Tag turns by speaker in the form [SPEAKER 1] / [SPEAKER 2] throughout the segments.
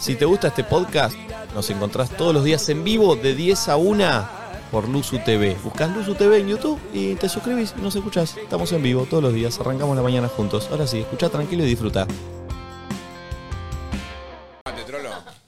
[SPEAKER 1] Si te gusta este podcast, nos encontrás todos los días en vivo de 10 a 1 por Luzu TV. Buscás Luzu TV en YouTube y te suscribís y nos escuchás. Estamos en vivo todos los días, arrancamos la mañana juntos. Ahora sí, escucha tranquilo y disfruta.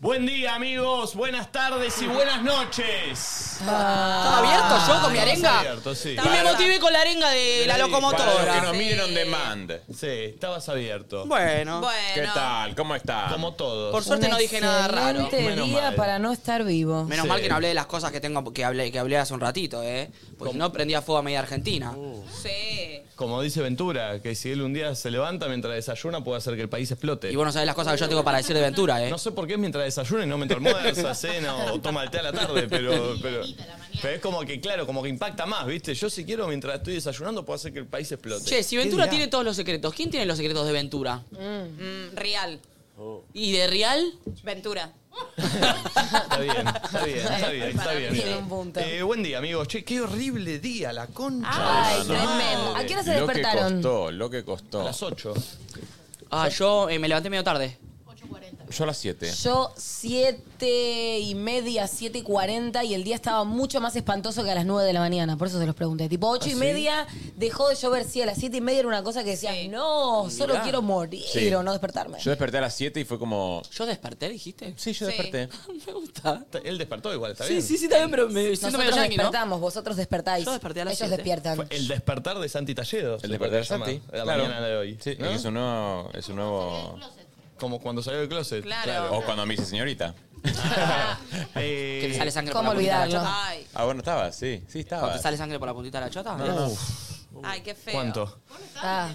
[SPEAKER 2] Buen día, amigos. Buenas tardes y buenas noches.
[SPEAKER 3] Ah. ¿Estaba abierto
[SPEAKER 4] Ah,
[SPEAKER 3] yo con mi arenga?
[SPEAKER 2] Abierto, sí.
[SPEAKER 3] Y me motivé con la arenga de la
[SPEAKER 4] Para los que
[SPEAKER 3] locomotora.
[SPEAKER 4] nos miren on demand.
[SPEAKER 2] Sí, estabas abierto.
[SPEAKER 3] Bueno,
[SPEAKER 4] ¿Qué tal? ¿Cómo estás?
[SPEAKER 2] Como todos.
[SPEAKER 3] por suerte
[SPEAKER 5] Un
[SPEAKER 3] no dije nada raro.
[SPEAKER 5] excelente
[SPEAKER 2] Menos
[SPEAKER 5] día
[SPEAKER 2] mal.
[SPEAKER 5] para no estar vivo.
[SPEAKER 3] Menos
[SPEAKER 2] Sí.
[SPEAKER 3] mal que no hablé de las cosas que tengo que hablé, que hablé hace un ratito, ¿eh? Porque si no prendía fuego a media Argentina.
[SPEAKER 4] Uh.
[SPEAKER 6] Sí.
[SPEAKER 2] Como dice Ventura, que si él un día se levanta mientras desayuna puede hacer que el país explote.
[SPEAKER 3] Y vos no sabés las cosas que yo tengo para decir de Ventura, ¿eh?
[SPEAKER 2] No sé por qué es mientras desayuna y no mientras almuerza, cena o toma el té a la tarde, pero, pero, pero es como que, claro, como que impacta más, ¿viste? Yo si quiero, mientras estoy desayunando, puedo hacer que el país explote.
[SPEAKER 3] Che, si
[SPEAKER 2] ¿Qué
[SPEAKER 3] Ventura
[SPEAKER 2] dirá?
[SPEAKER 3] tiene todos los secretos, ¿quién tiene los secretos de Ventura?
[SPEAKER 6] Mm, real.
[SPEAKER 2] Oh.
[SPEAKER 3] ¿Y de Real?
[SPEAKER 6] Ventura.
[SPEAKER 2] Está bien, está bien, está bien, está bien.
[SPEAKER 5] Tiene un punto.
[SPEAKER 2] Eh, buen día, amigos. Che, qué horrible día, la concha.
[SPEAKER 5] Ay,
[SPEAKER 2] de su
[SPEAKER 5] tremendo.
[SPEAKER 2] madre.
[SPEAKER 5] ¿A qué hora se
[SPEAKER 4] lo que
[SPEAKER 5] despertaron?
[SPEAKER 4] costó, lo que
[SPEAKER 2] A
[SPEAKER 4] costó.
[SPEAKER 2] las 8.
[SPEAKER 3] Ah, yo eh, me levanté medio tarde.
[SPEAKER 4] Yo a las 7.
[SPEAKER 5] Yo siete y media, siete y cuarenta, y el día estaba mucho más espantoso que a las nueve de la mañana, por eso se los pregunté. Tipo, ocho
[SPEAKER 4] ¿Ah,
[SPEAKER 5] y media dejó de llover, sí, a las siete y media era una cosa que decías,
[SPEAKER 6] Sí.
[SPEAKER 5] no, solo quiero morir
[SPEAKER 4] Sí.
[SPEAKER 5] o no despertarme.
[SPEAKER 4] Yo desperté a las 7 y fue como.
[SPEAKER 3] ¿Yo desperté, dijiste?
[SPEAKER 4] Sí, yo
[SPEAKER 6] Sí.
[SPEAKER 4] desperté.
[SPEAKER 3] me gusta.
[SPEAKER 2] Él despertó igual, ¿está
[SPEAKER 3] Sí,
[SPEAKER 2] bien?
[SPEAKER 3] sí, sí, también, pero me siento medio
[SPEAKER 5] Nosotros
[SPEAKER 3] yankee, ¿no?
[SPEAKER 5] despertamos, vosotros despertáis.
[SPEAKER 3] Yo desperté a las
[SPEAKER 5] Ellos
[SPEAKER 3] siete.
[SPEAKER 5] despiertan.
[SPEAKER 2] Fue el despertar de Santi Talledo.
[SPEAKER 4] El despertar de
[SPEAKER 2] se llama,
[SPEAKER 4] Santi.
[SPEAKER 2] La
[SPEAKER 4] Claro.
[SPEAKER 2] mañana de hoy.
[SPEAKER 4] Sí,
[SPEAKER 2] ¿no?
[SPEAKER 4] es un nuevo. Es un nuevo...
[SPEAKER 2] Como cuando salió del closet.
[SPEAKER 6] Claro.
[SPEAKER 4] O cuando me dice señorita.
[SPEAKER 2] Eh,
[SPEAKER 3] Que te sale sangre
[SPEAKER 5] ¿Cómo
[SPEAKER 3] por la puntita de la
[SPEAKER 5] olvidarlo?
[SPEAKER 3] chota.
[SPEAKER 6] Ay,
[SPEAKER 4] Ah, bueno, estaba, sí, sí,
[SPEAKER 3] ¿O
[SPEAKER 4] estaba.
[SPEAKER 3] te sale sangre por la puntita de la chota?
[SPEAKER 6] ay, qué feo.
[SPEAKER 2] ¿Cuánto?
[SPEAKER 5] Ah,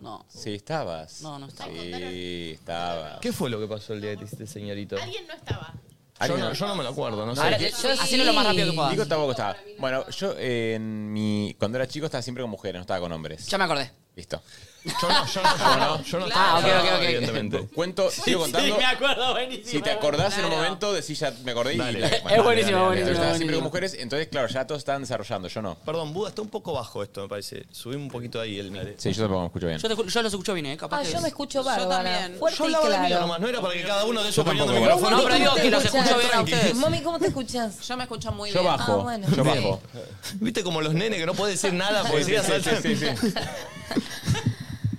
[SPEAKER 3] No.
[SPEAKER 4] Sí, estabas.
[SPEAKER 3] No, no estaba.
[SPEAKER 4] Sí, estaba.
[SPEAKER 2] ¿Qué fue lo que pasó el día este que te hiciste señorito?
[SPEAKER 7] Alguien no estaba.
[SPEAKER 2] Yo
[SPEAKER 4] ¿Alguien-
[SPEAKER 2] no, yo no me lo acuerdo, no sé.
[SPEAKER 3] Ahora,
[SPEAKER 2] ¿Qué-
[SPEAKER 3] yo hacelo lo más rápido que puedas.
[SPEAKER 4] Nico tampoco estaba. Bueno, yo eh, en mi. Cuando era chico estaba siempre con mujeres, no estaba con hombres.
[SPEAKER 3] Ya me acordé.
[SPEAKER 4] Listo.
[SPEAKER 2] Yo no, yo no, yo no. Yo no estaba,
[SPEAKER 3] Ah, ok, ok, ok.
[SPEAKER 2] evidentemente.
[SPEAKER 4] Cuento, sigo contando.
[SPEAKER 3] acuerdo, buenísimo.
[SPEAKER 4] Si te acordás en un
[SPEAKER 6] Claro.
[SPEAKER 4] momento, decís ya me acordé y
[SPEAKER 2] Dale.
[SPEAKER 4] la-
[SPEAKER 2] Es
[SPEAKER 4] bueno,
[SPEAKER 3] buenísimo,
[SPEAKER 4] dale, dale,
[SPEAKER 3] buenísimo,
[SPEAKER 4] dale. Estaba siempre
[SPEAKER 3] buenísimo.
[SPEAKER 4] con mujeres, entonces claro, ya todos estaban desarrollando, yo no.
[SPEAKER 2] Perdón, Buda, está un poco bajo esto, me parece. Subí un poquito ahí el micro.
[SPEAKER 4] Sí, yo tampoco me escucho bien.
[SPEAKER 3] Yo, te, ju- yo los escucho bien, ¿eh? Capaz
[SPEAKER 5] Ah,
[SPEAKER 3] que-
[SPEAKER 5] yo me escucho bárbara.
[SPEAKER 6] también.
[SPEAKER 5] Fuerte
[SPEAKER 2] Yo
[SPEAKER 5] y
[SPEAKER 2] hablaba la mía nomás,
[SPEAKER 5] claro.
[SPEAKER 2] no era para que cada uno de esos poniendo el
[SPEAKER 4] tampoco,
[SPEAKER 2] micrófono.
[SPEAKER 3] No, pero digo que los
[SPEAKER 5] ¿Cómo te
[SPEAKER 3] escucho bien a
[SPEAKER 5] escuchás?
[SPEAKER 3] ustedes.
[SPEAKER 5] Mami, ¿cómo te escuchas?
[SPEAKER 6] Yo me escucho muy
[SPEAKER 4] Yo
[SPEAKER 6] bien.
[SPEAKER 4] bajo,
[SPEAKER 5] Ah, bueno.
[SPEAKER 4] yo
[SPEAKER 5] Sí.
[SPEAKER 4] bajo.
[SPEAKER 2] Viste como los nenes que no pueden decir nada porque si ya saltan.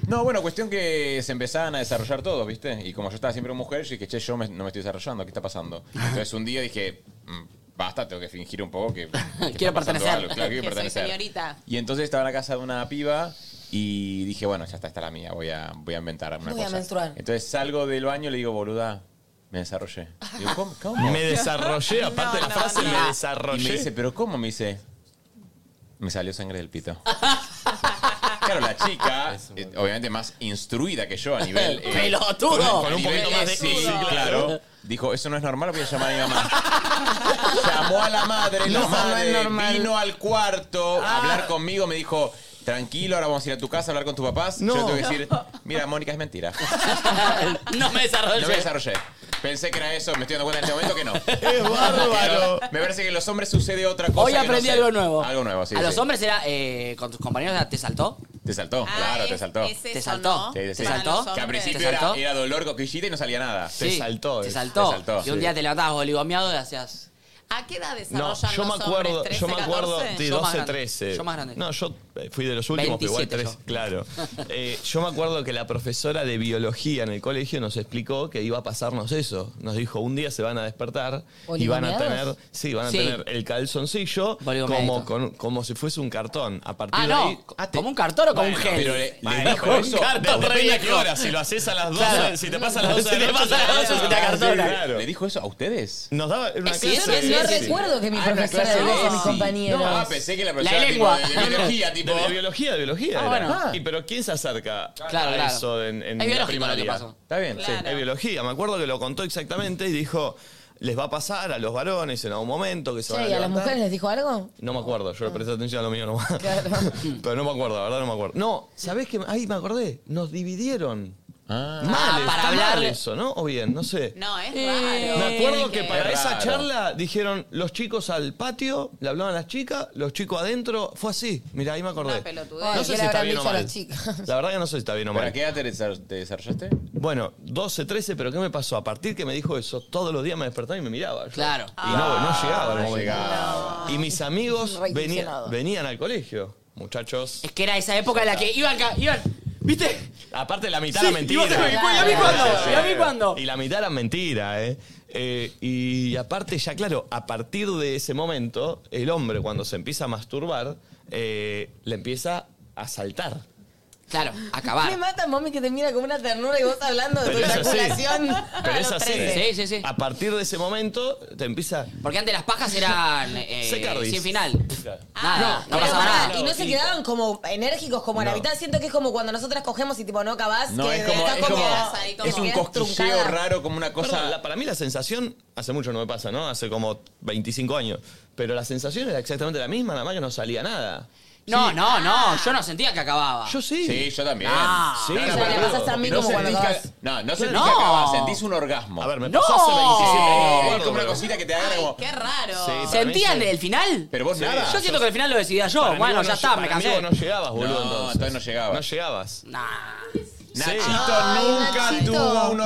[SPEAKER 4] No, bueno, cuestión que se empezaban a desarrollar todos, ¿viste? Y como yo estaba siempre con mujeres, yo dije, che, yo me- no me estoy desarrollando, ¿qué está pasando? Entonces un día dije, "Mm, basta, tengo que fingir un poco que, que está
[SPEAKER 3] Quiero
[SPEAKER 4] pasando
[SPEAKER 3] pertenecer.
[SPEAKER 4] algo". Claro, quiero
[SPEAKER 6] Que soy
[SPEAKER 4] pertenecer.
[SPEAKER 6] señorita.
[SPEAKER 4] Y entonces estaba en la casa de una piba y dije, bueno, ya está, está la mía, voy a, voy a inventar una
[SPEAKER 5] Voy a
[SPEAKER 4] cosa.
[SPEAKER 5] menstruar.
[SPEAKER 4] Entonces salgo del baño y le digo, boluda, me desarrollé. Digo, ¿cómo? ¿Cómo?
[SPEAKER 2] Me desarrollé, aparte de la
[SPEAKER 6] No,
[SPEAKER 2] frase,
[SPEAKER 6] no,
[SPEAKER 2] me
[SPEAKER 6] no.
[SPEAKER 4] Y me dice,
[SPEAKER 2] desarrollé.
[SPEAKER 4] ¿pero cómo? Me dice, me salió sangre del pito. claro, la chica, eh, obviamente más instruida que yo a nivel... eh,
[SPEAKER 3] ¡Pelotudo!
[SPEAKER 4] a
[SPEAKER 2] Con un
[SPEAKER 4] nivel-
[SPEAKER 2] poquito más de-
[SPEAKER 4] sí,
[SPEAKER 2] sí,
[SPEAKER 4] claro. Dijo, eso no es normal, voy a llamar a mi mamá. Llamó a la madre, la madre vino al cuarto
[SPEAKER 2] Ah.
[SPEAKER 4] a hablar conmigo, me dijo... Tranquilo, ahora vamos a ir a tu casa a hablar con tus papás.
[SPEAKER 2] No.
[SPEAKER 4] Yo le tuve que decir, mira, Mónica, es mentira.
[SPEAKER 3] no me desarrollé.
[SPEAKER 4] No me desarrollé. Pensé que era eso, me estoy dando cuenta en este momento que no.
[SPEAKER 2] ¡Es bárbaro!
[SPEAKER 4] Me parece que en los hombres sucede otra cosa.
[SPEAKER 3] Hoy
[SPEAKER 4] que no
[SPEAKER 3] aprendí
[SPEAKER 4] sé.
[SPEAKER 3] algo nuevo.
[SPEAKER 4] Algo nuevo, sí.
[SPEAKER 3] A los
[SPEAKER 4] sí.
[SPEAKER 3] hombres era, eh, con tus compañeros, era, ¿te saltó?
[SPEAKER 4] Te saltó,
[SPEAKER 6] Ah,
[SPEAKER 4] claro, te
[SPEAKER 6] es-
[SPEAKER 4] saltó.
[SPEAKER 6] es eso,
[SPEAKER 3] ¿Te saltó?
[SPEAKER 6] ¿no?
[SPEAKER 4] Sí, sí, sí.
[SPEAKER 3] ¿Te
[SPEAKER 6] Para
[SPEAKER 3] saltó?
[SPEAKER 6] los hombres.
[SPEAKER 4] Que al principio
[SPEAKER 3] ¿Te
[SPEAKER 4] era,
[SPEAKER 3] saltó?
[SPEAKER 4] era dolor, cosquillita y no salía nada.
[SPEAKER 2] Te saltó,
[SPEAKER 3] Te
[SPEAKER 2] es.
[SPEAKER 3] saltó.
[SPEAKER 4] Te saltó,
[SPEAKER 3] y un
[SPEAKER 4] sí.
[SPEAKER 3] día te levantabas oligomiado y hacías...
[SPEAKER 6] ¿A qué edad desarrollan
[SPEAKER 2] No, yo me
[SPEAKER 6] los
[SPEAKER 2] acuerdo,
[SPEAKER 6] hombres?
[SPEAKER 2] yo me
[SPEAKER 6] 13,
[SPEAKER 2] acuerdo
[SPEAKER 6] 14?
[SPEAKER 2] de
[SPEAKER 3] Yo más
[SPEAKER 2] 12,
[SPEAKER 3] grande.
[SPEAKER 2] 13.
[SPEAKER 3] Yo más grande.
[SPEAKER 2] No, yo eh, fui de los últimos, pero igual
[SPEAKER 3] 27
[SPEAKER 2] 13, claro. Eh, yo me acuerdo que la profesora de biología en el colegio nos explicó que iba a pasarnos eso. Nos dijo, un día se van a despertar y van a tener,
[SPEAKER 5] ¿Oligomeados?
[SPEAKER 2] sí, van a
[SPEAKER 3] Sí.
[SPEAKER 2] tener el calzoncillo como,
[SPEAKER 3] Oligomeadito.
[SPEAKER 2] con- como si fuese un cartón. A partir
[SPEAKER 3] Ah,
[SPEAKER 2] de ahí,
[SPEAKER 3] no. ¿Como un cartón o como un gel?
[SPEAKER 4] Pero le, les
[SPEAKER 2] Bueno,
[SPEAKER 4] dijo
[SPEAKER 2] pero
[SPEAKER 4] eso.
[SPEAKER 2] eso,
[SPEAKER 3] cartón
[SPEAKER 2] depende
[SPEAKER 3] re
[SPEAKER 2] a qué
[SPEAKER 3] viejo.
[SPEAKER 2] hora, si lo haces a las 12,
[SPEAKER 3] Claro.
[SPEAKER 2] si te pasa a las 12
[SPEAKER 3] Si
[SPEAKER 2] de
[SPEAKER 3] te
[SPEAKER 2] la noche,
[SPEAKER 3] pasa a las 12 se te
[SPEAKER 2] claro.
[SPEAKER 3] acartona.
[SPEAKER 2] Claro.
[SPEAKER 4] ¿Le dijo eso a ustedes?
[SPEAKER 2] Nos daba una clase
[SPEAKER 3] cierto,
[SPEAKER 2] de-
[SPEAKER 3] es
[SPEAKER 5] No
[SPEAKER 3] Sí, sí, sí.
[SPEAKER 5] recuerdo que mi
[SPEAKER 4] Ah, era una
[SPEAKER 5] profesora
[SPEAKER 4] clase
[SPEAKER 5] le diga a
[SPEAKER 4] de-
[SPEAKER 5] mis
[SPEAKER 4] sí.
[SPEAKER 5] compañeros.
[SPEAKER 4] Ah, pensé que la persona
[SPEAKER 3] La
[SPEAKER 4] tipo,
[SPEAKER 3] lengua.
[SPEAKER 4] de, de biología, tipo.
[SPEAKER 2] De biología, de biología.
[SPEAKER 3] Ah,
[SPEAKER 2] era.
[SPEAKER 3] bueno.
[SPEAKER 2] Y pero ¿quién se acerca
[SPEAKER 3] Claro,
[SPEAKER 2] a
[SPEAKER 3] claro.
[SPEAKER 2] eso en, en
[SPEAKER 3] Es
[SPEAKER 2] la
[SPEAKER 3] biológico lo
[SPEAKER 2] primaria?
[SPEAKER 3] que pasó.
[SPEAKER 4] Está bien, sí.
[SPEAKER 6] Claro.
[SPEAKER 2] Es biología. Me acuerdo que lo contó exactamente y dijo, les va a pasar a los varones en algún momento que se
[SPEAKER 5] Che,
[SPEAKER 2] van a
[SPEAKER 5] ¿y a las
[SPEAKER 2] levantar".
[SPEAKER 5] mujeres les dijo algo?
[SPEAKER 2] No me acuerdo, yo le presté atención a lo mío nomás.
[SPEAKER 5] Claro.
[SPEAKER 2] Pero no me acuerdo, la verdad no me acuerdo. No, ¿sabés qué? Ahí me acordé, nos dividieron.
[SPEAKER 4] Ah.
[SPEAKER 2] Mal,
[SPEAKER 3] Ah, para
[SPEAKER 2] está
[SPEAKER 3] hablar-
[SPEAKER 2] mal eso, ¿no? O bien, no sé.
[SPEAKER 8] No, es
[SPEAKER 5] Eh,
[SPEAKER 8] raro.
[SPEAKER 2] Me acuerdo que
[SPEAKER 8] Es
[SPEAKER 2] para
[SPEAKER 4] Es
[SPEAKER 2] esa
[SPEAKER 4] raro.
[SPEAKER 2] charla dijeron los chicos al patio, le hablaban las chicas, los chicos adentro, fue así. Mira, ahí me acordé.
[SPEAKER 8] Una pelotudez. Ay,
[SPEAKER 2] No
[SPEAKER 5] ¿qué
[SPEAKER 2] sé
[SPEAKER 5] le
[SPEAKER 2] si está
[SPEAKER 5] habrán
[SPEAKER 2] bien o
[SPEAKER 5] dicho a
[SPEAKER 2] mal.
[SPEAKER 5] las chicas?
[SPEAKER 2] La verdad que no sé si está bien o
[SPEAKER 4] ¿Para
[SPEAKER 2] mal.
[SPEAKER 4] qué edad te desar- te desarrollaste?
[SPEAKER 2] Bueno, 12, 13, pero ¿qué me pasó? A partir que me dijo eso, todos los días me despertaba y me miraba. yo.
[SPEAKER 3] Claro.
[SPEAKER 2] Y no, no llegaba al
[SPEAKER 4] Ah, no
[SPEAKER 2] momento.
[SPEAKER 4] llegaba.
[SPEAKER 2] Y mis amigos
[SPEAKER 5] Reilusionado.
[SPEAKER 2] venían, venían al colegio, muchachos.
[SPEAKER 3] Es que era esa época en la que iban, ca- iban, ¿viste?
[SPEAKER 2] Aparte la mitad
[SPEAKER 3] Sí,
[SPEAKER 2] era
[SPEAKER 3] y vos te-
[SPEAKER 2] mentira.
[SPEAKER 3] ¿Y a mí cuándo? ¿Y a mí cuándo?
[SPEAKER 2] Y la mitad era mentira, ¿eh? Eh, Y aparte, ya claro, a partir de ese momento, el hombre cuando se empieza a masturbar, eh, le empieza a saltar.
[SPEAKER 3] Claro,
[SPEAKER 5] Me
[SPEAKER 3] acabar.
[SPEAKER 5] mata, mami, que te mira con una ternura y vos hablando de tu
[SPEAKER 2] Pero es así.
[SPEAKER 5] eyaculación.
[SPEAKER 2] Pero es
[SPEAKER 8] Los
[SPEAKER 2] así.
[SPEAKER 8] trece.
[SPEAKER 3] Sí, sí, sí.
[SPEAKER 2] A partir de ese momento, te empieza...
[SPEAKER 3] Porque antes las pajas eran eh,
[SPEAKER 2] Secardis.
[SPEAKER 3] sin final.
[SPEAKER 2] Claro.
[SPEAKER 3] Nada, no,
[SPEAKER 5] Ah, Pero
[SPEAKER 3] pasaba
[SPEAKER 5] pará,
[SPEAKER 3] nada.
[SPEAKER 5] Y no se quedaban como enérgicos como la mitad. Siento que es como cuando nosotras cogemos y tipo no acabás.
[SPEAKER 4] No,
[SPEAKER 5] que
[SPEAKER 4] es como,
[SPEAKER 5] estás
[SPEAKER 4] es como,
[SPEAKER 8] ahí como
[SPEAKER 4] es un
[SPEAKER 5] quedás
[SPEAKER 4] cosquilleo
[SPEAKER 5] truncada.
[SPEAKER 4] raro, como una cosa...
[SPEAKER 2] Perdón, la- para mí la sensación, hace mucho no me pasa, ¿no? Hace como 25 años. Pero la sensación era exactamente la misma, nada más que no salía nada.
[SPEAKER 3] No, no, no, yo no sentía que acababa.
[SPEAKER 2] Yo sí.
[SPEAKER 4] Sí, yo también.
[SPEAKER 3] Ah,
[SPEAKER 2] Sí,
[SPEAKER 5] O
[SPEAKER 2] no,
[SPEAKER 5] sea,
[SPEAKER 2] pero-
[SPEAKER 5] le pasas a mí
[SPEAKER 4] No
[SPEAKER 5] como cuando
[SPEAKER 4] sentís
[SPEAKER 5] acabas.
[SPEAKER 4] que, no, no sentís
[SPEAKER 3] No.
[SPEAKER 4] que acabas, sentís un orgasmo.
[SPEAKER 2] A ver, me
[SPEAKER 3] ¡No!
[SPEAKER 2] pasó hace 27
[SPEAKER 4] Eh,
[SPEAKER 2] años. me
[SPEAKER 4] es
[SPEAKER 2] acuerdo,
[SPEAKER 4] como una
[SPEAKER 2] pero-
[SPEAKER 4] cosita que te haga como...
[SPEAKER 8] Qué raro.
[SPEAKER 2] Sí, para mí
[SPEAKER 3] ¿Sentían
[SPEAKER 2] sí.
[SPEAKER 3] el final?
[SPEAKER 4] Pero vos nada.
[SPEAKER 3] yo siento que el final lo decidía yo.
[SPEAKER 2] Para mí
[SPEAKER 3] bueno,
[SPEAKER 2] vos
[SPEAKER 3] ya
[SPEAKER 2] no-
[SPEAKER 3] está,
[SPEAKER 2] para
[SPEAKER 3] me
[SPEAKER 2] mí
[SPEAKER 3] cansé.
[SPEAKER 2] vos no llegabas, boludo.
[SPEAKER 4] No, entonces no llegabas.
[SPEAKER 2] No llegabas.
[SPEAKER 3] Nah.
[SPEAKER 4] Nachito
[SPEAKER 5] Ay,
[SPEAKER 4] nunca
[SPEAKER 5] Nachito.
[SPEAKER 4] tuvo un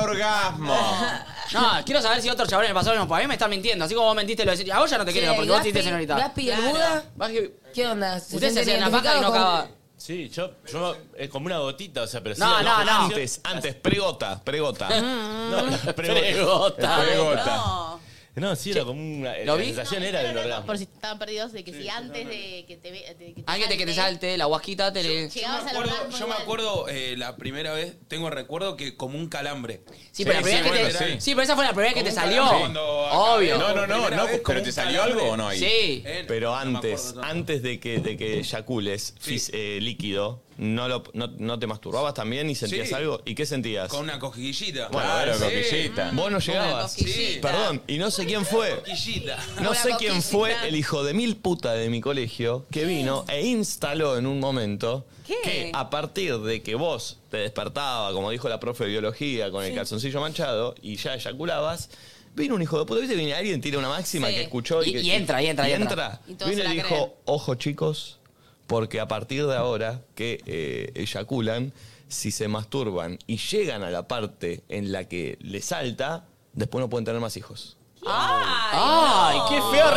[SPEAKER 4] orgasmo.
[SPEAKER 3] No, quiero saber si otros chavales me pasaron los A mí me están mintiendo. Así como vos mentiste lo de decir. A vos ya no te quiero,
[SPEAKER 5] Che,
[SPEAKER 3] porque vos te
[SPEAKER 5] Gaspi-
[SPEAKER 3] diste señorita.
[SPEAKER 5] Gaspi y el
[SPEAKER 8] Claro.
[SPEAKER 5] Buda,
[SPEAKER 3] Baje-
[SPEAKER 5] ¿qué onda? ¿Se
[SPEAKER 3] Ustedes se
[SPEAKER 5] sienten
[SPEAKER 3] hacían la paja y no
[SPEAKER 5] identificados con-
[SPEAKER 3] acababa.
[SPEAKER 9] Sí, yo, yo es como una gotita, o sea, pero sí.
[SPEAKER 3] No,
[SPEAKER 9] al
[SPEAKER 3] no,
[SPEAKER 9] ojo
[SPEAKER 3] no.
[SPEAKER 9] sí,
[SPEAKER 2] Antes, antes, pregota, pregota.
[SPEAKER 9] No, pero-
[SPEAKER 3] Pregota.
[SPEAKER 8] Ay,
[SPEAKER 4] Pegota.
[SPEAKER 8] no.
[SPEAKER 9] no, sí, era como una.
[SPEAKER 3] ¿Lo
[SPEAKER 9] la
[SPEAKER 3] vi?
[SPEAKER 9] sensación era de un orgasmo.
[SPEAKER 10] Por si estaban perdidos de que si antes de que te ve- de que te
[SPEAKER 3] Hay gente que te
[SPEAKER 10] salte,
[SPEAKER 3] salte, la guasquita te le...
[SPEAKER 7] Yo me
[SPEAKER 10] llegabas al
[SPEAKER 7] acuerdo,
[SPEAKER 10] orgasmo
[SPEAKER 7] yo me
[SPEAKER 10] igual.
[SPEAKER 7] acuerdo eh, la primera vez, tengo recuerdo que como un calambre.
[SPEAKER 3] Sí, pero la
[SPEAKER 4] Sí,
[SPEAKER 3] primera
[SPEAKER 4] sí,
[SPEAKER 3] vez que
[SPEAKER 4] bueno,
[SPEAKER 3] te...
[SPEAKER 4] sí.
[SPEAKER 3] Sí, pero esa fue la primera vez que te
[SPEAKER 7] Como un
[SPEAKER 3] salió.
[SPEAKER 7] calambre cuando acabé,
[SPEAKER 3] Obvio.
[SPEAKER 4] No, no, no,
[SPEAKER 7] Primera
[SPEAKER 4] no,
[SPEAKER 7] vez como
[SPEAKER 4] pero ¿te
[SPEAKER 7] un
[SPEAKER 4] salió
[SPEAKER 7] calambre.
[SPEAKER 4] algo o no ahí?
[SPEAKER 3] Sí.
[SPEAKER 7] Eh,
[SPEAKER 2] Pero
[SPEAKER 7] no me
[SPEAKER 2] antes,
[SPEAKER 7] acuerdo tanto.
[SPEAKER 2] antes de que, de que eyacules fis- eh, líquido, ¿no, lo, no, no te masturbabas también y sentías
[SPEAKER 7] Sí.
[SPEAKER 2] algo? ¿Y qué sentías?
[SPEAKER 7] Con una cosquillita. Ah,
[SPEAKER 4] Claro,
[SPEAKER 2] sí.
[SPEAKER 4] coquillita.
[SPEAKER 2] Vos
[SPEAKER 8] Una
[SPEAKER 2] no llegabas.
[SPEAKER 8] cosquillita.
[SPEAKER 2] Perdón, y no sé quién fue.
[SPEAKER 7] Cosquillita.
[SPEAKER 2] No
[SPEAKER 8] Una
[SPEAKER 2] sé quién
[SPEAKER 8] cosquillita.
[SPEAKER 2] fue el hijo de mil puta de mi colegio que vino e instaló en un momento
[SPEAKER 8] ¿Qué?
[SPEAKER 2] que a partir de que vos te despertaba, como dijo la profe de biología, con el calzoncillo manchado y ya eyaculabas, vino un hijo de puta, viste, viene alguien, tira una máxima
[SPEAKER 8] Sí.
[SPEAKER 2] que escuchó y,
[SPEAKER 3] Y-
[SPEAKER 2] que-
[SPEAKER 3] y entra, y entra, y entra.
[SPEAKER 8] Y todos
[SPEAKER 2] Vino
[SPEAKER 8] se
[SPEAKER 2] y
[SPEAKER 8] la
[SPEAKER 2] dijo,
[SPEAKER 8] creen.
[SPEAKER 2] ojo chicos, porque a partir de ahora que eh, eyaculan, si se masturban y llegan a la parte en la que le salta, después no pueden tener más hijos.
[SPEAKER 8] Ay,
[SPEAKER 3] Ay, qué feo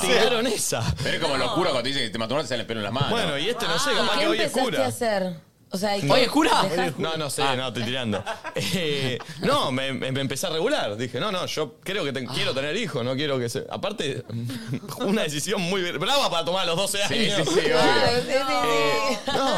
[SPEAKER 2] Tiraron esa.
[SPEAKER 4] Pero es como locura cuando te dicen que te masturbas, te salen el pelo en las manos.
[SPEAKER 2] Bueno, y este no sé,
[SPEAKER 5] Ah, ¿Y
[SPEAKER 2] capaz
[SPEAKER 5] qué
[SPEAKER 2] que hoy es
[SPEAKER 5] empezaste a
[SPEAKER 2] cura.
[SPEAKER 5] hacer? O sea, ¿y
[SPEAKER 3] ¿Hoy
[SPEAKER 5] qué-
[SPEAKER 3] es cura?
[SPEAKER 5] dejás-
[SPEAKER 2] No, no sé, no, estoy tirando. Eh, no, me, me- me empecé a regular. Dije, no, no, yo creo que te- quiero tener hijos, no quiero que se. Aparte, una decisión muy brava para tomar a los 12 años.
[SPEAKER 4] Sí, sí, sí,
[SPEAKER 5] Ah,
[SPEAKER 4] obvio. Ah,
[SPEAKER 5] sí, sí, sí.
[SPEAKER 2] No,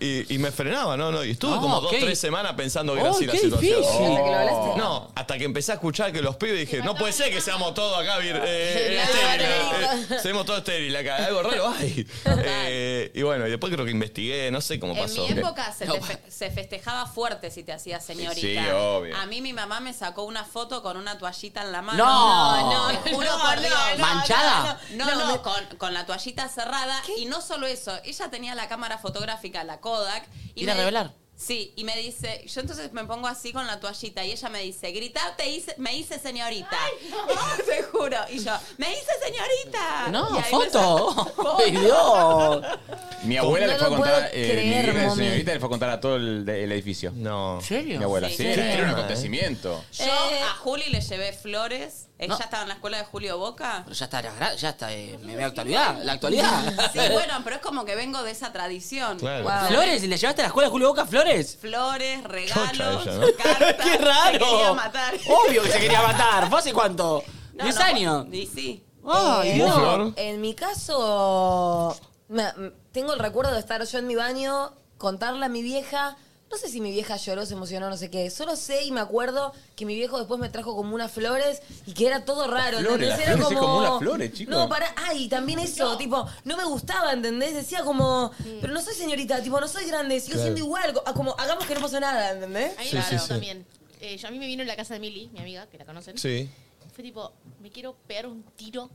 [SPEAKER 2] y, y- y me frenaba, no, no. Y estuve
[SPEAKER 3] Ah,
[SPEAKER 2] como dos,
[SPEAKER 3] qué di-
[SPEAKER 2] tres semanas pensando que era
[SPEAKER 3] Oh,
[SPEAKER 2] así la
[SPEAKER 3] qué
[SPEAKER 2] situación.
[SPEAKER 3] difícil.
[SPEAKER 5] Hasta que lo hablaste.
[SPEAKER 2] No, hasta que empecé a escuchar que los pibes dije, no puede ser que seamos todos acá vir, eh,
[SPEAKER 5] Claro,
[SPEAKER 2] estériles, eh, seamos todos estériles acá, algo raro hay. Eh, y bueno, y después creo que investigué, no sé cómo
[SPEAKER 8] En
[SPEAKER 2] pasó.
[SPEAKER 8] mi época se, te fe- se festejaba fuerte si te hacías señorita.
[SPEAKER 4] Sí, sí, obvio.
[SPEAKER 8] A mí mi mamá me sacó una foto con una toallita en la mano.
[SPEAKER 3] No.
[SPEAKER 8] no, no, te juro
[SPEAKER 5] No,
[SPEAKER 8] por Dios.
[SPEAKER 5] no,
[SPEAKER 8] No,
[SPEAKER 3] ¿Manchada?
[SPEAKER 8] No, no, con, con la toallita cerrada. Y no solo eso, ella tenía la cámara fotográfica, la Kodak. Y
[SPEAKER 3] ¿Ir a
[SPEAKER 8] me-
[SPEAKER 3] revelar?
[SPEAKER 8] Sí, y me dice, yo entonces me pongo así con la toallita y ella me dice, gritá, te hice, me hice señorita. Te juro. Y yo, me hice señorita. Y
[SPEAKER 3] No,
[SPEAKER 8] ahí me
[SPEAKER 3] foto.
[SPEAKER 8] sacó-
[SPEAKER 3] ¡Ay, Dios!
[SPEAKER 4] Mi abuela
[SPEAKER 5] No
[SPEAKER 4] le fue a
[SPEAKER 5] lo
[SPEAKER 4] contar,
[SPEAKER 5] puedo
[SPEAKER 4] eh,
[SPEAKER 5] creer,
[SPEAKER 4] mi
[SPEAKER 5] mami.
[SPEAKER 4] señorita le fue a contar a todo el, el edificio.
[SPEAKER 2] No.
[SPEAKER 3] ¿En serio?
[SPEAKER 4] Mi abuela, sí,
[SPEAKER 8] Sí,
[SPEAKER 4] era,
[SPEAKER 2] sí.
[SPEAKER 4] era un
[SPEAKER 2] Eh.
[SPEAKER 4] acontecimiento.
[SPEAKER 8] Yo
[SPEAKER 5] Eh.
[SPEAKER 8] a Juli le llevé flores.
[SPEAKER 6] ¿Eh,
[SPEAKER 8] Ella estaba en la escuela de Julio Boca.
[SPEAKER 3] Pero ya está, la gra- ya está, eh, me veo actualidad, la actualidad.
[SPEAKER 8] Sí, bueno, pero es como que vengo de esa tradición.
[SPEAKER 2] Claro.
[SPEAKER 5] Wow.
[SPEAKER 3] ¿Flores? ¿Le llevaste a la escuela de Julio Boca flores?
[SPEAKER 8] Flores,
[SPEAKER 2] Chocha
[SPEAKER 8] regalos,
[SPEAKER 2] ella, ¿no?
[SPEAKER 8] cartas.
[SPEAKER 3] ¡Qué raro!
[SPEAKER 8] Se quería matar.
[SPEAKER 3] Obvio que se quería matar. ¿Fue hace cuánto?
[SPEAKER 8] No,
[SPEAKER 3] ¿Diez
[SPEAKER 8] no,
[SPEAKER 3] años?
[SPEAKER 8] Y sí.
[SPEAKER 3] Ay,
[SPEAKER 5] Eh,
[SPEAKER 3] Dios.
[SPEAKER 5] no, En mi caso, me- m- tengo el recuerdo de estar yo en mi baño, contarle a mi vieja. No sé si mi vieja lloró, se emocionó, no sé qué. Solo sé y me acuerdo que mi viejo después me trajo como unas flores y que era todo raro.
[SPEAKER 4] Las
[SPEAKER 5] ¿entendés?
[SPEAKER 4] flores, las
[SPEAKER 5] Era
[SPEAKER 4] flores, es como unas flores, chicos.
[SPEAKER 5] No, para. Ay, también eso, tipo, no Mm. me gustaba, ¿entendés? Decía como, pero no soy señorita, tipo, no soy grande, sigo siendo igual. co- Como, hagamos que no pasó nada, ¿entendés?
[SPEAKER 10] A mí
[SPEAKER 2] Sí,
[SPEAKER 10] me
[SPEAKER 2] sí,
[SPEAKER 10] pasó
[SPEAKER 2] sí.
[SPEAKER 10] también. Eh, yo- a mí me vino en la casa de Mili, mi amiga, que la conocen.
[SPEAKER 2] Sí.
[SPEAKER 10] Fue tipo, me quiero pegar un tiro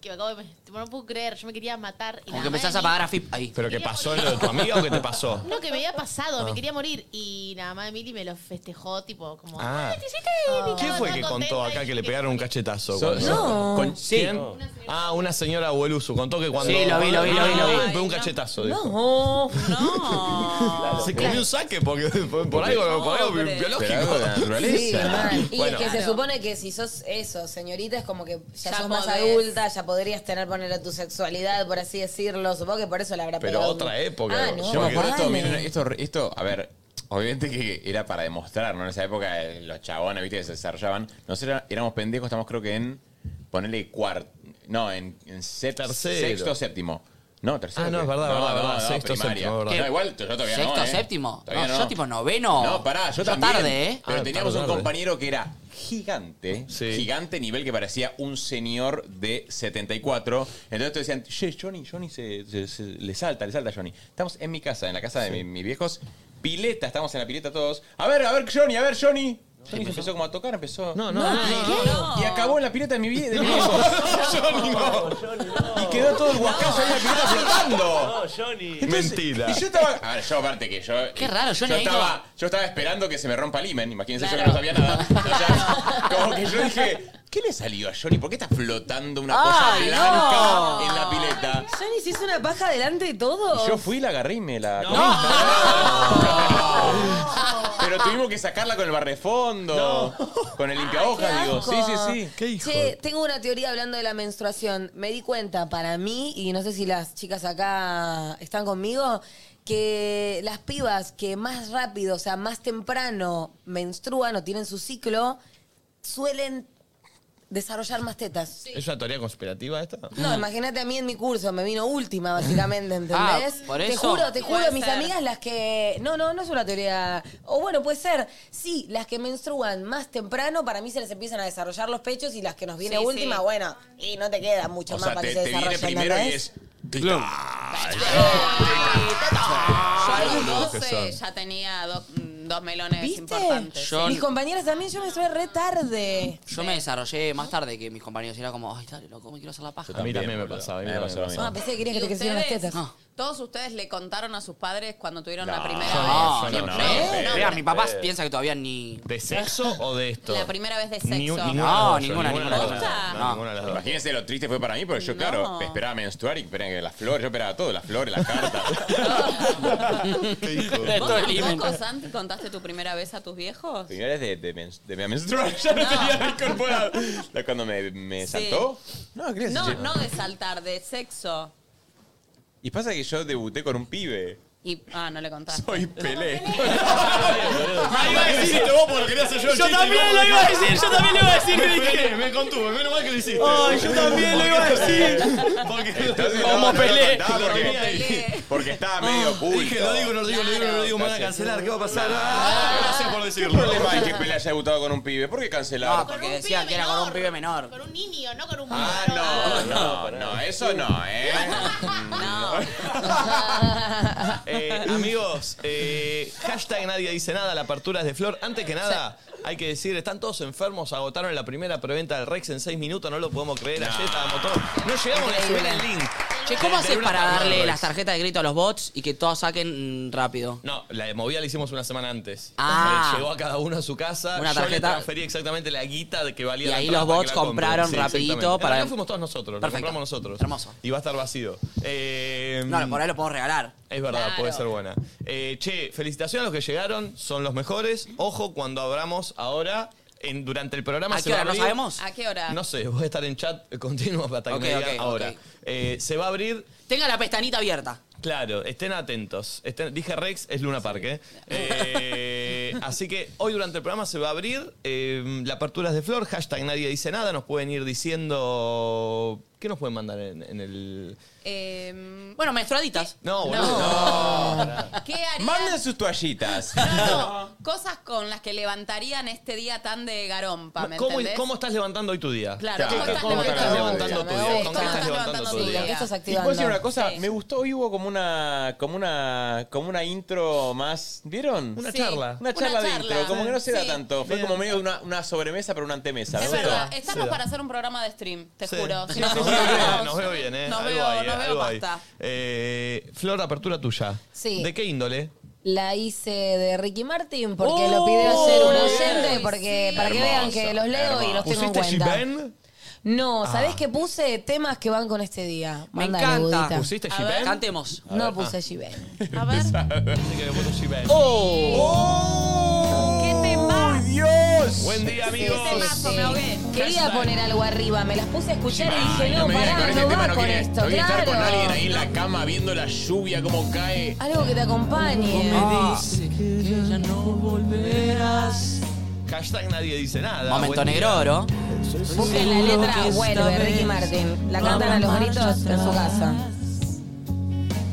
[SPEAKER 8] que me acabo de. tipo, no puedo creer, yo me quería matar. Y
[SPEAKER 3] Como
[SPEAKER 8] la
[SPEAKER 3] que empezás a
[SPEAKER 8] madre-
[SPEAKER 3] pagar a FIP ahí.
[SPEAKER 2] ¿Pero qué pasó lo de tu amiga o qué te pasó?
[SPEAKER 8] No, que me había pasado,
[SPEAKER 2] Ah.
[SPEAKER 8] me quería morir. Y la mamá de Mili me lo festejó, tipo, como.
[SPEAKER 2] Ah.
[SPEAKER 8] "Ay, te hiciste mi
[SPEAKER 2] ¿Quién
[SPEAKER 8] chavo,
[SPEAKER 2] fue
[SPEAKER 8] toda
[SPEAKER 2] el que contó
[SPEAKER 8] contenta".
[SPEAKER 2] acá que le pegaron un cachetazo?
[SPEAKER 4] So-
[SPEAKER 2] cuando-
[SPEAKER 5] No.
[SPEAKER 2] ¿Con
[SPEAKER 3] Sí.
[SPEAKER 2] quién? Ah, una señora Abuelusu contó que cuando.
[SPEAKER 3] Sí, lo vi, lo vi, lo vi, lo vi.
[SPEAKER 2] Ah, me pegó un cachetazo. dijo.
[SPEAKER 3] Oh,
[SPEAKER 5] No.
[SPEAKER 6] No.
[SPEAKER 2] Se comió un saque porque por, por algo, por algo
[SPEAKER 6] Pobre.
[SPEAKER 4] Pero algo de la
[SPEAKER 2] biológico.
[SPEAKER 5] Sí,
[SPEAKER 4] naturaleza.
[SPEAKER 5] mal. Y
[SPEAKER 2] Bueno.
[SPEAKER 5] es que se
[SPEAKER 6] Claro.
[SPEAKER 5] supone que si sos eso, señorita, es como que ya,
[SPEAKER 6] Ya
[SPEAKER 5] sos más
[SPEAKER 6] podés.
[SPEAKER 5] adulta, ya podrías tener, ponerle tu sexualidad, por así decirlo. Supongo que por eso la habrá
[SPEAKER 2] Pero
[SPEAKER 5] pegado.
[SPEAKER 2] otra época.
[SPEAKER 5] Ah, no,
[SPEAKER 4] Yo me acuerdo esto,
[SPEAKER 5] dale.
[SPEAKER 4] miren, esto, esto, a ver, obviamente que era para demostrar, ¿no? En esa época eh, los chabones, viste, que se desarrollaban. Nosotros era- éramos pendejos, estamos creo que en, ponele cuarto, no, en, en sep-
[SPEAKER 2] Tercero.
[SPEAKER 4] sexto, séptimo. No, tercero.
[SPEAKER 2] Ah, no,
[SPEAKER 4] ¿qué?
[SPEAKER 2] es verdad, verdad, verdad, sexto,
[SPEAKER 4] primaria.
[SPEAKER 2] séptimo, es verdad.
[SPEAKER 4] No, igual, yo todavía no,
[SPEAKER 3] ¿Sexto,
[SPEAKER 4] ¿eh?
[SPEAKER 3] séptimo?
[SPEAKER 4] Todavía
[SPEAKER 3] No, yo tipo noveno.
[SPEAKER 4] No, pará, yo
[SPEAKER 3] Yo
[SPEAKER 4] también.
[SPEAKER 3] tarde, ¿eh?
[SPEAKER 4] Pero
[SPEAKER 2] Ah,
[SPEAKER 4] teníamos
[SPEAKER 2] tarde,
[SPEAKER 4] un
[SPEAKER 2] tarde.
[SPEAKER 4] compañero que era gigante,
[SPEAKER 2] Sí.
[SPEAKER 4] gigante nivel que parecía un señor de 74. Entonces te decían, che, Johnny, Johnny, se, se- se- le salta, le salta Johnny. Estamos en mi casa, en la casa de mi- mis viejos. Pileta, estamos en la pileta todos. A ver, a ver, Johnny, a ver, Johnny. Johnny se empezó como a tocar, empezó.
[SPEAKER 2] No, no, no.
[SPEAKER 4] Y acabó en la pileta de mi vie- de mi viejo. Johnny, no. Y quedó todo el guacazo ahí en la pileta flotando.
[SPEAKER 7] No, Johnny.
[SPEAKER 4] Entonces,
[SPEAKER 2] Mentira.
[SPEAKER 4] Y yo estaba. A ver, yo aparte que yo.
[SPEAKER 3] Qué raro, yo
[SPEAKER 4] yo
[SPEAKER 3] no
[SPEAKER 4] estaba,
[SPEAKER 3] vengo-
[SPEAKER 4] yo estaba esperando que se me rompa el imen. Imagínense, yo que no sabía nada. O sea, como que yo dije, ¿qué le salió a Johnny? ¿Por qué está flotando una cosa
[SPEAKER 5] Ay,
[SPEAKER 4] blanca
[SPEAKER 5] no.
[SPEAKER 4] en la pileta?
[SPEAKER 5] Johnny se hizo una paja delante de
[SPEAKER 4] Y
[SPEAKER 5] todo.
[SPEAKER 4] yo fui, la agarré y me la. Pero tuvimos que sacarla con el barrefondo, con el limpiahojas, digo. Sí, sí,
[SPEAKER 5] Ah.
[SPEAKER 4] sí.
[SPEAKER 2] ¿Qué hijo?
[SPEAKER 5] Che, tengo una teoría hablando de la menstruación. Me di cuenta, para mí, y no sé si las chicas acá están conmigo, que las pibas que más rápido, o sea, más temprano menstruan o tienen su ciclo, suelen desarrollar más tetas.
[SPEAKER 2] ¿Es una teoría conspirativa esta?
[SPEAKER 5] No, imagínate a mí en mi curso, me vino última, básicamente, ¿entendés?
[SPEAKER 3] Ah, por
[SPEAKER 5] Te
[SPEAKER 3] eso.
[SPEAKER 5] juro, te juro,
[SPEAKER 6] Puede
[SPEAKER 5] mis
[SPEAKER 6] ser.
[SPEAKER 5] amigas las que. No, no, no es una teoría. O bueno, puede ser. Sí, las que menstruan más temprano, para mí se les empiezan a desarrollar los pechos y las que nos viene
[SPEAKER 6] Sí,
[SPEAKER 5] última,
[SPEAKER 6] sí.
[SPEAKER 5] bueno, y no te queda mucho
[SPEAKER 4] O
[SPEAKER 5] más
[SPEAKER 4] sea,
[SPEAKER 5] para
[SPEAKER 4] te,
[SPEAKER 5] que se
[SPEAKER 4] te viene
[SPEAKER 5] desarrollen,
[SPEAKER 4] primero y
[SPEAKER 5] ¿entendés?
[SPEAKER 4] es.
[SPEAKER 6] Yo a los
[SPEAKER 2] boludo que
[SPEAKER 6] 12 ya tenía dos, mm, dos melones
[SPEAKER 5] ¿Viste?
[SPEAKER 6] importantes.
[SPEAKER 3] Yo-
[SPEAKER 5] Mis compañeras también, yo menstrué re tarde.
[SPEAKER 3] Yo me desarrollé más tarde que mis compañeros. y Era como, ay, dale, loco, me quiero hacer la paja.
[SPEAKER 2] A mí también me
[SPEAKER 4] boludo.
[SPEAKER 2] pasaba, a mí
[SPEAKER 4] Me
[SPEAKER 2] también
[SPEAKER 4] pasó
[SPEAKER 2] me
[SPEAKER 4] lo mismo.
[SPEAKER 5] Ah, pensé que querías que te
[SPEAKER 6] ¿Y
[SPEAKER 5] crecieran las
[SPEAKER 6] ustedes?
[SPEAKER 5] tetas.
[SPEAKER 3] No.
[SPEAKER 6] ¿Todos ustedes le contaron a sus padres cuando tuvieron la
[SPEAKER 4] No,
[SPEAKER 6] primera
[SPEAKER 4] yo
[SPEAKER 6] vez?
[SPEAKER 3] No,
[SPEAKER 4] yo
[SPEAKER 3] ni
[SPEAKER 4] no,
[SPEAKER 3] en pedo.
[SPEAKER 4] no,
[SPEAKER 3] Mira,
[SPEAKER 4] no,
[SPEAKER 3] mi papá piensa que todavía ni...
[SPEAKER 2] ¿De sexo o de esto?
[SPEAKER 6] La primera vez de
[SPEAKER 2] Ni-
[SPEAKER 6] sexo.
[SPEAKER 2] ninguna de
[SPEAKER 3] No,
[SPEAKER 2] las dos,
[SPEAKER 3] ninguna,
[SPEAKER 2] yo,
[SPEAKER 3] ninguna,
[SPEAKER 2] de las dos.
[SPEAKER 6] ninguna.
[SPEAKER 2] No,
[SPEAKER 3] No.
[SPEAKER 2] ninguna de las dos.
[SPEAKER 4] Imagínense lo triste que fue para mí, porque yo,
[SPEAKER 6] No.
[SPEAKER 4] claro, esperaba menstruar y esperaba que las flores, yo esperaba todo, las flores, las cartas.
[SPEAKER 2] ¿Qué hijo?
[SPEAKER 3] Todo el
[SPEAKER 6] ¿Vos
[SPEAKER 3] himen.
[SPEAKER 6] tampoco, Santi, contaste tu primera vez a tus viejos?
[SPEAKER 4] Señores de, de, mens- de mi menstruación, ya no tenía incorporado. La- Cuando me, me
[SPEAKER 6] Sí.
[SPEAKER 4] saltó. No, ¿qué le
[SPEAKER 6] No,
[SPEAKER 4] decía?
[SPEAKER 6] no de saltar, de sexo.
[SPEAKER 4] Y pasa que yo debuté con un pibe.
[SPEAKER 6] Y, ah, no le contaste.
[SPEAKER 4] Soy Pelé. Ahí va a decirte vos porque lo querías hacer yo. el chiste, y vos-
[SPEAKER 7] iba a decir, yo también lo iba a decir,
[SPEAKER 2] Me frené, me contuve, menos mal que lo hiciste.
[SPEAKER 7] yo también lo iba a decir.
[SPEAKER 4] Entonces, no,
[SPEAKER 7] Como
[SPEAKER 4] no lo
[SPEAKER 7] Pelé.
[SPEAKER 4] contaba
[SPEAKER 2] Como
[SPEAKER 4] Porque,
[SPEAKER 6] Pelé.
[SPEAKER 4] porque estaba medio oculto.
[SPEAKER 2] Dije, lo digo, no lo digo, lo digo, no lo digo, me van a
[SPEAKER 4] Gracias.
[SPEAKER 2] cancelar, ¿qué va a pasar? Ah, Gracias por
[SPEAKER 4] ¿Qué
[SPEAKER 2] decirlo.
[SPEAKER 4] problema hay que Pelé haya debutado con un pibe? ¿Por qué cancelar?
[SPEAKER 3] No, porque decían que era con un pibe menor.
[SPEAKER 8] Con un niño, no con un
[SPEAKER 4] Ah, no, no, no, eso no, ¿eh?
[SPEAKER 6] No.
[SPEAKER 2] Eh, amigos, eh, hashtag nadie dice nada, la apertura es de Flor. Antes que nada, hay que decir, están todos enfermos, agotaron la primera preventa del Rex en 6 minutos, no lo podemos creer, ayer estábamos todos. No llegamos ni a subir el link.
[SPEAKER 3] Che, ¿cómo
[SPEAKER 2] Eh, de
[SPEAKER 3] haces
[SPEAKER 2] una
[SPEAKER 3] para
[SPEAKER 2] palabra,
[SPEAKER 3] darle
[SPEAKER 2] Rex.
[SPEAKER 3] las tarjetas de grito a los bots y que todos saquen mm, rápido?
[SPEAKER 2] No, la de movida la hicimos una semana antes.
[SPEAKER 3] Ah.
[SPEAKER 2] Eh, Llegó a cada uno a su casa.
[SPEAKER 3] Una
[SPEAKER 2] Yo le
[SPEAKER 3] tarjeta.
[SPEAKER 2] transferí exactamente la guita de que valía
[SPEAKER 3] Y
[SPEAKER 2] la
[SPEAKER 3] ahí
[SPEAKER 2] entrada
[SPEAKER 3] los
[SPEAKER 2] para
[SPEAKER 3] bots
[SPEAKER 2] que la compren.
[SPEAKER 3] compraron rapidito
[SPEAKER 2] exactamente.
[SPEAKER 3] para-
[SPEAKER 2] En realidad fuimos todos nosotros, lo
[SPEAKER 3] Perfecto.
[SPEAKER 2] compramos nosotros.
[SPEAKER 3] Hermoso.
[SPEAKER 2] Y va a estar vacío. Eh,
[SPEAKER 3] No, por ahí lo podemos regalar.
[SPEAKER 2] Es verdad,
[SPEAKER 6] Claro.
[SPEAKER 2] puede ser buena. Eh, che, felicitaciones a los que llegaron, son los mejores. Ojo cuando abramos ahora. en- durante el programa
[SPEAKER 3] ¿A
[SPEAKER 2] se
[SPEAKER 3] qué
[SPEAKER 2] va
[SPEAKER 3] hora? ¿No
[SPEAKER 2] abrir-
[SPEAKER 3] sabemos?
[SPEAKER 6] ¿A qué hora?
[SPEAKER 2] No sé, voy a estar en chat eh, continuo hasta que
[SPEAKER 3] Ok,
[SPEAKER 2] me digan
[SPEAKER 3] ok,
[SPEAKER 2] ahora.
[SPEAKER 3] ok.
[SPEAKER 2] Eh, se va a abrir
[SPEAKER 3] Tenga la pestañita abierta.
[SPEAKER 2] Claro, estén atentos. Estén- dije Rex, es Luna Park, ¿eh? Eh, Así que hoy durante el programa se va a abrir eh, la apertura es de Flor, hashtag nadie dice nada, nos pueden ir diciendo... ¿Qué nos pueden mandar en, en el...?
[SPEAKER 6] Eh,
[SPEAKER 3] Bueno, menstruaditas.
[SPEAKER 2] No, boludo.
[SPEAKER 6] ¿Qué
[SPEAKER 4] Manden
[SPEAKER 6] harían?
[SPEAKER 4] sus toallitas.
[SPEAKER 6] No, no, cosas con las que levantarían este día tan de garompa, ¿me
[SPEAKER 2] ¿Cómo,
[SPEAKER 6] entendés?
[SPEAKER 2] cómo estás levantando hoy tu día?
[SPEAKER 6] Claro,
[SPEAKER 4] Claro,
[SPEAKER 6] ¿cómo estás
[SPEAKER 2] levantando tu día? ¿Con qué estás levantando tu
[SPEAKER 5] Sí,
[SPEAKER 2] día?
[SPEAKER 5] lo que estás
[SPEAKER 4] Y puedo decir una
[SPEAKER 5] activando.
[SPEAKER 4] cosa, me gustó, hoy hubo como una, como una, como una intro más, ¿vieron?
[SPEAKER 2] Una
[SPEAKER 6] Sí.
[SPEAKER 2] charla.
[SPEAKER 4] Una
[SPEAKER 6] Una
[SPEAKER 4] charla de
[SPEAKER 6] charla.
[SPEAKER 4] intro, como que no se da
[SPEAKER 6] Sí.
[SPEAKER 4] tanto. Fue
[SPEAKER 2] Bien.
[SPEAKER 4] como medio una, una sobremesa, pero una antemesa.
[SPEAKER 6] Es
[SPEAKER 4] ¿no?
[SPEAKER 6] verdad,
[SPEAKER 2] da,
[SPEAKER 6] estamos
[SPEAKER 2] se da.
[SPEAKER 6] para hacer un programa de stream, te
[SPEAKER 2] Sí.
[SPEAKER 6] juro. Si
[SPEAKER 2] Sí,
[SPEAKER 6] nos
[SPEAKER 2] sí, bien, nos veo bien, ¿eh?
[SPEAKER 6] Nos
[SPEAKER 2] algo
[SPEAKER 6] veo-
[SPEAKER 2] hay,
[SPEAKER 6] nos
[SPEAKER 2] eh,
[SPEAKER 6] veo
[SPEAKER 2] algo hay.
[SPEAKER 6] pasta.
[SPEAKER 2] Eh, Flor, apertura tuya.
[SPEAKER 5] Sí.
[SPEAKER 2] ¿De qué índole?
[SPEAKER 5] La hice de Ricky Martin porque
[SPEAKER 2] Uh,
[SPEAKER 5] lo pidió ayer un oyente, porque para que vean que los leo y los tengo en
[SPEAKER 2] ¿Pusiste
[SPEAKER 5] cuenta.
[SPEAKER 2] Shiben?
[SPEAKER 5] No, ¿sabés
[SPEAKER 2] Ah.
[SPEAKER 5] qué puse? Temas que van con este día.
[SPEAKER 3] Me
[SPEAKER 5] Mándale,
[SPEAKER 3] encanta.
[SPEAKER 5] Budita.
[SPEAKER 2] ¿Pusiste Shiben?
[SPEAKER 3] Cantemos.
[SPEAKER 2] A ver,
[SPEAKER 5] No puse
[SPEAKER 2] ah.
[SPEAKER 5] Shiben.
[SPEAKER 6] A ver.
[SPEAKER 2] Así que me puso Shiben.
[SPEAKER 5] Oh.
[SPEAKER 2] Oh.
[SPEAKER 7] Oh.
[SPEAKER 6] ¡Qué tema!
[SPEAKER 2] Dios! Buen día, amigos.
[SPEAKER 6] ¡Qué temazo! Me ahogué.
[SPEAKER 5] Quería poner algo arriba, me las puse a escuchar y
[SPEAKER 4] Ay,
[SPEAKER 5] dije,
[SPEAKER 4] no
[SPEAKER 5] no,
[SPEAKER 4] me digas que
[SPEAKER 5] pará,
[SPEAKER 4] con este
[SPEAKER 5] no
[SPEAKER 4] tema
[SPEAKER 5] va
[SPEAKER 4] no
[SPEAKER 5] con
[SPEAKER 4] quiere,
[SPEAKER 5] esto,
[SPEAKER 4] no quiere estar con alguien ahí en
[SPEAKER 5] claro.
[SPEAKER 4] la cama viendo la lluvia, cómo cae.
[SPEAKER 5] Algo que te acompañe.
[SPEAKER 7] Ah.
[SPEAKER 2] Hashtag nadie dice nada.
[SPEAKER 3] Momento
[SPEAKER 2] Buen día.
[SPEAKER 3] negro, oro.
[SPEAKER 5] Busquen la letra Vuelve, Ricky Martin. La cantan a los gritos en su casa.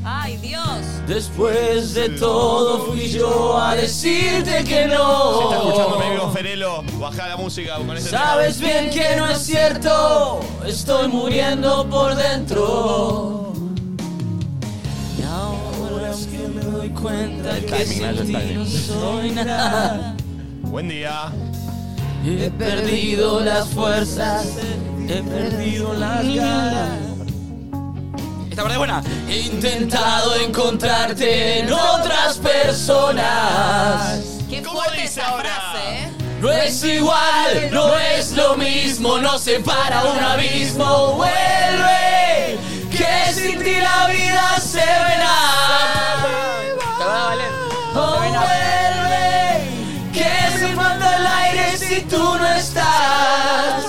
[SPEAKER 6] ¡Ay, Dios!
[SPEAKER 7] Después de todo fui yo a decirte que no.
[SPEAKER 2] Si está escuchando mi amigo Ferelo, baja la música con este ese
[SPEAKER 7] Sabes bien que no es cierto, estoy muriendo por dentro. Y ahora es que me doy cuenta que sin ti no soy nada.
[SPEAKER 2] tema. Buen día.
[SPEAKER 7] He perdido las fuerzas, he perdido las ganas.
[SPEAKER 3] Esta parte es buena.
[SPEAKER 7] He intentado encontrarte en otras personas.
[SPEAKER 6] ¡Qué
[SPEAKER 2] ¿Cómo
[SPEAKER 6] fuerte
[SPEAKER 2] dice
[SPEAKER 6] esa
[SPEAKER 2] ahora?
[SPEAKER 6] frase, eh!
[SPEAKER 7] No es igual, no es lo mismo, nos separa un abismo. Vuelve, que sin ti la vida se verá.
[SPEAKER 3] Te va a valer.
[SPEAKER 7] Oh, vuelve, que se falta el aire si tú no estás.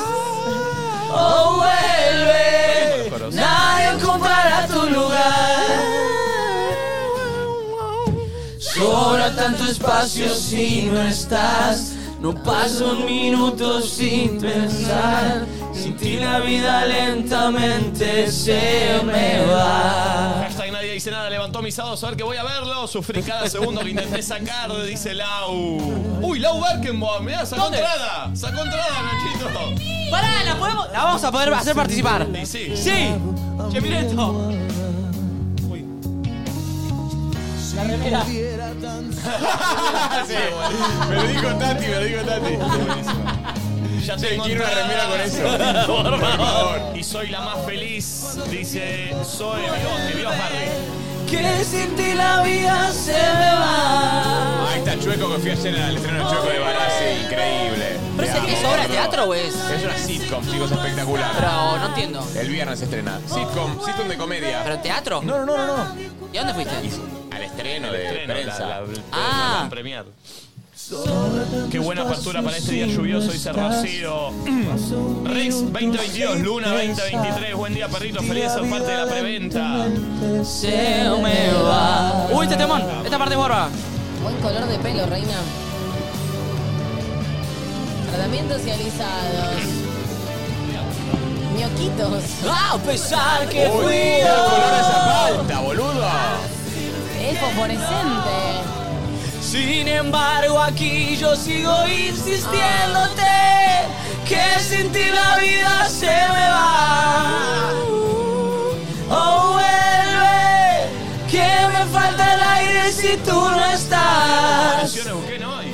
[SPEAKER 7] Oh, vuelve, nadie compara tu lugar. Sobra tanto espacio si no estás. No paso un minuto sin pensar. Sin ti la vida lentamente se me va.
[SPEAKER 2] Hashtag nadie dice nada, levantó mis hados a ver que voy a verlo. Sufrí cada segundo que intenté sacar, dice Lau. Uy, Lau Berkenbaum, mirá, sacó entrada. Sacó entrada, Nachito.
[SPEAKER 3] Pará, la podemos. La vamos a poder hacer participar.
[SPEAKER 2] Y sí.
[SPEAKER 3] Sí. Che, mirá esto. La remera.
[SPEAKER 4] Sí, me lo dijo Tati, me lo dijo Tati.
[SPEAKER 2] Ya
[SPEAKER 4] Che,
[SPEAKER 2] tengo
[SPEAKER 4] quiero una remera
[SPEAKER 2] entrada.
[SPEAKER 4] con eso. Por favor.
[SPEAKER 2] Y soy la más feliz, dice Soy Bigote, Dios Harry.
[SPEAKER 7] Que sin ti la vida se me va.
[SPEAKER 4] Ah, está Chueco que fui ayer al estreno de Chueco de Barassi, increíble.
[SPEAKER 3] ¿Pero
[SPEAKER 4] Te
[SPEAKER 3] es, es
[SPEAKER 4] amo,
[SPEAKER 3] obra de
[SPEAKER 4] boludo.
[SPEAKER 3] teatro o es?
[SPEAKER 4] Es una sitcom, chicos, espectacular.
[SPEAKER 3] Pero no entiendo.
[SPEAKER 4] El viernes se estrena. Sitcom, sitcom de comedia.
[SPEAKER 3] ¿Pero teatro?
[SPEAKER 4] No, no, no, no. no.
[SPEAKER 3] ¿Y a dónde fuiste?
[SPEAKER 4] Al estreno de
[SPEAKER 2] Estreno,
[SPEAKER 4] prensa.
[SPEAKER 2] la- la-
[SPEAKER 3] Ah.
[SPEAKER 2] la van a premiar. Qué buena apertura para este día lluvioso, dice Rocío. Rex 2022, Luna 2023. Buen día, perrito. Feliz ser parte de la preventa.
[SPEAKER 7] Se me va.
[SPEAKER 3] Uy, este temón. Esta parte es borba.
[SPEAKER 5] Buen color de pelo, reina. Tratamientos y alisados. Ñoquitos.
[SPEAKER 7] A pesar que
[SPEAKER 4] Uy,
[SPEAKER 7] fui
[SPEAKER 4] el color de esa
[SPEAKER 7] yo.
[SPEAKER 4] palta, boludo.
[SPEAKER 5] Es fosforescente.
[SPEAKER 7] Sin embargo, aquí yo sigo insistiéndote que sin ti la vida se me va. Oh, vuelve, que me falta el aire si tú no estás.
[SPEAKER 2] Canciones Buquén hoy.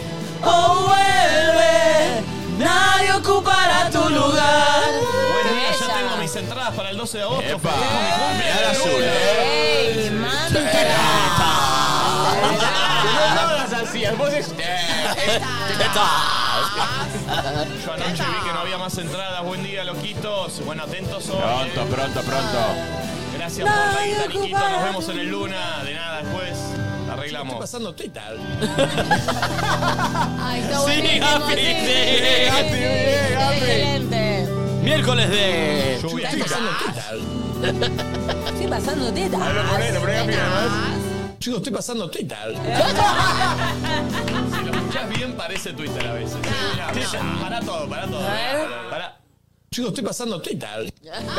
[SPEAKER 7] Oh, vuelve, nadie ocupará tu lugar.
[SPEAKER 2] Buen día,
[SPEAKER 5] Esa.
[SPEAKER 2] ya tengo mis entradas para el 12 de agosto.
[SPEAKER 4] Epa.
[SPEAKER 2] Feliz cumpleaños.
[SPEAKER 4] Mirá la azul, eh.
[SPEAKER 5] ¡Ey,
[SPEAKER 4] No, no las hacías, vos es. Eh,
[SPEAKER 2] Yo anoche vi que no había más entradas. Buen día, loquitos. Bueno, atentos hoy. eh.
[SPEAKER 4] Pronto, pronto, pronto.
[SPEAKER 2] Gracias por la guita, Niquito. Nos vemos en el Luna. De nada, después. Arreglamos.
[SPEAKER 11] pasando Twitter.
[SPEAKER 5] Ay, está buenísimo,
[SPEAKER 7] Sí, Gafi,
[SPEAKER 5] sí,
[SPEAKER 7] sí,
[SPEAKER 5] sí,
[SPEAKER 7] Gafi,
[SPEAKER 5] sí,
[SPEAKER 7] sí, Gafi.
[SPEAKER 5] Excelente.
[SPEAKER 7] Miércoles de.
[SPEAKER 2] Lluvia.
[SPEAKER 5] Estoy pasando teta.
[SPEAKER 4] Ah, Lo poné, lo poné a mí, además.
[SPEAKER 11] Chicos, estoy pasando Twitter.
[SPEAKER 2] Si lo escuchás bien, parece Twitter a veces. Mirá, Para todo, para todo. Para.
[SPEAKER 11] Chicos, estoy pasando Twitter.
[SPEAKER 2] Depende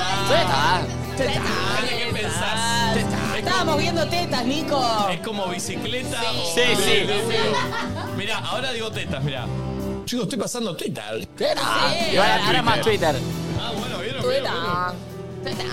[SPEAKER 2] de ¿Qué pensás? Es como-
[SPEAKER 5] Estábamos viendo tetas, Nico.
[SPEAKER 2] Es como bicicleta o...
[SPEAKER 7] Sí, sí.
[SPEAKER 2] Mirá, ahora digo tetas, mirá.
[SPEAKER 11] Chicos, estoy pasando Twitter.
[SPEAKER 3] Y ahora, ahora más Twitter.
[SPEAKER 2] Ah, bueno, ¿vieron?
[SPEAKER 5] Teta.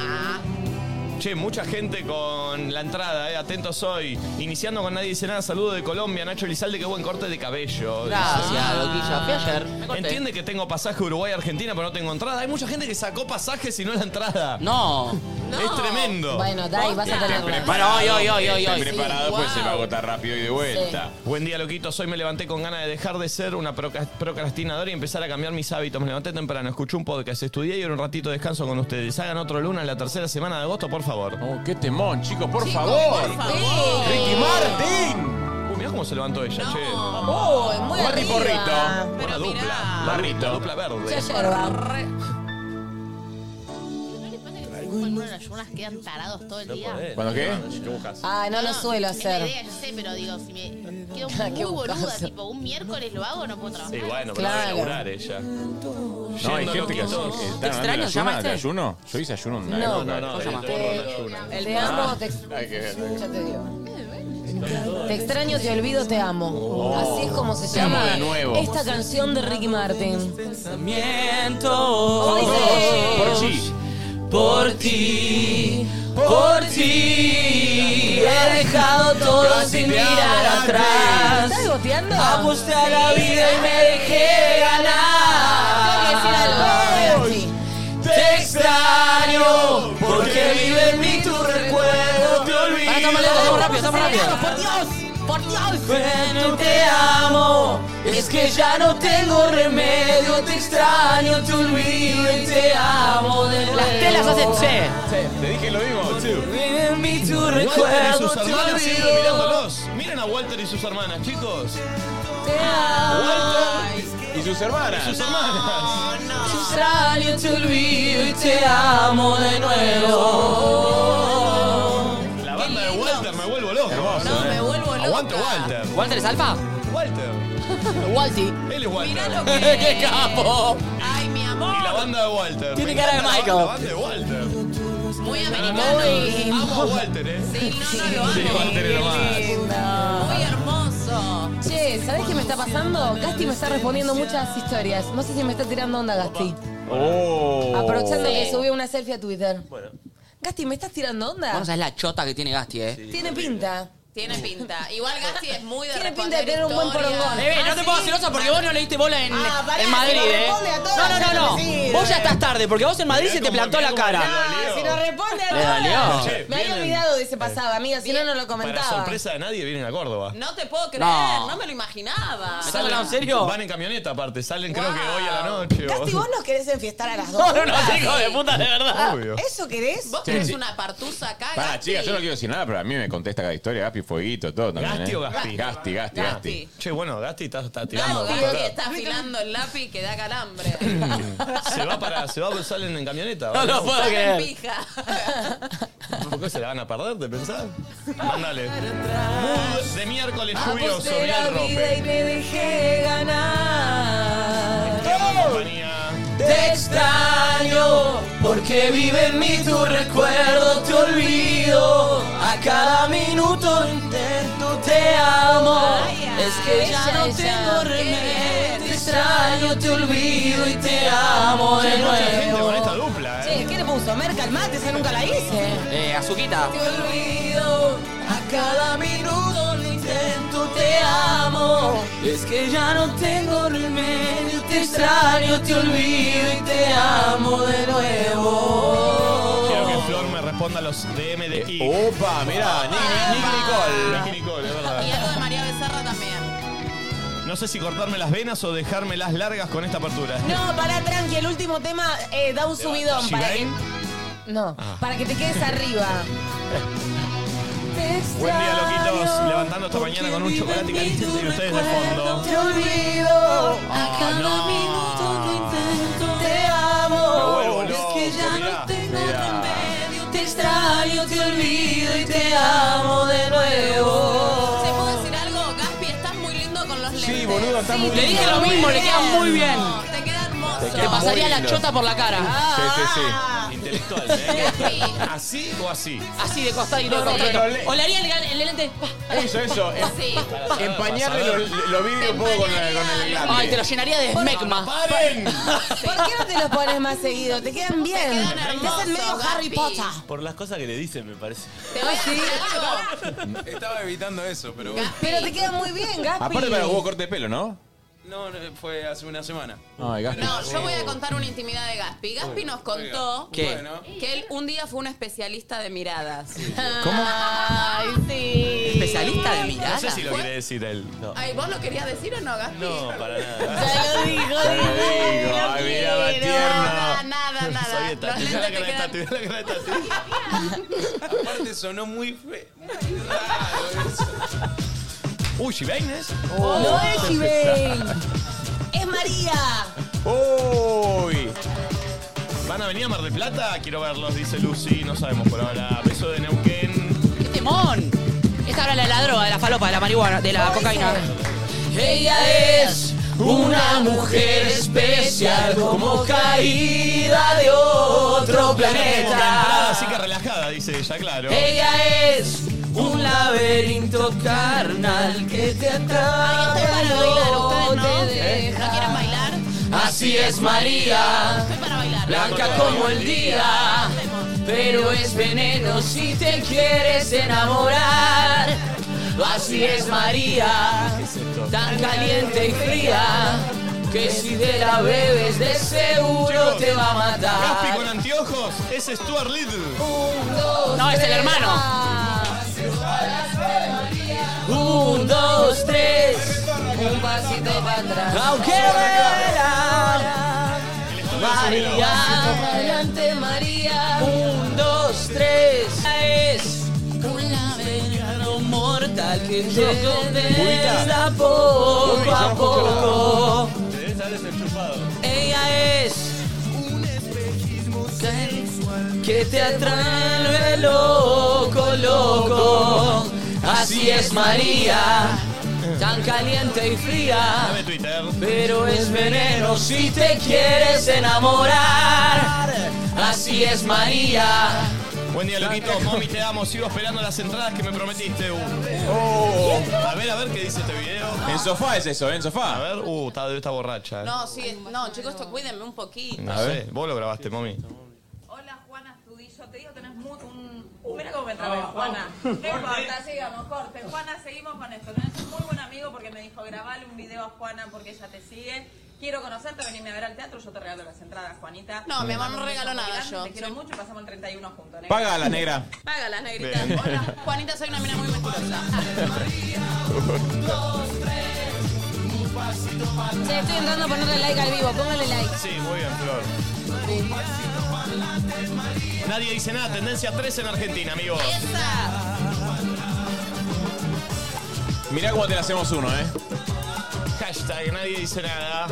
[SPEAKER 2] Che, mucha gente con la entrada, eh, atentos hoy. Iniciando con Nadie Dice Nada, saludo de Colombia, Nacho Elizalde, qué buen corte de cabello.
[SPEAKER 7] Gracias,
[SPEAKER 2] Dice.
[SPEAKER 7] loquilla. Fui ayer, me corté.
[SPEAKER 2] Entiende que tengo pasaje Uruguay-Argentina, pero no tengo entrada. Hay mucha gente que sacó pasajes y no la entrada.
[SPEAKER 3] No.
[SPEAKER 2] Es tremendo.
[SPEAKER 5] Bueno, Dai, vas a tener una.
[SPEAKER 3] Bueno, hoy, hoy, hoy, hoy,
[SPEAKER 4] Está
[SPEAKER 3] hoy.
[SPEAKER 4] preparado,
[SPEAKER 5] Sí,
[SPEAKER 4] pues se va a
[SPEAKER 5] wow.
[SPEAKER 4] agotar rápido y de vuelta.
[SPEAKER 2] Buen día, loquitos. Hoy me levanté con ganas de dejar de ser una proca- procrastinadora y empezar a cambiar mis hábitos. Me levanté temprano, escuché un podcast, estudié y ahora un ratito de descanso con ustedes. Hagan otro lunes, la tercera semana de agosto, por favor.
[SPEAKER 4] Oh, qué temón, chicos, por
[SPEAKER 6] Chicos,
[SPEAKER 4] favor.
[SPEAKER 6] por favor.
[SPEAKER 4] Ricky Martin.
[SPEAKER 2] Uh, mirá cómo se levantó ella, che.
[SPEAKER 5] Uy, muy
[SPEAKER 4] Barry
[SPEAKER 5] arriba.
[SPEAKER 4] Porrito.
[SPEAKER 2] Buena
[SPEAKER 6] Pero
[SPEAKER 2] dupla.
[SPEAKER 6] mirá.
[SPEAKER 2] La dupla, la dupla verde.
[SPEAKER 5] Mucha yerba.
[SPEAKER 8] ¿No les pasa que cuando las ayunas quedan tarados todo el día?
[SPEAKER 2] Eh,
[SPEAKER 4] ¿Cuándo qué?
[SPEAKER 10] Ah,
[SPEAKER 5] Ay, no lo suelo
[SPEAKER 8] es la
[SPEAKER 5] hacer.
[SPEAKER 8] idea, yo sé, pero digo, si me quedo
[SPEAKER 5] Qué
[SPEAKER 8] muy boluda,
[SPEAKER 5] bucazo.
[SPEAKER 8] tipo, un miércoles lo hago, no puedo trabajar.
[SPEAKER 2] Sí, bueno, pero
[SPEAKER 5] Claro.
[SPEAKER 2] va a laburar ella.
[SPEAKER 4] No, hay gente que hace. ¿Están hablando
[SPEAKER 3] extraño,
[SPEAKER 4] de ayuno?
[SPEAKER 3] llamaste?
[SPEAKER 4] ¿De ayuno? Yo hice ayuno una
[SPEAKER 5] No, no,
[SPEAKER 4] época.
[SPEAKER 2] no,
[SPEAKER 5] no.
[SPEAKER 2] no,
[SPEAKER 5] Te,
[SPEAKER 2] no,
[SPEAKER 5] te amo, te, ex-
[SPEAKER 4] Ah, Hay que ver.
[SPEAKER 5] ya te digo. Te extraño, te olvido, te
[SPEAKER 7] Oh.
[SPEAKER 5] amo. Así es como se
[SPEAKER 4] Te amo
[SPEAKER 5] llama
[SPEAKER 4] de nuevo.
[SPEAKER 5] esta canción de Ricky Martin.
[SPEAKER 7] Miento
[SPEAKER 5] Hoy se-
[SPEAKER 4] Por sí.
[SPEAKER 7] por ti, por ti. He dejado todo sin mirar
[SPEAKER 5] ¿Estás
[SPEAKER 7] atrás.
[SPEAKER 5] goteando?
[SPEAKER 7] Aposté a la vida y me dejé ganar.
[SPEAKER 5] Tengo que decir algo.
[SPEAKER 7] Te extraño porque vive en mí tu recuerdo. Te olvido.
[SPEAKER 3] Pará, estamos lentos, estamos rápido, estamos rápido.
[SPEAKER 7] Bueno, te amo, es que ya no tengo remedio, te extraño, te olvido y te amo de nuevo.
[SPEAKER 3] Las telas hacen che.
[SPEAKER 4] Te dije lo mismo, too.
[SPEAKER 7] Vive en mí tu
[SPEAKER 2] Walter y
[SPEAKER 7] recuerdo,
[SPEAKER 2] sus
[SPEAKER 7] te
[SPEAKER 2] hermanas siguen
[SPEAKER 7] olvido.
[SPEAKER 2] mirándolos. Miren a Walter y sus hermanas, chicos.
[SPEAKER 4] Y sus hermanas.
[SPEAKER 2] Sus hermanas.
[SPEAKER 7] Te extraño, te olvido y te amo de nuevo.
[SPEAKER 2] La banda de Walter, me vuelvo loco.
[SPEAKER 7] eh.
[SPEAKER 6] No, me vuelvo loca.
[SPEAKER 2] eh. Aguante Walter.
[SPEAKER 3] ¿Walter es alfa?
[SPEAKER 2] Walter.
[SPEAKER 3] Walti.
[SPEAKER 2] Él es
[SPEAKER 6] Mirá
[SPEAKER 2] Walter.
[SPEAKER 6] lo que...
[SPEAKER 3] ¡Qué capo!
[SPEAKER 6] Ay, mi
[SPEAKER 2] Y la
[SPEAKER 6] amor.
[SPEAKER 2] banda de Walter.
[SPEAKER 3] Tiene
[SPEAKER 2] Me
[SPEAKER 3] cara de
[SPEAKER 2] encanta
[SPEAKER 3] Michael.
[SPEAKER 2] La banda de Walter.
[SPEAKER 6] Muy americano.
[SPEAKER 5] Muy,
[SPEAKER 2] Amo a Walter, eh.
[SPEAKER 6] Sí, no, no, lo amo.
[SPEAKER 2] Sí, Walter es lo más.
[SPEAKER 5] muy lindo.
[SPEAKER 6] Muy hermoso.
[SPEAKER 5] Che, ¿sabés qué me está pasando? Gasti me está respondiendo muchas historias. No sé si me está tirando onda, Gasti.
[SPEAKER 4] Oh.
[SPEAKER 5] Aprovechando que subí una selfie a Twitter. Gasti, ¿me estás tirando onda?
[SPEAKER 3] Vamos a ver la chota que tiene Gasti, eh.
[SPEAKER 5] Tiene pinta.
[SPEAKER 6] Tiene pinta. Igual Gassi es muy de
[SPEAKER 5] Tiene pinta
[SPEAKER 6] responder
[SPEAKER 5] de tener un buen
[SPEAKER 6] historias.
[SPEAKER 5] porongón.
[SPEAKER 3] Bebé, no te puedo hacer osa porque vos no le diste bola en,
[SPEAKER 5] Ah,
[SPEAKER 3] en Madrid, ¿eh? No, no, no, no. Vos ya estás tarde porque vos en Madrid se te
[SPEAKER 2] cómo-
[SPEAKER 3] plantó
[SPEAKER 2] mirá
[SPEAKER 3] la
[SPEAKER 2] cómo
[SPEAKER 3] cara.
[SPEAKER 2] le
[SPEAKER 5] Si
[SPEAKER 2] dolió.
[SPEAKER 5] no responde
[SPEAKER 3] Le
[SPEAKER 5] ahora.
[SPEAKER 3] dolió.
[SPEAKER 2] Che,
[SPEAKER 5] Me había
[SPEAKER 2] vienen-
[SPEAKER 5] olvidado de ese pasado, amiga. Si no, no lo
[SPEAKER 2] Para
[SPEAKER 5] comentaba.
[SPEAKER 2] sorpresa de nadie vienen a Córdoba.
[SPEAKER 6] No te puedo creer,
[SPEAKER 3] No.
[SPEAKER 6] no, me lo imaginaba.
[SPEAKER 3] ¿Estás hablando en serio?
[SPEAKER 2] Van en camioneta aparte, salen creo que
[SPEAKER 6] Wow.
[SPEAKER 2] hoy a la noche. o-
[SPEAKER 12] Casti, vos nos querés enfiestar a las
[SPEAKER 3] No,
[SPEAKER 12] dos. Ah,
[SPEAKER 3] no, no, hijo de puta, de verdad.
[SPEAKER 2] Obvio.
[SPEAKER 12] ¿Eso querés?
[SPEAKER 6] Vos tenés una partusa
[SPEAKER 5] Ah,
[SPEAKER 6] acá.
[SPEAKER 4] Para,
[SPEAKER 6] Gasti?
[SPEAKER 4] chicas, yo no quiero decir nada, pero a mí me contesta cada historia, Gaspi, Fueguito, todo también.
[SPEAKER 2] ¿Gasti
[SPEAKER 4] ¿eh?
[SPEAKER 2] o Gaspi?
[SPEAKER 4] Gasti, Gasti, Gasti.
[SPEAKER 6] Gasti.
[SPEAKER 2] Che, bueno, Gasti está, está
[SPEAKER 6] No,
[SPEAKER 2] tirando.
[SPEAKER 6] Gasti está afilando el lápiz que da calambre.
[SPEAKER 2] se va para, se va, salen en camioneta.
[SPEAKER 3] No
[SPEAKER 2] ¿vale?
[SPEAKER 3] lo puedo
[SPEAKER 6] Sale en
[SPEAKER 3] creer.
[SPEAKER 6] pija.
[SPEAKER 2] ¿Por qué se la van a perder de pensar? Mándale. Mood de miércoles lluvioso,
[SPEAKER 5] Aposté
[SPEAKER 2] mirá
[SPEAKER 5] la
[SPEAKER 2] el
[SPEAKER 5] vida y
[SPEAKER 2] rope.
[SPEAKER 5] me dejé ganar.
[SPEAKER 2] Estamos en compañía.
[SPEAKER 7] Te extraño porque vive en mí tu recuerdo, te olvido. A cada minuto intento, te amo. Es que ya no tengo remedio, te extraño, te olvido y te amo de
[SPEAKER 2] Mucha gente con esta
[SPEAKER 7] nuevo.
[SPEAKER 2] dupla, eh.
[SPEAKER 12] Che, ¿qué le puso? Merca, el mate, esa nunca la hice.
[SPEAKER 3] Eh, Azuquita.
[SPEAKER 7] Te olvido, a cada minuto lo intento, te amo. Es que ya no tengo remedio, te extraño, te olvido y te amo de nuevo.
[SPEAKER 2] Quiero que Flor me responda a los DM de Kik.
[SPEAKER 4] Eh, Opa, mirá, Nick, Nick Nicole.
[SPEAKER 2] Nicky Nicole, es verdad.
[SPEAKER 6] Y algo de María Becerra también.
[SPEAKER 2] No sé si cortarme las venas o dejarme las largas con esta apertura.
[SPEAKER 12] No, pará, tranqui, el último tema eh, da un subidón. Para que...
[SPEAKER 2] Shibain,
[SPEAKER 5] No, para que te quedes arriba.
[SPEAKER 2] Buen día, loquitos. Levantando esta mañana con un chocolate caliente y ustedes de fondo.
[SPEAKER 5] Te olvido.
[SPEAKER 2] Ah, no.
[SPEAKER 5] Te
[SPEAKER 2] Me
[SPEAKER 5] amo.
[SPEAKER 2] vuelvo loco, mirá.
[SPEAKER 7] Te extraño, te olvido y te amo de nuevo.
[SPEAKER 6] ¿Se puede decir algo? Gaspi, estás muy lindo con los lentes.
[SPEAKER 4] Sí, boludo, está muy
[SPEAKER 3] Le dije lo mismo, le queda muy bien.
[SPEAKER 6] Te queda hermoso.
[SPEAKER 2] Ay, qué
[SPEAKER 3] Te pasaría la
[SPEAKER 2] lindo.
[SPEAKER 3] chota por la cara. Ah.
[SPEAKER 2] Sí, sí, sí. Intelectual, ¿eh? ¿Así o así?
[SPEAKER 3] Así de costado y
[SPEAKER 2] No,
[SPEAKER 3] luego
[SPEAKER 2] no,
[SPEAKER 3] completo.
[SPEAKER 2] pero le-
[SPEAKER 3] O le Ah, haría el, gan- el lente.
[SPEAKER 4] Eso, eso.
[SPEAKER 5] Ah,
[SPEAKER 4] em- Empañarle lo, lo vidrio un poco con, el- con el glande.
[SPEAKER 3] Ay, te lo llenaría de smegma.
[SPEAKER 4] ¡Paren!
[SPEAKER 5] ¿Por qué no te los pones más seguido? Te quedan bien.
[SPEAKER 8] quedan
[SPEAKER 5] Te
[SPEAKER 8] hermosos,
[SPEAKER 5] hacen medio Harry
[SPEAKER 8] Gaspi.
[SPEAKER 5] Potter.
[SPEAKER 13] Por las cosas que le dicen, me parece.
[SPEAKER 8] Te voy a decir algo.
[SPEAKER 14] Estaba evitando eso, pero bueno.
[SPEAKER 5] Pero te quedan muy bien, Gaspi.
[SPEAKER 4] Aparte, para hubo corte de pelo, ¿no?
[SPEAKER 14] No, no, fue hace una semana.
[SPEAKER 4] Ay, Gaspi.
[SPEAKER 8] No, yo voy a contar una intimidad de Gaspi. Gaspi nos contó
[SPEAKER 14] ¿Qué? Bueno.
[SPEAKER 8] que él un día fue un especialista de miradas.
[SPEAKER 3] ¿Cómo?
[SPEAKER 8] Ay, sí.
[SPEAKER 3] Especialista de
[SPEAKER 2] No
[SPEAKER 3] miradas.
[SPEAKER 2] sé si lo quiere decir él. No.
[SPEAKER 8] Ay, ¿vos lo querías decir o no, Gaspi?
[SPEAKER 2] No, para nada.
[SPEAKER 5] Ya lo dijo,
[SPEAKER 4] Ya lo dijo. Ay, mira, va
[SPEAKER 8] Nada,
[SPEAKER 4] tierno.
[SPEAKER 8] nada, nada.
[SPEAKER 2] Sabía
[SPEAKER 8] Los
[SPEAKER 2] Tati, mirá la
[SPEAKER 8] lentes te
[SPEAKER 2] cara de
[SPEAKER 8] quedan
[SPEAKER 2] Tati, mirá la cara de Tati.
[SPEAKER 14] Aparte sonó muy fe. muy raro eso.
[SPEAKER 2] Uy, Shibain es.
[SPEAKER 3] Oh.
[SPEAKER 5] No es Shibane. Es María.
[SPEAKER 4] ¡Uy!
[SPEAKER 2] ¿Van a venir a Mar del Plata? Quiero verlos, dice Lucy. No sabemos por ahora. Beso de Neuquén.
[SPEAKER 3] ¡Qué temón! Esta habla de la droga, de la falopa, de la marihuana, de la cocaína.
[SPEAKER 7] Ella es una mujer especial como caída de otro
[SPEAKER 2] Relajada,
[SPEAKER 7] planeta.
[SPEAKER 2] Así que relajada, dice ella, claro.
[SPEAKER 7] Ella es un laberinto carnal que te atrapa y no te
[SPEAKER 8] ¿No
[SPEAKER 7] deja.
[SPEAKER 8] quieren bailar?
[SPEAKER 7] Así es María,
[SPEAKER 8] Estoy para bailar.
[SPEAKER 7] blanca como el día, pero es veneno si te quieres enamorar. Así es María, tan caliente y fría, que si de la bebes de seguro te va a
[SPEAKER 2] Gaspi
[SPEAKER 7] matar.
[SPEAKER 2] con anteojos. Es Stuart Little.
[SPEAKER 3] No, es el hermano.
[SPEAKER 7] Un, dos, tres.
[SPEAKER 15] Un pasito para atrás.
[SPEAKER 7] Aunque duela, María.
[SPEAKER 15] Adelante, María.
[SPEAKER 7] Un, dos, tres. Es un veneno mortal que te condena poco a poco.
[SPEAKER 2] Debe estar desenchufado.
[SPEAKER 7] Ella es un espejismo sensual que te atrae loco, loco. Así es María, tan caliente y fría.
[SPEAKER 2] Dame Twitter.
[SPEAKER 7] Pero es veneno si te quieres enamorar. Así es María.
[SPEAKER 2] Buen día, Luquito. Mami, te amo. Sigo esperando las entradas que me prometiste. Uh.
[SPEAKER 4] ¡Oh!
[SPEAKER 2] A ver, a ver qué dice este video.
[SPEAKER 4] En sofá es eso, ¿eh? en
[SPEAKER 2] A
[SPEAKER 4] sofá.
[SPEAKER 2] ver, uh, está, debe estar borracha. eh.
[SPEAKER 8] No, sí, no, chicos, esto cuídenme un poquito.
[SPEAKER 2] No
[SPEAKER 4] A
[SPEAKER 2] sé,
[SPEAKER 4] ver.
[SPEAKER 2] vos lo grabaste, mami.
[SPEAKER 8] Hola, Juana Astudillo. Te digo, tenés muy un... Mira cómo me trabé, Juana. No importa, sigamos, corte. Juana, seguimos con esto. Tenés un muy buen amigo porque me dijo, grabale un video a Juana porque ella te sigue. Quiero conocerte, venirme a ver al teatro, yo te regalo las entradas, Juanita. No, mi mamá no regaló nada yo. Te quiero mucho y pasamos el 31 juntos. ¿eh?
[SPEAKER 4] Paga la negra.
[SPEAKER 8] Págalas, negrita. Hola, Juanita, soy una mina muy mentirosa.
[SPEAKER 5] Che, estoy entrando a ponerle like al vivo. Póngale like.
[SPEAKER 2] Sí, muy bien, Flor. Nadie dice nada, tendencia 3 en Argentina, amigos.
[SPEAKER 4] Mirá cómo te la hacemos uno, ¿eh?
[SPEAKER 2] Hashtag, nadie dice nada.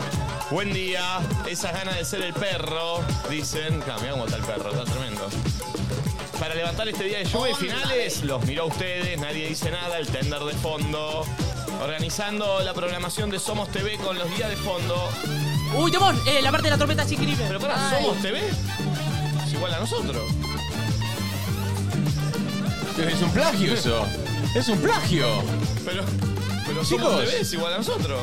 [SPEAKER 2] Buen día, esas ganas de ser el perro, dicen. Claro, mirá cómo está el perro, está tremendo. Para levantar este día de lluvia y finales, los miró ustedes, nadie dice nada, el tender de fondo. Organizando la programación de Somos TV con los guías de fondo.
[SPEAKER 3] Uy, temón, eh, la parte de la trompeta es increíble.
[SPEAKER 2] Pero pará, ¿Somos TV? Es igual a nosotros.
[SPEAKER 4] Es un plagio eso. Es un plagio.
[SPEAKER 2] Pero, pero
[SPEAKER 4] Chicos.
[SPEAKER 2] Somos TV es igual a nosotros.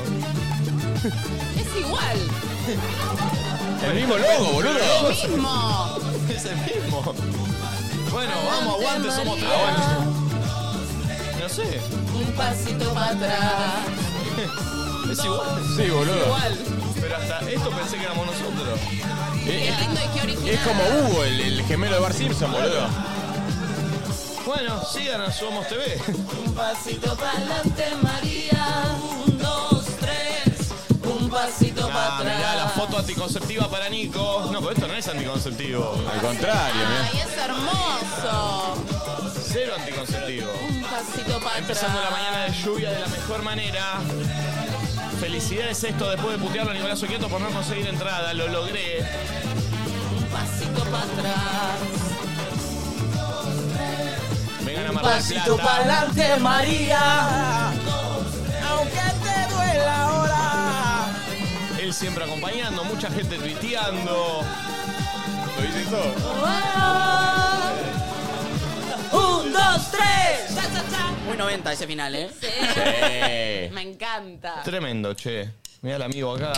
[SPEAKER 8] Es igual.
[SPEAKER 4] El mismo logo, boludo.
[SPEAKER 8] Mismo.
[SPEAKER 2] Es el mismo. Bueno, vamos, aguante, somos tres. No sé,
[SPEAKER 7] Un pasito para atrás.
[SPEAKER 2] es igual.
[SPEAKER 4] Sí, boludo.
[SPEAKER 2] Pero hasta esto pensé que éramos nosotros.
[SPEAKER 4] Eh,
[SPEAKER 8] Qué
[SPEAKER 4] eh,
[SPEAKER 8] lindo y qué original.
[SPEAKER 4] Es como uh. Hugo, el, el gemelo de Bar Simpson, boludo.
[SPEAKER 2] Bueno, sigan a Somos TV.
[SPEAKER 7] Un pasito para adelante, María. Un, dos, tres. Un pasito para
[SPEAKER 2] Ah,
[SPEAKER 7] atrás.
[SPEAKER 2] mirá, la foto anticonceptiva para Nico. No, pero esto no es anticonceptivo.
[SPEAKER 4] Al contrario, mirá.
[SPEAKER 8] Ay, es hermoso.
[SPEAKER 2] Cero anticonceptivo.
[SPEAKER 8] Un pasito para
[SPEAKER 2] Empezando la mañana de lluvia de la mejor manera. Felicidades esto después de putearlo a Nicolás Oquieto por no conseguir entrada. Lo logré.
[SPEAKER 7] Un pasito para atrás.
[SPEAKER 2] Vengan a
[SPEAKER 7] Un
[SPEAKER 2] Mar del
[SPEAKER 7] pasito para
[SPEAKER 2] Plata.
[SPEAKER 7] adelante, María. Aunque te duela ahora.
[SPEAKER 2] El él siempre acompañando, mucha gente tuiteando. ¿Lo dice eso?
[SPEAKER 7] Ah.
[SPEAKER 3] Un, dos, tres. Cha, cha, cha. Muy 90 ese final, ¿eh?
[SPEAKER 2] Sí.
[SPEAKER 5] Me encanta.
[SPEAKER 2] Tremendo, che. Mira el amigo acá.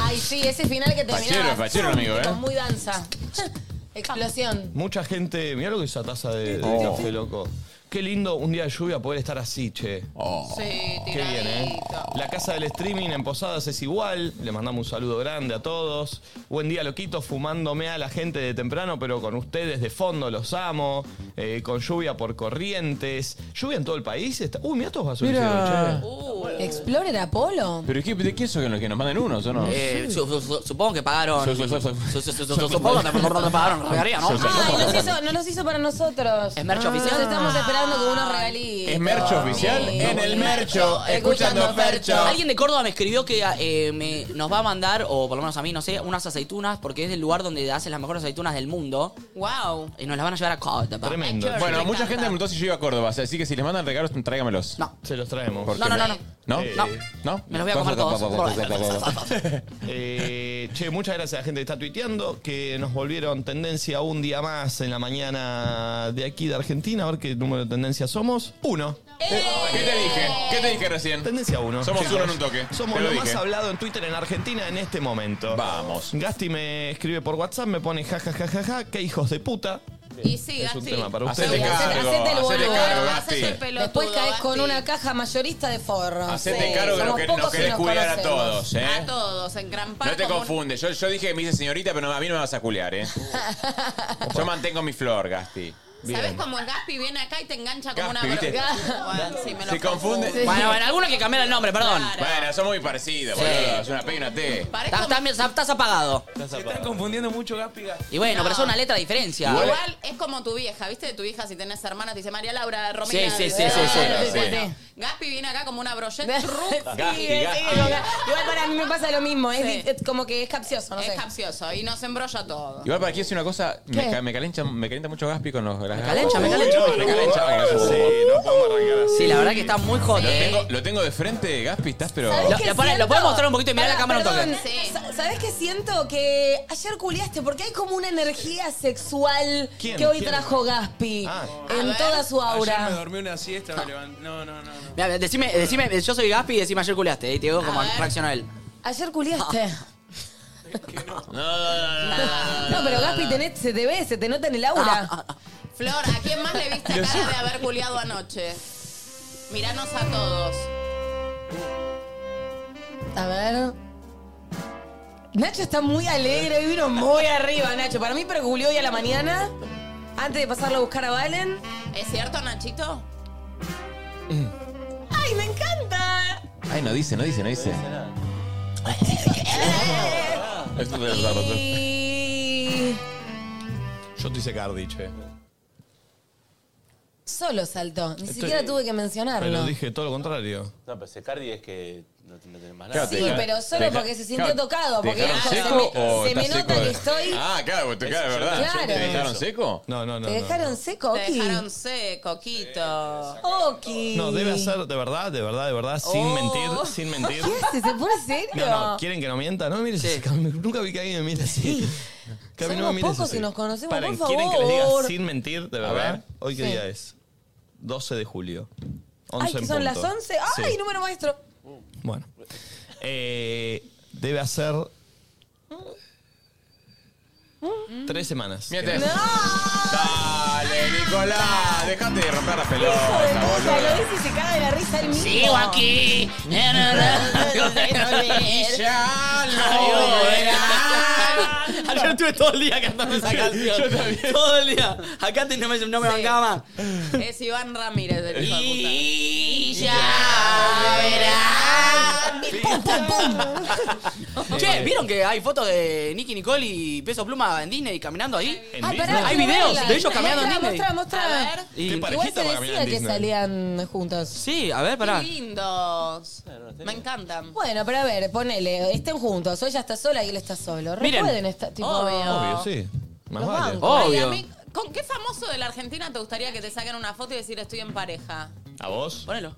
[SPEAKER 5] Ay, sí, ese final que terminaba.
[SPEAKER 2] Fachero, fachero, amigo, ¿eh?
[SPEAKER 5] Con muy danza. Explosión.
[SPEAKER 2] Mucha gente. Mira lo que es esa taza de, de
[SPEAKER 5] Oh.
[SPEAKER 2] café, loco. Qué lindo un día de lluvia poder estar así, che.
[SPEAKER 7] Oh.
[SPEAKER 5] Sí,
[SPEAKER 2] Qué bien, ¿eh? La casa del streaming en Posadas es igual. Le mandamos un saludo grande a todos. Buen día, loquito, fumándome a la gente de temprano, pero con ustedes de fondo los amo. Eh, con lluvia por corrientes. Lluvia en todo el país. Está... Uy, mira estos basureros,
[SPEAKER 4] Mirá.
[SPEAKER 2] che.
[SPEAKER 5] ¿Explorer Apolo?
[SPEAKER 4] ¿Pero qué, de qué eso que nos mandan unos o no?
[SPEAKER 3] Eh, su- su- su- supongo que pagaron.
[SPEAKER 4] Su- su- su-
[SPEAKER 3] su- su- su- su- Supongo que pagaron la regalía, ¿no?
[SPEAKER 4] Su- su-
[SPEAKER 5] Ay, nos hizo, no nos hizo para nosotros.
[SPEAKER 3] ¿Es merch oficial?
[SPEAKER 5] Nos estamos esperando con unos regalitos.
[SPEAKER 4] ¿Es mercho oficial? Ah, En el mercho, escuchando Fercho.
[SPEAKER 3] Alguien de Córdoba me escribió que eh, me- nos va a mandar, o por lo menos a mí, no sé, unas aceitunas, porque es el lugar donde hacen las mejores aceitunas del mundo.
[SPEAKER 5] Wow.
[SPEAKER 3] Y nos las van a llevar a Córdoba.
[SPEAKER 4] Tremendo. Bueno, mucha gente me preguntó si yo iba a Córdoba, así que si les mandan regalos, tráigamelos.
[SPEAKER 3] No.
[SPEAKER 2] Se los traemos.
[SPEAKER 4] ¿Por
[SPEAKER 3] No,
[SPEAKER 4] qué?
[SPEAKER 3] no, no, no.
[SPEAKER 4] ¿No?
[SPEAKER 3] Eh,
[SPEAKER 4] ¿No?
[SPEAKER 3] me los voy a comer todos.
[SPEAKER 2] Eh, che, muchas gracias a la gente que está tuiteando, que nos volvieron tendencia un día más en la mañana de aquí de Argentina. A ver qué número de tendencia somos. Uno.
[SPEAKER 4] ¿Qué te dije? ¿Qué te dije recién?
[SPEAKER 2] Tendencia uno.
[SPEAKER 4] Somos
[SPEAKER 2] chicos.
[SPEAKER 4] uno en un toque.
[SPEAKER 2] Somos
[SPEAKER 4] Te lo
[SPEAKER 2] lo más
[SPEAKER 4] dije.
[SPEAKER 2] hablado en Twitter en Argentina en este momento.
[SPEAKER 4] Vamos.
[SPEAKER 2] Gasti me escribe por WhatsApp, me pone jajajajaja, qué hijos de puta.
[SPEAKER 8] Y sí,
[SPEAKER 2] Es un
[SPEAKER 8] Gasti.
[SPEAKER 2] tema para
[SPEAKER 4] Hacete
[SPEAKER 2] ustedes.
[SPEAKER 4] cargo, Hacete el hacete boludo. cargo, Gasti.
[SPEAKER 8] Hacete el pelotudo,
[SPEAKER 5] Después caes con
[SPEAKER 8] Gasti.
[SPEAKER 5] una caja mayorista de forros.
[SPEAKER 4] Hacete
[SPEAKER 5] Sí,
[SPEAKER 4] cargo de lo
[SPEAKER 5] somos
[SPEAKER 4] que
[SPEAKER 5] pocos
[SPEAKER 4] nos querés cuidar a
[SPEAKER 5] conocemos.
[SPEAKER 4] todos, ¿eh?
[SPEAKER 8] A todos, en gran parte.
[SPEAKER 4] No te confundes. Yo, yo dije que me dice señorita, pero no, a mí no me vas a culiar, ¿eh? yo mantengo mi flor, Gasti.
[SPEAKER 8] ¿Sabes cómo el Gaspi viene acá y te engancha como una
[SPEAKER 4] Gaspi, ¿viste?
[SPEAKER 8] Bueno, sí, me lo
[SPEAKER 4] Se confunde.
[SPEAKER 8] confundo.
[SPEAKER 3] Bueno, bueno, alguno hay que cambiar el nombre, perdón.
[SPEAKER 4] Bueno, somos muy parecidos, boludo. Es una P y una T.
[SPEAKER 8] Parezco-
[SPEAKER 3] Estás, estás- estás apagado.
[SPEAKER 11] Se están confundiendo mucho Gaspi y Gaspi.
[SPEAKER 3] Y bueno,
[SPEAKER 8] No.
[SPEAKER 3] pero es una letra de diferencia.
[SPEAKER 8] Ah. Igual, es como tu vieja, ¿viste? Tu vieja, si tenés hermanas, te dice María Laura, Romina.
[SPEAKER 3] Sí, sí, sí,
[SPEAKER 8] eh,
[SPEAKER 3] sí, sí.
[SPEAKER 8] eh,
[SPEAKER 4] Sí.
[SPEAKER 8] bueno. Gaspi viene acá como una brocheta.
[SPEAKER 4] Gasti, Gasti.
[SPEAKER 5] Igual para mí me pasa lo mismo, es,
[SPEAKER 8] Sí.
[SPEAKER 5] di- es como que es capcioso, no
[SPEAKER 8] es
[SPEAKER 5] sé.
[SPEAKER 8] capcioso y nos embrolla todo.
[SPEAKER 4] Igual para aquí es una cosa, me,
[SPEAKER 5] ¿Qué?
[SPEAKER 4] ca- me, calienta, me calienta mucho Gaspi con los... Me
[SPEAKER 3] calencha, me calencha.
[SPEAKER 4] Me calencha.
[SPEAKER 2] Sí, no podemos arrancar así.
[SPEAKER 3] Sí, la verdad que está muy hot.
[SPEAKER 4] Lo
[SPEAKER 3] eh.
[SPEAKER 4] tengo, lo tengo de frente, Gaspi, estás pero...
[SPEAKER 5] ¿Sabés
[SPEAKER 3] Lo-
[SPEAKER 5] qué
[SPEAKER 3] lo pone- lo
[SPEAKER 5] siento?
[SPEAKER 3] puedes mostrar un poquito y mirar la
[SPEAKER 5] Pará,
[SPEAKER 3] cámara un toque.
[SPEAKER 5] perdón.
[SPEAKER 8] Sí.
[SPEAKER 5] Sa- ¿Sabés qué siento? Que ayer culiaste porque hay como una energía sexual
[SPEAKER 2] ¿Quién?
[SPEAKER 5] que hoy
[SPEAKER 2] ¿Quién?
[SPEAKER 5] trajo Gaspi
[SPEAKER 2] Ah.
[SPEAKER 5] en
[SPEAKER 8] A ver.
[SPEAKER 5] toda su
[SPEAKER 11] Ayer me
[SPEAKER 5] aura.
[SPEAKER 11] dormí una siesta, me levanté. No, no, no. no.
[SPEAKER 3] Mira, decime, decime, yo soy Gaspi y decime ayer culiaste. Y te digo como
[SPEAKER 8] A ver.
[SPEAKER 3] reaccionó él.
[SPEAKER 5] Ayer culiaste.
[SPEAKER 4] No, no, no, no.
[SPEAKER 5] No, pero Gaspi tenés- se te ve, se te nota en el
[SPEAKER 3] Ah,
[SPEAKER 5] aura.
[SPEAKER 8] Flor, ¿a quién más le viste cara de haber culiado anoche? Miranos a todos.
[SPEAKER 5] A ver. Nacho está muy alegre, hoy vino muy arriba, Nacho. Para mí, pero googleó hoy a la mañana, antes de pasarlo a buscar a Valen. Mm.
[SPEAKER 8] ¿Es cierto, Nachito?
[SPEAKER 5] ¡Ay, me encanta!
[SPEAKER 4] Ay, no dice, no dice, no dice. Esto es verdad, doctor.
[SPEAKER 5] Y...
[SPEAKER 2] Yo te hice Cardi, che.
[SPEAKER 5] Solo saltó, ni
[SPEAKER 2] Estoy-
[SPEAKER 5] siquiera tuve que mencionarlo.
[SPEAKER 2] Pero dije todo lo contrario.
[SPEAKER 16] No, pero Secardi es que no, no tenés más
[SPEAKER 4] Claro,
[SPEAKER 16] nada.
[SPEAKER 4] te
[SPEAKER 5] Sí,
[SPEAKER 4] deja-
[SPEAKER 5] pero solo
[SPEAKER 4] te deja-
[SPEAKER 5] porque se sintió
[SPEAKER 4] claro,
[SPEAKER 5] tocado,
[SPEAKER 4] ¿te
[SPEAKER 5] porque
[SPEAKER 4] dejaron
[SPEAKER 5] dijo, se
[SPEAKER 4] seco
[SPEAKER 5] me-
[SPEAKER 4] o
[SPEAKER 5] se
[SPEAKER 4] estás
[SPEAKER 5] me
[SPEAKER 4] seco
[SPEAKER 5] nota
[SPEAKER 4] de-
[SPEAKER 5] que estoy-
[SPEAKER 4] Ah, claro, te claro, de verdad.
[SPEAKER 5] Claro.
[SPEAKER 4] ¿Te dejaron seco?
[SPEAKER 2] No, no, no.
[SPEAKER 5] ¿Te
[SPEAKER 2] no.
[SPEAKER 5] dejaron seco,
[SPEAKER 8] Te
[SPEAKER 5] Oki?
[SPEAKER 8] dejaron seco, Quito.
[SPEAKER 5] Oki.
[SPEAKER 2] No, debe hacer de verdad, de verdad, de verdad, sin
[SPEAKER 8] Oh.
[SPEAKER 2] mentir, sin mentir.
[SPEAKER 5] ¿Qué hace? ¿Se pone serio?
[SPEAKER 2] No, no, ¿quieren que no mienta? No, mire,
[SPEAKER 3] Sí.
[SPEAKER 2] Cami, nunca vi que alguien me mire así. Cami, no
[SPEAKER 5] Somos
[SPEAKER 2] me mires
[SPEAKER 5] pocos
[SPEAKER 2] así.
[SPEAKER 5] y nos conocemos,
[SPEAKER 2] Paren,
[SPEAKER 5] por
[SPEAKER 2] ¿quieren que les diga
[SPEAKER 5] favor?
[SPEAKER 2] sin mentir, de
[SPEAKER 4] ver.
[SPEAKER 2] verdad? ¿Hoy qué
[SPEAKER 5] Sí.
[SPEAKER 2] día es? 12 de julio. 11
[SPEAKER 5] Ay, que
[SPEAKER 2] en
[SPEAKER 5] son
[SPEAKER 2] punto.
[SPEAKER 5] las 11. ¡Ay,
[SPEAKER 2] Sí.
[SPEAKER 5] número maestro!
[SPEAKER 2] Bueno. Eh, debe hacer... Tres semanas.
[SPEAKER 4] Mírate.
[SPEAKER 2] Que-
[SPEAKER 4] Dale, Nicolás, dejate de romper las
[SPEAKER 5] Hijo de
[SPEAKER 4] pelotas,
[SPEAKER 5] puta, lo
[SPEAKER 4] boludo.
[SPEAKER 5] dice y se caga de la risa el mismo.
[SPEAKER 3] Sigo aquí.
[SPEAKER 4] Y ya lo verás.
[SPEAKER 3] Ayer estuve todo el día cantando esa canción. Yo también. Todo el día. Acá te- no me, no me
[SPEAKER 8] Sí.
[SPEAKER 3] bancaba más.
[SPEAKER 8] Es Iván Ramírez del hijo de
[SPEAKER 3] Y ya verán. ¡Pum, pum, pum! che, ¿vieron que hay fotos de Nicky Nicole y Peso Pluma en Disney caminando ahí?
[SPEAKER 2] En
[SPEAKER 5] Ay,
[SPEAKER 2] Disney.
[SPEAKER 5] pará,
[SPEAKER 3] Hay
[SPEAKER 5] que
[SPEAKER 3] videos
[SPEAKER 5] baila.
[SPEAKER 3] de ellos caminando en
[SPEAKER 5] Mostra,
[SPEAKER 3] Disney.
[SPEAKER 5] mostra, mostra.
[SPEAKER 8] A ver.
[SPEAKER 3] Y-
[SPEAKER 2] Qué
[SPEAKER 5] Igual
[SPEAKER 2] parejita
[SPEAKER 5] se
[SPEAKER 2] para caminar
[SPEAKER 5] decía
[SPEAKER 2] en
[SPEAKER 5] que
[SPEAKER 2] Disney.
[SPEAKER 5] salían juntos.
[SPEAKER 3] Sí, a ver,
[SPEAKER 8] puta.
[SPEAKER 3] pará.
[SPEAKER 8] Qué lindos. Me encantan.
[SPEAKER 5] Bueno, pero a ver, ponele, estén juntos. Ella está sola y él está solo. Re
[SPEAKER 3] Miren.
[SPEAKER 5] Pueden estar, tipo,
[SPEAKER 8] Obvio.
[SPEAKER 2] Ah, Obvio, sí. Más
[SPEAKER 5] Los
[SPEAKER 2] vale.
[SPEAKER 5] bancos.
[SPEAKER 8] Ay,
[SPEAKER 3] Obvio.
[SPEAKER 8] a mí- ¿Con qué famoso de la Argentina te gustaría que te saquen una foto y decir estoy en pareja?
[SPEAKER 2] ¿A vos?
[SPEAKER 3] Ponelo.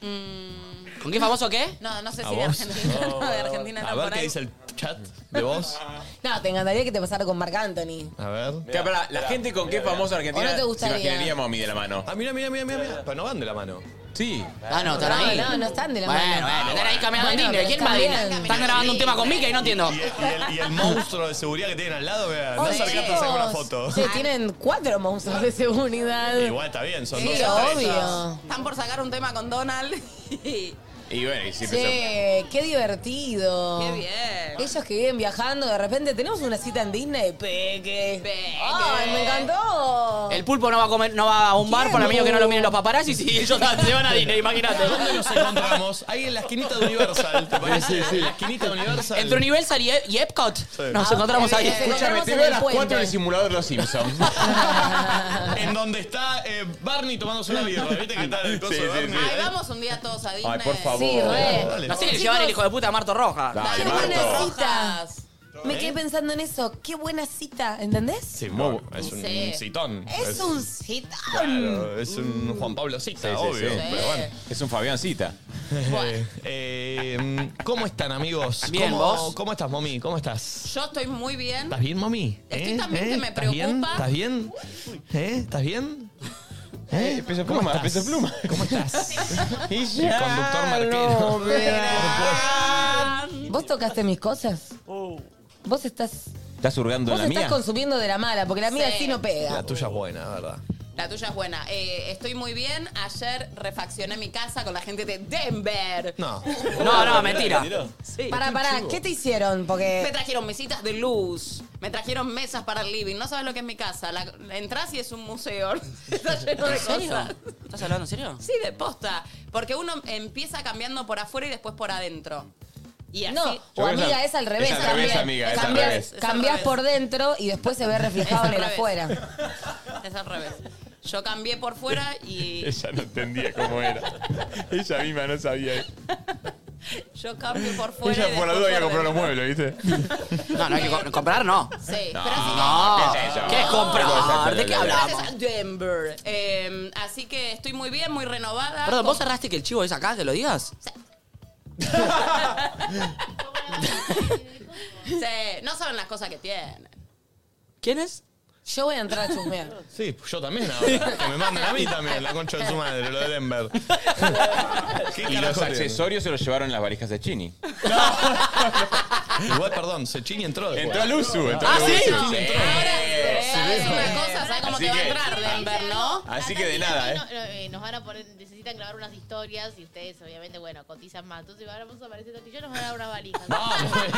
[SPEAKER 8] Mm,
[SPEAKER 3] ¿Con qué famoso qué?
[SPEAKER 8] No, no sé
[SPEAKER 2] ¿A
[SPEAKER 8] si de
[SPEAKER 2] vos?
[SPEAKER 8] Argentina.
[SPEAKER 2] Oh.
[SPEAKER 8] No, de Argentina
[SPEAKER 2] A
[SPEAKER 8] está
[SPEAKER 2] ver
[SPEAKER 8] por
[SPEAKER 2] qué
[SPEAKER 8] ahí.
[SPEAKER 2] dice el chat de vos.
[SPEAKER 5] No, te encantaría que te pasara con Marc Anthony.
[SPEAKER 2] A ver.
[SPEAKER 4] Mirá, pará, la gente con qué famoso argentino
[SPEAKER 5] ¿O no te
[SPEAKER 4] se
[SPEAKER 5] gustaría?
[SPEAKER 4] imaginaríamos a mí de la mano.
[SPEAKER 2] Ah, mira, mira, mira, mira, mira. Pero no van de la mano.
[SPEAKER 4] Sí.
[SPEAKER 3] Ah, no, están ahí.
[SPEAKER 5] No, no están de la
[SPEAKER 3] bueno,
[SPEAKER 5] mano.
[SPEAKER 3] bueno, están ahí caminando
[SPEAKER 5] Bueno,
[SPEAKER 3] en Disney.
[SPEAKER 5] pero
[SPEAKER 3] ¿Quién
[SPEAKER 5] está
[SPEAKER 3] va a
[SPEAKER 5] bien.
[SPEAKER 3] Disney? Están grabando un tema con Mickey y no entiendo.
[SPEAKER 2] Y el, y el- y el monstruo de seguridad que tienen al lado, vea, Ah, no
[SPEAKER 5] Oye,
[SPEAKER 2] acercaste a sacar una
[SPEAKER 5] chicos,
[SPEAKER 2] foto.
[SPEAKER 5] Se tienen cuatro monstruos de seguridad.
[SPEAKER 2] Igual está bien, son
[SPEAKER 5] Sí,
[SPEAKER 2] dos
[SPEAKER 5] obvio.
[SPEAKER 8] Están por sacar un tema con Donald. y-
[SPEAKER 4] Y bueno, y sí,
[SPEAKER 5] Sí, qué divertido.
[SPEAKER 8] Qué bien.
[SPEAKER 5] Ellos que viven viajando, de repente tenemos una cita en Disney. Peque. Ay, me encantó.
[SPEAKER 3] El pulpo no va a comer, no va a un bar para mí que no lo miren los paparazzis y ellos se van a Disney, imagínate.
[SPEAKER 2] ¿Dónde nos encontramos? Ahí en la esquinita de Universal, ¿te parece?
[SPEAKER 4] Sí, sí.
[SPEAKER 2] En la esquinita de Universal.
[SPEAKER 3] Entre Universal y, y Epcot nos
[SPEAKER 5] Ah,
[SPEAKER 3] encontramos
[SPEAKER 5] qué
[SPEAKER 3] ahí.
[SPEAKER 5] bien.
[SPEAKER 4] Escúchame,
[SPEAKER 5] encontramos
[SPEAKER 4] te
[SPEAKER 5] en
[SPEAKER 4] veo a
[SPEAKER 5] el
[SPEAKER 4] las
[SPEAKER 5] puente.
[SPEAKER 4] 4 en el simulador de los Simpsons.
[SPEAKER 2] En donde está eh, Barney tomándose una birra. ¿Viste que está el coso
[SPEAKER 4] Sí,
[SPEAKER 2] de
[SPEAKER 4] sí,
[SPEAKER 2] Barney?
[SPEAKER 4] sí.
[SPEAKER 8] Ay, vamos un día todos a Disney.
[SPEAKER 4] Ay, por favor.
[SPEAKER 5] Sí, re.
[SPEAKER 2] Dale.
[SPEAKER 3] Así que llevar el hijo de puta a Marto Roja.
[SPEAKER 4] Dale,
[SPEAKER 5] Qué buena
[SPEAKER 4] Marto.
[SPEAKER 5] cita.
[SPEAKER 8] Rojas.
[SPEAKER 4] ¿Eh?
[SPEAKER 5] Me quedé pensando en eso. Qué buena cita, ¿entendés?
[SPEAKER 2] Sí, bueno, es un
[SPEAKER 8] Sí.
[SPEAKER 2] citón.
[SPEAKER 5] Es
[SPEAKER 4] Pues,
[SPEAKER 5] un Mm. cita.
[SPEAKER 2] Claro, es un Juan Pablo Cita,
[SPEAKER 4] Sí, sí,
[SPEAKER 2] obvio.
[SPEAKER 4] sí.
[SPEAKER 2] Pero bueno.
[SPEAKER 4] Es un Fabiancita.
[SPEAKER 2] Eh, eh, ¿Cómo están, amigos?
[SPEAKER 3] Bien,
[SPEAKER 2] ¿Cómo,
[SPEAKER 3] ¿vos?
[SPEAKER 2] ¿Cómo estás, mami? ¿Cómo estás?
[SPEAKER 8] Yo estoy muy bien.
[SPEAKER 2] ¿Estás bien, mami? ¿Eh?
[SPEAKER 8] Estoy también que me
[SPEAKER 2] ¿Estás bien?
[SPEAKER 8] preocupa.
[SPEAKER 2] ¿Estás bien? ¿Eh? ¿Estás bien? ¿Eh?
[SPEAKER 4] Peso
[SPEAKER 2] ¿Cómo
[SPEAKER 4] pluma,
[SPEAKER 2] estás?
[SPEAKER 4] peso pluma.
[SPEAKER 2] ¿Cómo estás?
[SPEAKER 4] Y
[SPEAKER 2] El conductor marquero.
[SPEAKER 4] Pues,
[SPEAKER 5] ¿Vos tocaste mis cosas? Vos estás.
[SPEAKER 4] ¿Estás hurgando en
[SPEAKER 5] Vos
[SPEAKER 4] Uh. la
[SPEAKER 5] estás
[SPEAKER 4] mía?
[SPEAKER 5] consumiendo de la mala, porque la mía
[SPEAKER 8] Sí.
[SPEAKER 5] sí no pega.
[SPEAKER 2] La tuya es buena, la verdad.
[SPEAKER 8] La tuya es buena. Eh, estoy muy bien. Ayer refaccioné mi casa con la gente de Denver.
[SPEAKER 2] No.
[SPEAKER 3] No, no, mentira.
[SPEAKER 5] Pará, pará, ¿qué te hicieron?
[SPEAKER 8] Me
[SPEAKER 5] Porque.
[SPEAKER 8] trajeron mesitas de luz, me trajeron mesas para el living. No sabes lo que es mi casa. La, la entras y es un museo. Está lleno de
[SPEAKER 3] ¿En serio?
[SPEAKER 8] cosas.
[SPEAKER 3] ¿Estás hablando en serio?
[SPEAKER 8] Sí, de posta. Porque uno empieza cambiando por afuera y después por adentro. Y así.
[SPEAKER 5] No,
[SPEAKER 4] Yo
[SPEAKER 5] o
[SPEAKER 4] creo que
[SPEAKER 5] amiga,
[SPEAKER 4] es-
[SPEAKER 5] es al revés.
[SPEAKER 4] es al
[SPEAKER 5] también.
[SPEAKER 4] revés, amiga, es al
[SPEAKER 5] Cambiás-
[SPEAKER 4] revés.
[SPEAKER 8] Es al
[SPEAKER 5] Cambiás
[SPEAKER 8] revés.
[SPEAKER 5] por dentro y después se ve reflejado
[SPEAKER 8] Es al
[SPEAKER 5] en el
[SPEAKER 8] revés.
[SPEAKER 5] afuera.
[SPEAKER 8] Es al revés. Yo cambié por fuera y
[SPEAKER 4] Ella no entendía cómo era. Ella misma no sabía.
[SPEAKER 8] yo cambio por fuera.
[SPEAKER 4] Ella por la duda
[SPEAKER 8] voy
[SPEAKER 4] había
[SPEAKER 8] a comprar
[SPEAKER 4] comprado los muebles, ¿viste?
[SPEAKER 3] No, no hay que co- comprar, no.
[SPEAKER 8] Sí, pero así que.
[SPEAKER 3] No.
[SPEAKER 4] ¿Qué es eso?
[SPEAKER 3] ¿Qué es comprar? ¿De qué hablamos?
[SPEAKER 8] Gracias a Denver. Eh, así que estoy muy bien, muy renovada.
[SPEAKER 3] Perdón,
[SPEAKER 8] Con-
[SPEAKER 3] ¿vos cerraste que el chivo es acá? ¿Que lo digas?
[SPEAKER 8] Sí, no saben las cosas que tienen.
[SPEAKER 3] ¿Quién es?
[SPEAKER 5] Yo voy a entrar a chusmear.
[SPEAKER 2] Sí, pues yo también ahora. Que me manden a mí también, la concha de su madre, lo de Denver. ¿Qué
[SPEAKER 4] Y los
[SPEAKER 2] carajo tiene?
[SPEAKER 4] accesorios se los llevaron en las valijas de Chini.
[SPEAKER 2] Igual, perdón, Sechini entró después.
[SPEAKER 4] Entró Luzu, entró
[SPEAKER 3] ¿Ah, sí?
[SPEAKER 4] Luzu.
[SPEAKER 3] No,
[SPEAKER 8] Ahora, ¿sabes una cosa? ¿Sabes cómo
[SPEAKER 4] Así
[SPEAKER 8] te va a
[SPEAKER 4] que-
[SPEAKER 8] entrar Denver, no?
[SPEAKER 4] Así que de nada, ¿eh?
[SPEAKER 10] Nos van a poner, necesitan grabar unas historias y ustedes, obviamente, bueno, cotizan más. Entonces, ahora vamos a aparecer tanto y yo nos van a dar unas valijas.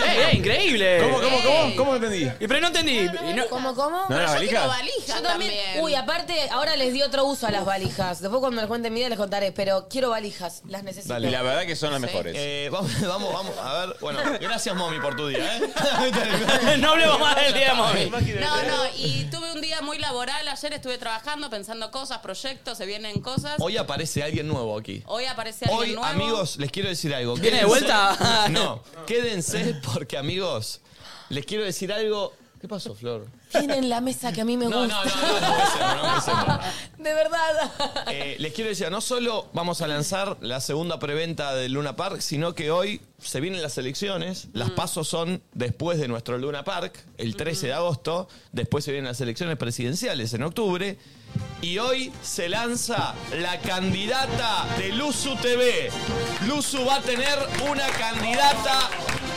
[SPEAKER 3] ¡Eh, eh, increíble!
[SPEAKER 4] ¿Cómo, cómo,
[SPEAKER 7] Eh.
[SPEAKER 4] cómo? ¿Cómo entendí?
[SPEAKER 3] Y pero no entendí. Y no-
[SPEAKER 5] ¿Cómo, cómo?
[SPEAKER 4] ¿No las
[SPEAKER 8] Yo quiero
[SPEAKER 4] valijas?
[SPEAKER 8] valija
[SPEAKER 5] Yo
[SPEAKER 8] también.
[SPEAKER 5] también. Uy, aparte, ahora les di otro uso a las valijas. Después cuando les cuente mi vida les contaré, pero quiero valijas, las necesito.
[SPEAKER 4] Y la verdad que son las mejores.
[SPEAKER 2] Eh, vamos, vamos, vamos. A ver, bueno, gracias, mommy, por tu día, ¿eh?
[SPEAKER 3] no hablemos más del día, mami.
[SPEAKER 8] No, no, y tuve un día muy laboral. Ayer estuve trabajando, pensando cosas, proyectos, se vienen cosas. Hoy,
[SPEAKER 2] Hoy aparece alguien nuevo aquí.
[SPEAKER 8] aparece alguien
[SPEAKER 2] Hoy,
[SPEAKER 8] nuevo.
[SPEAKER 2] amigos, les quiero decir algo.
[SPEAKER 3] ¿Viene de
[SPEAKER 2] Quédense-
[SPEAKER 3] vuelta?
[SPEAKER 2] No, quédense porque, amigos, les quiero decir algo. ¿Qué pasó, Flor?
[SPEAKER 5] Tienen la mesa que a mí me
[SPEAKER 2] No,
[SPEAKER 5] gusta.
[SPEAKER 2] no, no, no, no empecemos, no empecemos.
[SPEAKER 5] De verdad.
[SPEAKER 2] Eh, les quiero decir, no solo vamos a lanzar la segunda preventa del Luna Park, sino que hoy se vienen las elecciones. Las pasos son después de nuestro Luna Park, el 13 de agosto. Después se vienen las elecciones presidenciales en octubre. Y hoy se lanza la candidata de Luzu TV. Luzu va a tener una candidata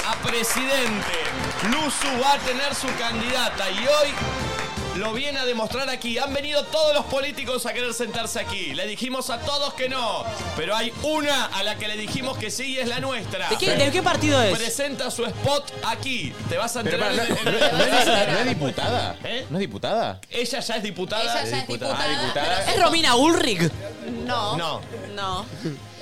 [SPEAKER 2] a presidente. Luzu va a tener su candidata. Y hoy lo viene a demostrar aquí. Han venido todos los políticos a querer sentarse aquí. Le dijimos a todos que no. Pero hay una a la que le dijimos que sí y es la nuestra.
[SPEAKER 3] ¿De qué, de qué partido es?
[SPEAKER 2] Presenta su spot aquí. Te vas a
[SPEAKER 4] Pero
[SPEAKER 2] enterar.
[SPEAKER 4] pará, ¿no,
[SPEAKER 2] en- en-
[SPEAKER 4] no- no es, no es diputada?
[SPEAKER 2] ¿Eh?
[SPEAKER 4] ¿No es diputada?
[SPEAKER 2] Ella ya es diputada.
[SPEAKER 8] Ella ya es diputada.
[SPEAKER 4] Ah, diputada.
[SPEAKER 3] ¿Es Romina Ulrich?
[SPEAKER 8] pero- No.
[SPEAKER 2] No.
[SPEAKER 8] No.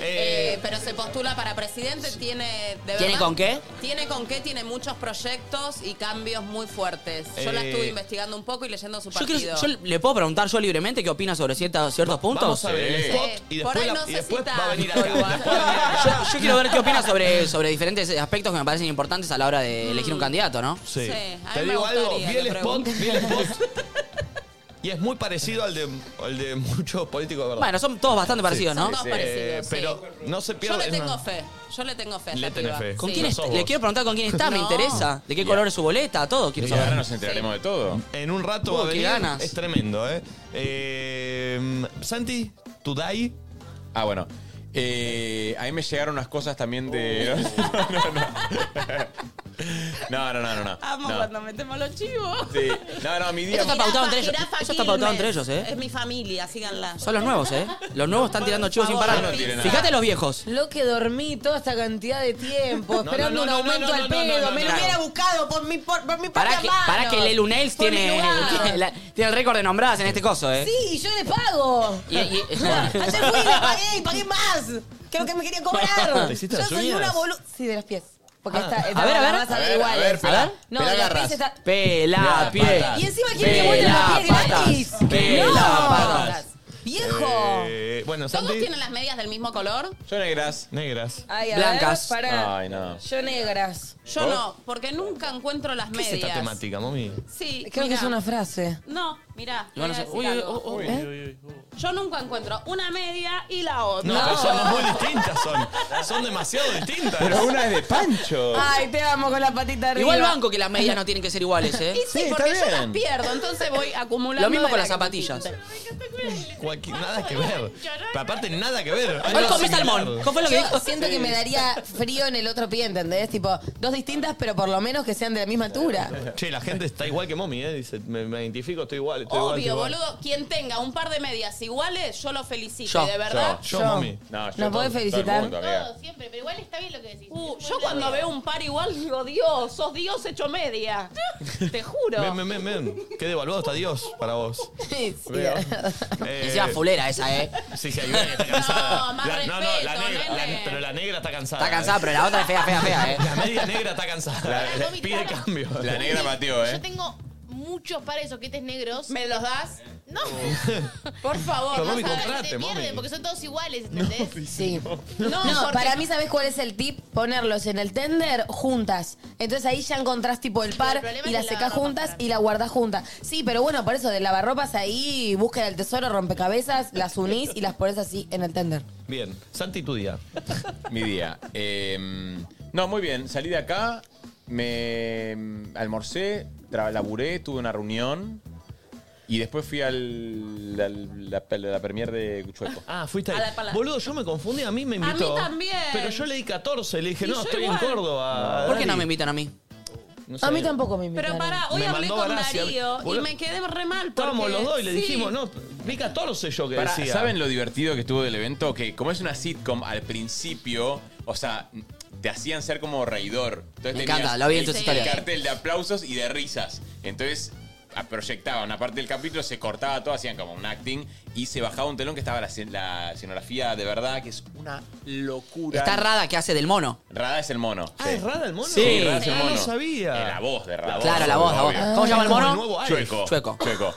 [SPEAKER 2] Eh,
[SPEAKER 8] Eh, pero se postula para presidente, tiene. de
[SPEAKER 3] ¿Tiene
[SPEAKER 8] verdad-
[SPEAKER 3] con qué?
[SPEAKER 8] Tiene con qué, tiene muchos proyectos y cambios muy fuertes. Yo la
[SPEAKER 2] Eh,
[SPEAKER 8] estuve investigando un poco y leyendo su
[SPEAKER 3] Yo,
[SPEAKER 8] partido.
[SPEAKER 3] quiero- yo le puedo preguntar yo libremente qué opina sobre ciertas- ciertos puntos.
[SPEAKER 2] Vamos a ver el
[SPEAKER 4] Sí.
[SPEAKER 2] spot y
[SPEAKER 8] Por
[SPEAKER 2] después,
[SPEAKER 8] ahí
[SPEAKER 2] la-
[SPEAKER 8] no
[SPEAKER 2] y
[SPEAKER 8] sé
[SPEAKER 2] después
[SPEAKER 8] si
[SPEAKER 2] va a venir acá.
[SPEAKER 8] tanto, igual.
[SPEAKER 2] Después va a venir acá.
[SPEAKER 3] Yo, yo quiero ver qué opina sobre, sobre diferentes aspectos que me parecen importantes a la hora de elegir un candidato, ¿no?
[SPEAKER 2] Sí.
[SPEAKER 8] Sí, a
[SPEAKER 2] Te
[SPEAKER 8] mí me
[SPEAKER 2] digo algo,
[SPEAKER 8] gustaría,
[SPEAKER 2] vi el
[SPEAKER 8] le
[SPEAKER 2] spot,
[SPEAKER 8] pregunto.
[SPEAKER 2] vi el spot. Y es muy parecido al de, al de muchos políticos de verdad.
[SPEAKER 3] Bueno, son todos bastante parecidos, ¿no? Son todos
[SPEAKER 2] Eh,
[SPEAKER 3] parecidos, sí.
[SPEAKER 2] Pero no se
[SPEAKER 8] Yo
[SPEAKER 2] pierde.
[SPEAKER 8] le tengo
[SPEAKER 2] no.
[SPEAKER 8] fe. Yo le tengo fe. a
[SPEAKER 2] Le
[SPEAKER 8] esta
[SPEAKER 2] tenés
[SPEAKER 8] piba.
[SPEAKER 2] fe.
[SPEAKER 3] ¿Con
[SPEAKER 8] Sí.
[SPEAKER 3] quién está?
[SPEAKER 2] sos
[SPEAKER 3] Le
[SPEAKER 2] vos.
[SPEAKER 3] quiero preguntar con quién está, me
[SPEAKER 8] No.
[SPEAKER 3] interesa. ¿De qué color es su boleta? Todo quiero
[SPEAKER 2] Y
[SPEAKER 3] saber.
[SPEAKER 2] ahora
[SPEAKER 4] nos enteraremos de todo.
[SPEAKER 2] En un rato
[SPEAKER 3] Uh,
[SPEAKER 2] va a
[SPEAKER 3] qué
[SPEAKER 2] venir.
[SPEAKER 3] ganas.
[SPEAKER 2] Es tremendo, ¿eh? eh Santi, Tudai.
[SPEAKER 4] Ah, bueno. Eh, a mí me llegaron unas cosas también de. No, no, no. No, no, no. no.
[SPEAKER 8] Amo
[SPEAKER 4] No.
[SPEAKER 8] cuando metemos los chivos.
[SPEAKER 4] Sí. No, no, mi día.
[SPEAKER 8] Eso está
[SPEAKER 3] pautado entre ellos.
[SPEAKER 8] Jirafa
[SPEAKER 3] Eso está pautado
[SPEAKER 8] Quilmes.
[SPEAKER 3] entre ellos, ¿eh?
[SPEAKER 8] Es mi familia, síganla.
[SPEAKER 3] Son los nuevos, ¿eh? Los nuevos están tirando chivos sin parar.
[SPEAKER 4] no tiene nada.
[SPEAKER 3] Fíjate los viejos.
[SPEAKER 5] Lo que dormí toda esta cantidad de tiempo,
[SPEAKER 3] no,
[SPEAKER 5] esperando
[SPEAKER 3] no,
[SPEAKER 5] un
[SPEAKER 3] no,
[SPEAKER 5] aumento
[SPEAKER 3] no, no,
[SPEAKER 5] al
[SPEAKER 3] no,
[SPEAKER 5] pedo.
[SPEAKER 3] no, no,
[SPEAKER 5] me lo
[SPEAKER 3] claro.
[SPEAKER 5] hubiera buscado por mi, por, por mi
[SPEAKER 3] Para
[SPEAKER 5] propia
[SPEAKER 3] que,
[SPEAKER 5] mano.
[SPEAKER 3] para que Lelu Nails
[SPEAKER 5] Por mi
[SPEAKER 3] tiene,
[SPEAKER 5] lugar.
[SPEAKER 3] tiene, la- tiene el récord de nombradas en este coso, ¿eh?
[SPEAKER 5] Sí, yo le pago.
[SPEAKER 3] Y- y-
[SPEAKER 5] Ayer fui y le pagué y pagué más. Creo que me quería cobrar.
[SPEAKER 3] ¿Te hiciste
[SPEAKER 5] yo
[SPEAKER 3] las
[SPEAKER 5] soy
[SPEAKER 3] uñas? Ah.
[SPEAKER 5] una boluda. Sí, de los pies. Porque esta, esta
[SPEAKER 3] A ver, a
[SPEAKER 5] la
[SPEAKER 3] ver.
[SPEAKER 5] vas a
[SPEAKER 3] A
[SPEAKER 5] ver
[SPEAKER 3] ver,
[SPEAKER 5] iguales.
[SPEAKER 3] a ver, pelá.
[SPEAKER 5] No,
[SPEAKER 3] Pelá
[SPEAKER 5] de los
[SPEAKER 3] garras.
[SPEAKER 5] pies está.
[SPEAKER 3] Pela, pie.
[SPEAKER 5] Y encima quiere que muestre los pies gratis.
[SPEAKER 3] Pela,
[SPEAKER 5] No.
[SPEAKER 3] patas.
[SPEAKER 5] ¡Viejo!
[SPEAKER 2] Eh, bueno,
[SPEAKER 8] ¿Todos
[SPEAKER 2] Santi.
[SPEAKER 8] tienen las medias del mismo color?
[SPEAKER 4] Yo negras.
[SPEAKER 2] Negras.
[SPEAKER 5] Ay, a
[SPEAKER 2] Blancas.
[SPEAKER 5] ver, pará.
[SPEAKER 4] Ay, no.
[SPEAKER 5] Yo negras.
[SPEAKER 8] Yo no, porque nunca encuentro las
[SPEAKER 2] ¿Qué es
[SPEAKER 8] medias.
[SPEAKER 2] esta temática, mami?
[SPEAKER 8] Sí,
[SPEAKER 5] Creo que
[SPEAKER 8] mirá.
[SPEAKER 5] es una frase.
[SPEAKER 8] No, mirá.
[SPEAKER 2] Y van
[SPEAKER 8] voy a
[SPEAKER 2] a ser-
[SPEAKER 8] decir
[SPEAKER 2] uy, uy,
[SPEAKER 8] algo.
[SPEAKER 2] uy, uy,
[SPEAKER 5] ¿Eh?
[SPEAKER 8] Yo nunca encuentro una media y la otra.
[SPEAKER 2] No, pero son muy distintas, son. Son demasiado distintas.
[SPEAKER 4] Pero una es de Pancho.
[SPEAKER 3] Ah,
[SPEAKER 5] Ay, te amo con la patita arriba.
[SPEAKER 3] Igual banco que las medias no tienen que ser iguales, ¿eh?
[SPEAKER 8] Y sí, porque yo las pierdo, entonces voy acumulando.
[SPEAKER 3] Lo mismo
[SPEAKER 8] de
[SPEAKER 3] con
[SPEAKER 8] la
[SPEAKER 3] las
[SPEAKER 8] que-
[SPEAKER 3] zapatillas.
[SPEAKER 2] Cualqui- nada que ver. Pero aparte, nada que ver.
[SPEAKER 3] Hoy comí salmón. ¿Cómo fue lo que
[SPEAKER 5] Yo
[SPEAKER 3] dijo?
[SPEAKER 5] siento que me daría frío en el otro pie, ¿entendés? Tipo, dos distintas, pero por lo menos que sean de la misma altura.
[SPEAKER 2] Che, la gente está igual que mommy, ¿eh? Dice, me, me identifico, estoy igual, estoy igual. estoy
[SPEAKER 8] Obvio,
[SPEAKER 2] igual.
[SPEAKER 8] boludo. Quien tenga un par de medias iguales, yo lo felicito.
[SPEAKER 2] Yo.
[SPEAKER 8] y de verdad.
[SPEAKER 2] Yo, yo, mami.
[SPEAKER 4] No,
[SPEAKER 5] ¿Nos podés felicitar?
[SPEAKER 10] Todo, siempre, pero igual está bien lo que decís.
[SPEAKER 8] Uh, yo cuando veo un par igual digo, Dios, sos Dios hecho media. Te juro.
[SPEAKER 2] Ven, ven, ven, ven. Qué devaluado está Dios para vos.
[SPEAKER 5] Sí,
[SPEAKER 2] Veo. Eh,
[SPEAKER 3] Que sea fulera esa, ¿eh?
[SPEAKER 2] Sí, sí, hay una que está cansada.
[SPEAKER 8] No, más
[SPEAKER 2] La- no, no, la
[SPEAKER 8] respeto,
[SPEAKER 2] negra.
[SPEAKER 8] nene.
[SPEAKER 2] la- pero la negra está cansada. eh.
[SPEAKER 3] Está cansada, pero la otra es fea, fea, fea, ¿eh?
[SPEAKER 2] La media negra está cansada.
[SPEAKER 4] La-
[SPEAKER 10] la-
[SPEAKER 2] pide cambio.
[SPEAKER 4] La negra pateó,
[SPEAKER 10] Yo
[SPEAKER 4] ¿eh?
[SPEAKER 10] tengo muchos pares de soquetes negros.
[SPEAKER 8] ¿Me los das?
[SPEAKER 10] No,
[SPEAKER 4] Oh.
[SPEAKER 8] Por favor.
[SPEAKER 2] Pero,
[SPEAKER 10] no
[SPEAKER 2] mami,
[SPEAKER 10] saben,
[SPEAKER 2] comprate,
[SPEAKER 10] te
[SPEAKER 2] mami.
[SPEAKER 10] pierden porque son todos iguales, ¿entendés?
[SPEAKER 5] Sí.
[SPEAKER 8] No,
[SPEAKER 5] No,
[SPEAKER 8] porque-
[SPEAKER 5] para mí, ¿sabes cuál es el tip? Ponerlos en el tender juntas. Entonces ahí ya encontrás tipo el par
[SPEAKER 10] el problema
[SPEAKER 5] y
[SPEAKER 10] es
[SPEAKER 5] las
[SPEAKER 10] el
[SPEAKER 5] secás
[SPEAKER 10] lavarropas
[SPEAKER 5] juntas
[SPEAKER 10] para mí.
[SPEAKER 5] y la guardás juntas. Sí, pero bueno, por eso de lavarropas ahí, búsqueda del tesoro, rompecabezas, las unís y las pones así en el tender.
[SPEAKER 2] Bien, Santi, tu día.
[SPEAKER 4] Mi día. Eh, no, muy bien. Salí de acá, me mm, almorcé, tra- laburé, tuve una reunión y después fui al, al- la, la, premier de Chueco.
[SPEAKER 2] Ah, fuiste
[SPEAKER 8] A
[SPEAKER 2] ahí.
[SPEAKER 8] la pala-
[SPEAKER 2] Boludo, yo me confundí, a mí me
[SPEAKER 8] mí
[SPEAKER 2] invitó.
[SPEAKER 8] también.
[SPEAKER 2] Pero yo le di 14, le dije,
[SPEAKER 8] Y
[SPEAKER 2] no,
[SPEAKER 8] yo
[SPEAKER 2] estoy
[SPEAKER 8] igual.
[SPEAKER 2] en Córdoba.
[SPEAKER 3] ¿Por qué no me
[SPEAKER 2] Dari.
[SPEAKER 3] invitan a mí?
[SPEAKER 2] No sé.
[SPEAKER 5] A mí tampoco me
[SPEAKER 8] Pero
[SPEAKER 5] invitaron.
[SPEAKER 8] pará, hoy
[SPEAKER 2] Me
[SPEAKER 8] hablé
[SPEAKER 2] mandó
[SPEAKER 8] con
[SPEAKER 2] Barassi,
[SPEAKER 8] Darío y
[SPEAKER 2] boludo.
[SPEAKER 8] me quedé re mal. Porque,
[SPEAKER 2] Estábamos los dos y le
[SPEAKER 8] sí.
[SPEAKER 2] dijimos, no, vi 14 yo que
[SPEAKER 4] Pará,
[SPEAKER 2] decía.
[SPEAKER 4] ¿Saben lo divertido que estuvo del evento? Que como es una sitcom al principio, o sea, te hacían ser como reidor. Entonces
[SPEAKER 3] Me
[SPEAKER 4] tenías
[SPEAKER 3] encanta, lo vi en
[SPEAKER 4] el-
[SPEAKER 3] tus
[SPEAKER 4] el
[SPEAKER 3] historias.
[SPEAKER 4] cartel de aplausos y de risas. Entonces a- proyectaban una parte del capítulo, se cortaba todo, hacían como un acting y se bajaba un telón que estaba la, escen- la escenografía de verdad, que es una locura.
[SPEAKER 3] Está Rada que hace del mono.
[SPEAKER 4] Rada es el mono.
[SPEAKER 2] Ah, ¿es Rada el mono?
[SPEAKER 3] Sí.
[SPEAKER 4] Rada es el
[SPEAKER 2] Ah,
[SPEAKER 4] mono.
[SPEAKER 2] no sabía.
[SPEAKER 4] Eh, La voz de Rada.
[SPEAKER 3] Claro, la voz, la voz.
[SPEAKER 4] obvio.
[SPEAKER 3] ¿Cómo se llama el
[SPEAKER 2] Como
[SPEAKER 3] mono?
[SPEAKER 2] el nuevo Alf.
[SPEAKER 4] Chueco.
[SPEAKER 3] Chueco.
[SPEAKER 4] Chueco.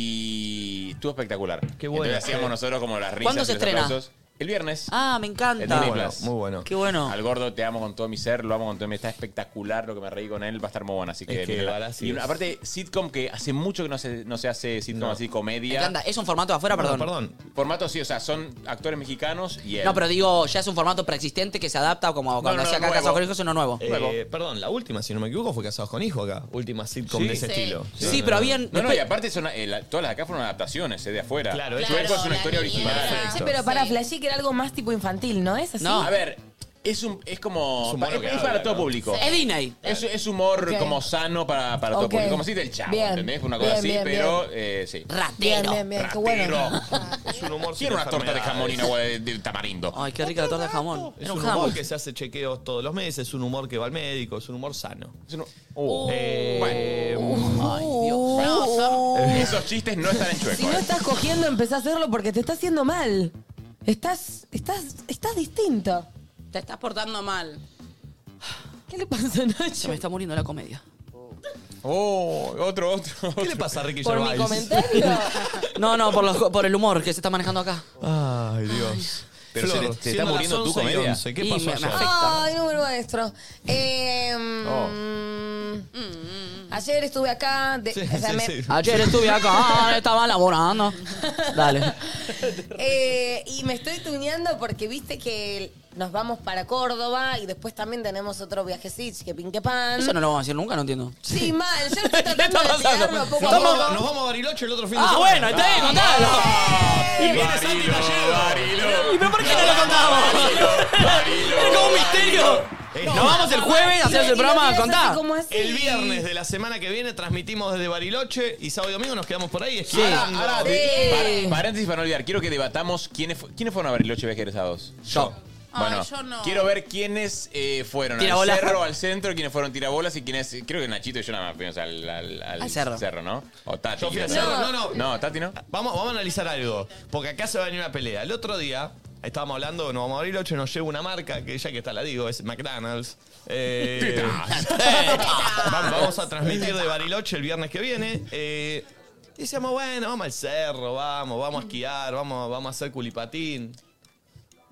[SPEAKER 4] Y estuvo espectacular.
[SPEAKER 2] Qué bueno.
[SPEAKER 4] Entonces hacíamos nosotros como las risas.
[SPEAKER 3] ¿Cuándo se
[SPEAKER 4] y los
[SPEAKER 3] estrena?
[SPEAKER 4] aplausos. El viernes.
[SPEAKER 3] Ah, me
[SPEAKER 4] El Disney
[SPEAKER 2] Muy
[SPEAKER 3] encanta.
[SPEAKER 2] bueno,
[SPEAKER 4] Plus.
[SPEAKER 2] muy bueno.
[SPEAKER 3] Qué bueno.
[SPEAKER 4] Al gordo te amo con todo mi ser, lo amo con todo mi Está espectacular lo que me reí con él, va a estar muy bueno. Así que.
[SPEAKER 2] Es que
[SPEAKER 4] mírenla.
[SPEAKER 2] Barassi
[SPEAKER 4] y
[SPEAKER 2] es-
[SPEAKER 4] aparte, sitcom que hace mucho que no se, no se hace sitcom
[SPEAKER 2] No.
[SPEAKER 4] así,
[SPEAKER 3] Me
[SPEAKER 4] comedia.
[SPEAKER 3] encanta. ¿Es un formato de afuera,
[SPEAKER 2] Perdón,
[SPEAKER 3] perdón?
[SPEAKER 2] perdón.
[SPEAKER 4] Formato sí, o sea, son actores mexicanos y él.
[SPEAKER 3] No, pero digo, ya es un formato preexistente que se adapta como cuando
[SPEAKER 4] no,
[SPEAKER 3] hacía acá
[SPEAKER 4] nuevo.
[SPEAKER 3] Casados con Hijos, uno nuevo.
[SPEAKER 2] Eh,
[SPEAKER 4] Luego.
[SPEAKER 2] perdón, la última, si no me equivoco, fue Casados con Hijo acá. Última sitcom
[SPEAKER 4] Sí.
[SPEAKER 2] de ese
[SPEAKER 10] Sí.
[SPEAKER 2] estilo.
[SPEAKER 3] Sí, pero habían...
[SPEAKER 4] No, no,
[SPEAKER 3] después-
[SPEAKER 4] y aparte son, eh, la- todas las de acá fueron adaptaciones, eh, de afuera.
[SPEAKER 2] Claro,
[SPEAKER 4] Chueco
[SPEAKER 10] Claro,
[SPEAKER 4] es una
[SPEAKER 10] la
[SPEAKER 4] historia
[SPEAKER 10] niña.
[SPEAKER 4] original.
[SPEAKER 5] Sí,
[SPEAKER 10] Perfecto.
[SPEAKER 5] pero para
[SPEAKER 10] Sí.
[SPEAKER 5] flashé que era algo más tipo infantil, ¿no es así?
[SPEAKER 3] No.
[SPEAKER 4] A ver, es un es como.
[SPEAKER 2] Es un
[SPEAKER 4] pa-
[SPEAKER 2] mono
[SPEAKER 4] es,
[SPEAKER 2] que
[SPEAKER 4] es
[SPEAKER 2] habla,
[SPEAKER 4] para todo
[SPEAKER 2] ¿no?
[SPEAKER 4] público.
[SPEAKER 3] Es Disney.
[SPEAKER 4] Es, es humor
[SPEAKER 5] Ok.
[SPEAKER 4] como sano para, para
[SPEAKER 5] Ok.
[SPEAKER 4] todo público. Como si del chavo,
[SPEAKER 5] Bien.
[SPEAKER 4] ¿entendés? Una cosa
[SPEAKER 5] Bien,
[SPEAKER 4] así,
[SPEAKER 5] bien,
[SPEAKER 4] pero eh, sí.
[SPEAKER 5] Bien,
[SPEAKER 3] Ratero.
[SPEAKER 5] bien, bien, qué bueno.
[SPEAKER 2] Es un humor sin
[SPEAKER 4] Quiero una torta de
[SPEAKER 2] enfermedades. Ah,
[SPEAKER 4] jamón y una agua de, Eh, de tamarindo.
[SPEAKER 3] Ay, qué rica la torta de jamón.
[SPEAKER 2] Es
[SPEAKER 3] Era
[SPEAKER 2] un
[SPEAKER 3] un
[SPEAKER 2] humor
[SPEAKER 3] jamón.
[SPEAKER 2] que se hace chequeos todos los meses, es un humor que va al médico, es un humor sano.
[SPEAKER 4] Es un- Oh.
[SPEAKER 2] Eh,
[SPEAKER 3] Uh.
[SPEAKER 4] Bueno, esos chistes no están en chueco.
[SPEAKER 5] Uh, Si no
[SPEAKER 4] eh.
[SPEAKER 5] estás cogiendo, empezá a hacerlo porque te está haciendo mal. Estás, estás, estás distinto.
[SPEAKER 8] Te estás portando mal.
[SPEAKER 5] ¿Qué le pasa a
[SPEAKER 3] Se
[SPEAKER 5] Nacho?
[SPEAKER 3] me está muriendo la comedia.
[SPEAKER 4] Oh, otro, otro.
[SPEAKER 2] ¿Qué le pasa a Ricky
[SPEAKER 5] Por mi
[SPEAKER 2] Gervais?
[SPEAKER 5] comentario.
[SPEAKER 3] No, no, por, los- por el humor que se está manejando acá.
[SPEAKER 2] Ay, Dios.
[SPEAKER 4] Pero se te- se te
[SPEAKER 2] siendo
[SPEAKER 4] está muriendo
[SPEAKER 2] las
[SPEAKER 4] tu
[SPEAKER 2] 11 y
[SPEAKER 4] comedia.
[SPEAKER 2] 11, ¿Qué
[SPEAKER 3] Y
[SPEAKER 2] pasó
[SPEAKER 3] me- me
[SPEAKER 2] allá?
[SPEAKER 3] afecta.
[SPEAKER 5] Em, Ay, número maestro. Eh, mm,
[SPEAKER 4] Oh.
[SPEAKER 5] mm, Ayer estuve acá. de- o sea, me-
[SPEAKER 3] Ayer Ah, estuve acá, Ah, estaba laborando. Dale.
[SPEAKER 5] Eh, y me estoy tuneando porque viste que nos vamos para Córdoba y después también tenemos otro viajecito que pinque
[SPEAKER 2] Ah,
[SPEAKER 5] pan.
[SPEAKER 3] Eso no lo vamos a decir nunca, no entiendo.
[SPEAKER 5] Sí, mal. Yo estoy tratando de tirarme un poco
[SPEAKER 2] Nos
[SPEAKER 5] a
[SPEAKER 2] vamos,
[SPEAKER 5] poco.
[SPEAKER 2] nos vamos a Bariloche el otro fin de
[SPEAKER 3] Ah,
[SPEAKER 2] semana.
[SPEAKER 3] bueno, está bien, contalo. Y viene Santi Tallero. ¿Y pero por qué no lo contamos? Es como un misterio.
[SPEAKER 2] Eh,
[SPEAKER 3] Nos vamos el jueves, hacemos el programa, contá.
[SPEAKER 2] El viernes de la semana que viene transmitimos desde Bariloche y sábado y domingo nos quedamos por ahí.
[SPEAKER 4] Sí.
[SPEAKER 2] esquivando.
[SPEAKER 4] Ahora, ahora, de- par- paréntesis para no olvidar, quiero que debatamos quiénes, fu- quiénes fueron a Bariloche viajes egresados. Yo. Bueno,
[SPEAKER 8] yo no.
[SPEAKER 4] quiero ver quiénes eh, fueron
[SPEAKER 3] Tirabolas.
[SPEAKER 4] al cerro, al centro, quiénes fueron tirabolas y quiénes. eh, Creo que Nachito y yo nada más fuimos al, al- al
[SPEAKER 3] Al cerro.
[SPEAKER 4] ¿no? O Tati.
[SPEAKER 2] Yo fui al
[SPEAKER 4] quizás.
[SPEAKER 2] cerro. No, no.
[SPEAKER 4] No, Tati no.
[SPEAKER 2] Vamos, vamos a analizar algo, porque acá se va a venir una pelea. El otro día estábamos hablando, nos vamos a Bariloche, nos lleva una marca, que ya que está la digo, es McDonald's. Eh, vamos, vamos a transmitir de Bariloche el viernes que viene. Eh, y decíamos, bueno, vamos al cerro, vamos, vamos a esquiar, vamos, vamos a hacer culipatín.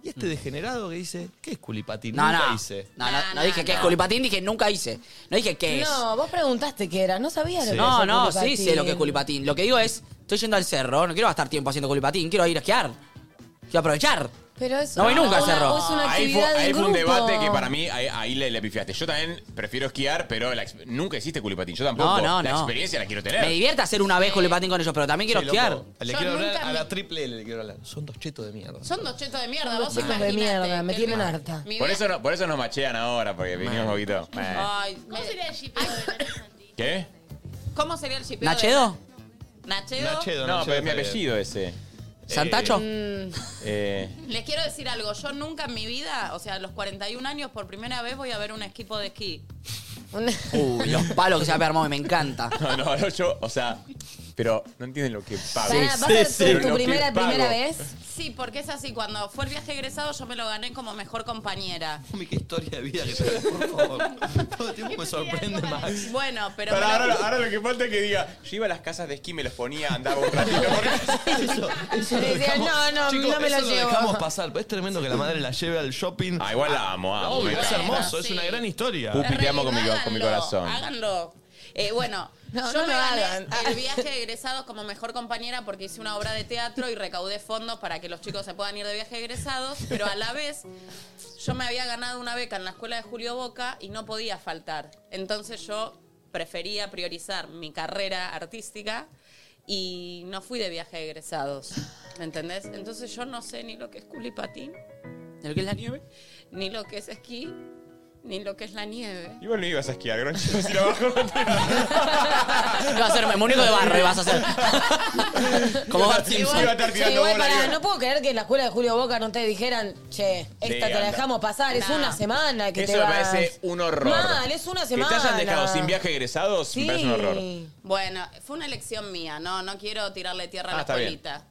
[SPEAKER 2] Y
[SPEAKER 4] Mm.
[SPEAKER 2] este degenerado que dice, ¿qué es culipatín?
[SPEAKER 3] No,
[SPEAKER 2] Nunca
[SPEAKER 3] no.
[SPEAKER 2] hice.
[SPEAKER 3] No, no, no dije que es culipatín, dije nunca hice. No dije qué es.
[SPEAKER 5] No, vos preguntaste qué era. No sabías lo que
[SPEAKER 3] No,
[SPEAKER 5] era
[SPEAKER 3] no, sí
[SPEAKER 5] culipatín.
[SPEAKER 3] sé lo que es culipatín. Lo que digo es, estoy yendo al cerro, no quiero gastar tiempo haciendo culipatín, quiero ir a esquiar. Quiero aprovechar.
[SPEAKER 5] Pero eso
[SPEAKER 3] No voy nunca al
[SPEAKER 5] es una-
[SPEAKER 3] cerro.
[SPEAKER 5] Es una
[SPEAKER 4] Ahí, fue,
[SPEAKER 5] actividad
[SPEAKER 4] ahí
[SPEAKER 5] en
[SPEAKER 4] fue un
[SPEAKER 5] grupo.
[SPEAKER 4] debate que para mí ahí, ahí le, le pifiaste. Yo también prefiero esquiar, pero la ex- nunca hiciste culipatín. Yo tampoco.
[SPEAKER 3] No, no,
[SPEAKER 4] la
[SPEAKER 3] no.
[SPEAKER 4] experiencia la quiero tener.
[SPEAKER 3] Me divierte hacer una vez culipatín con ellos, pero también quiero
[SPEAKER 2] Che, loco,
[SPEAKER 3] esquiar.
[SPEAKER 2] Le
[SPEAKER 8] Yo
[SPEAKER 2] quiero hablar
[SPEAKER 8] nunca
[SPEAKER 2] a
[SPEAKER 8] me-
[SPEAKER 2] la triple L, le quiero hablar. Son dos chetos de mierda.
[SPEAKER 8] Son dos chetos de mierda,
[SPEAKER 5] Los
[SPEAKER 8] vos
[SPEAKER 5] chicos de
[SPEAKER 8] imaginate
[SPEAKER 5] mierda, me
[SPEAKER 8] que
[SPEAKER 5] tienen
[SPEAKER 8] mi-
[SPEAKER 5] harta.
[SPEAKER 8] mi vida-
[SPEAKER 4] Por
[SPEAKER 8] Ah.
[SPEAKER 4] eso, no- por eso nos machean ahora, porque vinimos un poquito. eh.
[SPEAKER 8] Ay,
[SPEAKER 10] ¿Cómo
[SPEAKER 8] me-
[SPEAKER 10] sería el chipeo de Nacho?
[SPEAKER 4] ¿Qué?
[SPEAKER 8] ¿Cómo sería el chipeo? de-
[SPEAKER 3] ¿Nachedo?
[SPEAKER 8] ¿Nachedo?
[SPEAKER 4] No, pero mi apellido ese.
[SPEAKER 3] ¿Santacho?
[SPEAKER 4] Eh,
[SPEAKER 8] Les quiero decir algo. Yo nunca en mi vida, o sea, a los 41 años, por primera vez voy a ver un equipo de esquí.
[SPEAKER 3] Uy, los palos que se había armado me encanta.
[SPEAKER 4] no, no, no, yo, o sea, pero no entienden lo que pago.
[SPEAKER 5] Pará, ¿vas a ser tu- tu primera- primera vez?
[SPEAKER 8] Sí, porque es así. Cuando fue el viaje egresado, yo me lo gané como mejor compañera.
[SPEAKER 2] Mami, qué historia de vida que tenés, por favor. Todo el tiempo me sorprende más.
[SPEAKER 8] Bueno, pero.
[SPEAKER 4] Pero
[SPEAKER 8] me lo-
[SPEAKER 4] ahora, ahora lo que falta es que diga, yo iba a las casas de esquí, me los ponía, andaba un ratito.
[SPEAKER 2] Eso, eso
[SPEAKER 5] Decía,
[SPEAKER 2] lo dejamos,
[SPEAKER 5] no, no,
[SPEAKER 2] chicos,
[SPEAKER 5] no me
[SPEAKER 2] eso
[SPEAKER 5] la
[SPEAKER 2] lo
[SPEAKER 5] llevo.
[SPEAKER 2] dejamos pasar. Es tremendo que la madre la lleve al shopping.
[SPEAKER 4] Ah, igual la amo, amo.
[SPEAKER 2] Obvio,
[SPEAKER 4] me
[SPEAKER 2] es
[SPEAKER 4] encanta.
[SPEAKER 2] hermoso, es una gran historia.
[SPEAKER 4] Pupi, te amo con mi,
[SPEAKER 8] Háganlo,
[SPEAKER 4] con mi corazón.
[SPEAKER 8] Háganlo. Eh, bueno,
[SPEAKER 5] No,
[SPEAKER 8] yo
[SPEAKER 5] no
[SPEAKER 8] me
[SPEAKER 5] lo
[SPEAKER 8] gané
[SPEAKER 5] hagan.
[SPEAKER 8] el viaje de egresados como mejor compañera porque hice una obra de teatro y recaudé fondos para que los chicos se puedan ir de viaje de egresados, pero a la vez yo me había ganado una beca en la escuela de Julio Boca y no podía faltar. Entonces yo prefería priorizar mi carrera artística y no fui de viaje de egresados. ¿Me entendés? Entonces yo no sé ni lo que es culipatín,
[SPEAKER 3] ¿El que es la nieve?
[SPEAKER 8] ni lo que es esquí, ni lo que es la nieve.
[SPEAKER 4] Igual no ibas a esquiar, Groncho, si lo bajo.
[SPEAKER 3] Iba Ah, a ser muñeco de barro, ibas a hacer. Como Bart Simpson.
[SPEAKER 4] Iba a estar tirando
[SPEAKER 5] Igual,
[SPEAKER 4] bola,
[SPEAKER 5] pará,
[SPEAKER 4] iba-
[SPEAKER 5] no puedo creer que en la escuela de Julio Boca no te dijeran, che, esta te la
[SPEAKER 4] anda.
[SPEAKER 5] dejamos pasar, es
[SPEAKER 8] Nah.
[SPEAKER 5] una semana que
[SPEAKER 4] Eso
[SPEAKER 5] te
[SPEAKER 4] me
[SPEAKER 5] vas.
[SPEAKER 4] parece un horror.
[SPEAKER 5] Mal, es una
[SPEAKER 4] Que te hayan
[SPEAKER 5] semana.
[SPEAKER 4] dejado sin viaje egresados, me parece un horror.
[SPEAKER 5] Sí.
[SPEAKER 8] Bueno, fue una elección mía, no, no quiero tirarle tierra
[SPEAKER 4] Ah,
[SPEAKER 8] a la
[SPEAKER 4] está bien.
[SPEAKER 8] escuelita.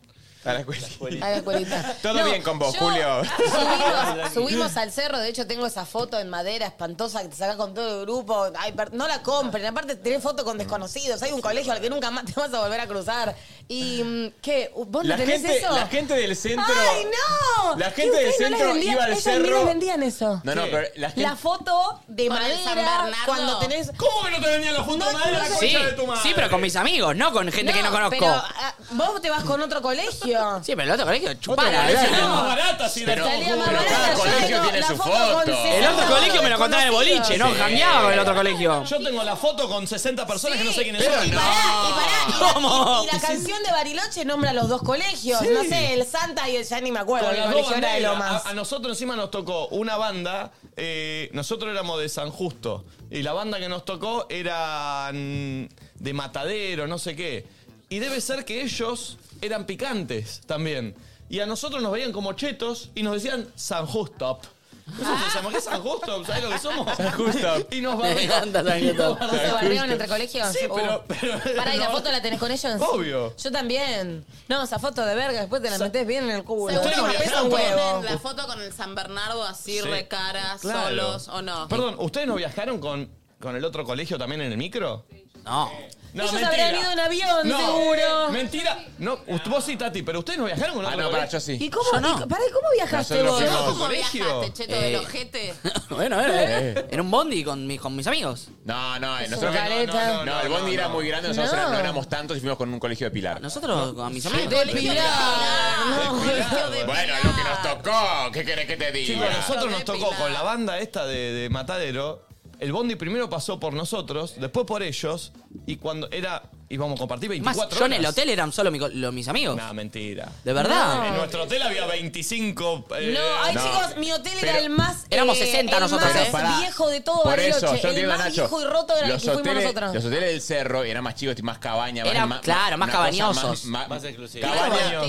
[SPEAKER 4] A la escuela.
[SPEAKER 5] A la escuelita.
[SPEAKER 4] Todo bien con vos,
[SPEAKER 5] yo-
[SPEAKER 4] Julio.
[SPEAKER 5] Subimos, subimos al cerro, de hecho tengo esa foto en madera espantosa que te sacás con todo el grupo. Ay, per- no la compren, aparte tenés foto con desconocidos. Hay un colegio al que nunca más te vas a volver a cruzar. ¿Y mm, qué? ¿Vos
[SPEAKER 4] La
[SPEAKER 5] no tenés
[SPEAKER 4] gente,
[SPEAKER 5] eso?
[SPEAKER 4] la gente del centro.
[SPEAKER 5] ¡Ay, no!
[SPEAKER 4] La
[SPEAKER 5] ¿Que
[SPEAKER 4] gente del
[SPEAKER 5] ustedes no les
[SPEAKER 4] centro
[SPEAKER 5] vendían-
[SPEAKER 4] iba al
[SPEAKER 5] ellos
[SPEAKER 4] cerro-
[SPEAKER 5] ni les vendían eso.
[SPEAKER 4] No, no, pero la gente.
[SPEAKER 5] La foto de
[SPEAKER 8] Con el San
[SPEAKER 5] madera
[SPEAKER 8] Bernardo.
[SPEAKER 5] cuando tenés...
[SPEAKER 2] ¿Cómo que no te vendían los juntos de madera la
[SPEAKER 3] Sí,
[SPEAKER 2] concha de tu madre?
[SPEAKER 3] sí, pero con mis amigos, no con gente que no conozco.
[SPEAKER 5] pero, ah, vos te vas con otro colegio.
[SPEAKER 3] Sí, pero el otro colegio chupala.
[SPEAKER 4] colegio,
[SPEAKER 3] ¿verdad?
[SPEAKER 4] no.
[SPEAKER 2] más barata, sí,
[SPEAKER 4] Pero-
[SPEAKER 5] Salía más
[SPEAKER 4] pero
[SPEAKER 5] barata,
[SPEAKER 4] cada
[SPEAKER 5] yo
[SPEAKER 4] colegio
[SPEAKER 5] tengo
[SPEAKER 4] tiene
[SPEAKER 5] la
[SPEAKER 4] su
[SPEAKER 5] con
[SPEAKER 4] foto.
[SPEAKER 5] 60
[SPEAKER 3] El otro colegio me lo contaba en el
[SPEAKER 5] desconocidos.
[SPEAKER 3] boliche, no
[SPEAKER 4] Sí.
[SPEAKER 3] cambiaba con el otro colegio.
[SPEAKER 2] Yo tengo la foto con 60 personas que no sé quiénes
[SPEAKER 4] Pero
[SPEAKER 2] son.
[SPEAKER 4] no.
[SPEAKER 5] Pará, y pará, y
[SPEAKER 3] ¿Cómo?
[SPEAKER 5] la, y la canción de Bariloche nombra los dos colegios. No sé, el Santa y el ya ni me acuerdo.
[SPEAKER 2] Con
[SPEAKER 5] El
[SPEAKER 2] las dos
[SPEAKER 5] colegio era de
[SPEAKER 2] banderas.
[SPEAKER 5] Lomas.
[SPEAKER 2] A, a nosotros encima nos tocó una banda, eh, nosotros éramos de San Justo, y la banda que nos tocó era mm, de Matadero, no sé qué. Y debe ser que ellos eran picantes también. Y a nosotros nos veían como chetos y nos decían San Justo. Nosotros decíamos, ¿qué
[SPEAKER 5] ah,
[SPEAKER 2] es San Justo? ¿Sabes lo que somos? San
[SPEAKER 4] Justo.
[SPEAKER 2] Y nos
[SPEAKER 3] Me encanta
[SPEAKER 2] bardeaban.
[SPEAKER 3] esa nieto.
[SPEAKER 5] ¿No se barrieron entre colegios? Uh.
[SPEAKER 2] Sí, pero- pero-
[SPEAKER 5] Pará, ¿y la
[SPEAKER 2] no.
[SPEAKER 5] foto la tenés con ellos?
[SPEAKER 2] Obvio.
[SPEAKER 5] Yo también. No, esa foto de verga, después te la metés bien en el culo.
[SPEAKER 8] Seguro
[SPEAKER 2] Ustedes
[SPEAKER 5] Bueno,
[SPEAKER 8] que
[SPEAKER 5] pesa
[SPEAKER 2] viajaron
[SPEAKER 5] un
[SPEAKER 8] ponen
[SPEAKER 2] con-
[SPEAKER 5] huevo.
[SPEAKER 8] La foto con el San Bernardo así,
[SPEAKER 2] Sí.
[SPEAKER 8] re cara,
[SPEAKER 2] Claro.
[SPEAKER 8] solos o no.
[SPEAKER 2] Perdón, ¿ustedes no viajaron con, con el otro colegio también en el micro?
[SPEAKER 3] No.
[SPEAKER 2] No,
[SPEAKER 12] Ellos
[SPEAKER 2] mentira.
[SPEAKER 12] habrán ido en avión,
[SPEAKER 2] No,
[SPEAKER 12] seguro.
[SPEAKER 2] Mentira. No, usted- vos sí, Tati, pero ustedes no viajaron con
[SPEAKER 4] Ah, no, para, yo sí.
[SPEAKER 12] ¿Y cómo, y- pará, ¿y cómo viajaste
[SPEAKER 2] Nosotros
[SPEAKER 12] vos?
[SPEAKER 2] fuimos al
[SPEAKER 12] ¿Cómo
[SPEAKER 2] colegio.
[SPEAKER 8] Viajaste, cheto, del
[SPEAKER 3] Eh.
[SPEAKER 8] ojete.
[SPEAKER 3] bueno, era, era un bondi con, mi- con mis amigos.
[SPEAKER 4] No, no, eh,
[SPEAKER 8] Es
[SPEAKER 4] nosotros.
[SPEAKER 8] una
[SPEAKER 4] No,
[SPEAKER 8] careta.
[SPEAKER 4] no, no, el bondi era muy grande, nosotros
[SPEAKER 8] No.
[SPEAKER 4] era- no éramos tantos y fuimos con un colegio de Pilar.
[SPEAKER 3] Nosotros con mis amigos.
[SPEAKER 8] colegio de Pilar, no, colegio de
[SPEAKER 4] Bueno,
[SPEAKER 8] Pilar.
[SPEAKER 4] lo que nos tocó, ¿qué querés que te diga?
[SPEAKER 2] Chicos, a nosotros nos tocó con la banda esta de, de Matadero. El bondi primero pasó por nosotros, después por ellos, y cuando era. íbamos a compartir
[SPEAKER 3] Más,
[SPEAKER 2] 24
[SPEAKER 3] yo en el
[SPEAKER 2] horas.
[SPEAKER 3] hotel eran solo mi co- lo- mis amigos.
[SPEAKER 2] No, mentira.
[SPEAKER 3] ¿De verdad?
[SPEAKER 2] En nuestro hotel había 25. eh,
[SPEAKER 12] No, ay chicos, mi hotel era
[SPEAKER 2] Pero-
[SPEAKER 12] el más.
[SPEAKER 3] Éramos 60
[SPEAKER 12] el
[SPEAKER 3] nosotros,
[SPEAKER 12] más
[SPEAKER 3] ¿eh?
[SPEAKER 4] Pará.
[SPEAKER 12] viejo de todo
[SPEAKER 4] Por
[SPEAKER 12] Bariloche.
[SPEAKER 4] eso, yo
[SPEAKER 12] el
[SPEAKER 4] entiendo,
[SPEAKER 12] más
[SPEAKER 4] Nacho.
[SPEAKER 12] viejo y roto era el
[SPEAKER 4] los
[SPEAKER 12] que fuimos
[SPEAKER 4] hoteles,
[SPEAKER 12] nosotros.
[SPEAKER 4] los hoteles del cerro eran más chicos, y más cabañas.
[SPEAKER 3] Eran,
[SPEAKER 4] más,
[SPEAKER 3] claro, más
[SPEAKER 4] una cosa
[SPEAKER 3] cabañosos.
[SPEAKER 4] Más,
[SPEAKER 16] Más exclusivo.
[SPEAKER 4] cabaña.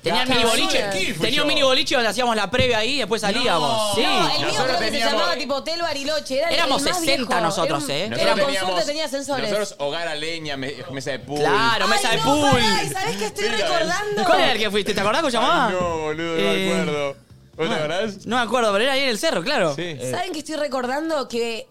[SPEAKER 3] Tenían
[SPEAKER 4] Ca-
[SPEAKER 3] mini boliche.
[SPEAKER 4] Cabañosos. ¿Qué fui
[SPEAKER 3] Tenía un
[SPEAKER 4] yo?
[SPEAKER 3] mini boliche donde hacíamos la previa ahí y después salíamos. sí.
[SPEAKER 12] No, el mío
[SPEAKER 4] Nosotros
[SPEAKER 12] creo que se
[SPEAKER 4] teníamos-
[SPEAKER 12] llamaba tipo Hotel Bariloche. Era el-
[SPEAKER 3] Éramos
[SPEAKER 12] el más
[SPEAKER 3] 60
[SPEAKER 12] viejo. Era
[SPEAKER 3] nosotros,
[SPEAKER 12] un-
[SPEAKER 3] ¿eh?
[SPEAKER 12] Era
[SPEAKER 4] Nosotros
[SPEAKER 12] con suerte tenía ascensores.
[SPEAKER 4] Nosotros hogar a leña, me- mesa de pool.
[SPEAKER 3] Claro, mesa
[SPEAKER 12] Ay,
[SPEAKER 3] de
[SPEAKER 12] no,
[SPEAKER 3] pool.
[SPEAKER 12] pará, ¿y ¿Sabés qué estoy
[SPEAKER 4] Mira, el-
[SPEAKER 12] recordando?
[SPEAKER 3] ¿Cuál era el que fuiste? ¿Te acordás cómo llamaba?
[SPEAKER 4] Ay, no, boludo, no
[SPEAKER 3] Eh,
[SPEAKER 4] me acuerdo. ¿Vos te acordás?
[SPEAKER 3] No me acuerdo, pero era ahí en el cerro, claro.
[SPEAKER 4] Sí.
[SPEAKER 5] ¿Saben que estoy recordando que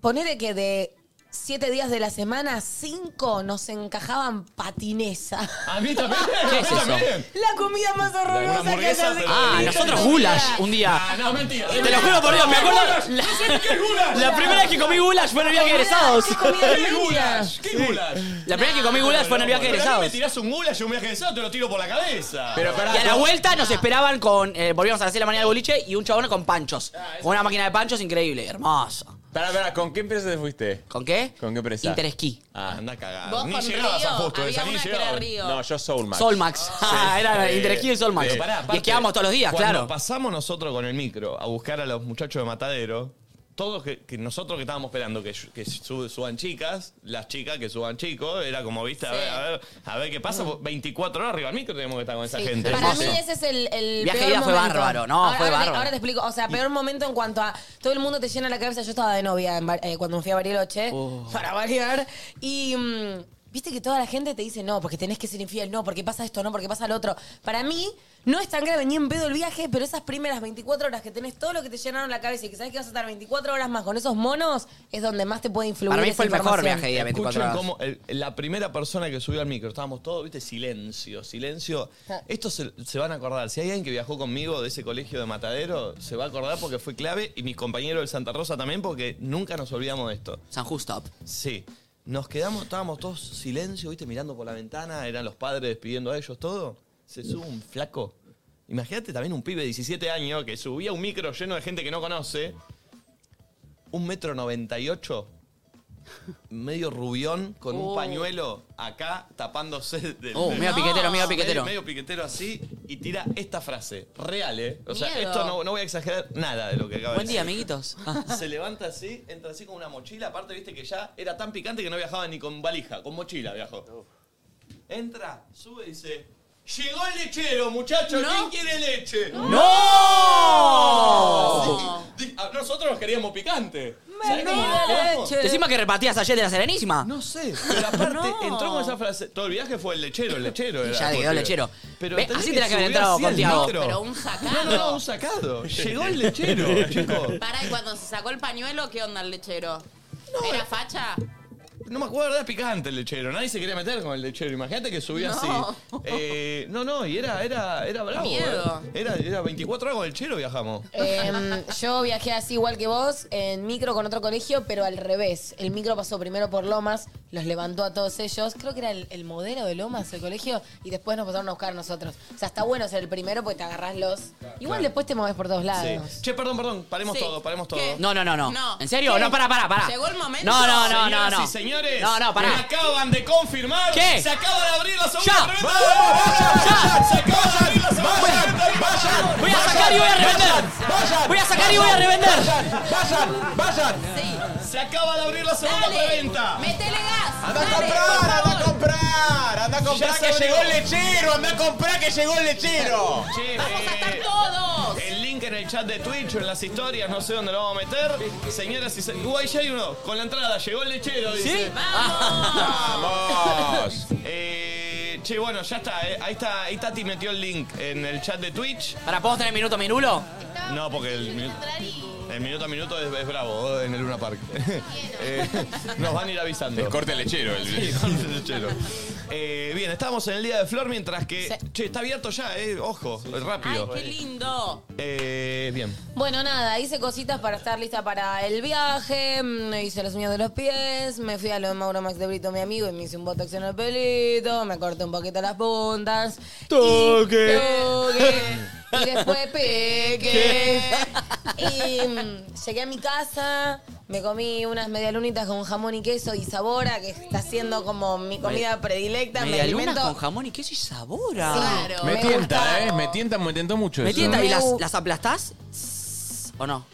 [SPEAKER 5] ponele que de siete días de la semana, cinco nos encajaban patinesa?
[SPEAKER 2] A mí también. a mí
[SPEAKER 3] es eso?
[SPEAKER 2] también.
[SPEAKER 5] La comida más
[SPEAKER 2] Una
[SPEAKER 5] horrorosa que
[SPEAKER 2] hamburguesa,
[SPEAKER 5] hayas
[SPEAKER 2] pero-
[SPEAKER 3] Ah, nosotros goulash un día.
[SPEAKER 2] Ah, no, mentira.
[SPEAKER 3] Te lo juro por Dios, me acuerdo. La,
[SPEAKER 2] ¿Qué es goulash?
[SPEAKER 3] la primera vez que comí goulash fue en el viaje de egresados.
[SPEAKER 2] ¿Qué goulash? ¿Qué goulash?
[SPEAKER 3] La primera vez que comí goulash fue en el viaje de
[SPEAKER 2] Pero a mí me
[SPEAKER 3] egresados.
[SPEAKER 2] tirás un goulash y un viaje de egresado, te lo tiro por la cabeza.
[SPEAKER 4] Pero pará,
[SPEAKER 3] Y a la
[SPEAKER 4] no-
[SPEAKER 3] vuelta nos esperaban con. eh, volvíamos a hacer la mañana del boliche y un chabón con panchos. Con una máquina de panchos increíble, hermoso.
[SPEAKER 4] Ah, Pará, pará, ¿con qué empresa te fuiste?
[SPEAKER 3] ¿Con qué?
[SPEAKER 4] ¿Con qué empresa?
[SPEAKER 3] Interesquí.
[SPEAKER 2] Ah, anda a cagar.
[SPEAKER 8] Vos
[SPEAKER 2] ni
[SPEAKER 8] con
[SPEAKER 2] llegabas a
[SPEAKER 8] Río,
[SPEAKER 2] justo
[SPEAKER 8] había
[SPEAKER 2] esa, ni
[SPEAKER 8] una que
[SPEAKER 2] llegabas.
[SPEAKER 8] era Río.
[SPEAKER 4] No, yo Soulmax.
[SPEAKER 3] Solmax. Ah, era
[SPEAKER 4] Sí.
[SPEAKER 3] Interesquí y Solmax.
[SPEAKER 4] Sí.
[SPEAKER 2] Pero pará,
[SPEAKER 3] Y
[SPEAKER 2] aparte,
[SPEAKER 3] esquiábamos todos los días,
[SPEAKER 2] Eh, cuando
[SPEAKER 3] claro.
[SPEAKER 2] pasamos nosotros con el micro a buscar a los muchachos de Matadero, todos que, que nosotros que estábamos esperando que, que sub- suban chicas, las chicas que suban chicos, era como, viste, a,
[SPEAKER 8] Sí.
[SPEAKER 2] ver, a ver, a ver qué pasa, 24 horas arriba del micro tenemos que estar con esa gente.
[SPEAKER 5] Para
[SPEAKER 2] Hermoso.
[SPEAKER 5] mí ese es el, el
[SPEAKER 3] Viaje de
[SPEAKER 5] peor
[SPEAKER 3] ida fue
[SPEAKER 5] momento.
[SPEAKER 3] bárbaro, no,
[SPEAKER 5] ahora,
[SPEAKER 3] fue
[SPEAKER 5] ahora te-
[SPEAKER 3] bárbaro.
[SPEAKER 5] ahora te explico, o sea, peor momento en cuanto a todo el mundo te llena la cabeza. Yo estaba de novia en Bar- eh, cuando me fui a Bariloche,
[SPEAKER 2] Oh.
[SPEAKER 5] para variar, y... mm, Viste que toda la gente te dice no, porque tenés que ser infiel, no, porque pasa esto, no, porque pasa lo otro. Para mí, no es tan grave ni en pedo el viaje, pero esas primeras 24 horas que tenés todo lo que te llenaron la cabeza y que sabes que vas a estar 24 horas más con esos monos, es donde más te puede influir.
[SPEAKER 3] Para mí
[SPEAKER 5] esa
[SPEAKER 3] fue el mejor
[SPEAKER 5] información.
[SPEAKER 3] viaje de ida, 24
[SPEAKER 2] Escuchen
[SPEAKER 3] horas.
[SPEAKER 2] cómo el- la primera persona que subió al micro, estábamos todos, viste, silencio, silencio. Esto se, se van a acordar. Si hay alguien que viajó conmigo de ese colegio de Matadero, se va a acordar porque fue clave y mis compañeros del Santa Rosa también porque nunca nos olvidamos de esto.
[SPEAKER 3] San Justo.
[SPEAKER 2] Sí. Nos quedamos, estábamos todos silencio, viste, mirando por la ventana, eran los padres despidiendo a ellos, todo. Se sube un flaco. Imagínate también un pibe de 17 años que subía un micro lleno de gente que no conoce. Un metro 98, medio rubión, con un pañuelo acá tapándose del.
[SPEAKER 3] Oh,
[SPEAKER 2] del-
[SPEAKER 3] medio piquetero, medio piquetero.
[SPEAKER 2] Medio, medio piquetero así y tira esta frase. Real, ¿eh? O sea,
[SPEAKER 8] Miedo.
[SPEAKER 2] esto no, no voy a exagerar nada de lo que acaba
[SPEAKER 3] Buen
[SPEAKER 2] de
[SPEAKER 3] día,
[SPEAKER 2] decir.
[SPEAKER 3] amiguitos. Ah.
[SPEAKER 2] Se levanta así, entra así con una mochila. Aparte, viste que ya era tan picante que no viajaba ni con valija, con mochila viajó. Entra, sube y dice: Llegó el lechero, muchachos, ¿quién quiere leche?
[SPEAKER 3] ¡No!
[SPEAKER 2] Di- a- Nosotros queríamos picante.
[SPEAKER 5] Me
[SPEAKER 2] ¿Sabés cómo
[SPEAKER 5] olvidé
[SPEAKER 2] nos quedamos?
[SPEAKER 5] leche.
[SPEAKER 3] Decimos que repartías ayer de la Serenísima.
[SPEAKER 2] No sé, pero aparte entró con esa frase. Todo el viaje fue el lechero, el lechero.
[SPEAKER 3] Y
[SPEAKER 2] era,
[SPEAKER 3] ya te quedó
[SPEAKER 2] porque-
[SPEAKER 3] lechero.
[SPEAKER 2] Pero
[SPEAKER 3] Ve,
[SPEAKER 2] entendés
[SPEAKER 3] así tenés que haber
[SPEAKER 2] subió
[SPEAKER 3] entrado
[SPEAKER 2] así
[SPEAKER 3] con
[SPEAKER 2] al
[SPEAKER 3] Tiago.
[SPEAKER 2] micro.
[SPEAKER 8] Pero un
[SPEAKER 2] No,
[SPEAKER 8] sacado.
[SPEAKER 2] no, un sacado. Llegó el lechero, chicos.
[SPEAKER 8] Para, y cuando se sacó el pañuelo, ¿qué onda el lechero? ¿Era facha?
[SPEAKER 2] No me acuerdo, era picante el lechero. Nadie se quería meter con el lechero. Imagínate que subía
[SPEAKER 8] No.
[SPEAKER 2] así. Eh, no, no, y era, era, era bravo.
[SPEAKER 8] Miedo.
[SPEAKER 2] eh. Era, era 24 horas con el lechero viajamos.
[SPEAKER 5] Em, yo viajé así igual que vos, en micro con otro colegio, pero al revés. El micro pasó primero por Lomas, los levantó a todos ellos. Creo que era el, el modelo de Lomas, el colegio, y después nos pasaron a buscar a nosotros. O sea, está bueno ser el primero porque te agarrás los. Igual después te moves por todos
[SPEAKER 2] Sí.
[SPEAKER 5] lados.
[SPEAKER 2] Che, perdón, perdón. Paremos
[SPEAKER 8] Sí.
[SPEAKER 2] todo, paremos todo.
[SPEAKER 8] ¿Qué?
[SPEAKER 3] No, no, no, no.
[SPEAKER 8] No.
[SPEAKER 3] ¿En serio?
[SPEAKER 8] ¿Qué?
[SPEAKER 3] No, para, para, para.
[SPEAKER 8] ¿Llegó el momento?
[SPEAKER 3] No, no, no, no,
[SPEAKER 2] Señoras
[SPEAKER 3] no.
[SPEAKER 2] y señores,
[SPEAKER 3] No, no,
[SPEAKER 2] me
[SPEAKER 3] pará.
[SPEAKER 2] acaban de confirmar.
[SPEAKER 3] ¿Qué?
[SPEAKER 2] Se acaba de abrir la segunda
[SPEAKER 3] Ya.
[SPEAKER 2] reventa.
[SPEAKER 3] Ya, ya.
[SPEAKER 2] Se acaba de abrir la segunda reventa.
[SPEAKER 3] Voy a sacar y voy a revender. Voy a sacar y voy a revender.
[SPEAKER 11] ¡Vayan! ¡Vayan!
[SPEAKER 8] Sí.
[SPEAKER 2] Se acaba de abrir la segunda
[SPEAKER 8] Dale.
[SPEAKER 2] reventa.
[SPEAKER 8] Métele gas.
[SPEAKER 11] ¡Anda a
[SPEAKER 8] Dale, por
[SPEAKER 11] comprar!
[SPEAKER 8] favor.
[SPEAKER 11] ¡Anda a comprar! ¡Anda a
[SPEAKER 2] Ya
[SPEAKER 11] comprar que
[SPEAKER 2] saben
[SPEAKER 11] llegó el
[SPEAKER 2] dónde.
[SPEAKER 11] lechero! ¡Anda a comprar que llegó el lechero!
[SPEAKER 2] Che,
[SPEAKER 8] Vamos a estar
[SPEAKER 2] eh,
[SPEAKER 8] todos.
[SPEAKER 2] El link en el chat de Twitch o en las historias, no sé dónde lo vamos a meter. Señoras y señores. Uy, ya hay uno. Con la entrada, llegó el lechero, dice.
[SPEAKER 4] ¡Vamos!
[SPEAKER 2] Eh, che, bueno, ya está. eh. Ahí está. Ahí Tati metió el link en el chat de Twitch.
[SPEAKER 3] Para, ¿podemos tener minuto minulo?
[SPEAKER 10] Estaba
[SPEAKER 2] No, porque el, minu- el minuto a minuto es, es bravo eh, en el Luna Park. Eh, nos van a ir avisando.
[SPEAKER 4] Es corte lechero el-
[SPEAKER 2] Sí, corte lechero. Eh, bien, estamos en el día de Flor mientras que. Che, está abierto ya, eh. Ojo, rápido.
[SPEAKER 8] Qué lindo.
[SPEAKER 2] Eh, bien.
[SPEAKER 5] Bueno, nada, hice cositas para estar lista para el viaje, mm, me hice las uñas de los pies, me fui a lo de Mauro Max de Brito, mi amigo, y me hice un botox en el pelito, me corté un poquito las puntas. y-
[SPEAKER 7] Toque.
[SPEAKER 5] Toque. Y después peque. Y mm, llegué a mi casa, me comí unas medialunitas con jamón y queso y sabora, que está siendo como mi comida predilecta, me
[SPEAKER 3] Medialunas
[SPEAKER 5] alimento.
[SPEAKER 3] con jamón y queso y sabora.
[SPEAKER 5] Claro.
[SPEAKER 4] Me tienta, ¿eh? Me tienta, me tentó mucho
[SPEAKER 3] ¿Me
[SPEAKER 4] eso.
[SPEAKER 3] tienta? ¿Y las, las aplastás? ¿O no?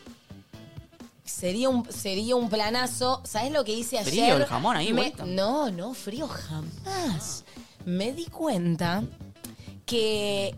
[SPEAKER 5] Sería un, sería un planazo. ¿Sabes lo que hice ayer?
[SPEAKER 3] Frío el jamón ahí,
[SPEAKER 5] Me-
[SPEAKER 3] vuelta.
[SPEAKER 5] No, no, frío jamás. Me di cuenta que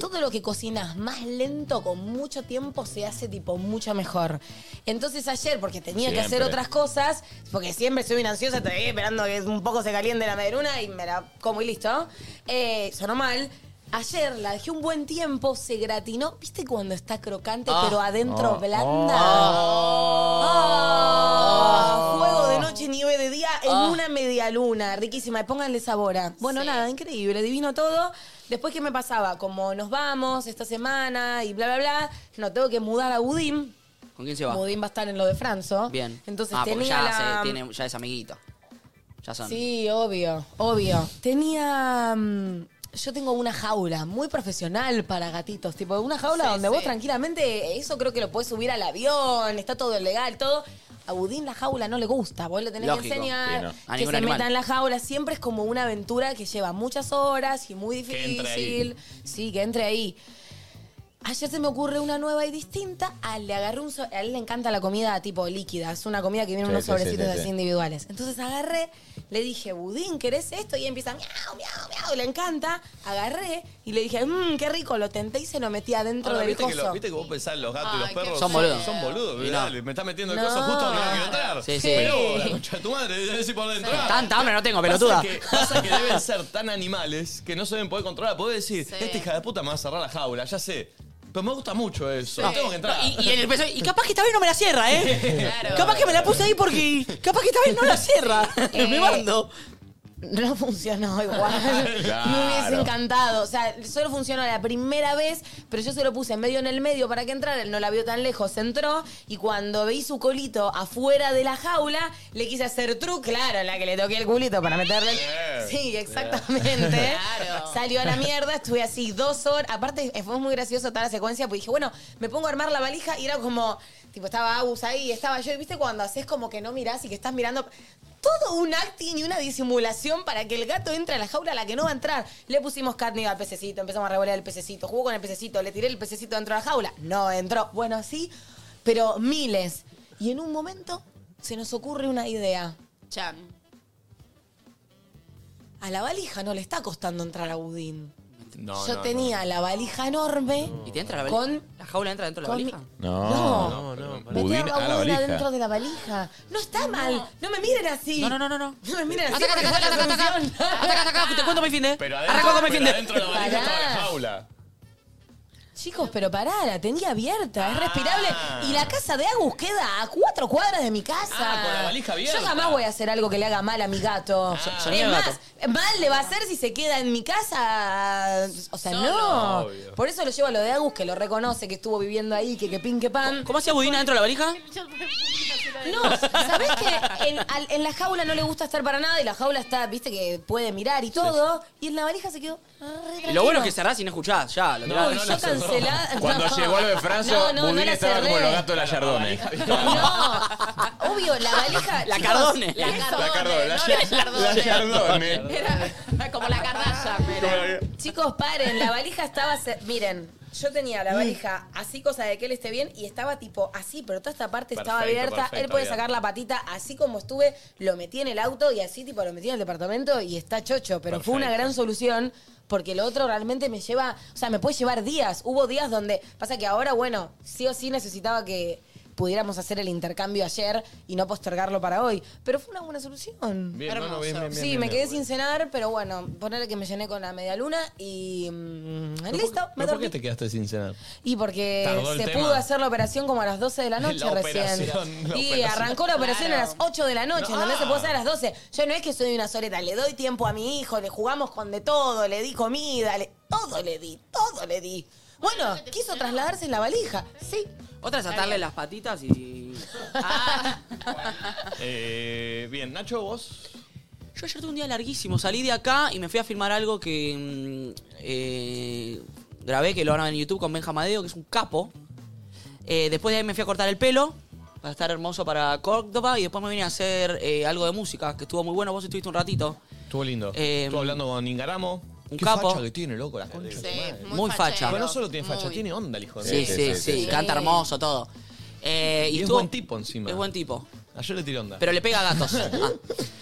[SPEAKER 5] todo lo que cocinas más lento, con mucho tiempo, se hace tipo mucho mejor. Entonces ayer, porque tenía que hacer
[SPEAKER 12] Siempre.
[SPEAKER 5] otras cosas, porque siempre soy una ansiosa, estoy ahí esperando que un poco se caliente la medruna y me la como y listo. Eh, sonó mal. Ayer la dejé un buen tiempo, se gratinó. ¿Viste cuando está crocante,
[SPEAKER 7] Ah.
[SPEAKER 5] pero adentro
[SPEAKER 7] Ah.
[SPEAKER 5] blanda?
[SPEAKER 7] Ah.
[SPEAKER 5] Ah, fuego de noche, nieve de día en
[SPEAKER 7] Ah.
[SPEAKER 5] una media luna. Riquísima. Y pónganle sabor. a. Oh. Bueno, nada, increíble, divino todo. Después, ¿qué me pasaba? Como nos vamos esta semana y bla, bla, bla. No tengo que mudar a Budín.
[SPEAKER 3] ¿Con quién se va?
[SPEAKER 5] Budín va a estar en lo de Franzo.
[SPEAKER 3] Bien.
[SPEAKER 5] Entonces
[SPEAKER 3] ah, porque
[SPEAKER 5] tenía
[SPEAKER 3] ya,
[SPEAKER 5] la-
[SPEAKER 3] se- tiene, ya es amiguito. Ya son.
[SPEAKER 5] Sí, obvio, obvio. Tenía. mm, yo tengo una jaula muy profesional para gatitos, tipo una jaula donde vos tranquilamente, eso creo que lo podés subir al avión, está todo legal, todo. A Budín la jaula no le gusta, vos le tenés
[SPEAKER 3] Lógico.
[SPEAKER 5] que enseñar
[SPEAKER 3] Sí, no. A
[SPEAKER 5] que
[SPEAKER 3] ningún
[SPEAKER 5] se
[SPEAKER 3] animal.
[SPEAKER 5] meta en la jaula. Siempre es como una aventura que lleva muchas horas y muy
[SPEAKER 3] Que entre ahí.
[SPEAKER 5] difícil. Sí, que entre ahí. Ayer se me ocurre una nueva y distinta. A él le agarré un so- a él le encanta la comida tipo líquida. Es una comida que viene en
[SPEAKER 12] Sí,
[SPEAKER 5] unos
[SPEAKER 12] sí, sí,
[SPEAKER 5] sobrecitos
[SPEAKER 12] sí, sí.
[SPEAKER 5] así individuales. Entonces agarré, le dije, Budín, ¿querés esto? Y empieza miau, miau, miau. Le encanta. Agarré y le dije, mmm, qué rico. Lo tenté y se lo metí adentro
[SPEAKER 2] Ahora,
[SPEAKER 5] del
[SPEAKER 2] ¿viste, que
[SPEAKER 5] coso.
[SPEAKER 2] lo- ¿Viste que vos pensás los gatos y los perros?
[SPEAKER 3] Son boludos.
[SPEAKER 2] Son boludos,
[SPEAKER 3] Y no.
[SPEAKER 2] dale, me estás metiendo el
[SPEAKER 3] No.
[SPEAKER 2] coso justo donde no quiero entrar.
[SPEAKER 3] Sí, sí.
[SPEAKER 2] Pero, la concha de tu madre, debes ir por dentro.
[SPEAKER 3] Tanta hambre no tengo,
[SPEAKER 2] Pasa
[SPEAKER 3] pelotuda.
[SPEAKER 2] que- Pasa que deben ser tan animales que no se deben poder controlar. Podés decir, esta hija de puta me va a cerrar la jaula, ya sé. Pero me gusta mucho eso.
[SPEAKER 3] Sí.
[SPEAKER 2] Tengo que entrar.
[SPEAKER 3] No, y- y en el peso- y capaz que esta vez no me la cierra, ¿eh? Capaz que me la puse ahí porque. Capaz que esta vez no la cierra. me
[SPEAKER 5] Eh,
[SPEAKER 3] mando.
[SPEAKER 5] No funcionó igual.
[SPEAKER 3] Claro.
[SPEAKER 5] Me hubiese encantado. O sea, solo funcionó la primera vez, pero yo se lo puse medio en el medio para que entrara. Él no la vio tan lejos, entró y cuando veí su colito afuera de la jaula, le quise hacer truco, claro, en la que le toqué el culito para meterle. el-
[SPEAKER 7] Sí.
[SPEAKER 5] Sí, exactamente. Salió a la mierda, estuve así dos horas. Aparte, eh, fue muy gracioso toda la secuencia, porque dije, bueno, me pongo a armar la valija y era como, tipo, estaba Agus ahí y estaba yo. Y viste cuando haces como que no mirás y que estás mirando. Todo un acting y una disimulación para que el gato entre a la jaula a la que no va a entrar. Le pusimos catnip al pececito, empezamos a revolear el pececito, jugó con el pececito, le tiré el pececito dentro de la jaula. No entró. Bueno, sí, pero miles. Y en un momento se nos ocurre una idea.
[SPEAKER 8] Chan.
[SPEAKER 5] A la valija no le está costando entrar a Budín.
[SPEAKER 2] No,
[SPEAKER 5] Yo
[SPEAKER 2] no,
[SPEAKER 5] tenía la valija enorme.
[SPEAKER 3] ¿Y te entra la valija?
[SPEAKER 5] Con-
[SPEAKER 3] ¿La jaula entra dentro de la
[SPEAKER 5] con mi-
[SPEAKER 3] valija?
[SPEAKER 4] No.
[SPEAKER 5] No.
[SPEAKER 4] No, no.
[SPEAKER 5] Metí a
[SPEAKER 4] Budín a la
[SPEAKER 5] Budín
[SPEAKER 4] valija.
[SPEAKER 5] adentro de la valija. No está mal. No me miren así.
[SPEAKER 3] No, no, no, no. No,
[SPEAKER 5] me miren así.
[SPEAKER 3] Ataca,
[SPEAKER 5] porque
[SPEAKER 3] ataca,
[SPEAKER 5] fue la
[SPEAKER 3] ataca, ataca,
[SPEAKER 5] solución.
[SPEAKER 3] Ataca, ataca, te cuento mi fin de.
[SPEAKER 2] Pero
[SPEAKER 3] Arranca
[SPEAKER 2] adentro,
[SPEAKER 3] cuando me
[SPEAKER 2] pero
[SPEAKER 3] finde.
[SPEAKER 2] adentro de la valija estaba la
[SPEAKER 5] Pará.
[SPEAKER 2] jaula.
[SPEAKER 5] Chicos, pero pará, la tenía abierta, es
[SPEAKER 2] Ah.
[SPEAKER 5] respirable. Y la casa de Agus queda a cuatro cuadras de mi casa.
[SPEAKER 2] Ah, con la valija abierta.
[SPEAKER 5] Yo jamás voy a hacer algo que le haga mal a mi gato.
[SPEAKER 3] sonido
[SPEAKER 5] es
[SPEAKER 3] Ah. de
[SPEAKER 5] más,
[SPEAKER 3] gato.
[SPEAKER 5] mal le va a hacer si se queda en mi casa. O sea,
[SPEAKER 3] Solo.
[SPEAKER 5] no.
[SPEAKER 3] Obvio.
[SPEAKER 5] Por eso lo llevo a lo de Agus, que lo reconoce, que estuvo viviendo ahí, que, que pin, que pan.
[SPEAKER 3] ¿Cómo hacía Budina dentro de la valija?
[SPEAKER 5] No, ¿sabés que en, al- en la jaula no le gusta estar para nada y la jaula está, viste, que puede mirar y todo? Y en la valija se quedó. re
[SPEAKER 3] Y lo bueno
[SPEAKER 5] tranquilo.
[SPEAKER 3] es que cerrás y no escuchás, ya. Lo
[SPEAKER 5] No,
[SPEAKER 3] mirás.
[SPEAKER 5] y yo cancelada.
[SPEAKER 4] Cuando
[SPEAKER 5] No.
[SPEAKER 4] llegó lo de Franzo,
[SPEAKER 5] No, no, no
[SPEAKER 4] Budín
[SPEAKER 5] la
[SPEAKER 4] estaba
[SPEAKER 5] cerré.
[SPEAKER 4] como los gatos de la Yardone.
[SPEAKER 5] Obvio, la valija.
[SPEAKER 4] La
[SPEAKER 5] chicos,
[SPEAKER 4] Cardone.
[SPEAKER 5] La
[SPEAKER 4] La
[SPEAKER 5] Cardone.
[SPEAKER 4] Cardone, la
[SPEAKER 5] no
[SPEAKER 4] Yar- la Yardone.
[SPEAKER 5] Era como la Cardalla. Chicos, paren, la valija estaba. ce- Miren. Yo tenía la valija así, cosa de que él esté bien, y estaba tipo así, pero toda esta parte estaba
[SPEAKER 12] Perfecto,
[SPEAKER 5] abierta. él
[SPEAKER 12] perfecto,
[SPEAKER 5] puede
[SPEAKER 12] bien.
[SPEAKER 5] sacar la patita así como estuve, lo metí en el auto y así, tipo, lo metí en el departamento y está chocho. Pero fue una
[SPEAKER 12] Perfecto.
[SPEAKER 5] gran solución porque lo otro realmente me lleva, o sea, me puede llevar días. Hubo días donde, pasa que ahora, bueno, sí o sí necesitaba que pudiéramos hacer el intercambio ayer y no postergarlo para hoy. Pero fue una buena solución.
[SPEAKER 2] Bien,
[SPEAKER 5] Hermoso.
[SPEAKER 2] mano, bien, bien, bien,
[SPEAKER 5] sí,
[SPEAKER 2] bien,
[SPEAKER 5] me
[SPEAKER 2] bien.
[SPEAKER 5] quedé sin cenar, pero bueno, ponerle que me llené con la media luna y mm, listo, me
[SPEAKER 2] ¿Pero ¿Por
[SPEAKER 5] dormí.
[SPEAKER 2] qué te quedaste sin cenar?
[SPEAKER 5] Y porque
[SPEAKER 2] Tardó el
[SPEAKER 5] se
[SPEAKER 2] tema.
[SPEAKER 5] pudo hacer la operación como a las 12 de la noche
[SPEAKER 2] La
[SPEAKER 5] recién.
[SPEAKER 2] operación, la
[SPEAKER 5] y
[SPEAKER 2] operación.
[SPEAKER 5] arrancó la operación a las 8 de la noche, ¿entendés? Se pudo hacer a las 12. Yo no es que soy una soleta, le doy tiempo a mi hijo, le jugamos con de todo, le di comida, le- todo le di, todo le di. Bueno, quiso trasladarse en la valija. Sí.
[SPEAKER 3] Otra es atarle las patitas y.
[SPEAKER 2] Eh, bien, Nacho, vos.
[SPEAKER 3] Yo ayer tuve un día larguísimo. Salí de acá y me fui a filmar algo que mm, eh, grabé, que lo harán en YouTube con Benja Madeo, que es un capo. Eh, después de ahí me fui a cortar el pelo para estar hermoso para Córdoba y después me vine a hacer eh, algo de música, que estuvo muy bueno. Vos estuviste un ratito. Eh,
[SPEAKER 2] Estuvo lindo. Estuvo hablando con Ingaramo.
[SPEAKER 3] Em. un
[SPEAKER 2] Qué
[SPEAKER 3] capo.
[SPEAKER 2] facha que tiene, loco, la concha. de su
[SPEAKER 3] Sí,
[SPEAKER 2] madre.
[SPEAKER 3] muy Muy fachero. fachero.
[SPEAKER 2] Pero no solo tiene facha,
[SPEAKER 3] Muy.
[SPEAKER 2] tiene onda el hijo de
[SPEAKER 4] este,
[SPEAKER 3] Sí, sí, sí, canta hermoso, todo. Eh,
[SPEAKER 2] y, es
[SPEAKER 3] estuvo-
[SPEAKER 2] buen tipo encima.
[SPEAKER 3] Es buen tipo.
[SPEAKER 2] Ayer le tiré onda.
[SPEAKER 3] Pero le pega a gatos.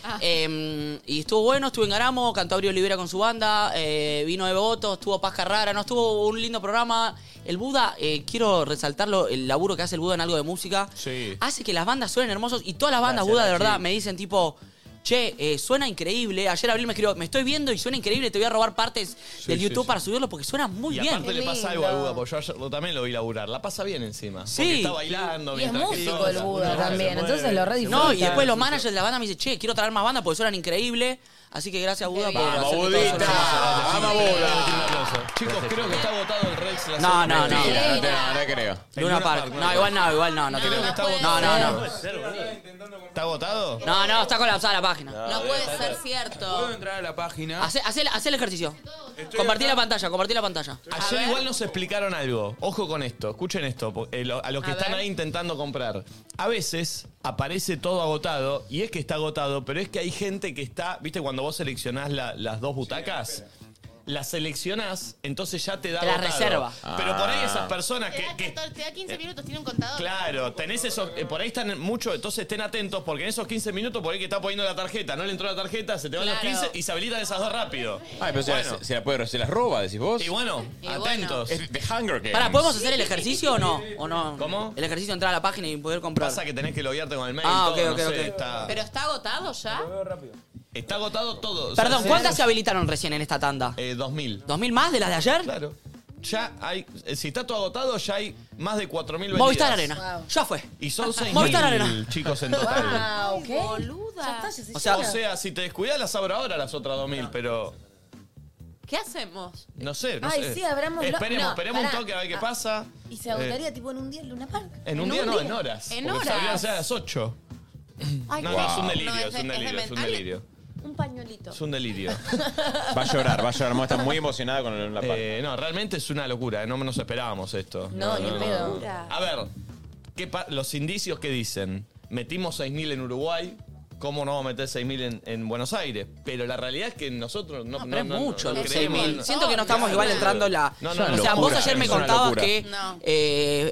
[SPEAKER 3] Ah. Eh, y estuvo bueno, estuve en Garamo, cantó Abril Olivera con su banda, eh, vino de Boto, estuvo Paz Carrara, no estuvo un lindo programa. El Buda, eh, quiero resaltarlo, el laburo que hace el Buda en algo de música,
[SPEAKER 2] Sí.
[SPEAKER 3] hace que las bandas suenen hermosos y todas las bandas
[SPEAKER 2] Gracias,
[SPEAKER 3] Buda, de
[SPEAKER 2] Nachi.
[SPEAKER 3] verdad, me dicen tipo... Che, eh, suena increíble. Ayer Abril me escribió, me estoy viendo y suena increíble. Te voy a robar partes del
[SPEAKER 2] sí,
[SPEAKER 3] YouTube
[SPEAKER 2] sí.
[SPEAKER 3] para subirlo porque suena muy
[SPEAKER 2] y
[SPEAKER 3] bien.
[SPEAKER 2] aparte le pasa algo al Buda, porque yo ayer lo- también lo vi laburar. La pasa bien encima.
[SPEAKER 3] Sí.
[SPEAKER 2] Porque está bailando.
[SPEAKER 5] Y es
[SPEAKER 2] mientras que
[SPEAKER 5] músico
[SPEAKER 2] toca.
[SPEAKER 5] el Buda
[SPEAKER 2] Una
[SPEAKER 5] también,
[SPEAKER 2] se mueve,
[SPEAKER 5] entonces lo re
[SPEAKER 2] se
[SPEAKER 5] disfruta.
[SPEAKER 3] No, y después los
[SPEAKER 5] Sí, sí.
[SPEAKER 3] managers de la banda me dicen, che, quiero traer más bandas porque suenan increíble. Así que gracias, Buda, por
[SPEAKER 2] Vamos,
[SPEAKER 3] hacer que todo
[SPEAKER 2] Budita.
[SPEAKER 3] suene hermoso.
[SPEAKER 2] Vamos,
[SPEAKER 3] Sí.
[SPEAKER 2] Buda. Chicos, creo que está agotado el Rex. la
[SPEAKER 3] No,
[SPEAKER 2] semana
[SPEAKER 3] no,
[SPEAKER 2] que
[SPEAKER 3] no.
[SPEAKER 2] viene.
[SPEAKER 4] No, no creo.
[SPEAKER 3] Luna Park. No, igual no, igual no. No,
[SPEAKER 2] Creo que está
[SPEAKER 3] no, no,
[SPEAKER 2] agotado.
[SPEAKER 3] no, no.
[SPEAKER 2] ¿Está agotado?
[SPEAKER 3] No, no, está colapsada la página.
[SPEAKER 8] No puede ser cierto.
[SPEAKER 11] Puedo entrar a la página.
[SPEAKER 3] Hacé, hacé el- hacé el ejercicio. Compartí la pantalla, compartí la pantalla.
[SPEAKER 2] Ayer igual nos explicaron algo. Ojo con esto, escuchen esto, po- eh, lo- a los que
[SPEAKER 3] A
[SPEAKER 2] están
[SPEAKER 3] ver.
[SPEAKER 2] ahí intentando comprar. A veces aparece todo agotado, y es que está agotado, pero es que hay gente que está, viste, cuando vos seleccionás la- las dos butacas. Las seleccionás, entonces ya te da.
[SPEAKER 3] Te las
[SPEAKER 2] agotado.
[SPEAKER 3] reserva.
[SPEAKER 2] Pero por ahí
[SPEAKER 4] Ah. Eh,
[SPEAKER 2] esas personas
[SPEAKER 10] Te
[SPEAKER 2] que.
[SPEAKER 10] da,
[SPEAKER 2] que-
[SPEAKER 10] 14, te da 15 minutos, tiene un contador.
[SPEAKER 2] claro, tenés esos. eh, por ahí están mucho, entonces estén atentos, porque en esos 15 minutos por ahí que está poniendo la tarjeta, no le entró la tarjeta, se te van
[SPEAKER 8] Claro.
[SPEAKER 2] los 15 y se habilitan esas dos rápido.
[SPEAKER 4] Ay, pero se,
[SPEAKER 2] Bueno.
[SPEAKER 4] se- se la puede, se las roba, decís vos.
[SPEAKER 2] Y bueno,
[SPEAKER 8] Y bueno.
[SPEAKER 2] atentos.
[SPEAKER 4] Es The Hunger Games.
[SPEAKER 3] Pará, ¿podemos hacer el ejercicio o no? ¿O no?
[SPEAKER 2] ¿Cómo?
[SPEAKER 3] El ejercicio de entrar a la página y poder comprar.
[SPEAKER 2] Pasa que tenés que loguearte con el mail.
[SPEAKER 3] Ah,
[SPEAKER 2] todo,
[SPEAKER 3] ok,
[SPEAKER 2] no
[SPEAKER 3] ok,
[SPEAKER 2] sé,
[SPEAKER 3] ok.
[SPEAKER 2] Está,
[SPEAKER 8] ¿Pero está agotado ya?
[SPEAKER 2] está agotado todo.
[SPEAKER 3] Perdón,
[SPEAKER 2] Sí.
[SPEAKER 3] ¿cuántas se habilitaron recién en esta tanda?
[SPEAKER 2] Eh, 2000.
[SPEAKER 3] ¿Dos mil más de las de ayer?
[SPEAKER 2] Claro. Ya hay. eh, Si está todo agotado, ya hay más de 4000 vendidas.
[SPEAKER 3] Movistar Arena. Ya fue.
[SPEAKER 2] Y son
[SPEAKER 3] Movistar Arena.
[SPEAKER 2] 6000 chicos en total.
[SPEAKER 5] Wow, ¿qué?
[SPEAKER 8] Boluda.
[SPEAKER 3] O sea,
[SPEAKER 2] O sea, si te descuidas, las abro ahora las otras 2000, pero.
[SPEAKER 8] ¿Qué hacemos?
[SPEAKER 2] No sé, no
[SPEAKER 5] Ay,
[SPEAKER 2] sé.
[SPEAKER 5] sí, abrámoslo.
[SPEAKER 2] Esperemos,
[SPEAKER 5] No,
[SPEAKER 2] esperemos
[SPEAKER 5] pará.
[SPEAKER 2] un toque a ver qué
[SPEAKER 5] Ah.
[SPEAKER 2] pasa.
[SPEAKER 5] Y se agotaría
[SPEAKER 2] Eh,
[SPEAKER 5] tipo en un día en Luna Park.
[SPEAKER 2] en un día, no, en horas.
[SPEAKER 8] En
[SPEAKER 2] porque
[SPEAKER 8] horas.
[SPEAKER 2] saldrían ya a las 8.
[SPEAKER 8] Ay,
[SPEAKER 2] No,
[SPEAKER 8] qué-
[SPEAKER 2] es un
[SPEAKER 8] No,
[SPEAKER 2] delirio,
[SPEAKER 8] es
[SPEAKER 2] es
[SPEAKER 8] de-
[SPEAKER 2] un
[SPEAKER 8] es
[SPEAKER 2] delirio, es un
[SPEAKER 8] demen-
[SPEAKER 2] delirio.
[SPEAKER 8] Un pañuelito.
[SPEAKER 2] Es un delirio.
[SPEAKER 4] Va a llorar, va a llorar. Mo está muy emocionada con la parte.
[SPEAKER 2] Eh, no, realmente es una locura. eh, No nos esperábamos esto.
[SPEAKER 5] No, ni en pedo.
[SPEAKER 2] A ver, ¿qué pa- los indicios que dicen. Metimos 6.000 en Uruguay, ¿cómo no vamos a meter 6.000 en, en Buenos Aires? Pero la realidad es que nosotros no.
[SPEAKER 3] No, pero
[SPEAKER 2] no-
[SPEAKER 3] es
[SPEAKER 2] no-
[SPEAKER 3] mucho,
[SPEAKER 2] no
[SPEAKER 3] los
[SPEAKER 2] creemos,
[SPEAKER 3] 6.000.
[SPEAKER 2] no-
[SPEAKER 3] Siento que no estamos
[SPEAKER 2] no,
[SPEAKER 3] igual
[SPEAKER 2] no,
[SPEAKER 3] entrando en la.
[SPEAKER 2] No, no,
[SPEAKER 3] o sea,
[SPEAKER 4] locura,
[SPEAKER 3] vos ayer me
[SPEAKER 4] es una
[SPEAKER 3] contabas
[SPEAKER 4] locura.
[SPEAKER 3] que
[SPEAKER 8] No.
[SPEAKER 3] eh,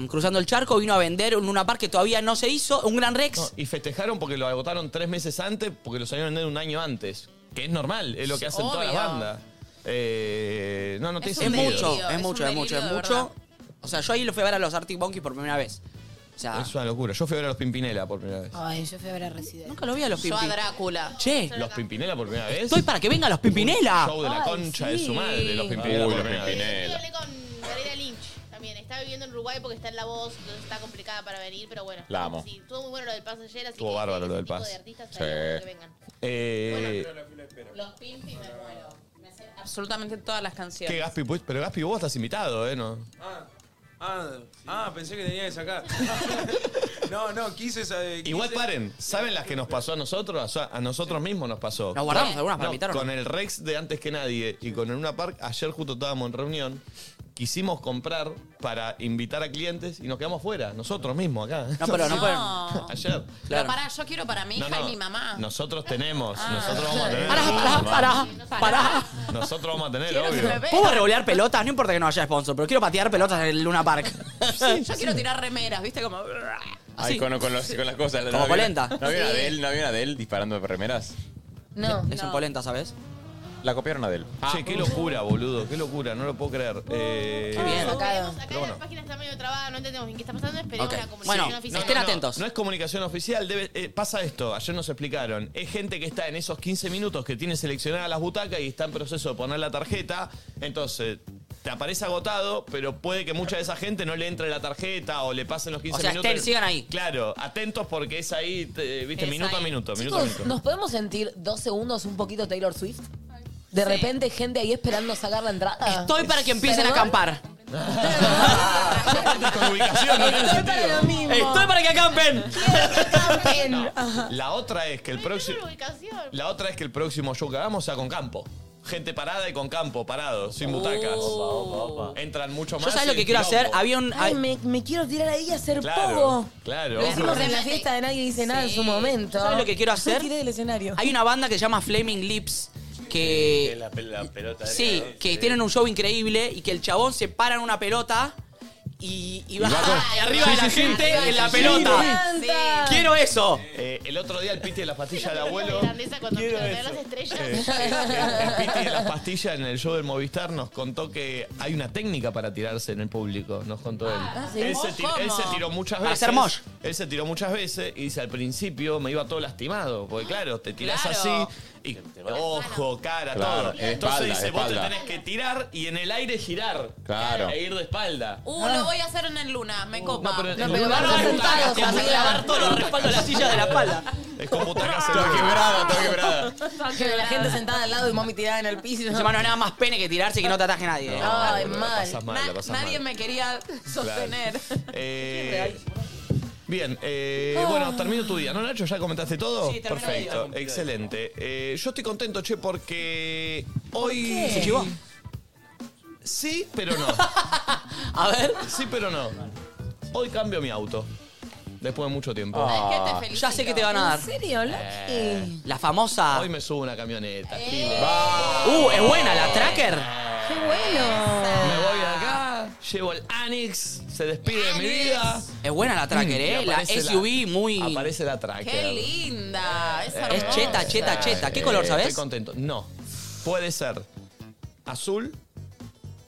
[SPEAKER 3] eh, Cruzando el Charco vino a vender en una par que todavía no se hizo, un Gran Rex.
[SPEAKER 2] no, y festejaron porque lo agotaron tres meses antes, porque lo salieron a vender un año antes. Que es normal, es lo que hacen todas las
[SPEAKER 8] Obvio.
[SPEAKER 2] bandas. Eh, no, no tiene
[SPEAKER 8] Es
[SPEAKER 3] es
[SPEAKER 8] un
[SPEAKER 2] sentido.
[SPEAKER 8] delirio,
[SPEAKER 3] mucho, es
[SPEAKER 8] es
[SPEAKER 3] mucho,
[SPEAKER 8] un
[SPEAKER 3] es mucho, es
[SPEAKER 8] delirio de
[SPEAKER 3] mucho. O sea, yo ahí lo fui a ver a los Arctic Monkeys por primera vez. O sea,
[SPEAKER 2] Es una locura. Yo fui a ver a los Pimpinela por primera vez.
[SPEAKER 5] Ay, yo fui a ver a Residente.
[SPEAKER 3] nunca lo vi a los
[SPEAKER 8] Yo a
[SPEAKER 3] Pimpinela.
[SPEAKER 8] Drácula.
[SPEAKER 3] Che,
[SPEAKER 2] ¿Los Pimpinela por primera vez?
[SPEAKER 3] estoy para que vengan los Pimpinela.
[SPEAKER 2] Show de
[SPEAKER 5] Ay,
[SPEAKER 2] la concha de su
[SPEAKER 5] sí.
[SPEAKER 2] madre, los
[SPEAKER 4] Uy,
[SPEAKER 2] Pimpinela
[SPEAKER 4] los
[SPEAKER 2] por primera vez.
[SPEAKER 10] Yo
[SPEAKER 4] Pimpinela.
[SPEAKER 10] hablé con Gabriela Lynch también. Está viviendo en Uruguay porque está en La Voz, entonces está complicada para venir, pero bueno.
[SPEAKER 4] La amo.
[SPEAKER 10] Sí, estuvo muy bueno lo del Paz ayer, así
[SPEAKER 2] Estuvo
[SPEAKER 10] que
[SPEAKER 2] bárbaro
[SPEAKER 10] ese
[SPEAKER 2] lo del
[SPEAKER 10] tipo
[SPEAKER 2] Paz.
[SPEAKER 10] de artistas
[SPEAKER 4] Sí.
[SPEAKER 10] estaría bueno que vengan.
[SPEAKER 2] Eh,
[SPEAKER 8] Los Pimpi me muero. Me sé absolutamente todas las
[SPEAKER 2] que
[SPEAKER 8] canciones.
[SPEAKER 2] Gaspi, pues, pero Gaspi, vos estás invitado, ¿eh? No.
[SPEAKER 11] Ah, ah, ah, pensé que tenía que sacar. No, no, quise saber. quise-
[SPEAKER 2] Igual paren, ¿saben las que nos pasó a nosotros? O sea, A nosotros mismos nos pasó.
[SPEAKER 3] Nos guardamos algunas para
[SPEAKER 2] No,
[SPEAKER 3] invitar, ¿o no?
[SPEAKER 2] con el Rex de antes que nadie y con el Una Park, ayer justo estábamos en reunión, quisimos comprar para invitar a clientes y nos quedamos fuera, nosotros mismos acá.
[SPEAKER 3] No, pero no pueden.
[SPEAKER 8] No.
[SPEAKER 2] Ayer.
[SPEAKER 8] Pero
[SPEAKER 3] Claro.
[SPEAKER 8] pará, yo quiero para mi hija
[SPEAKER 2] No, no,
[SPEAKER 8] y mi mamá.
[SPEAKER 2] Nosotros tenemos, nosotros vamos a tener.
[SPEAKER 3] Pará, pará, pará, pará.
[SPEAKER 2] Nosotros vamos a tener,
[SPEAKER 8] Quiero que me
[SPEAKER 2] obvio.
[SPEAKER 8] vean.
[SPEAKER 3] ¿Puedo revolear pelotas? No importa que no haya sponsor, pero quiero patear pelotas en el Luna Park.
[SPEAKER 8] Yo quiero tirar remeras, ¿viste? Como.
[SPEAKER 4] Ay,
[SPEAKER 3] Así.
[SPEAKER 4] con, con los- con las cosas. ¿No
[SPEAKER 3] Como
[SPEAKER 4] había-
[SPEAKER 3] polenta.
[SPEAKER 4] ¿No había una Adele, no había una Adele disparando remeras?
[SPEAKER 5] No.
[SPEAKER 3] Es un polenta, ¿sabes?
[SPEAKER 4] La copiaron a Adel.
[SPEAKER 2] Che, qué locura, boludo, qué locura, no lo puedo creer. Eh,
[SPEAKER 10] Acá
[SPEAKER 2] Pero bueno.
[SPEAKER 10] la página está medio trabada, no entendemos bien qué está pasando. Esperemos la comunicación
[SPEAKER 2] Bueno,
[SPEAKER 10] oficial.
[SPEAKER 2] No, es comunicación oficial, debe- eh, pasa esto, ayer nos explicaron. Es gente que está en esos 15 minutos que tiene seleccionadas las butacas y está en proceso de poner la tarjeta. Entonces, te aparece agotado, pero puede que mucha de esa gente no le entre la tarjeta o le pasen los 15
[SPEAKER 3] O sea,
[SPEAKER 2] minutos.
[SPEAKER 3] estén, sigan ahí.
[SPEAKER 2] Claro, atentos porque es ahí, te- viste,
[SPEAKER 5] Es
[SPEAKER 2] minuto a
[SPEAKER 5] ahí.
[SPEAKER 2] minuto, minuto a
[SPEAKER 5] Chicos,
[SPEAKER 2] minuto.
[SPEAKER 5] ¿nos podemos sentir dos segundos un poquito Taylor Swift? De repente, gente ahí esperando sacar la entrada.
[SPEAKER 3] Estoy para que empiecen a acampar.
[SPEAKER 5] Estoy para lo mismo.
[SPEAKER 3] Estoy para que acampen.
[SPEAKER 2] La otra es que el próximo.
[SPEAKER 10] ubicación.
[SPEAKER 2] La otra es que el próximo show que hagamos sea con campo. Gente parada y con campo, parado, sin butacas. Entran mucho más.
[SPEAKER 3] Yo sabes lo
[SPEAKER 2] y
[SPEAKER 3] que quiero hacer.
[SPEAKER 2] quilombo.
[SPEAKER 3] Había un.
[SPEAKER 5] Ay, me, me quiero tirar ahí a hacer
[SPEAKER 2] Claro,
[SPEAKER 5] pogo.
[SPEAKER 2] claro.
[SPEAKER 5] Lo hicimos en la fiesta de Nadie Dice Nada en su momento.
[SPEAKER 3] ¿Sabes lo que quiero hacer?
[SPEAKER 5] Me tiré del escenario.
[SPEAKER 3] Hay una banda que se llama Flaming Lips que.
[SPEAKER 16] La, pel- la pelota.
[SPEAKER 3] Sí, que tienen un show increíble y que el chabón se para en una pelota y, y va, y arriba
[SPEAKER 2] Sí,
[SPEAKER 3] de la
[SPEAKER 2] sí, sí.
[SPEAKER 3] gente
[SPEAKER 2] Sí,
[SPEAKER 3] en la
[SPEAKER 2] sí,
[SPEAKER 3] pelota.
[SPEAKER 2] sí.
[SPEAKER 3] Quiero eso.
[SPEAKER 2] Eh, el otro día el piti de las pastillas del abuelo.
[SPEAKER 10] Irlandesa cuando empiezan a ver las
[SPEAKER 2] Eh, El
[SPEAKER 10] estrellas.
[SPEAKER 2] piti de las pastillas en el show del Movistar nos contó que hay una técnica para tirarse en el público. Nos contó él.
[SPEAKER 7] ¿sí?
[SPEAKER 2] él, se tiró, él se
[SPEAKER 7] ¿Cómo?
[SPEAKER 2] tiró muchas
[SPEAKER 3] Para
[SPEAKER 2] veces.
[SPEAKER 3] hacer mosh.
[SPEAKER 2] Él se tiró muchas veces y dice al principio me iba todo lastimado. Porque claro, te tirás
[SPEAKER 7] Claro.
[SPEAKER 2] así y ojo, cara,
[SPEAKER 4] Claro,
[SPEAKER 2] todo.
[SPEAKER 4] espalda,
[SPEAKER 2] Entonces dice, vos te
[SPEAKER 4] espalda.
[SPEAKER 2] tenés que tirar y en el aire girar.
[SPEAKER 4] Claro.
[SPEAKER 2] E ir de espalda.
[SPEAKER 8] Uh, lo voy a hacer en el Luna,
[SPEAKER 4] Uh,
[SPEAKER 8] me copa.
[SPEAKER 2] pero-
[SPEAKER 8] No,
[SPEAKER 2] en
[SPEAKER 8] pero
[SPEAKER 2] Luna
[SPEAKER 8] vas
[SPEAKER 2] no
[SPEAKER 8] a
[SPEAKER 2] hay
[SPEAKER 8] sentar,
[SPEAKER 2] butacas,
[SPEAKER 8] te vas a
[SPEAKER 2] amiga.
[SPEAKER 8] clavar todo.
[SPEAKER 3] Todos los respaldos de la silla de la espalda.
[SPEAKER 2] Es con butacas.
[SPEAKER 4] Está quebrada, está quebrada.
[SPEAKER 5] La gente sentada al lado y mami tirada en el piso.
[SPEAKER 3] Encima no hay nada más pene que tirarse y que no te ataje nadie.
[SPEAKER 5] Ay,
[SPEAKER 2] boludo, la
[SPEAKER 5] mal.
[SPEAKER 2] pasás mal, la pasás mal.
[SPEAKER 8] Nadie me quería sostener.
[SPEAKER 2] Eh, bien, eh, bueno, termino tu día, ¿no, Nacho? ¿Ya comentaste todo?
[SPEAKER 8] Sí, termino
[SPEAKER 2] Perfecto,
[SPEAKER 8] mi
[SPEAKER 2] excelente. Eh, yo estoy contento, che, porque hoy.
[SPEAKER 5] qué?
[SPEAKER 2] ¿Se chivó? Sí, pero no.
[SPEAKER 3] A ver.
[SPEAKER 2] Sí, pero no. Hoy cambio mi auto. Después de mucho tiempo.
[SPEAKER 3] Ah.
[SPEAKER 2] Ah.
[SPEAKER 3] Ya sé que te van a dar.
[SPEAKER 5] ¿En serio,
[SPEAKER 2] Eh.
[SPEAKER 5] Loki?
[SPEAKER 3] La famosa.
[SPEAKER 2] Hoy me subo a una camioneta.
[SPEAKER 3] Uh, es buena, la tracker.
[SPEAKER 5] ¡Qué bueno!
[SPEAKER 2] Me voy de acá, llevo el Anix, se despide de mi vida.
[SPEAKER 3] Es buena la tracker, eh.
[SPEAKER 2] Y
[SPEAKER 3] La
[SPEAKER 2] aparece la-
[SPEAKER 3] SUV muy.
[SPEAKER 2] Aparece la tracker.
[SPEAKER 8] Qué linda.
[SPEAKER 4] Eh,
[SPEAKER 8] Es hermosa.
[SPEAKER 3] Es cheta, cheta, cheta. ¿Qué
[SPEAKER 2] Eh,
[SPEAKER 3] color,
[SPEAKER 2] Estoy
[SPEAKER 3] sabes?
[SPEAKER 2] contento. No. Puede ser azul.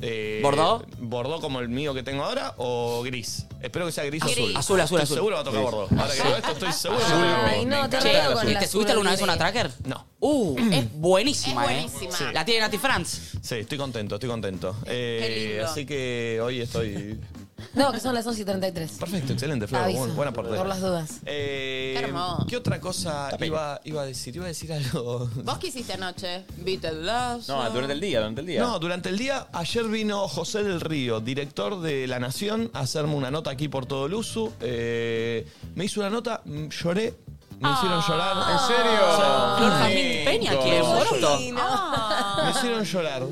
[SPEAKER 2] eh,
[SPEAKER 3] ¿Bordó?
[SPEAKER 2] Bordó como el mío que tengo ahora o gris. Espero que sea gris o
[SPEAKER 8] Gris.
[SPEAKER 2] azul.
[SPEAKER 3] Azul, azul,
[SPEAKER 2] Estoy
[SPEAKER 3] azul.
[SPEAKER 2] Seguro va a tocar
[SPEAKER 4] Gris.
[SPEAKER 2] bordó. Ahora que veo esto, estoy seguro. que va a tocar
[SPEAKER 5] Ay,
[SPEAKER 2] bordó.
[SPEAKER 5] no, te
[SPEAKER 2] Me encanta
[SPEAKER 5] veo
[SPEAKER 2] el
[SPEAKER 5] con
[SPEAKER 3] ¿Y
[SPEAKER 5] la
[SPEAKER 3] te subiste alguna vez a una tracker?
[SPEAKER 2] No.
[SPEAKER 3] Uh, es buenísima,
[SPEAKER 8] Es
[SPEAKER 3] eh.
[SPEAKER 8] buenísima.
[SPEAKER 3] Sí. La tiene Nati Franz.
[SPEAKER 2] Sí, estoy contento, estoy contento. Eh,
[SPEAKER 8] lindo.
[SPEAKER 2] así que hoy estoy.
[SPEAKER 5] No, que son las 11 y 33.
[SPEAKER 2] Perfecto, excelente, Flor.
[SPEAKER 5] Aviso,
[SPEAKER 2] Buen, buen aporte.
[SPEAKER 5] Por las dudas.
[SPEAKER 2] Eh,
[SPEAKER 8] Qué hermoso.
[SPEAKER 2] ¿Qué otra cosa iba, iba a decir? Iba a decir algo.
[SPEAKER 8] ¿Vos qué hiciste anoche? ¿Viste el lazo?
[SPEAKER 4] No, durante el día, durante el día.
[SPEAKER 2] No, durante el día, ayer vino José del Río, director de La Nación, a hacerme una nota aquí por todo Luzu. Eh, me hizo una nota, mm, lloré, me hicieron llorar.
[SPEAKER 4] ¿En serio?
[SPEAKER 3] Flor
[SPEAKER 4] Ay,
[SPEAKER 3] Jamín Peña
[SPEAKER 4] lindo.
[SPEAKER 3] quiere un poroto.
[SPEAKER 2] Me hicieron llorar.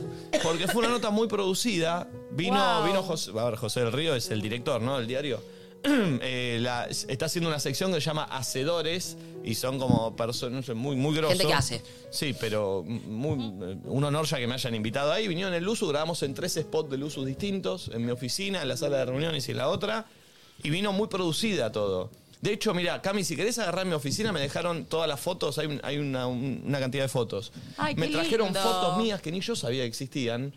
[SPEAKER 2] Porque fue una nota muy producida. Vino, vino José. A ver, José del Río es el director, ¿no? Del diario. Eh, la- está haciendo una sección que se llama Hacedores y son como personas muy, muy grosos.
[SPEAKER 3] Gente que hace.
[SPEAKER 2] Sí, pero muy, un honor ya que me hayan invitado ahí. Vinieron en el Luzu, grabamos en tres spots del Luzu distintos, en mi oficina, en la sala de reuniones y en la otra. Y vino muy producida todo. De hecho, mira, Cami, si querés agarrar mi oficina, me dejaron todas las fotos, hay, un- hay una, un- una cantidad de fotos.
[SPEAKER 8] Ay,
[SPEAKER 2] me
[SPEAKER 8] qué
[SPEAKER 2] trajeron
[SPEAKER 8] lindo.
[SPEAKER 2] fotos mías que ni yo sabía que existían.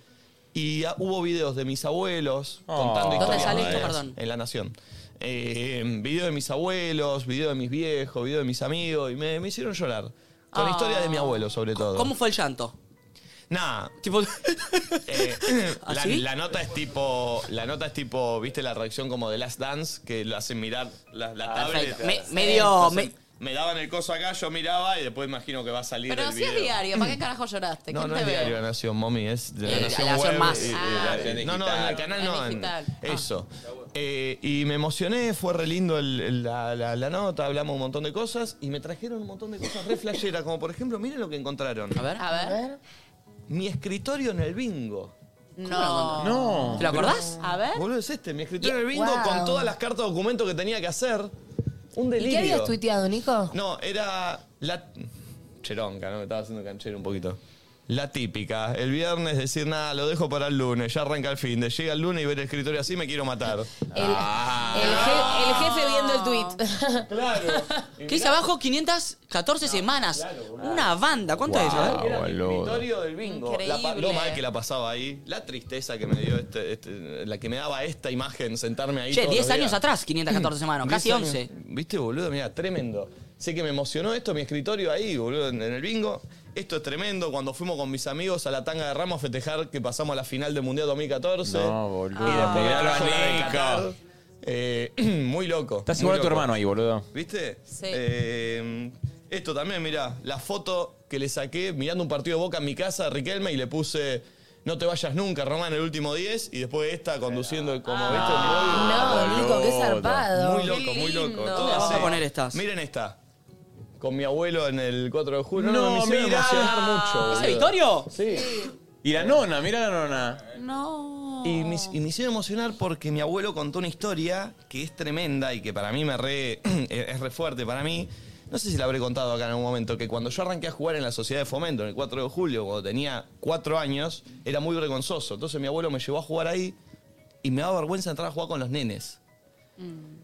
[SPEAKER 2] Y ah, hubo videos de mis abuelos
[SPEAKER 4] Oh.
[SPEAKER 2] contando
[SPEAKER 4] ¿Dónde
[SPEAKER 2] historias.
[SPEAKER 3] sale esto?
[SPEAKER 2] mías
[SPEAKER 3] Perdón.
[SPEAKER 2] En La Nación. Eh, video de mis abuelos, video de mis viejos, video de mis amigos. Y me, me hicieron llorar. Con
[SPEAKER 8] Oh.
[SPEAKER 2] historias de mi abuelo, sobre todo.
[SPEAKER 3] Ah. ¿Cómo fue el llanto?
[SPEAKER 2] Nah,
[SPEAKER 3] Tipo. ¿Ah,
[SPEAKER 2] eh, la,
[SPEAKER 3] ¿Así?
[SPEAKER 2] la nota es tipo, la nota es tipo, viste la reacción como de Last Dance que lo hacen mirar la, la tableta.
[SPEAKER 3] Ah, Perfecto. Me- medio. me-
[SPEAKER 2] Entonces, me daban el coso acá, yo miraba y después imagino que va a salir
[SPEAKER 8] Pero
[SPEAKER 2] el
[SPEAKER 8] si es
[SPEAKER 2] video.
[SPEAKER 8] diario, ¿para qué
[SPEAKER 4] Mm.
[SPEAKER 8] carajo lloraste?
[SPEAKER 2] No,
[SPEAKER 8] ¿Quién
[SPEAKER 2] no
[SPEAKER 8] te
[SPEAKER 2] es
[SPEAKER 8] ve?
[SPEAKER 2] diario de la Nación, mommy, es de la
[SPEAKER 3] Eh,
[SPEAKER 2] Nación
[SPEAKER 3] La Nación
[SPEAKER 2] Web,
[SPEAKER 3] Más.
[SPEAKER 2] eh, eh,
[SPEAKER 8] Ah,
[SPEAKER 2] la-
[SPEAKER 4] en
[SPEAKER 2] no, no, en el
[SPEAKER 4] digital.
[SPEAKER 2] canal
[SPEAKER 8] En
[SPEAKER 2] no. en-
[SPEAKER 8] digital. Ah.
[SPEAKER 2] Eso. Eh, y me emocioné, fue re lindo el- el- la, la- la nota, hablamos un montón de cosas y me trajeron un montón de cosas re flasheras, como por ejemplo, miren lo que encontraron.
[SPEAKER 3] A ver.
[SPEAKER 8] A ver.
[SPEAKER 2] Mi escritorio en el bingo.
[SPEAKER 8] No.
[SPEAKER 4] No.
[SPEAKER 3] ¿Te lo acordás?
[SPEAKER 8] A ver.
[SPEAKER 2] Boludo, es este, mi escritorio del bingo
[SPEAKER 5] Wow.
[SPEAKER 2] con todas las cartas de documento que tenía que hacer. Un
[SPEAKER 5] ¿Y
[SPEAKER 2] delirio.
[SPEAKER 5] qué habías tuiteado, Nico?
[SPEAKER 2] No, era la... Cheronca, ¿no? Me estaba haciendo canchero un poquito. La típica, el viernes decir nada, lo dejo para el lunes, ya arranca el fin de llega el lunes y ver el escritorio así me quiero matar. Ah.
[SPEAKER 5] El, je- el jefe viendo el tweet.
[SPEAKER 2] Claro.
[SPEAKER 3] Que hice abajo 514 semanas. una banda. ¿Cuánto es? eh? A ver.
[SPEAKER 2] Era mi escritorio del bingo.
[SPEAKER 3] Increíble.
[SPEAKER 2] La pa- lo mal que la pasaba ahí, la tristeza que me dio este, este- la que me daba esta imagen, sentarme ahí.
[SPEAKER 3] Che,
[SPEAKER 2] todos los
[SPEAKER 3] 10 años
[SPEAKER 2] días.
[SPEAKER 3] atrás, 514 semanas,
[SPEAKER 2] 10
[SPEAKER 3] casi
[SPEAKER 2] años.
[SPEAKER 3] 11.
[SPEAKER 2] Viste, boludo, mira, tremendo. Sé que me emocionó esto, mi escritorio ahí, boludo, en en el bingo. Esto es tremendo. Cuando fuimos con mis amigos a la tanga de Ramos a festejar que pasamos a la final del Mundial 2014.
[SPEAKER 4] No, boludo.
[SPEAKER 2] Y
[SPEAKER 5] Ah,
[SPEAKER 2] después
[SPEAKER 4] Mirá
[SPEAKER 2] me trajo
[SPEAKER 4] lo
[SPEAKER 2] la de
[SPEAKER 4] Nico.
[SPEAKER 2] Qatar. Eh, muy loco.
[SPEAKER 4] Estás
[SPEAKER 2] muy
[SPEAKER 4] igual a tu
[SPEAKER 2] loco.
[SPEAKER 4] hermano ahí, boludo.
[SPEAKER 2] ¿Viste?
[SPEAKER 4] Sí.
[SPEAKER 2] Eh, esto también, mirá, la foto que le saqué mirando un partido de boca en mi casa a Riquelme y le puse No te vayas nunca, Román, el último 10. Y después esta conduciendo el- como,
[SPEAKER 5] ah. No,
[SPEAKER 2] ¿viste? Muy-
[SPEAKER 5] Nico, qué zarpado.
[SPEAKER 2] Muy loco, muy loco.
[SPEAKER 5] lindo.
[SPEAKER 2] Todo
[SPEAKER 5] Le vamos a
[SPEAKER 2] así.
[SPEAKER 5] poner
[SPEAKER 2] Miren esta. Con mi abuelo en el 4 de julio.
[SPEAKER 4] No,
[SPEAKER 2] me hicieron
[SPEAKER 4] mirá.
[SPEAKER 2] emocionar mucho.
[SPEAKER 4] ¿Ese
[SPEAKER 2] boludo.
[SPEAKER 4] Vittorio?
[SPEAKER 2] Sí.
[SPEAKER 4] Y la nona, mira la nona.
[SPEAKER 8] No.
[SPEAKER 2] Y me, y me hicieron emocionar porque mi abuelo contó una historia que es tremenda y que para mí me re, es re fuerte para mí. No sé si la habré contado acá en algún momento, que cuando yo arranqué a jugar en la Sociedad de Fomento, en el 4 de julio, cuando tenía 4 años, era muy vergonzoso. Entonces mi abuelo me llevó a jugar ahí y me daba vergüenza entrar a jugar con los nenes.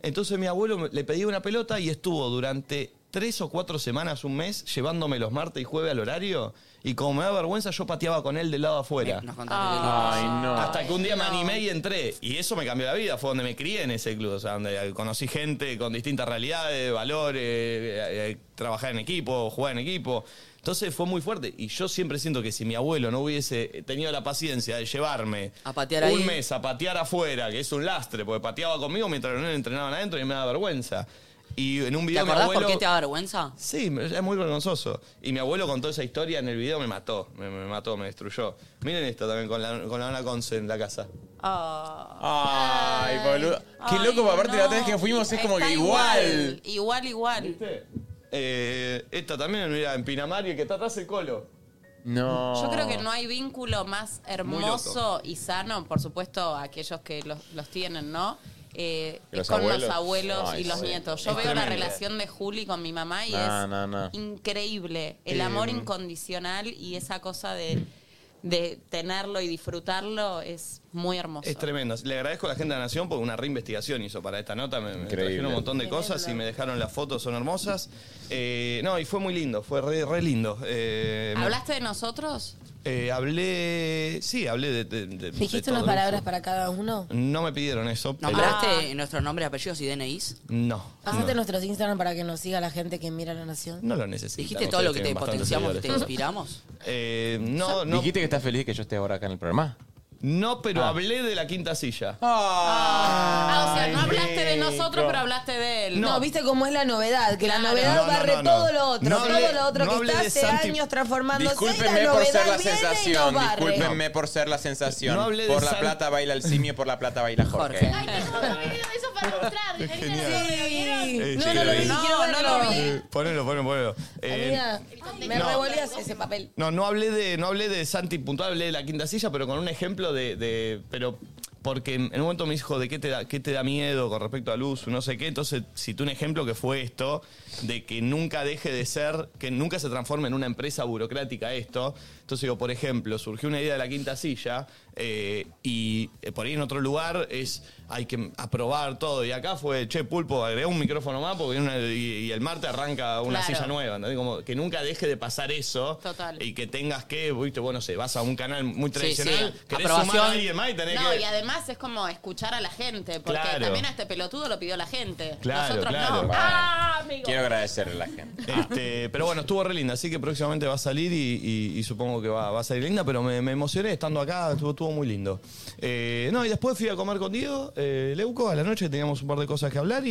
[SPEAKER 2] Entonces mi abuelo me- le pedía una pelota y estuvo durante tres o cuatro semanas, un mes, llevándome los martes y jueves al horario. Y como me daba vergüenza, yo pateaba con él del lado afuera.
[SPEAKER 4] Ay, no.
[SPEAKER 2] Hasta que un día me animé y entré. Y eso me cambió la vida. Fue donde me crié en ese club. O sea, donde conocí gente con distintas realidades, valores, eh, eh, trabajar en equipo, jugar en equipo. Entonces fue muy fuerte. Y yo siempre siento que si mi abuelo no hubiese tenido la paciencia de llevarme
[SPEAKER 3] A patear
[SPEAKER 2] un
[SPEAKER 3] ahí.
[SPEAKER 2] mes a patear afuera, que es un lastre, porque pateaba conmigo mientras no entrenaban adentro y me daba vergüenza. Y en un
[SPEAKER 3] ¿Te
[SPEAKER 2] video mi
[SPEAKER 3] acordás
[SPEAKER 2] abuelo-
[SPEAKER 3] por qué te da vergüenza?
[SPEAKER 2] Sí, me- es muy vergonzoso. Y mi abuelo contó esa historia en el video, me mató, me, me mató, me destruyó. Miren esto también con la, con la Ana Conce en la casa.
[SPEAKER 4] Ay, boludo. Qué loco, porque aparte la otra vez que fuimos es como que igual.
[SPEAKER 8] Igual, igual.
[SPEAKER 2] Eh, esta también, mira, en Pinamar y el que está atrás el colo.
[SPEAKER 4] No.
[SPEAKER 8] Yo creo que no hay vínculo más hermoso y sano, por supuesto, aquellos que los, los tienen, ¿no? Eh,
[SPEAKER 4] ¿Y los
[SPEAKER 8] con los
[SPEAKER 4] abuelos?
[SPEAKER 8] abuelos
[SPEAKER 4] Ay,
[SPEAKER 8] y los
[SPEAKER 4] sí.
[SPEAKER 8] nietos. Yo
[SPEAKER 4] Es
[SPEAKER 8] veo la
[SPEAKER 4] tremendo.
[SPEAKER 8] relación de Juli con mi mamá y
[SPEAKER 4] No,
[SPEAKER 8] es
[SPEAKER 4] no, no.
[SPEAKER 8] increíble. El
[SPEAKER 4] Eh,
[SPEAKER 8] amor incondicional y esa cosa de, de tenerlo y disfrutarlo es muy hermoso.
[SPEAKER 2] Es tremendo. Le agradezco a la gente de la Nación porque una reinvestigación hizo para esta nota. Me, me
[SPEAKER 4] Increíble.
[SPEAKER 2] trajeron un montón de cosas y me dejaron las fotos, son hermosas. Eh, no, y fue muy lindo, fue re, re lindo. Eh, me-
[SPEAKER 8] ¿Hablaste de nosotros?
[SPEAKER 2] eh, hablé. Sí, hablé de. de- de-
[SPEAKER 5] ¿Dijiste
[SPEAKER 2] de
[SPEAKER 5] unas
[SPEAKER 2] todo.
[SPEAKER 5] palabras para cada uno?
[SPEAKER 2] No me pidieron eso. pero-
[SPEAKER 3] ¿Nombraste nuestros nombres, apellidos y DNIs?
[SPEAKER 2] No.
[SPEAKER 5] ¿Pasaste nuestros Instagram para que nos siga la gente que mira la nación?
[SPEAKER 2] No lo este necesito.
[SPEAKER 3] ¿Dijiste todo lo que te potenciamos, que te inspiramos?
[SPEAKER 2] Eh, no, no.
[SPEAKER 4] Dijiste que estás feliz que yo esté ahora acá en el programa.
[SPEAKER 2] No, pero hablé de la quinta silla.
[SPEAKER 8] Ah, o sea, no hablaste de
[SPEAKER 2] Ay,
[SPEAKER 8] nosotros,
[SPEAKER 2] no.
[SPEAKER 8] pero hablaste de él.
[SPEAKER 5] No. viste cómo es la novedad, que la
[SPEAKER 8] Claro.
[SPEAKER 5] novedad
[SPEAKER 8] No, no,
[SPEAKER 5] barre
[SPEAKER 8] no, no.
[SPEAKER 5] todo lo otro,
[SPEAKER 4] No
[SPEAKER 5] todo
[SPEAKER 4] hablé-
[SPEAKER 5] lo otro
[SPEAKER 4] no
[SPEAKER 5] que
[SPEAKER 4] hablé
[SPEAKER 5] está
[SPEAKER 4] de
[SPEAKER 5] hace
[SPEAKER 4] Santi-
[SPEAKER 5] años transformándose. y
[SPEAKER 4] Discúlpenme
[SPEAKER 5] la
[SPEAKER 4] por
[SPEAKER 5] novedad
[SPEAKER 4] ser la
[SPEAKER 5] viene y nos
[SPEAKER 4] sensación.
[SPEAKER 5] barre.
[SPEAKER 4] Discúlpenme por ser la sensación.
[SPEAKER 2] No hablé de
[SPEAKER 4] por la
[SPEAKER 2] San-
[SPEAKER 4] plata baila el simio, por la plata baila Jorge.
[SPEAKER 10] Ay, tengo otro video de eso para mostrar. de Karina
[SPEAKER 2] genial.
[SPEAKER 10] Soria, ¿lo vieron?
[SPEAKER 2] Eh,
[SPEAKER 5] No,
[SPEAKER 2] sí,
[SPEAKER 5] no lo vi,
[SPEAKER 2] vi.
[SPEAKER 5] quiero
[SPEAKER 10] No, no
[SPEAKER 5] verlo.
[SPEAKER 10] lo vi.
[SPEAKER 2] Eh, Ponelo, ponelo, ponelo. Eh,
[SPEAKER 5] Amiga, me
[SPEAKER 2] No.
[SPEAKER 5] revolías ese papel.
[SPEAKER 2] no, no hablé de, no hablé de Santi puntual, hablé de la quinta silla, pero con un ejemplo de. de- pero porque en un momento me dijo de qué te da, qué te da miedo con respecto a luz, no sé qué. Entonces cité un ejemplo que fue esto, de que nunca deje de ser, que nunca se transforme en una empresa burocrática esto. Entonces digo, por ejemplo, surgió una idea de la quinta silla eh, y eh, por ahí en otro lugar es hay que aprobar todo. Y acá fue, che, pulpo, agregá un micrófono más porque viene una- y, y el martes arranca una
[SPEAKER 8] Claro.
[SPEAKER 2] silla nueva. ¿entendés? Como que nunca deje de pasar eso
[SPEAKER 8] Total.
[SPEAKER 2] y que tengas que, viste, bueno, sé, vas a un canal muy
[SPEAKER 3] Sí,
[SPEAKER 2] tradicional,
[SPEAKER 3] sí.
[SPEAKER 2] querés
[SPEAKER 3] Aprobación.
[SPEAKER 2] sumar a alguien más y tenés
[SPEAKER 8] No,
[SPEAKER 2] que...
[SPEAKER 8] y además es como escuchar a la gente, porque
[SPEAKER 2] Claro.
[SPEAKER 8] también a este pelotudo lo pidió la gente.
[SPEAKER 2] Claro,
[SPEAKER 8] Nosotros
[SPEAKER 2] claro.
[SPEAKER 8] no.
[SPEAKER 2] Bueno.
[SPEAKER 8] Ah, amigo.
[SPEAKER 4] Quiero agradecerle a la gente.
[SPEAKER 2] Este, pero bueno, estuvo re linda, así que próximamente va a salir y, y- y supongo que va, va a salir linda, pero me, me emocioné estando acá, estuvo, estuvo muy lindo. Eh, no, y después fui a comer con Diego, eh, Leuco, a la noche teníamos un par de cosas que hablar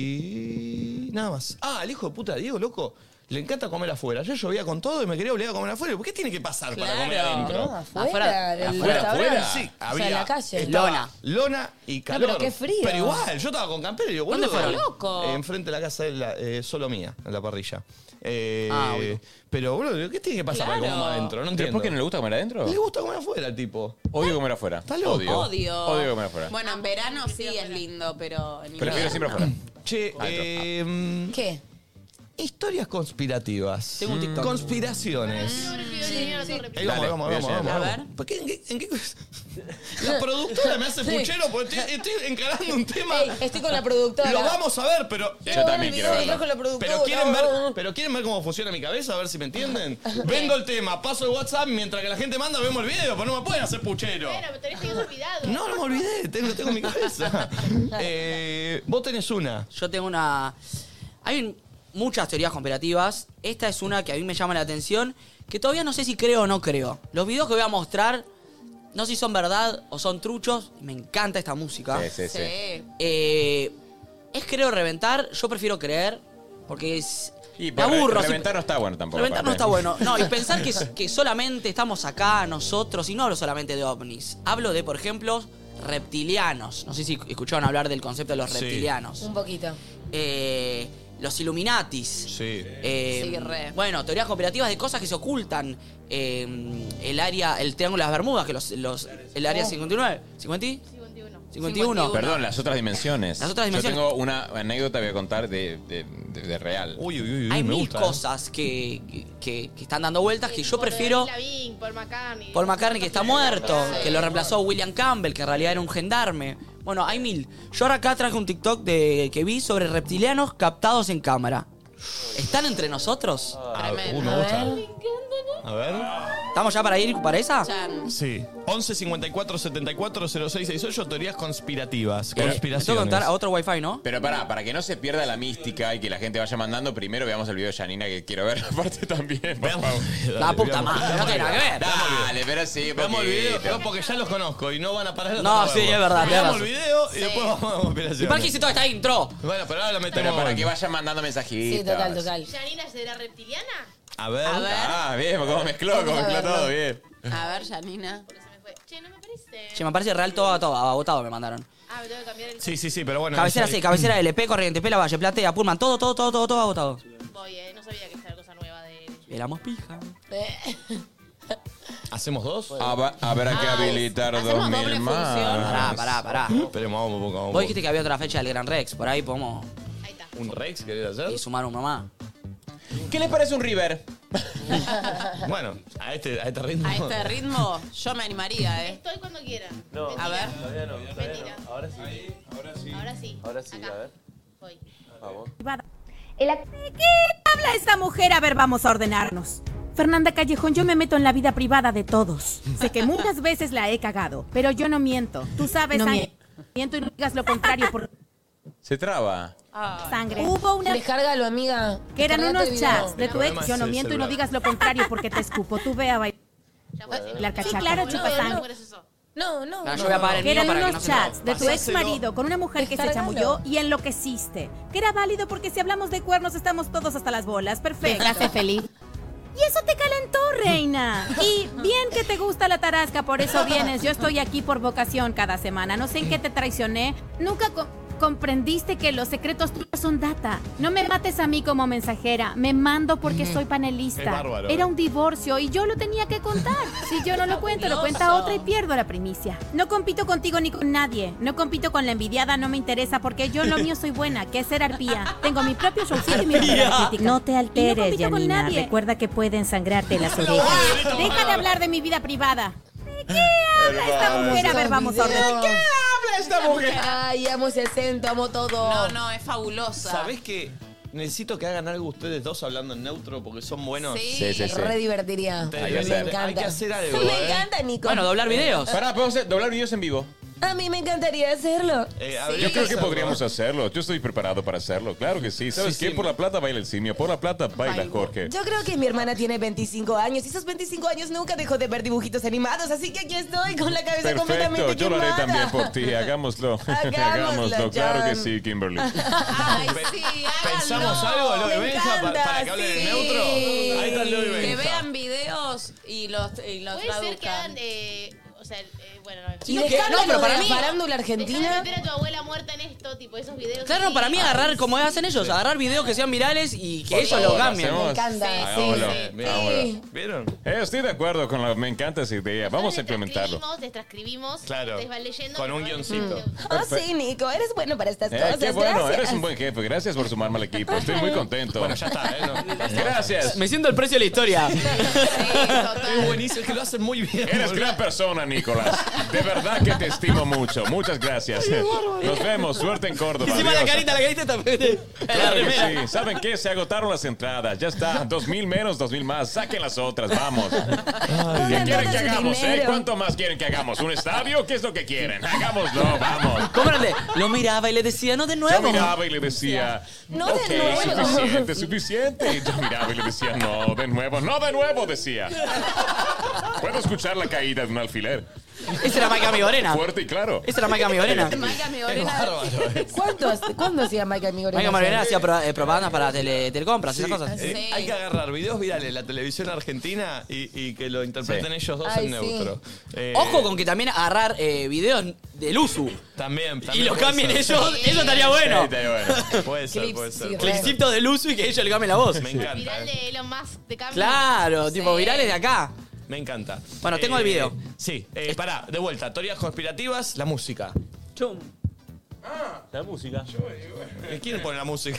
[SPEAKER 2] y... nada más. Ah, el hijo de puta, de Diego, loco. Le encanta comer afuera. Yo llovía con todo y me quería obligar a comer afuera. ¿Por qué tiene que pasar para comer
[SPEAKER 3] Claro.
[SPEAKER 2] adentro?
[SPEAKER 3] No, afuera, el
[SPEAKER 5] restaurante.
[SPEAKER 2] Sí,
[SPEAKER 5] O sea,
[SPEAKER 2] había.
[SPEAKER 5] en la calle.
[SPEAKER 2] estaba
[SPEAKER 5] Lona.
[SPEAKER 2] Lona y
[SPEAKER 5] pero
[SPEAKER 2] calor.
[SPEAKER 5] qué frío.
[SPEAKER 2] Pero igual, yo estaba con campera y digo,
[SPEAKER 3] ¿Dónde
[SPEAKER 2] boludo,
[SPEAKER 3] fueron? Loco.
[SPEAKER 2] eh, enfrente de la casa de la, eh, solo mía, en la parrilla. Eh,
[SPEAKER 3] Ah, bueno.
[SPEAKER 2] Pero, boludo, ¿qué tiene que pasar para
[SPEAKER 8] Claro.
[SPEAKER 2] comer más adentro? No
[SPEAKER 4] ¿Pero
[SPEAKER 2] entiendo.
[SPEAKER 4] por qué no le gusta comer adentro?
[SPEAKER 2] Le gusta comer afuera al tipo.
[SPEAKER 4] Odio comer afuera.
[SPEAKER 2] Está loco.
[SPEAKER 4] Odio.
[SPEAKER 8] Odio.
[SPEAKER 4] Odio comer afuera.
[SPEAKER 8] Bueno, en verano sí es lindo, pero en
[SPEAKER 4] Prefiero
[SPEAKER 8] invierno-
[SPEAKER 4] siempre afuera.
[SPEAKER 2] Che, eh,
[SPEAKER 5] ¿Qué?
[SPEAKER 2] Historias conspirativas.
[SPEAKER 3] Tengo un TikTok.
[SPEAKER 2] Conspiraciones. Ahí vamos, vamos, vamos, vamos, vamos. ¿Por qué- en qué- en qué- La productora me hace
[SPEAKER 5] Sí.
[SPEAKER 2] puchero porque estoy, estoy encarando un tema.
[SPEAKER 5] Ey, estoy con la productora.
[SPEAKER 2] Lo vamos a ver, pero.
[SPEAKER 5] Yo también quiero verlo. Con la productora.
[SPEAKER 2] Pero quieren, ver, pero quieren ver cómo funciona mi cabeza, a ver si me entienden. Vendo el tema, paso el WhatsApp, mientras que la gente manda, vemos el video, pero no me pueden hacer puchero.
[SPEAKER 10] Pero me tenés que haber olvidado.
[SPEAKER 2] No, no me olvidé, tengo, tengo en mi cabeza. Eh, vos tenés una.
[SPEAKER 3] Yo tengo una. Hay un- muchas teorías comparativas. Esta es una que a mí me llama la atención, que todavía no sé si creo o no creo. Los videos que voy a mostrar, no sé si son verdad o son truchos. Me encanta esta música.
[SPEAKER 4] Sí, sí, sí. Sí.
[SPEAKER 3] Eh, es creo reventar, yo prefiero creer, porque es.
[SPEAKER 4] Y
[SPEAKER 3] me
[SPEAKER 4] por
[SPEAKER 3] aburro. si-
[SPEAKER 4] Reventar no está bueno tampoco.
[SPEAKER 3] Reventar no
[SPEAKER 4] aparte.
[SPEAKER 3] está bueno. No, y pensar que, que solamente estamos acá nosotros, y no hablo solamente de ovnis, hablo de, por ejemplo, reptilianos. No sé si escucharon hablar del concepto de los
[SPEAKER 5] Sí.
[SPEAKER 3] reptilianos.
[SPEAKER 5] Un poquito.
[SPEAKER 3] Eh, los Illuminatis. Sí.
[SPEAKER 5] Sí, re.
[SPEAKER 3] Bueno, teorías cooperativas de cosas que se ocultan. Eh, el área, el Triángulo de las Bermudas, que los, los- el área
[SPEAKER 10] Oh.
[SPEAKER 3] 59. ¿50? 51.
[SPEAKER 4] Perdón, las otras dimensiones.
[SPEAKER 3] Las otras dimensiones.
[SPEAKER 4] Yo tengo una anécdota que voy a contar de, de- de- de real.
[SPEAKER 2] Uy, uy, ¿eh? uy,
[SPEAKER 3] Hay mil cosas que, que- que- que están dando vueltas que yo
[SPEAKER 10] Por
[SPEAKER 3] prefiero.
[SPEAKER 10] David Lavín, por McCartney.
[SPEAKER 3] Paul McCartney que está muerto,
[SPEAKER 10] Sí.
[SPEAKER 3] que lo reemplazó William Campbell, que en realidad era un gendarme. Bueno, hay mil. Yo ahora acá traje un TikTok de, que vi sobre reptilianos captados en cámara. ¿Están entre nosotros?
[SPEAKER 2] Ah, uh, me gusta.
[SPEAKER 10] ¿eh?
[SPEAKER 2] A ver.
[SPEAKER 3] ¿Estamos ya para ir para esa?
[SPEAKER 2] Sí. 11 54 74 06 68, teorías conspirativas.
[SPEAKER 3] Eh,
[SPEAKER 2] Conspiraciones.
[SPEAKER 3] otro wifi, ¿no?
[SPEAKER 4] Pero pará, para que no se pierda la mística y que la gente vaya mandando, primero veamos el video de Janina que quiero ver aparte también. por favor.
[SPEAKER 3] La puta madre, no tiene nada que ver.
[SPEAKER 4] Dale, pero sí,
[SPEAKER 2] Veamos el video,
[SPEAKER 4] poquito.
[SPEAKER 2] no, porque ya los conozco y no van a parar hasta
[SPEAKER 3] No,
[SPEAKER 2] que
[SPEAKER 3] sí,
[SPEAKER 2] vuelva.
[SPEAKER 3] es verdad, tenés
[SPEAKER 2] Veamos
[SPEAKER 3] razón.
[SPEAKER 2] el video y
[SPEAKER 3] Sí.
[SPEAKER 2] después vamos a
[SPEAKER 3] ¿Y
[SPEAKER 2] conspiraciones.
[SPEAKER 3] para qué hice toda esta intro?
[SPEAKER 2] Bueno, pero ahora la metemos.
[SPEAKER 4] Pero para que vayan mandando mensajitos.
[SPEAKER 10] Sí, total, total.
[SPEAKER 8] ¿Yanina será reptiliana?
[SPEAKER 2] A ver.
[SPEAKER 8] A ver.
[SPEAKER 4] Ah, bien, cómo mezcló, cómo
[SPEAKER 8] Vamos a
[SPEAKER 4] mezcló
[SPEAKER 8] verlo.
[SPEAKER 4] todo, bien.
[SPEAKER 8] A ver, Yanina.
[SPEAKER 3] Che, me parece real todo, todo, agotado me mandaron.
[SPEAKER 10] Eh, Ah, me tengo que cambiar el.
[SPEAKER 2] Sí, sí, sí, pero bueno.
[SPEAKER 3] cabecera
[SPEAKER 2] eso-
[SPEAKER 3] sí, cabecera LP, Corrientes, Pela, Valle, Platea, Pullman, todo, todo, todo, todo, todo agotado.
[SPEAKER 10] Voy, eh. No sabía que esta era cosa nueva de.
[SPEAKER 3] Éramos pija.
[SPEAKER 2] ¿Hacemos dos?
[SPEAKER 4] Hab- habrá que
[SPEAKER 2] Ah,
[SPEAKER 4] habilitar
[SPEAKER 2] hacemos
[SPEAKER 4] 2000
[SPEAKER 2] doble
[SPEAKER 4] más.
[SPEAKER 2] función.
[SPEAKER 3] Pará, pará, pará.
[SPEAKER 2] Esperemos, vamos un poco. vamos
[SPEAKER 3] Vos
[SPEAKER 2] un poco.
[SPEAKER 3] dijiste que había otra fecha del Gran Rex, por ahí podemos
[SPEAKER 2] ¿Un Rex querés hacer?
[SPEAKER 3] y sumar un mamá.
[SPEAKER 4] ¿Qué les parece un River?
[SPEAKER 2] bueno, a este, a este ritmo.
[SPEAKER 8] A este ritmo, yo me animaría, ¿eh?
[SPEAKER 10] Estoy cuando quieran.
[SPEAKER 16] No,
[SPEAKER 8] A ver.
[SPEAKER 16] Todavía no, todavía no. Ahora sí. ahora sí.
[SPEAKER 10] Ahora sí.
[SPEAKER 16] Ahora sí, a ver.
[SPEAKER 10] Voy.
[SPEAKER 16] A vos.
[SPEAKER 17] El ac- ¿De qué habla esta mujer? A ver, vamos a ordenarnos. Fernanda Callejón, yo me meto en la vida privada de todos. Sé que muchas veces la he cagado, pero yo no miento. Tú sabes,
[SPEAKER 10] No
[SPEAKER 17] sangre. miento y no digas lo contrario por
[SPEAKER 4] Se traba.
[SPEAKER 17] sangre. Hubo una
[SPEAKER 5] Descárgalo, amiga.
[SPEAKER 17] que eran
[SPEAKER 5] Descargate
[SPEAKER 17] unos
[SPEAKER 5] el video.
[SPEAKER 17] chats de tu ex. Yo no miento y no digas lo contrario porque te escupo. Tú ve a bailar. cachaca. claro,
[SPEAKER 5] No,
[SPEAKER 17] chupa
[SPEAKER 5] no,
[SPEAKER 17] sangre.
[SPEAKER 5] No, no.
[SPEAKER 4] Ah,
[SPEAKER 17] Claro,
[SPEAKER 5] no.
[SPEAKER 17] yo voy a pagar el Que
[SPEAKER 3] mío
[SPEAKER 17] eran
[SPEAKER 3] para que
[SPEAKER 17] unos
[SPEAKER 3] no se
[SPEAKER 17] chats
[SPEAKER 3] lo-
[SPEAKER 17] de tu ex
[SPEAKER 3] Pasáselo.
[SPEAKER 17] marido con una mujer que se
[SPEAKER 5] Descargalo.
[SPEAKER 17] chamulló y enloqueciste. Que era válido porque si hablamos de cuernos estamos todos hasta las bolas. Perfecto. hace feliz. Y eso te calentó, reina. Y bien que te gusta la tarasca, por eso vienes. Yo estoy aquí por vocación cada semana. No sé en qué te traicioné. Nunca co- comprendiste que los secretos tuyos son data. No me mates a mí como mensajera. Me mando porque soy panelista.
[SPEAKER 18] Qué bárbaro.
[SPEAKER 17] Era un divorcio y yo lo tenía que contar. Si yo no lo cuento, lo cuenta otra y pierdo la primicia. No compito contigo ni con nadie. No compito con la envidiada, no me interesa porque yo en lo mío soy buena, que es ser arpía. Tengo mi propio showcito y mi propia crítica.
[SPEAKER 18] No te
[SPEAKER 17] Y no
[SPEAKER 18] alteres,
[SPEAKER 17] compito con
[SPEAKER 18] Janina.
[SPEAKER 17] nadie.
[SPEAKER 18] Recuerda que puede ensangrarte las
[SPEAKER 17] No,
[SPEAKER 18] orejas.
[SPEAKER 17] no, no. Deja de hablar de mi vida privada. ¿De qué habla esta
[SPEAKER 5] Hermano,
[SPEAKER 17] mujer? A ver,
[SPEAKER 5] esos
[SPEAKER 17] vamos a
[SPEAKER 5] videos.
[SPEAKER 17] ordenar.
[SPEAKER 5] habla
[SPEAKER 17] esta mujer?
[SPEAKER 5] Ay, amo ese acento, amo todo.
[SPEAKER 8] No, no, es fabulosa.
[SPEAKER 2] ¿Sabés que necesito que hagan algo ustedes dos hablando en neutro porque son buenos?
[SPEAKER 8] Sí.
[SPEAKER 4] Sí, sí, sí.
[SPEAKER 5] Re divertiría.
[SPEAKER 2] Te- Hay que hacer. Hay que hacer algo,
[SPEAKER 5] Me
[SPEAKER 2] ¿eh?
[SPEAKER 5] encanta, Nico.
[SPEAKER 4] Pará, podemos hacer- doblar videos en vivo.
[SPEAKER 5] A mí me encantaría hacerlo.
[SPEAKER 4] Yo creo que podríamos hacerlo. Yo estoy preparado para hacerlo. Claro que sí. ¿Sabes qué? Por la plata baila el simio. Por la plata baila Jorge.
[SPEAKER 5] Yo creo que mi hermana tiene 25 años y esos 25 años nunca dejó de ver dibujitos animados, así que aquí estoy con la cabeza
[SPEAKER 4] Perfecto,
[SPEAKER 5] completamente
[SPEAKER 4] yo lo haré
[SPEAKER 5] quemada.
[SPEAKER 4] también por ti. Hagámoslo.
[SPEAKER 5] Hagámoslo,
[SPEAKER 4] Claro que
[SPEAKER 5] John.
[SPEAKER 4] sí, Kimberly.
[SPEAKER 2] ¿Pensamos algo, Leo y
[SPEAKER 8] Me
[SPEAKER 2] Benja, pa-
[SPEAKER 8] encanta,
[SPEAKER 2] para que hablen en
[SPEAKER 8] sí.
[SPEAKER 2] neutro? Ahí está Leo y
[SPEAKER 8] Que
[SPEAKER 2] Benja.
[SPEAKER 8] vean videos y los, y los
[SPEAKER 10] Puede ser que
[SPEAKER 8] traduzcan.
[SPEAKER 10] hagan, eh, o sea, eh, bueno, no.
[SPEAKER 5] Y descarga
[SPEAKER 3] No, pero
[SPEAKER 5] lo
[SPEAKER 3] para
[SPEAKER 5] de
[SPEAKER 3] mí-
[SPEAKER 5] la farándula
[SPEAKER 10] Dejar de
[SPEAKER 5] argentina.
[SPEAKER 10] meter a tu abuela muerta en esto, tipo esos videos.
[SPEAKER 3] Claro,
[SPEAKER 10] así.
[SPEAKER 3] para mí agarrar, como hacen ellos, agarrar videos que sean virales y que ellos los cambien.
[SPEAKER 4] Hagámoslo. Hagámoslo.
[SPEAKER 2] ¿Vieron?
[SPEAKER 4] Eh, estoy de acuerdo con lo. Me encanta esa idea. Vamos a implementarlo.
[SPEAKER 10] Transcribimos, destranscribimos.
[SPEAKER 4] Claro.
[SPEAKER 10] Ustedes van leyendo.
[SPEAKER 4] Con un
[SPEAKER 10] pero van-
[SPEAKER 4] guioncito.
[SPEAKER 5] Ah,
[SPEAKER 12] Oh, sí, Nico, eres bueno para estas
[SPEAKER 4] Eh,
[SPEAKER 12] cosas.
[SPEAKER 4] qué bueno,
[SPEAKER 12] gracias.
[SPEAKER 4] eres un buen jefe. Gracias por sumarme al equipo. Estoy muy contento. Bueno, ya está, Gracias.
[SPEAKER 3] Me siento el precio de la historia.
[SPEAKER 2] Es buenísimo, es que lo hacen muy bien.
[SPEAKER 4] Eres gran persona, Nicolás. De verdad que te estimo mucho. Muchas gracias. Nos vemos. Suerte en Córdoba.
[SPEAKER 3] Encima la
[SPEAKER 4] Adiós.
[SPEAKER 3] carita, la carita también.
[SPEAKER 4] Claro que sí. ¿Saben qué? Se agotaron las entradas. Ya está. Dos mil menos, dos mil más. Saquen las otras. Vamos. ¿Qué
[SPEAKER 7] todo
[SPEAKER 4] quieren que
[SPEAKER 7] su
[SPEAKER 4] hagamos, eh?
[SPEAKER 7] dinero?
[SPEAKER 4] ¿Cuánto más quieren que hagamos? ¿Un estadio? ¿Qué es lo que quieren? Hagámoslo. Vamos.
[SPEAKER 3] Cómprale. Lo miraba y le decía, no de
[SPEAKER 4] Yo
[SPEAKER 3] nuevo.
[SPEAKER 4] miraba y le decía,
[SPEAKER 3] No
[SPEAKER 4] ok,
[SPEAKER 3] de nuevo".
[SPEAKER 4] suficiente, suficiente. Y yo miraba y le decía, no, de nuevo, no de nuevo, decía. Puedo escuchar la caída de un alfiler.
[SPEAKER 3] Esa era Maika Migorena.
[SPEAKER 4] Fuerte y claro.
[SPEAKER 3] Esa era Maika Migorena.
[SPEAKER 5] Maika
[SPEAKER 3] Migorena.
[SPEAKER 5] ¿Cuánto, ¿Cuándo hacía Maika Migorena?
[SPEAKER 3] Maika Migorena hacía pro- eh, propaganda para tele, telecompras,
[SPEAKER 2] Sí,
[SPEAKER 3] esas cosas.
[SPEAKER 2] eh, Hay que agarrar videos virales de la televisión argentina y, y que lo interpreten ellos dos
[SPEAKER 3] Ay,
[SPEAKER 2] en
[SPEAKER 3] sí.
[SPEAKER 2] neutro. Eh,
[SPEAKER 3] Ojo con que también agarrar eh, videos del uso.
[SPEAKER 2] También, también.
[SPEAKER 3] Y los
[SPEAKER 2] puede
[SPEAKER 3] cambien
[SPEAKER 2] ser.
[SPEAKER 3] ellos, eso estaría bueno.
[SPEAKER 2] Sí, estaría bueno. Puede ser, puede ser.
[SPEAKER 3] Clipsitos del uso y que ellos le cambien la voz.
[SPEAKER 2] Me encanta. eh.
[SPEAKER 10] Viral de Elon Musk, te cambio.
[SPEAKER 3] Claro, tipo
[SPEAKER 10] Sí.
[SPEAKER 3] virales de acá.
[SPEAKER 2] Me encanta.
[SPEAKER 3] Bueno, tengo el video.
[SPEAKER 2] Sí, eh, pará, de vuelta. Teorías conspirativas, la música.
[SPEAKER 3] Chum.
[SPEAKER 2] La música. eh, ¿Quién pone la música?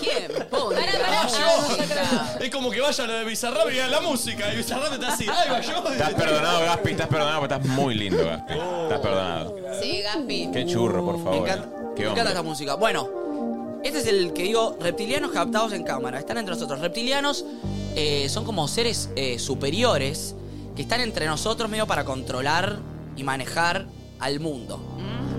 [SPEAKER 3] ¿Quién?
[SPEAKER 7] Pobre.
[SPEAKER 10] Ah,
[SPEAKER 2] Es como que vaya a lo de Bizarrap y diga la música. Y Bizarrap está así. ¡Ay, va yo!
[SPEAKER 4] Estás perdonado, Gaspi, estás perdonado, pero estás muy lindo, Gaspi. Estás perdonado.
[SPEAKER 8] Sí, Gaspi.
[SPEAKER 4] Qué churro, por favor.
[SPEAKER 3] Me encanta,
[SPEAKER 4] Qué hombre.
[SPEAKER 3] me encanta esta música. Bueno, este es el que digo, reptilianos captados en cámara. Están entre nosotros. Reptilianos eh, son como seres eh, superiores que están entre nosotros medio para controlar y manejar al mundo.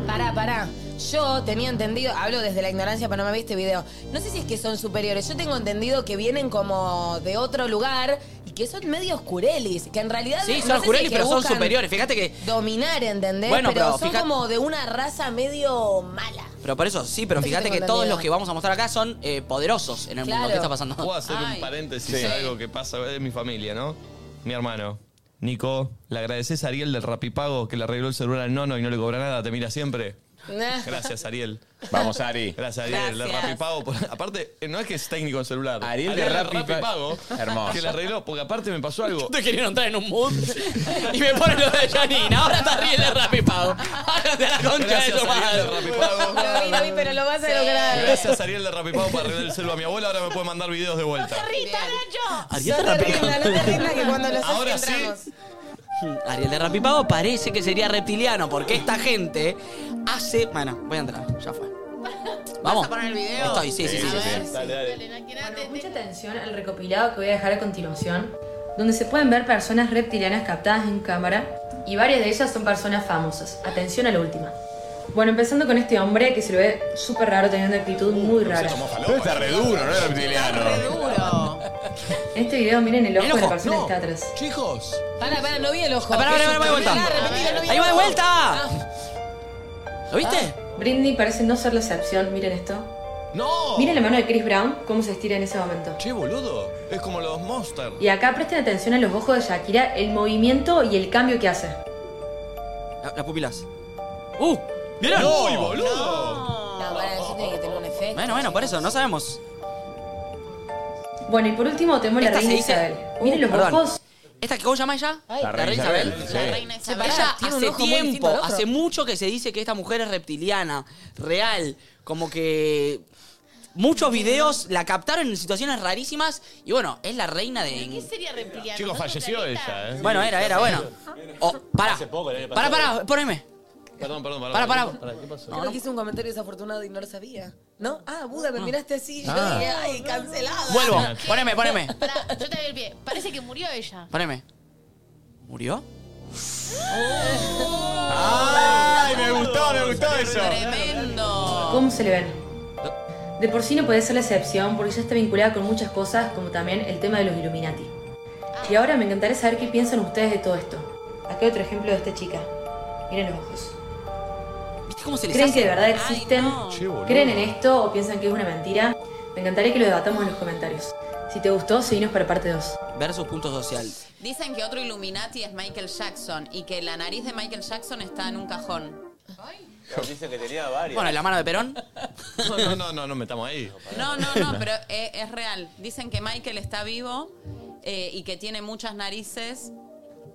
[SPEAKER 5] Pará, pará. Yo tenía entendido, hablo desde la ignorancia para no me ver este video. No sé si es que son superiores. Yo tengo entendido que vienen como de otro lugar y que son medio oscurelis. Que en realidad
[SPEAKER 3] Sí,
[SPEAKER 5] no
[SPEAKER 3] son
[SPEAKER 5] sé si
[SPEAKER 3] oscurelis,
[SPEAKER 5] es que
[SPEAKER 3] pero son
[SPEAKER 5] buscan
[SPEAKER 3] superiores. Fíjate que.
[SPEAKER 5] Dominar, ¿entendés?
[SPEAKER 3] Bueno, pero
[SPEAKER 5] son
[SPEAKER 3] fija-
[SPEAKER 5] como de una raza medio mala.
[SPEAKER 3] Pero por eso, sí, pero
[SPEAKER 5] Eso
[SPEAKER 3] fíjate
[SPEAKER 5] tengo
[SPEAKER 3] que todos
[SPEAKER 5] entendido.
[SPEAKER 3] los que vamos a mostrar acá son eh, poderosos en el mundo.
[SPEAKER 5] Claro.
[SPEAKER 3] ¿Qué está pasando?
[SPEAKER 2] ¿Puedo hacer un paréntesis a algo que pasa de mi familia, no? Mi hermano. Nico, ¿le agradeces a Ariel del Rapipago que le arregló el celular al nono y no le cobra nada? ¿Te mira siempre? Gracias, Ariel.
[SPEAKER 4] Vamos, Ari.
[SPEAKER 2] Gracias, Ariel, del
[SPEAKER 4] Gracias.
[SPEAKER 2] Rapipago. por- aparte, eh, no es que es técnico en celular.
[SPEAKER 4] Ariel de
[SPEAKER 2] del
[SPEAKER 4] Rappi
[SPEAKER 2] Rapipago.
[SPEAKER 4] Pa- Hermoso.
[SPEAKER 2] Que le arregló, porque aparte me pasó algo.
[SPEAKER 3] Te querían entrar en un mood y me ponen lo de Janina. Ahora está riendo de Rapipago. Ahora te la concha de
[SPEAKER 2] Gracias, Ariel
[SPEAKER 3] tu
[SPEAKER 2] de
[SPEAKER 3] madre.
[SPEAKER 2] Rapipago.
[SPEAKER 5] Lo vi, lo vi, pero lo vas a lograr.
[SPEAKER 2] Gracias, Ariel de Rapipago, por arreglar el celular a mi abuela. Ahora me puede mandar videos de vuelta.
[SPEAKER 3] Ariel de Rapipago.
[SPEAKER 2] Ahora sí.
[SPEAKER 3] Ariel de Rapipago parece que sería reptiliano porque esta gente hace. Bueno, voy a entrar, ya fue. Vamos.
[SPEAKER 10] a poner el video?
[SPEAKER 3] Estoy, sí, sí, sí.
[SPEAKER 10] Sí,
[SPEAKER 3] sí.
[SPEAKER 10] sí,
[SPEAKER 18] Bueno, mucha atención al recopilado que voy a dejar a continuación, donde se pueden ver personas reptilianas captadas en cámara y varias de ellas son personas famosas. Atención a la última. Bueno, empezando con este hombre que se lo ve súper raro, teniendo una
[SPEAKER 3] Uh,
[SPEAKER 18] actitud muy rara.
[SPEAKER 4] Pero está re duro, ¿no? El reptiliano.
[SPEAKER 18] En este video miren el ojo de la persona
[SPEAKER 3] no.
[SPEAKER 18] que está atrás.
[SPEAKER 3] Chicos.
[SPEAKER 5] Pará, pará, no vi el ojo.
[SPEAKER 3] Ah, pará,
[SPEAKER 18] Qué
[SPEAKER 3] pará, pará, voy de vuelta.
[SPEAKER 18] susto. Mirá, repetilo, no vi
[SPEAKER 3] Ahí va de
[SPEAKER 18] el ojo.
[SPEAKER 3] vuelta.
[SPEAKER 5] Ah.
[SPEAKER 3] ¿Lo viste?
[SPEAKER 18] Ah, Britney parece no ser la excepción, miren esto.
[SPEAKER 2] ¡No!
[SPEAKER 18] Miren la mano de Chris Brown, cómo se estira en ese momento.
[SPEAKER 2] Che, boludo. Es como los Monster.
[SPEAKER 18] Y acá presten atención a los ojos de Shakira, el movimiento y el cambio que hace.
[SPEAKER 3] La- Las pupilas. ¡Uh! ¿Vieron?
[SPEAKER 2] ¡Uy, boludo!
[SPEAKER 5] No, pará, eso tiene que tener un efecto.
[SPEAKER 3] Bueno, bueno, por eso, no sabemos.
[SPEAKER 18] Bueno, y por último tenemos la
[SPEAKER 3] Esta se
[SPEAKER 18] reina
[SPEAKER 3] dice- Uh,
[SPEAKER 18] Isabel. Miren los
[SPEAKER 3] Perdón.
[SPEAKER 18] ojos.
[SPEAKER 3] ¿Esta que vos llamás ya?
[SPEAKER 18] La reina Isabel, sí.
[SPEAKER 3] Ella
[SPEAKER 5] tiene un
[SPEAKER 3] hace
[SPEAKER 5] ojo muy distinto
[SPEAKER 3] tiempo,
[SPEAKER 5] al otro.
[SPEAKER 3] hace mucho que se dice que esta mujer es reptiliana, real, como que muchos videos la captaron en situaciones rarísimas y bueno, es la reina
[SPEAKER 10] ¿Qué
[SPEAKER 3] de...
[SPEAKER 10] sería reptiliano?
[SPEAKER 2] Chicos, falleció ella, ¿eh?
[SPEAKER 3] Bueno, era, era, bueno. Oh, pará,
[SPEAKER 2] poco, el año
[SPEAKER 3] pará, pará, poneme.
[SPEAKER 2] Perdón, perdón, perdón.
[SPEAKER 3] Pará, pará.
[SPEAKER 2] ¿Qué pasó?
[SPEAKER 5] Creo que hice un comentario desafortunado y no lo sabía. ¿No? Ah, Buda, me miraste así. Yo
[SPEAKER 3] Ah.
[SPEAKER 5] dije, ay, cancelada.
[SPEAKER 3] Vuelvo, poneme, poneme,
[SPEAKER 10] Pará, yo te doy el pie. Parece que murió ella.
[SPEAKER 3] poneme. ¿Murió?
[SPEAKER 4] ¡Ay, me gustó, me gustó eso!
[SPEAKER 18] ¿Cómo se le ven? De por sí no puede ser la excepción porque ya está vinculada con muchas cosas, como también el tema de los Illuminati. Y ahora me encantaría saber qué piensan ustedes de todo esto. Acá hay otro ejemplo de esta chica. Miren los ojos.
[SPEAKER 3] ¿Viste cómo se les
[SPEAKER 18] ¿Creen
[SPEAKER 3] hace?
[SPEAKER 18] que de verdad existen? ¿Creen en esto o piensan que es una mentira? Me encantaría que lo debatamos en los comentarios. Si te gustó, seguinos para parte 2.
[SPEAKER 3] versus punto social.
[SPEAKER 8] Dicen que otro Illuminati es Michael Jackson y que la nariz de Michael Jackson está en un cajón.
[SPEAKER 16] Dice que tenía varias.
[SPEAKER 3] Bueno, ¿y la mano de Perón?
[SPEAKER 2] No, no, no, no, no metamos ahí.
[SPEAKER 8] No, no, no, pero es, es real. Dicen que Michael está vivo eh, y que tiene muchas narices.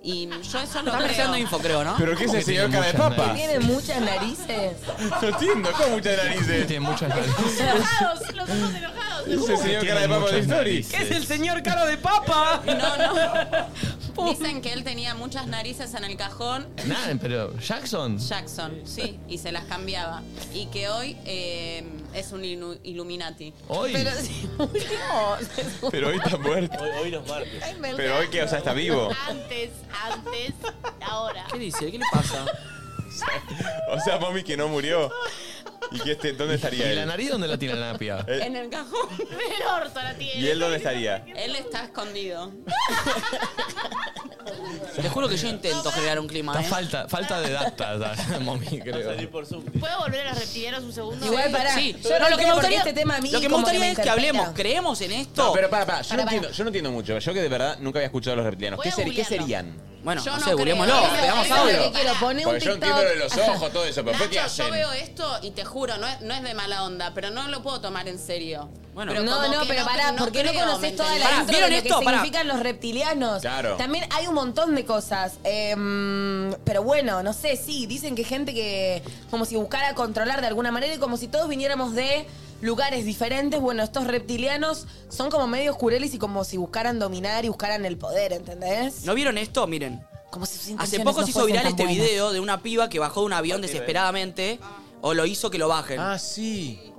[SPEAKER 8] Y yo eso lo
[SPEAKER 3] Está
[SPEAKER 8] creo.
[SPEAKER 3] mezclando info, creo, ¿no?
[SPEAKER 4] ¿Pero qué es
[SPEAKER 3] ¿Cómo
[SPEAKER 4] el
[SPEAKER 3] que tiene
[SPEAKER 4] señor cara de
[SPEAKER 3] muchas
[SPEAKER 4] papa?
[SPEAKER 5] Tiene muchas narices.
[SPEAKER 4] No entiendo, ¿cómo muchas narices? Tiene muchas
[SPEAKER 3] Ah.
[SPEAKER 4] narices.
[SPEAKER 10] Enojados, los ojos enojados.
[SPEAKER 4] Es el señor cara de papa de la historia.
[SPEAKER 3] ¿Qué es el señor cara de papa?
[SPEAKER 8] No, no. Dicen que él tenía muchas narices en el cajón
[SPEAKER 2] Nada, pero Jackson.
[SPEAKER 8] Jackson, sí, y se las cambiaba. Y que hoy eh, es un ilu- Illuminati.
[SPEAKER 2] Hoy.
[SPEAKER 8] Pero,
[SPEAKER 4] Pero hoy está muerto.
[SPEAKER 16] Hoy, hoy los martes.
[SPEAKER 4] Pero hoy que, o sea, está vivo.
[SPEAKER 10] Antes, antes, ahora.
[SPEAKER 3] ¿Qué dice? ¿Qué le pasa?
[SPEAKER 4] O sea, mami que no murió. ¿Y que este, dónde estaría él?
[SPEAKER 2] ¿Y la nariz dónde la tiene la napia?
[SPEAKER 4] Eh,
[SPEAKER 8] en el cajón.
[SPEAKER 10] El orto la tiene.
[SPEAKER 4] ¿Y él dónde estaría?
[SPEAKER 8] Él está escondido.
[SPEAKER 3] Te juro que yo intento generar un clima,
[SPEAKER 2] Está
[SPEAKER 3] ¿eh?
[SPEAKER 2] falta, falta de data, da- mami, creo.
[SPEAKER 10] ¿Puedo volver a los reptilianos un segundo?
[SPEAKER 12] Igual, pará.
[SPEAKER 3] Sí,
[SPEAKER 12] Yo
[SPEAKER 3] no, lo que
[SPEAKER 12] porque
[SPEAKER 3] me gustaría,
[SPEAKER 12] este tema a mí
[SPEAKER 3] lo que me
[SPEAKER 12] como
[SPEAKER 3] gustaría
[SPEAKER 12] que me
[SPEAKER 3] es que
[SPEAKER 12] interpela.
[SPEAKER 3] hablemos. ¿Creemos en esto?
[SPEAKER 4] No, pero para, para, yo,
[SPEAKER 10] Para,
[SPEAKER 4] no
[SPEAKER 10] para.
[SPEAKER 4] Entiendo, yo no entiendo mucho. Yo que de verdad nunca había escuchado a los reptilianos.
[SPEAKER 10] Voy
[SPEAKER 4] ¿Qué,
[SPEAKER 10] a
[SPEAKER 4] ser- qué
[SPEAKER 10] googlearlo.
[SPEAKER 4] serían?
[SPEAKER 3] bueno,
[SPEAKER 8] Yo
[SPEAKER 3] no,
[SPEAKER 8] no
[SPEAKER 3] sé, googleémoslo,
[SPEAKER 8] creo.
[SPEAKER 3] veamos
[SPEAKER 8] Eso es lo
[SPEAKER 3] audio.
[SPEAKER 8] que quiero,
[SPEAKER 12] poner
[SPEAKER 4] Porque yo entiendo lo de los ojos, todo eso, pero ¿por qué
[SPEAKER 8] Nacho, yo
[SPEAKER 4] hacen?
[SPEAKER 8] veo esto y te juro, no, es- no es de mala onda, pero no lo puedo tomar en serio.
[SPEAKER 3] Bueno.
[SPEAKER 8] como
[SPEAKER 12] no, no,
[SPEAKER 8] que
[SPEAKER 12] pero pará, porque no
[SPEAKER 8] creo, ¿me
[SPEAKER 12] conoces toda la
[SPEAKER 8] entendés?
[SPEAKER 12] intro
[SPEAKER 3] ¿vieron
[SPEAKER 12] de lo que
[SPEAKER 3] esto? Pará.
[SPEAKER 12] significan los reptilianos.
[SPEAKER 4] Claro.
[SPEAKER 12] También hay un montón de cosas. em, pero bueno, no sé, sí, dicen que gente que como si buscara controlar de alguna manera y como si todos viniéramos de lugares diferentes. Bueno, estos reptilianos son como medios cureles y como si buscaran dominar y buscaran el poder, ¿entendés?
[SPEAKER 3] ¿No vieron esto? Miren.
[SPEAKER 12] Como si sus
[SPEAKER 3] Hace
[SPEAKER 12] intenciones
[SPEAKER 3] poco
[SPEAKER 12] no
[SPEAKER 3] se hizo
[SPEAKER 12] fuesen
[SPEAKER 3] viral
[SPEAKER 12] tan
[SPEAKER 3] este
[SPEAKER 12] buenas.
[SPEAKER 3] video de una piba que bajó de un avión desesperadamente o lo hizo que lo bajen.
[SPEAKER 4] Ah, sí.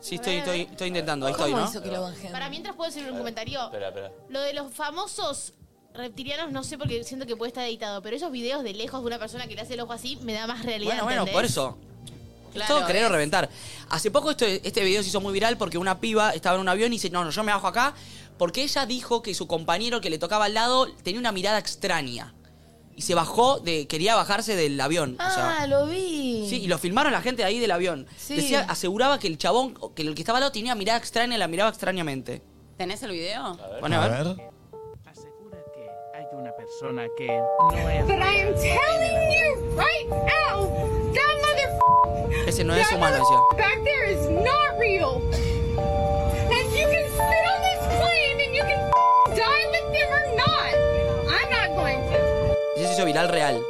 [SPEAKER 3] Sí, estoy, estoy, estoy intentando, ahí estoy,
[SPEAKER 12] ¿Cómo
[SPEAKER 3] ¿no?
[SPEAKER 12] hizo que lo bajen?
[SPEAKER 10] Para mientras puedo decir un comentario.
[SPEAKER 16] Espera, espera.
[SPEAKER 10] Lo de los famosos reptilianos, no sé porque siento que puede estar editado, pero esos videos de lejos de una persona que le hace el ojo así me da más realidad.
[SPEAKER 3] Bueno, bueno,
[SPEAKER 10] ¿entendés?
[SPEAKER 3] por eso.
[SPEAKER 8] Claro,
[SPEAKER 3] Todo querer
[SPEAKER 8] es-
[SPEAKER 3] reventar. Hace poco esto- este video se hizo muy viral porque una piba estaba en un avión y dice, no, no, yo me bajo acá porque ella dijo que su compañero que le tocaba al lado tenía una mirada extraña. Y se bajó, de, quería bajarse del avión. o sea,
[SPEAKER 12] Ah, lo vi.
[SPEAKER 3] Sí, y lo filmaron la gente de ahí del avión.
[SPEAKER 12] Sí.
[SPEAKER 3] Decía, aseguraba que el chabón, o que el que estaba al lado tenía mirada extraña y la miraba extrañamente.
[SPEAKER 8] ¿Tenés el video?
[SPEAKER 3] Bueno, a ver.
[SPEAKER 19] Asegúrate, hay una persona que no es.
[SPEAKER 7] But I am telling you right now, that mother
[SPEAKER 3] Ese no
[SPEAKER 7] that
[SPEAKER 3] es humano, decía.
[SPEAKER 7] mother back there is not real. And you can sit on this plane and you can die with them or not. I'm not going to.
[SPEAKER 3] Ese se hizo viral real.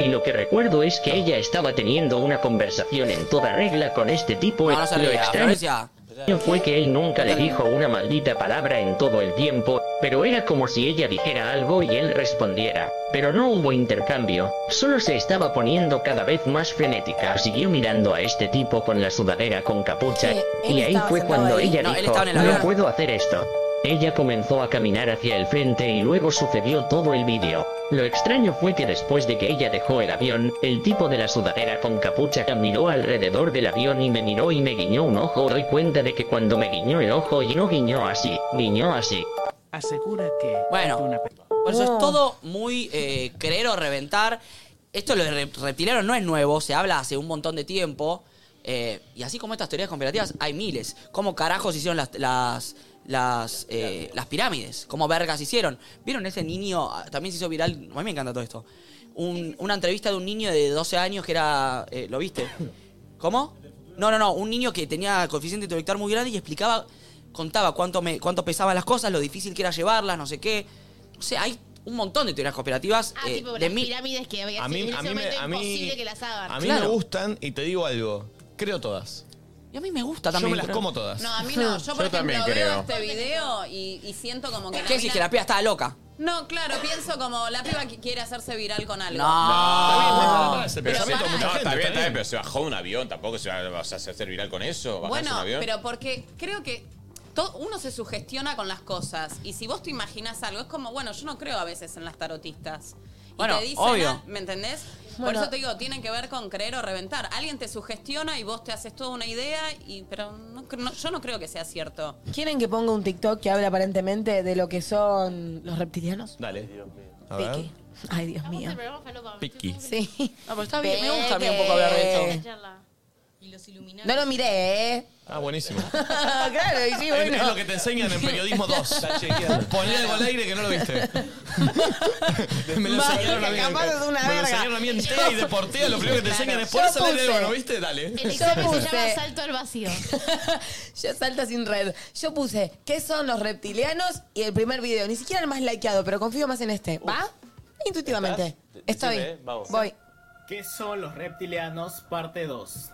[SPEAKER 20] Y lo que recuerdo es que ella estaba teniendo una conversación en toda regla con este tipo.
[SPEAKER 3] No, no se
[SPEAKER 20] lo
[SPEAKER 3] ría,
[SPEAKER 20] extraño
[SPEAKER 3] Florencia.
[SPEAKER 20] fue que él nunca le dijo una maldita palabra en todo el tiempo, pero era como si ella dijera algo y él respondiera. Pero no hubo intercambio, solo se estaba poniendo cada vez más frenética. Siguió mirando a este tipo con la sudadera con capucha,
[SPEAKER 12] Sí, él
[SPEAKER 20] y ahí
[SPEAKER 12] estaba
[SPEAKER 20] fue
[SPEAKER 12] sentado
[SPEAKER 20] cuando
[SPEAKER 12] ahí.
[SPEAKER 20] ella
[SPEAKER 3] No, él
[SPEAKER 20] dijo,
[SPEAKER 3] estaba en el avión".
[SPEAKER 20] no puedo hacer esto. Ella comenzó a caminar hacia el frente y luego sucedió todo el vídeo. Lo extraño fue que después de que ella dejó el avión, el tipo de la sudadera con capucha caminó alrededor del avión y me miró y me guiñó un ojo. Doy cuenta de que cuando me guiñó el ojo y no guiñó así, guiñó así.
[SPEAKER 19] Asegúrate.
[SPEAKER 3] Bueno.
[SPEAKER 19] hay una persona.
[SPEAKER 3] Por eso
[SPEAKER 12] No.
[SPEAKER 3] es todo muy eh, creer o reventar. Esto lo de re- reptilianos no es nuevo, se habla hace un montón de tiempo. Eh, y así como estas teorías conspirativas, hay miles. ¿Cómo carajos hicieron las, las, las, eh, las pirámides? ¿Cómo vergas hicieron? ¿Vieron ese niño? Ah, También se hizo viral. A mí me encanta todo esto. Un- una entrevista de un niño de 12 años que era. eh, ¿Lo viste? ¿Cómo? No, no, no. Un niño que tenía coeficiente intelectual muy grande y explicaba, contaba cuánto, me, cuánto pesaban las cosas, lo difícil que era llevarlas, no sé qué. O sea, hay un montón de teorías conspirativas.
[SPEAKER 10] Ah,
[SPEAKER 3] eh,
[SPEAKER 10] tipo
[SPEAKER 3] de
[SPEAKER 10] las
[SPEAKER 3] mil-
[SPEAKER 10] pirámides que había
[SPEAKER 2] A mí,
[SPEAKER 10] en ese
[SPEAKER 2] a mí, me,
[SPEAKER 10] momento
[SPEAKER 2] a mí,
[SPEAKER 10] imposible que las hagan.
[SPEAKER 2] a mí
[SPEAKER 3] Claro.
[SPEAKER 2] me gustan y te digo algo. Creo todas.
[SPEAKER 3] Y a mí me gusta también.
[SPEAKER 2] Yo me las
[SPEAKER 3] pero-
[SPEAKER 2] como todas.
[SPEAKER 8] No, a mí no. Yo, por
[SPEAKER 4] Yo también
[SPEAKER 8] ejemplo, veo
[SPEAKER 4] creo.
[SPEAKER 8] este video y, y siento como que. la
[SPEAKER 3] ¿Qué decís?
[SPEAKER 8] mina-
[SPEAKER 3] Que la piba estaba loca.
[SPEAKER 8] No, claro, pienso como la piba que quiere hacerse viral con algo.
[SPEAKER 3] No.
[SPEAKER 2] Ese
[SPEAKER 4] Pero
[SPEAKER 2] pensamiento
[SPEAKER 8] pará.
[SPEAKER 2] de mucha
[SPEAKER 4] no,
[SPEAKER 2] gente,
[SPEAKER 4] está bien, está bien, pero se bajó de un avión, tampoco se va o sea, se va a hacer viral con eso. bajarse de
[SPEAKER 8] Bueno,
[SPEAKER 4] un avión.
[SPEAKER 8] pero porque creo que to- uno se sugestiona con las cosas. Y si vos te imaginas algo, es como, bueno, yo no creo a veces en las tarotistas. Y
[SPEAKER 3] Bueno,
[SPEAKER 8] te dicen,
[SPEAKER 3] obvio.
[SPEAKER 8] ah, ¿me entendés?
[SPEAKER 12] Bueno.
[SPEAKER 8] Por eso te digo, tiene que ver con creer o reventar. Alguien te sugestiona y vos te haces toda una idea, y pero no cre- no- yo no creo que sea cierto.
[SPEAKER 12] ¿Quieren que ponga un TikTok que hable aparentemente de lo que son los reptilianos?
[SPEAKER 2] Dale. A
[SPEAKER 12] Peque. Ay, Dios mío.
[SPEAKER 10] Vamos al programa falopa.
[SPEAKER 2] Piqui.
[SPEAKER 12] Sí.
[SPEAKER 3] No, pero está bien. Me gusta a mí un poco hablar de esto.
[SPEAKER 10] Charla.
[SPEAKER 8] Y los iluminados.
[SPEAKER 5] No lo miré, ¿eh?
[SPEAKER 2] Ah, buenísimo.
[SPEAKER 5] claro, y sí,
[SPEAKER 2] Es- Es
[SPEAKER 5] bueno.
[SPEAKER 2] lo que te enseñan en Periodismo 2.
[SPEAKER 5] Está chequeado.
[SPEAKER 2] Ponle algo al aire que no lo viste. Me lo
[SPEAKER 5] Vale,
[SPEAKER 2] enseñaron a mí.
[SPEAKER 5] que capaz es una
[SPEAKER 2] Me lo
[SPEAKER 5] verga.
[SPEAKER 2] enseñaron a mí en TEA y deportiva. Lo primero que te enseñan es ponerse
[SPEAKER 5] Yo
[SPEAKER 2] al aire algo
[SPEAKER 5] puse-
[SPEAKER 2] que no viste. Dale.
[SPEAKER 5] El examen se llama
[SPEAKER 7] Salto al vacío.
[SPEAKER 5] Yo salta sin red. Yo puse, ¿qué son los reptilianos? Y el primer video, ni siquiera el más likeado, pero confío más en este. ¿Va? Intuitivamente.
[SPEAKER 16] ¿Estás?
[SPEAKER 5] Estoy.
[SPEAKER 16] Decime, ¿eh? Vamos.
[SPEAKER 5] Voy.
[SPEAKER 16] ¿Qué son los reptilianos? Parte 2.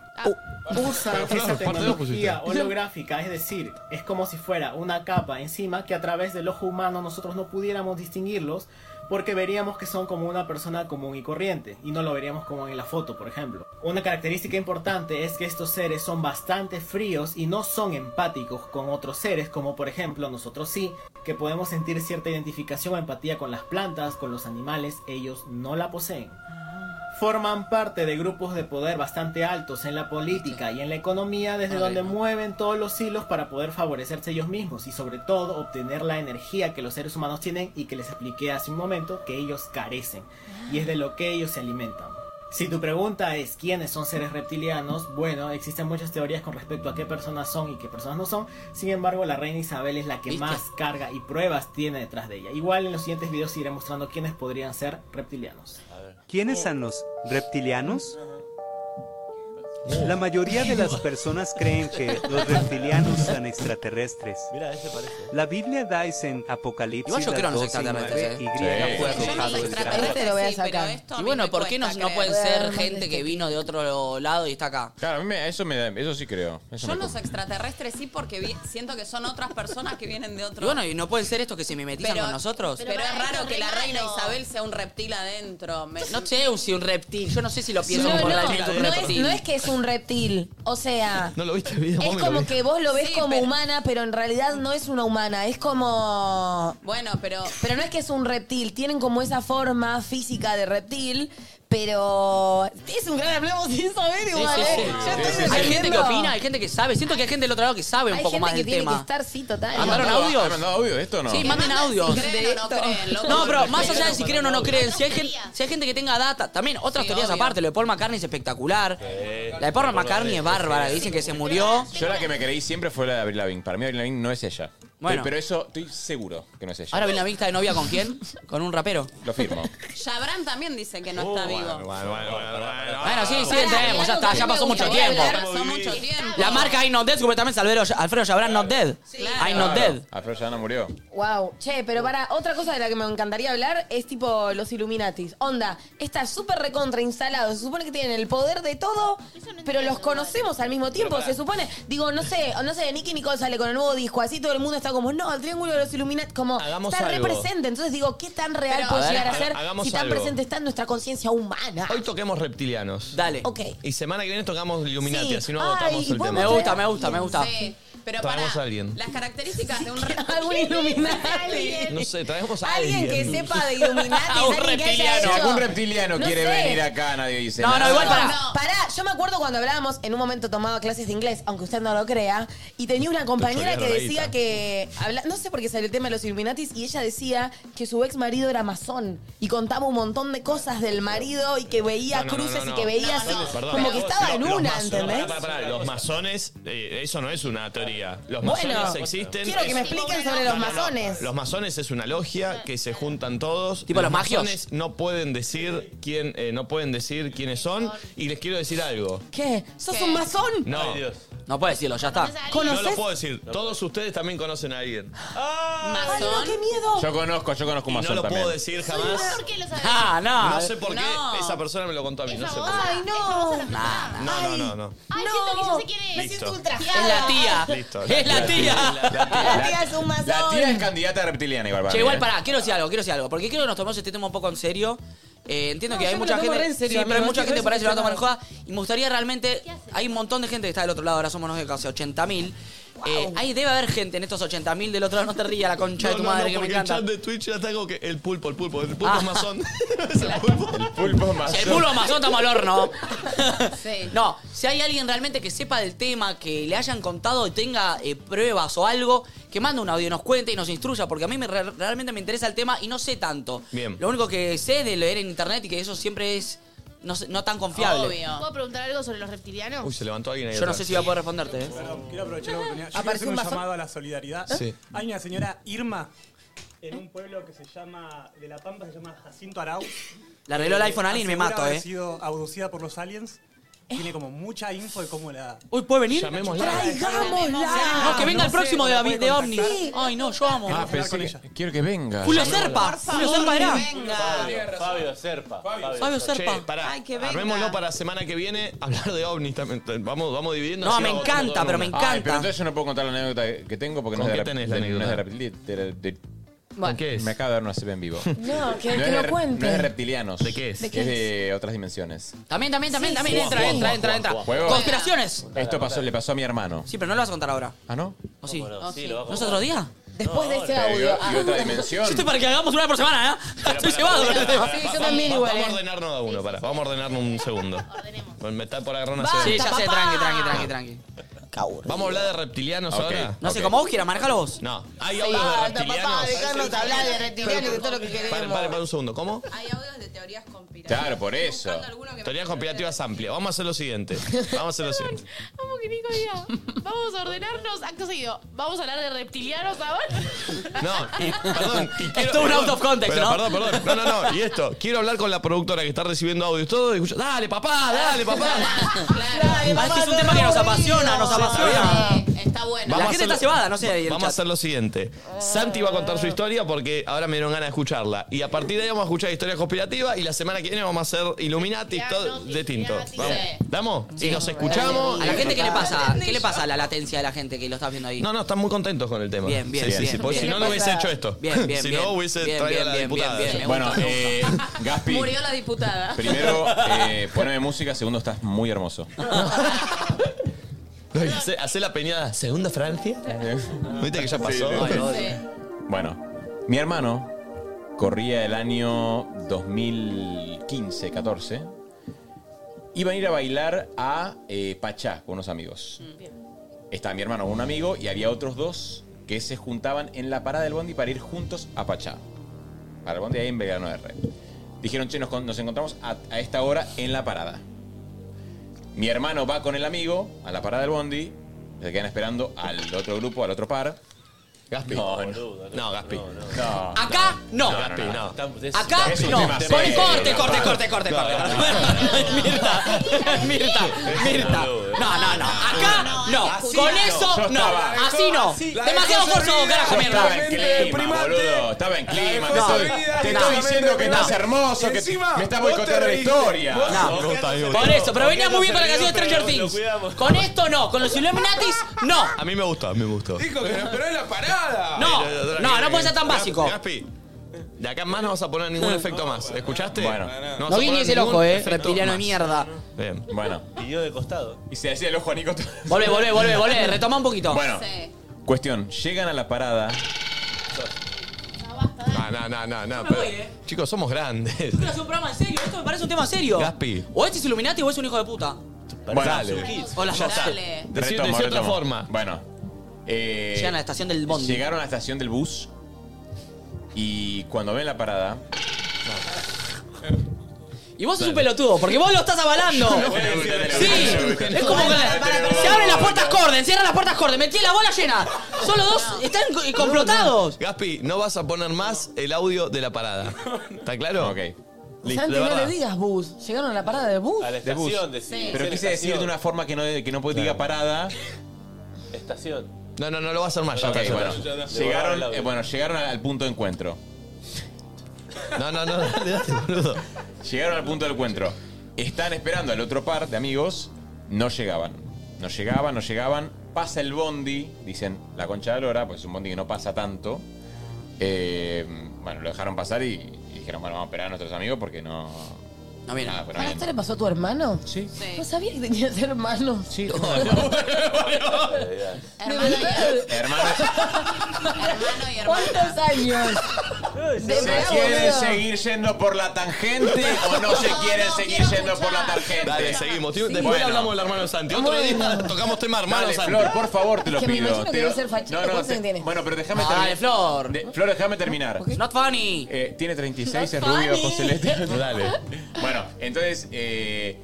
[SPEAKER 16] Usan
[SPEAKER 5] Usa
[SPEAKER 16] esa tecnología
[SPEAKER 5] tecnología
[SPEAKER 16] holográfica, es decir, es como si fuera una capa encima que a través del ojo humano nosotros no pudiéramos distinguirlos porque veríamos que son como una persona común y corriente y no lo veríamos como en la foto, por ejemplo. Una característica importante es que estos seres son bastante fríos y no son empáticos con otros seres, como por ejemplo nosotros sí, que podemos sentir cierta identificación o empatía con las plantas, con los animales, ellos no la poseen forman parte de grupos de poder bastante altos en la política y en la economía desde donde mueven todos los hilos para poder favorecerse ellos mismos y sobre todo obtener la energía que los seres humanos tienen y que les expliqué hace un momento que ellos carecen y es de lo que ellos se alimentan. Si tu pregunta es quiénes son seres reptilianos, bueno, existen muchas teorías con respecto a qué personas son y qué personas no son. Sin embargo, la reina Isabel es la que
[SPEAKER 3] ¿Viste?
[SPEAKER 16] más carga y pruebas tiene detrás de ella. Igual en los siguientes videos iré mostrando quiénes podrían ser reptilianos.
[SPEAKER 21] ¿Quiénes son los reptilianos? La mayoría de las personas creen que los reptilianos son extraterrestres.
[SPEAKER 16] Mira, ese parece.
[SPEAKER 21] La Biblia da ese en Apocalipsis.
[SPEAKER 3] Igual yo creo en los extraterrestres, ¿eh? Sí. Yo creo en los extraterrestres,
[SPEAKER 5] lo voy a
[SPEAKER 3] sí, pero
[SPEAKER 5] sacar.
[SPEAKER 3] esto a Y bueno, mí me ¿por qué no- cuesta no pueden creer. ser gente que vino de otro lado y está acá?
[SPEAKER 4] Claro, a mí me- eso, me da- eso sí creo. Eso
[SPEAKER 8] Yo
[SPEAKER 4] me
[SPEAKER 8] los extraterrestres sí porque vi- siento que son otras personas que vienen de
[SPEAKER 3] Y
[SPEAKER 8] otro...
[SPEAKER 3] bueno, ¿y no pueden ser estos que se mimetizan
[SPEAKER 8] Pero-
[SPEAKER 3] con nosotros?
[SPEAKER 8] Pero, es raro que la reina Isabel sea un reptil adentro. Me-
[SPEAKER 3] No sé si un reptil, yo no sé si lo pienso
[SPEAKER 5] No,
[SPEAKER 3] como
[SPEAKER 5] no,
[SPEAKER 3] realmente un
[SPEAKER 5] no es,
[SPEAKER 3] reptil.
[SPEAKER 5] no es que es un reptil. O sea,
[SPEAKER 2] No lo viste el video,
[SPEAKER 5] es
[SPEAKER 2] mami, lo
[SPEAKER 5] como
[SPEAKER 2] vi.
[SPEAKER 5] que vos lo ves
[SPEAKER 8] Sí,
[SPEAKER 5] como
[SPEAKER 8] pero-
[SPEAKER 5] humana, pero en realidad no es una humana. Es como...
[SPEAKER 8] Bueno, pero...
[SPEAKER 5] Pero no es que es un reptil, tienen como esa forma física de reptil, pero es un gran hablemos sin saber
[SPEAKER 3] Sí,
[SPEAKER 5] igual,
[SPEAKER 3] sí,
[SPEAKER 5] ¿eh?
[SPEAKER 3] sí.
[SPEAKER 5] Yo estoy
[SPEAKER 3] Hay
[SPEAKER 5] defendiendo.
[SPEAKER 3] gente que opina, hay gente que sabe. Siento que hay gente del otro lado que sabe un
[SPEAKER 5] Hay
[SPEAKER 3] poco
[SPEAKER 5] gente
[SPEAKER 3] más
[SPEAKER 5] que
[SPEAKER 3] del
[SPEAKER 5] tiene que
[SPEAKER 3] tema.
[SPEAKER 5] estar, sí, total.
[SPEAKER 3] ¿Mandaron audios?
[SPEAKER 4] ¿Han mandado audio de esto o no?
[SPEAKER 3] Sí, manden audios.
[SPEAKER 8] creen o no creen, loco.
[SPEAKER 3] No, pero más
[SPEAKER 8] Creen
[SPEAKER 3] allá de
[SPEAKER 8] o
[SPEAKER 3] si
[SPEAKER 8] no
[SPEAKER 3] creen o no
[SPEAKER 8] creen.
[SPEAKER 3] creen, si hay, gen- si hay gente, que tenga data, también otras teorías aparte, lo de Paul McCartney es espectacular. La de Paul McCartney es bárbara, dicen que se murió.
[SPEAKER 4] Yo la que me creí siempre fue la de Avril Lavigne. Para mí Avril Lavigne no es ella.
[SPEAKER 3] Bueno.
[SPEAKER 4] Pero eso estoy seguro que no es ella.
[SPEAKER 3] Ahora viene la vista de novia con quién? Con un rapero.
[SPEAKER 4] Lo firmo.
[SPEAKER 8] Shabran también dice que no
[SPEAKER 4] Oh,
[SPEAKER 8] está vivo.
[SPEAKER 3] Bueno, sí, sí,
[SPEAKER 8] Pará,
[SPEAKER 3] entendemos, ya
[SPEAKER 8] algo
[SPEAKER 3] está,
[SPEAKER 8] que
[SPEAKER 3] ya
[SPEAKER 8] a mí me
[SPEAKER 3] pasó mucho
[SPEAKER 8] gustaría
[SPEAKER 3] tiempo.
[SPEAKER 8] hablar. Pasó mucho tiempo.
[SPEAKER 3] La marca I Not Dead, supuestamente Alfredo, Alfredo Jabran Not Dead. I Not Dead.
[SPEAKER 4] Alfredo Jabran murió.
[SPEAKER 5] Wow, che, pero para otra cosa de la que me encantaría hablar es tipo los Illuminatis. Onda, está súper recontra instalado, se supone que tienen el poder de todo, pero los conocemos al mismo tiempo, se supone. Digo, no sé, no sé, Nicky Nicole sale con el nuevo disco, así todo el mundo está como, no, el triángulo de los Illuminati, como
[SPEAKER 2] Hagamos
[SPEAKER 5] está
[SPEAKER 2] algo.
[SPEAKER 5] represente. Entonces digo, ¿qué tan real
[SPEAKER 2] Pero-
[SPEAKER 5] puede
[SPEAKER 2] A ver,
[SPEAKER 5] llegar a
[SPEAKER 2] ha-
[SPEAKER 5] ser
[SPEAKER 2] hagamos
[SPEAKER 5] si tan
[SPEAKER 2] algo.
[SPEAKER 5] presente está en nuestra conciencia humana?
[SPEAKER 2] Hoy toquemos reptilianos.
[SPEAKER 3] Dale.
[SPEAKER 5] Ok.
[SPEAKER 2] Y semana que viene tocamos Illuminati,
[SPEAKER 5] Sí.
[SPEAKER 2] así no
[SPEAKER 5] Ay,
[SPEAKER 2] agotamos
[SPEAKER 5] y
[SPEAKER 2] el tema.
[SPEAKER 5] podemos Me gusta,
[SPEAKER 3] traer- me gusta, me gusta.
[SPEAKER 8] Sí, pero
[SPEAKER 2] Traemos
[SPEAKER 8] para
[SPEAKER 2] a alguien.
[SPEAKER 8] las características de un reptil.
[SPEAKER 5] Algún Illuminati.
[SPEAKER 2] No sé, traemos a alguien.
[SPEAKER 5] Alguien que sepa de Illuminati.
[SPEAKER 2] A un
[SPEAKER 5] alguien que haya
[SPEAKER 2] reptiliano,
[SPEAKER 5] hecho-
[SPEAKER 4] Algún reptiliano
[SPEAKER 5] No
[SPEAKER 4] quiere
[SPEAKER 5] sé.
[SPEAKER 4] venir acá, nadie dice
[SPEAKER 5] No,
[SPEAKER 4] nada.
[SPEAKER 5] no, igual para. Pará, yo me acuerdo cuando hablábamos, en un momento tomaba clases de inglés, aunque usted no lo crea, y tenía una compañera que
[SPEAKER 4] chorearon la
[SPEAKER 5] decía
[SPEAKER 4] guita.
[SPEAKER 5] que. habla- no sé por qué salió el tema de los Illuminatis, y ella decía que su ex marido era masón y contaba un montón de cosas del marido y que veía
[SPEAKER 2] No, no, no,
[SPEAKER 5] cruces
[SPEAKER 2] no,
[SPEAKER 5] y
[SPEAKER 2] no.
[SPEAKER 5] que veía así,
[SPEAKER 2] Perdón.
[SPEAKER 5] como que estaba
[SPEAKER 2] Lo-
[SPEAKER 5] en
[SPEAKER 2] los
[SPEAKER 5] una,
[SPEAKER 2] masones-
[SPEAKER 5] ¿entendés?
[SPEAKER 2] pará, pará, pará, Los masones, eh, eso no es una teoría. Los
[SPEAKER 5] Bueno,
[SPEAKER 2] masones existen.
[SPEAKER 5] quiero que
[SPEAKER 2] es-
[SPEAKER 5] me expliquen sobre los masones.
[SPEAKER 2] Los masones es una logia que se juntan todos.
[SPEAKER 3] Tipo los magios.
[SPEAKER 2] masones no pueden decir quién, eh, no pueden decir quiénes son. Y les quiero decir algo.
[SPEAKER 5] ¿Qué? ¿Sos un masón?
[SPEAKER 2] No.
[SPEAKER 3] No puede decirlo, ya está.
[SPEAKER 2] No
[SPEAKER 5] ¿Conoces?
[SPEAKER 2] lo puedo decir. Todos ustedes también conocen a alguien.
[SPEAKER 5] ¡Ay, no, qué miedo!
[SPEAKER 4] Yo conozco, yo conozco un
[SPEAKER 2] Y no
[SPEAKER 4] masón
[SPEAKER 2] lo
[SPEAKER 4] también.
[SPEAKER 2] puedo decir jamás.
[SPEAKER 7] ¿Por qué lo sabes?
[SPEAKER 2] Ah,
[SPEAKER 3] no.
[SPEAKER 2] No sé por qué esa persona me lo contó a mí. No sé por qué.
[SPEAKER 5] ¡Ay, no!
[SPEAKER 2] No, no, no, no.
[SPEAKER 7] Ay, siento que yo sé quién es.
[SPEAKER 5] Me siento ultrajada.
[SPEAKER 3] Es la tía.
[SPEAKER 2] Listo.
[SPEAKER 3] Es la tía.
[SPEAKER 5] La tía es un masón.
[SPEAKER 4] La tía es candidata a reptiliana igual para
[SPEAKER 3] Che,
[SPEAKER 4] mí,
[SPEAKER 3] igual
[SPEAKER 4] ¿eh?
[SPEAKER 3] pará, quiero decir algo, quiero decir algo, porque creo que nos tomamos este tema un poco en serio. Eh, entiendo
[SPEAKER 5] No,
[SPEAKER 3] que
[SPEAKER 5] yo
[SPEAKER 3] hay
[SPEAKER 5] me
[SPEAKER 3] mucha
[SPEAKER 5] lo tomo
[SPEAKER 3] gente.
[SPEAKER 5] re en serio,
[SPEAKER 3] sí, pero hay
[SPEAKER 5] amigo,
[SPEAKER 3] mucha
[SPEAKER 5] estoy
[SPEAKER 3] gente
[SPEAKER 5] re
[SPEAKER 3] por ahí se lo va a tomar en joda.
[SPEAKER 5] decepcionada.
[SPEAKER 3] Y me gustaría realmente. Hay un montón de gente que está del otro lado, ahora somos no sé, casi 80.000. Eh, ahí debe haber gente en estos 80.000 del otro lado, no te rías la concha de tu madre que me
[SPEAKER 2] porque el
[SPEAKER 3] encanta.
[SPEAKER 2] chat de Twitch ya tengo que el pulpo, el pulpo, el pulpo
[SPEAKER 3] Ah.
[SPEAKER 2] masón. Es el pulpo. El
[SPEAKER 4] pulpo
[SPEAKER 3] Si el culo masón estamos al horno.
[SPEAKER 8] Sí.
[SPEAKER 3] No, si hay alguien realmente que sepa del tema, que le hayan contado y tenga eh, pruebas o algo, que mande un audio, nos cuente y nos instruya, porque a mí me re- realmente me interesa el tema y no sé tanto.
[SPEAKER 2] Bien.
[SPEAKER 3] Lo único que sé de leer en internet y que eso siempre es no, sé- no tan confiable.
[SPEAKER 10] ¿Puedo preguntar algo sobre los reptilianos?
[SPEAKER 2] Uy, se levantó alguien ahí
[SPEAKER 3] Yo no
[SPEAKER 2] atrás.
[SPEAKER 3] sé si voy a poder responderte, ¿eh?
[SPEAKER 22] Perdón, quiero aprovechar la oportunidad. Yo
[SPEAKER 3] Apareció
[SPEAKER 22] quiero
[SPEAKER 3] un
[SPEAKER 22] hacer un
[SPEAKER 3] vaso.
[SPEAKER 22] llamado a la solidaridad.
[SPEAKER 2] Sí.
[SPEAKER 22] Hay una señora Irma en un pueblo que se llama, de La Pampa, se llama Jacinto Arau.
[SPEAKER 3] Le arregló el iPhone a alguien y me
[SPEAKER 22] asegura
[SPEAKER 3] mato,
[SPEAKER 22] haber
[SPEAKER 3] eh.
[SPEAKER 22] sido abducida por los aliens. Tiene como mucha info de cómo la...
[SPEAKER 3] Uy, ¿puede venir?
[SPEAKER 22] ¡Traigámosla!
[SPEAKER 3] No, que venga el próximo de, Avi- de Omni.
[SPEAKER 22] Sí.
[SPEAKER 3] Ay, no, yo amo.
[SPEAKER 4] Ah, pensé que- quiero que venga.
[SPEAKER 3] Julio
[SPEAKER 4] Llamemos-
[SPEAKER 3] Serpa. Julio Serpa era.
[SPEAKER 2] Fabio, Fabio Serpa. Fabio, Serpa. Che, pará.
[SPEAKER 3] Ay, que venga.
[SPEAKER 2] Armémoslo para la semana que viene hablar de ovnis también. Vamos, vamos dividiendo.
[SPEAKER 3] No,
[SPEAKER 2] así
[SPEAKER 3] me
[SPEAKER 2] vamos votando
[SPEAKER 3] encanta,
[SPEAKER 2] todo el
[SPEAKER 3] pero me
[SPEAKER 2] mundo.
[SPEAKER 4] Ay, pero entonces yo no puedo contar la anécdota que tengo porque no
[SPEAKER 2] ¿Con
[SPEAKER 4] es de la,
[SPEAKER 2] qué tenés la
[SPEAKER 4] de- no es de
[SPEAKER 2] anécdota?
[SPEAKER 4] reptili- de la- de-
[SPEAKER 2] Bueno. qué es?
[SPEAKER 4] Me acaba de dar una CP en vivo.
[SPEAKER 12] No, que-
[SPEAKER 4] es
[SPEAKER 12] que lo
[SPEAKER 4] de-
[SPEAKER 12] cuente.
[SPEAKER 4] No es de reptilianos. ¿De qué es?
[SPEAKER 12] ¿De qué
[SPEAKER 4] es de otras dimensiones.
[SPEAKER 3] También, también, también,
[SPEAKER 12] Sí,
[SPEAKER 3] también.
[SPEAKER 12] sí,
[SPEAKER 3] entra,
[SPEAKER 12] sí.
[SPEAKER 3] entra, entra, entra.
[SPEAKER 4] Juego.
[SPEAKER 3] Conspiraciones.
[SPEAKER 4] Esto pasó, le pasó a mi hermano.
[SPEAKER 3] Sí, pero no lo vas a contar ahora.
[SPEAKER 4] ¿Ah, no?
[SPEAKER 3] ¿O sí?
[SPEAKER 4] Oh, sí, sí. lo va a
[SPEAKER 3] ¿No es
[SPEAKER 4] contar.
[SPEAKER 3] otro día?
[SPEAKER 12] Después de este
[SPEAKER 4] Y,
[SPEAKER 12] audio.
[SPEAKER 4] y otra dimensión.
[SPEAKER 3] Yo estoy para que hagamos una por semana, ¿eh? Estoy llevado con el tema.
[SPEAKER 12] Sí, yo también
[SPEAKER 2] Vamos-
[SPEAKER 12] igual, eh.
[SPEAKER 2] Vamos a ordenarnos de a uno, pará. Vamos a ordenarnos un segundo. Ordenemos. Me está por agarrar una
[SPEAKER 3] Basta,
[SPEAKER 2] CB.
[SPEAKER 3] Sí, ya sé, papá. tranqui, tranqui, tranqui, tranqui.
[SPEAKER 2] Vamos a hablar de reptilianos
[SPEAKER 3] Ok,
[SPEAKER 2] ahora.
[SPEAKER 3] No sé, como vos quieras, manejalo vos.
[SPEAKER 2] No, hay audios de reptilianos.
[SPEAKER 12] hablar de reptilianos
[SPEAKER 2] de
[SPEAKER 12] todo lo que
[SPEAKER 2] Paren, paren, paren un segundo. ¿Cómo?
[SPEAKER 4] Claro, por eso.
[SPEAKER 2] Teorías conspirativas amplias. Vamos a hacer lo siguiente. Vamos a hacer lo siguiente.
[SPEAKER 10] Vamos que Nico diga, Vamos a ordenarnos. Acto seguido. Vamos a hablar de reptilianos ahora.
[SPEAKER 2] No, perdón. y quiero-
[SPEAKER 3] Es todo un
[SPEAKER 2] perdón,
[SPEAKER 3] out of context,
[SPEAKER 2] pero
[SPEAKER 3] ¿no?
[SPEAKER 2] Perdón, perdón. No, no, no. Y esto, quiero hablar con la productora que está recibiendo audios todo. Y escucha, dale, papá, dale, papá.
[SPEAKER 3] Ah, es que es un tema que nos apasiona, nos apasiona.
[SPEAKER 8] Está bueno.
[SPEAKER 3] La
[SPEAKER 2] a
[SPEAKER 3] gente
[SPEAKER 2] hacer-
[SPEAKER 3] está cebada, no sé, y el
[SPEAKER 2] Vamos a
[SPEAKER 3] chat.
[SPEAKER 2] hacer lo siguiente. Santi va a contar su historia porque ahora me dieron ganas de escucharla. Y a partir de ahí vamos a escuchar historias conspirativas y la semana que viene vamos a hacer Illuminati todo de tinto. Vamos. ¿Damos? Y nos escuchamos.
[SPEAKER 3] ¿A la
[SPEAKER 2] y-
[SPEAKER 3] gente qué le pasa? ¿Qué le pasa a la latencia de la gente que lo estás viendo ahí?
[SPEAKER 2] No, no, están muy contentos con el tema.
[SPEAKER 3] Bien, bien,
[SPEAKER 2] Sí, sí,
[SPEAKER 3] bien,
[SPEAKER 2] sí, porque
[SPEAKER 3] bien.
[SPEAKER 2] si no, no hubiese
[SPEAKER 3] Pasa-
[SPEAKER 2] hecho esto.
[SPEAKER 3] Bien, bien,
[SPEAKER 2] si
[SPEAKER 3] bien.
[SPEAKER 2] no, hubiese
[SPEAKER 3] Bien,
[SPEAKER 2] traído
[SPEAKER 3] bien,
[SPEAKER 2] a la
[SPEAKER 3] bien,
[SPEAKER 2] diputada.
[SPEAKER 3] bien, bien, me
[SPEAKER 4] Bueno, eh, Gaspi,
[SPEAKER 8] Murió la diputada.
[SPEAKER 4] primero, eh, poneme música. Segundo, estás muy hermoso.
[SPEAKER 2] Hace, hace la peñada. ¿Segunda Francia? ¿Viste que ya pasó?
[SPEAKER 4] Sí, sí, sí. Bueno, mi hermano corría el año 2015, 14. Iban a ir a bailar a eh, Pachá con unos amigos. Estaba mi hermano con un amigo y había otros dos que se juntaban en la parada del bondi para ir juntos a Pachá. Para el bondi ahí en Belgrano R. Dijeron, che, nos, con- nos encontramos a, a esta hora en la parada. Mi hermano va con el amigo a la parada del bondi. Se quedan esperando al otro grupo, al otro par. Gaspi. No, no, no Gaspi. No.
[SPEAKER 3] Acá no.
[SPEAKER 4] Gaspi, no.
[SPEAKER 3] Acá
[SPEAKER 4] Es un
[SPEAKER 3] no.
[SPEAKER 4] tema
[SPEAKER 3] Pone
[SPEAKER 4] serio,
[SPEAKER 3] corte,
[SPEAKER 4] no,
[SPEAKER 3] corte,
[SPEAKER 4] no.
[SPEAKER 3] corte, corte,
[SPEAKER 4] No,
[SPEAKER 3] corte.
[SPEAKER 4] no,
[SPEAKER 3] Mirta, Mirta, Mirta. No, no, no. Acá no.
[SPEAKER 7] Así
[SPEAKER 3] Con
[SPEAKER 7] no.
[SPEAKER 3] eso
[SPEAKER 4] Yo
[SPEAKER 3] no.
[SPEAKER 4] estaba.
[SPEAKER 3] Así no.
[SPEAKER 7] Así. La
[SPEAKER 3] Demasiado
[SPEAKER 7] dejó
[SPEAKER 3] corto,
[SPEAKER 7] servida.
[SPEAKER 3] carajo,
[SPEAKER 4] Yo estaba
[SPEAKER 3] mierda.
[SPEAKER 4] en clima, boludo. Estaba en clima. Te
[SPEAKER 3] No.
[SPEAKER 4] estoy, te
[SPEAKER 3] No.
[SPEAKER 4] estoy diciendo que
[SPEAKER 3] No.
[SPEAKER 4] estás hermoso, que
[SPEAKER 3] Encima,
[SPEAKER 4] me estás
[SPEAKER 3] vos te
[SPEAKER 4] boicoteando la
[SPEAKER 3] reíste.
[SPEAKER 4] historia.
[SPEAKER 3] Vos- No. Vos Por eso, pero venía muy bien con la canción de Stranger Things. Con esto no, con los Illuminatis no.
[SPEAKER 2] A mí me gusta, me gustó.
[SPEAKER 11] Dijo que no, pero es la parada.
[SPEAKER 3] No, no, no puede ser tan
[SPEAKER 2] Gas-
[SPEAKER 3] básico.
[SPEAKER 2] Gaspi, de acá en más no vas a poner ningún efecto más. ¿Escuchaste?
[SPEAKER 4] Bueno.
[SPEAKER 2] vas
[SPEAKER 3] No
[SPEAKER 2] a
[SPEAKER 3] vi ni
[SPEAKER 2] poner
[SPEAKER 3] ese el
[SPEAKER 2] ningún
[SPEAKER 3] ojo, eh.
[SPEAKER 2] efecto
[SPEAKER 3] Reptiliano de
[SPEAKER 2] más.
[SPEAKER 3] mierda.
[SPEAKER 2] Bien.
[SPEAKER 4] Bueno.
[SPEAKER 22] Y yo de costado.
[SPEAKER 4] Y se decía el ojo a Nico.
[SPEAKER 3] Volvé, volvé, volvé, volvé. Retoma un poquito.
[SPEAKER 4] Bueno, cuestión. Llegan a la parada.
[SPEAKER 2] No, no, no, no. no,
[SPEAKER 3] me
[SPEAKER 2] pero-
[SPEAKER 3] voy, eh.
[SPEAKER 2] Chicos, somos grandes.
[SPEAKER 3] Esto es un programa en serio, esto me parece un tema serio.
[SPEAKER 2] Gaspi.
[SPEAKER 3] O este es Illuminati o es un hijo de puta.
[SPEAKER 4] Bueno,
[SPEAKER 3] O las
[SPEAKER 4] Ya
[SPEAKER 3] dos.
[SPEAKER 4] está.
[SPEAKER 3] Dale.
[SPEAKER 2] Decí-
[SPEAKER 4] Retomo,
[SPEAKER 2] decí otra
[SPEAKER 4] retomo.
[SPEAKER 2] forma.
[SPEAKER 4] Bueno. eh,
[SPEAKER 3] Llegan a la estación del bondi.
[SPEAKER 4] Llegaron a la estación del bus. Y cuando ven la parada.
[SPEAKER 3] Y vos sos un pelotudo, porque vos lo estás avalando. Sí, es como que se abren las puertas corden, cierran las puertas corden, metí la bola llena. Solo dos están co- complotados.
[SPEAKER 2] Gaspi, no vas a poner más el audio de la parada. ¿Está claro? Ok. Listo,
[SPEAKER 12] Santi,
[SPEAKER 2] de
[SPEAKER 12] no
[SPEAKER 2] verdad.
[SPEAKER 12] le digas bus. Llegaron a la parada de bus.
[SPEAKER 4] De bus. Pero quise decir de una forma que no, que no diga parada.
[SPEAKER 22] Estación.
[SPEAKER 2] No, no, no lo vas a hacer más. ya
[SPEAKER 4] Ok,
[SPEAKER 2] está, ya
[SPEAKER 4] bueno.
[SPEAKER 2] está.
[SPEAKER 4] Llegaron, eh, bueno, llegaron al punto de encuentro.
[SPEAKER 2] No, no, no, dale, dale, boludo.
[SPEAKER 4] Llegaron al punto del encuentro. Están esperando al otro par de amigos. No llegaban. No llegaban, no llegaban. Pasa el bondi. Dicen la concha de la lora, pues es un bondi que no pasa tanto. Eh, bueno, lo dejaron pasar y, y dijeron, bueno, vamos a esperar a nuestros amigos porque no.
[SPEAKER 3] No vienen.
[SPEAKER 4] pues no
[SPEAKER 12] ¿Para
[SPEAKER 4] vienen.
[SPEAKER 12] esto le pasó a tu hermano?
[SPEAKER 4] Sí.
[SPEAKER 12] ¿No sabía que tenías hermanos? Sí.
[SPEAKER 4] Hermano,
[SPEAKER 12] ¿Cuántos años?
[SPEAKER 4] ¿Se quieren seguir yendo por la tangente o no se quieren seguir yendo por la tangente?
[SPEAKER 2] Dale, seguimos. Tío, Después hablamos del hermano Santi. Otro día tocamos tema hermano
[SPEAKER 4] Dale,
[SPEAKER 2] Santi.
[SPEAKER 4] Flor, por favor, te lo
[SPEAKER 2] Que me
[SPEAKER 4] pido.
[SPEAKER 2] imagino
[SPEAKER 4] Te
[SPEAKER 2] que
[SPEAKER 4] lo-
[SPEAKER 2] debe ser fachero.
[SPEAKER 4] No, no,
[SPEAKER 2] ¿Cuántos
[SPEAKER 4] te-
[SPEAKER 2] años tiene?
[SPEAKER 4] Bueno, pero déjame
[SPEAKER 2] Dale,
[SPEAKER 4] terminar.
[SPEAKER 2] Flor.
[SPEAKER 4] De- Flor, déjame terminar.
[SPEAKER 3] Not funny.
[SPEAKER 4] Eh, tiene 36,
[SPEAKER 3] Not
[SPEAKER 4] es rubio,
[SPEAKER 3] funny.
[SPEAKER 4] ojos celestes. Dale. Bueno, entonces, eh,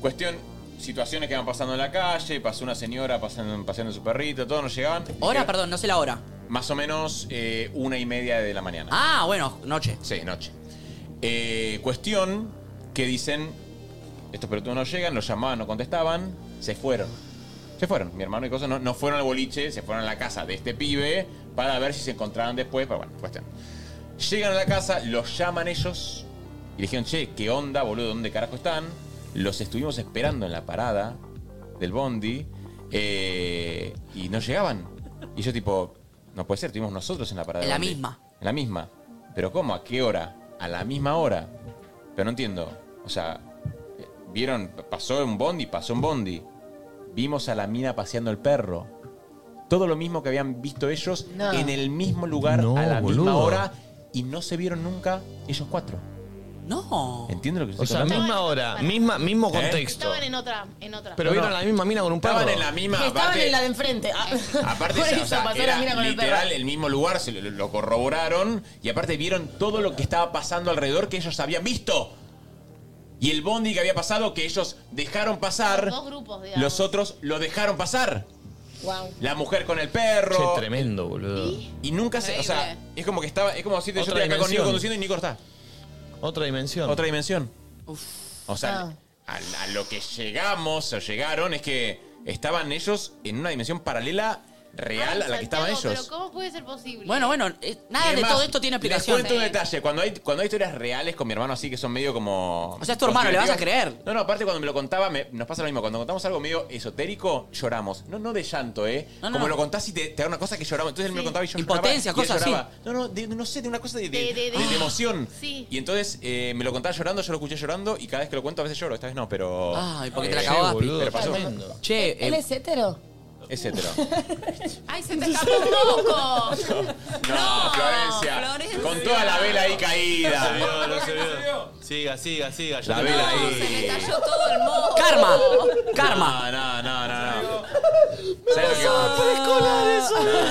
[SPEAKER 4] cuestión, situaciones que van pasando en la calle, pasó una señora pasando, paseando su perrito, todos nos llegaban. Eh,
[SPEAKER 3] Hora, perdón, no sé la hora.
[SPEAKER 4] Más o menos eh, una y media de la mañana.
[SPEAKER 3] Ah, bueno, noche.
[SPEAKER 4] Sí, noche. Eh, cuestión que dicen, estos pelotudos no llegan, los llamaban, no contestaban, se fueron. Se fueron, mi hermano y cosas no, no fueron al boliche, se fueron a la casa de este pibe para ver si se encontraban después, pero bueno, cuestión. Llegan a la casa, los llaman ellos y le dijeron, che, ¿qué onda, boludo? ¿Dónde carajo están? Los estuvimos esperando en la parada del bondi eh, y no llegaban. Y yo tipo, no puede ser, estuvimos nosotros en la parada. del
[SPEAKER 3] En la
[SPEAKER 4] bondi".
[SPEAKER 3] misma.
[SPEAKER 4] En la misma. ¿Pero cómo? ¿A qué hora? A la misma hora. Pero no entiendo. O sea, eh, vieron, pasó un bondi, pasó un bondi. Vimos a la mina paseando el perro. Todo lo mismo que habían visto ellos
[SPEAKER 7] No.
[SPEAKER 4] en el mismo lugar
[SPEAKER 7] No,
[SPEAKER 4] a la misma
[SPEAKER 7] boludo.
[SPEAKER 4] hora y no se vieron nunca ellos cuatro.
[SPEAKER 3] No.
[SPEAKER 4] ¿Entiendes lo que ¿Eh?
[SPEAKER 2] O sea, misma hora, misma, mismo contexto.
[SPEAKER 10] Estaban en otra, en otra.
[SPEAKER 2] Pero vieron a la misma mina con un perro.
[SPEAKER 4] Estaban en la misma,
[SPEAKER 10] Estaban
[SPEAKER 4] aparte- eh,
[SPEAKER 10] en
[SPEAKER 5] La de enfrente. Ah.
[SPEAKER 4] Aparte,
[SPEAKER 5] Por
[SPEAKER 4] o sea,
[SPEAKER 5] eso pasó
[SPEAKER 4] era
[SPEAKER 5] la mina con el perro.
[SPEAKER 4] literal el mismo lugar, se lo, lo corroboraron y aparte vieron todo lo que estaba pasando alrededor que ellos habían visto. Y el bondi que había pasado que ellos dejaron pasar,
[SPEAKER 10] Dos grupos, digamos.
[SPEAKER 4] los otros lo dejaron pasar.
[SPEAKER 10] Wow.
[SPEAKER 4] La mujer con el perro.
[SPEAKER 2] Che, tremendo, boludo.
[SPEAKER 4] Y nunca se, o sea, es como que estaba, es como si yo
[SPEAKER 2] Otra
[SPEAKER 4] estoy acá con Nico
[SPEAKER 2] dimensión.
[SPEAKER 4] conduciendo y Nico está.
[SPEAKER 2] Otra dimensión.
[SPEAKER 4] Otra dimensión. O
[SPEAKER 3] Ah.
[SPEAKER 4] sea, a, a lo que llegamos o llegaron es que estaban ellos en una dimensión paralela real a la que estaban
[SPEAKER 10] Santiago,
[SPEAKER 4] ellos.
[SPEAKER 10] Pero ¿cómo puede ser posible?
[SPEAKER 3] Bueno, bueno, eh, nada
[SPEAKER 4] Es
[SPEAKER 3] de
[SPEAKER 4] más,
[SPEAKER 3] todo esto tiene explicación.
[SPEAKER 4] Les cuento un detalle. Cuando hay, cuando hay historias reales con mi hermano así que son medio como...
[SPEAKER 3] O sea, es tu hermano, ¿le vas a
[SPEAKER 4] conspirativas. No, no, aparte cuando me lo contaba me- nos pasa lo mismo. Cuando contamos algo medio esotérico, lloramos. No, no de llanto, ¿eh?
[SPEAKER 3] No, no,
[SPEAKER 4] como
[SPEAKER 3] no.
[SPEAKER 4] lo contás y te, te da una cosa que lloramos. Entonces él me lo
[SPEAKER 3] Sí.
[SPEAKER 4] contaba y yo
[SPEAKER 3] Impotencia,
[SPEAKER 4] lloraba. y él
[SPEAKER 3] cosas así.
[SPEAKER 4] lloraba. No, no, de- no sé, de una cosa de, de-
[SPEAKER 10] De- de-
[SPEAKER 4] de- de
[SPEAKER 10] Ah.
[SPEAKER 4] emoción.
[SPEAKER 10] Sí.
[SPEAKER 4] Y entonces eh, me lo contaba llorando, yo lo escuché llorando y cada vez que lo cuento a veces lloro. Esta vez no, pero...
[SPEAKER 3] Ay, porque
[SPEAKER 4] Eh,
[SPEAKER 3] te la acabas.
[SPEAKER 4] boludo, Pero pasó. Eh,
[SPEAKER 3] Che,
[SPEAKER 5] ¿Él es hetero?
[SPEAKER 4] Es hetero.
[SPEAKER 8] ¡Ay, se te escapó un moco!
[SPEAKER 4] No, Florencia.
[SPEAKER 8] Florencia.
[SPEAKER 4] Con toda la vela ahí caída.
[SPEAKER 2] No se vio, no se vio. Siga, siga, siga.
[SPEAKER 4] La vela ahí.
[SPEAKER 8] Cayó todo el moco.
[SPEAKER 3] Karma.
[SPEAKER 4] Karma. No, no, no, no. ¿Sabes lo que-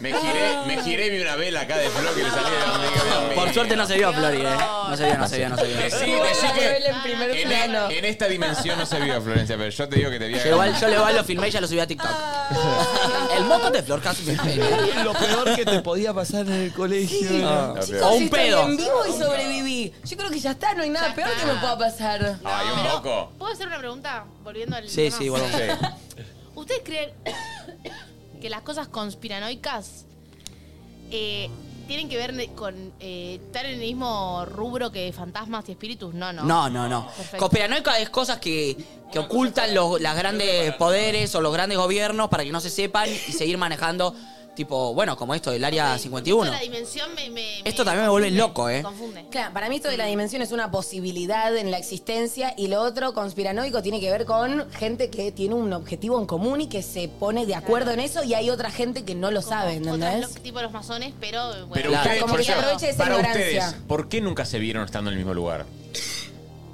[SPEAKER 4] Me giré, me giré y vi una vela acá de Flo que le salía de donde
[SPEAKER 3] Por suerte no se vio a Flori, eh. No se vio, no se vio, no se vio.
[SPEAKER 4] Decí, decí que en, e- en esta dimensión no se vio a Florencia, pero yo te digo que te vi acá.
[SPEAKER 3] Yo, igual, yo le igual lo filmé y ya lo subí a TikTok. El moco de Flor casi me pega.
[SPEAKER 2] Lo peor que te podía pasar en el colegio.
[SPEAKER 4] Ah.
[SPEAKER 5] Chicos,
[SPEAKER 3] O un
[SPEAKER 5] estoy
[SPEAKER 3] pedo.
[SPEAKER 5] en vivo y sobreviví. Yo creo que ya está, no hay nada peor que me pueda pasar.
[SPEAKER 4] Ay, un moco.
[SPEAKER 10] ¿Puedo hacer una pregunta? Volviendo al
[SPEAKER 3] Sí,
[SPEAKER 10] tema.
[SPEAKER 3] sí, bueno.
[SPEAKER 10] ¿Ustedes creen que las cosas conspiranoicas eh, tienen que ver ne- con eh, estar en el mismo rubro que fantasmas y espíritus? No, no.
[SPEAKER 3] No, no, no.
[SPEAKER 10] Perfecto.
[SPEAKER 3] Conspiranoica es cosas que, que ocultan los las grandes poderes o los grandes gobiernos para que no se sepan y seguir manejando, tipo, bueno, como esto del área 51.
[SPEAKER 10] Esto de la dimensión me, me-
[SPEAKER 3] Esto también me vuelve loco, eh.
[SPEAKER 10] confunde.
[SPEAKER 5] Claro, para mí esto de la dimensión es una posibilidad en la existencia y lo otro conspiranoico tiene que ver con gente que tiene un objetivo en común y que se pone de acuerdo en eso y hay otra gente que no lo sabe,
[SPEAKER 10] Otras
[SPEAKER 5] ¿entendés?
[SPEAKER 10] lo- tipo los masones, pero bueno.
[SPEAKER 4] Pero
[SPEAKER 5] Claro.
[SPEAKER 4] ustedes,
[SPEAKER 5] Como
[SPEAKER 4] por
[SPEAKER 5] que
[SPEAKER 4] ejemplo,
[SPEAKER 5] aproveche esa
[SPEAKER 4] para
[SPEAKER 5] ignorancia.
[SPEAKER 4] ustedes, ¿por qué nunca se vieron estando en el mismo lugar?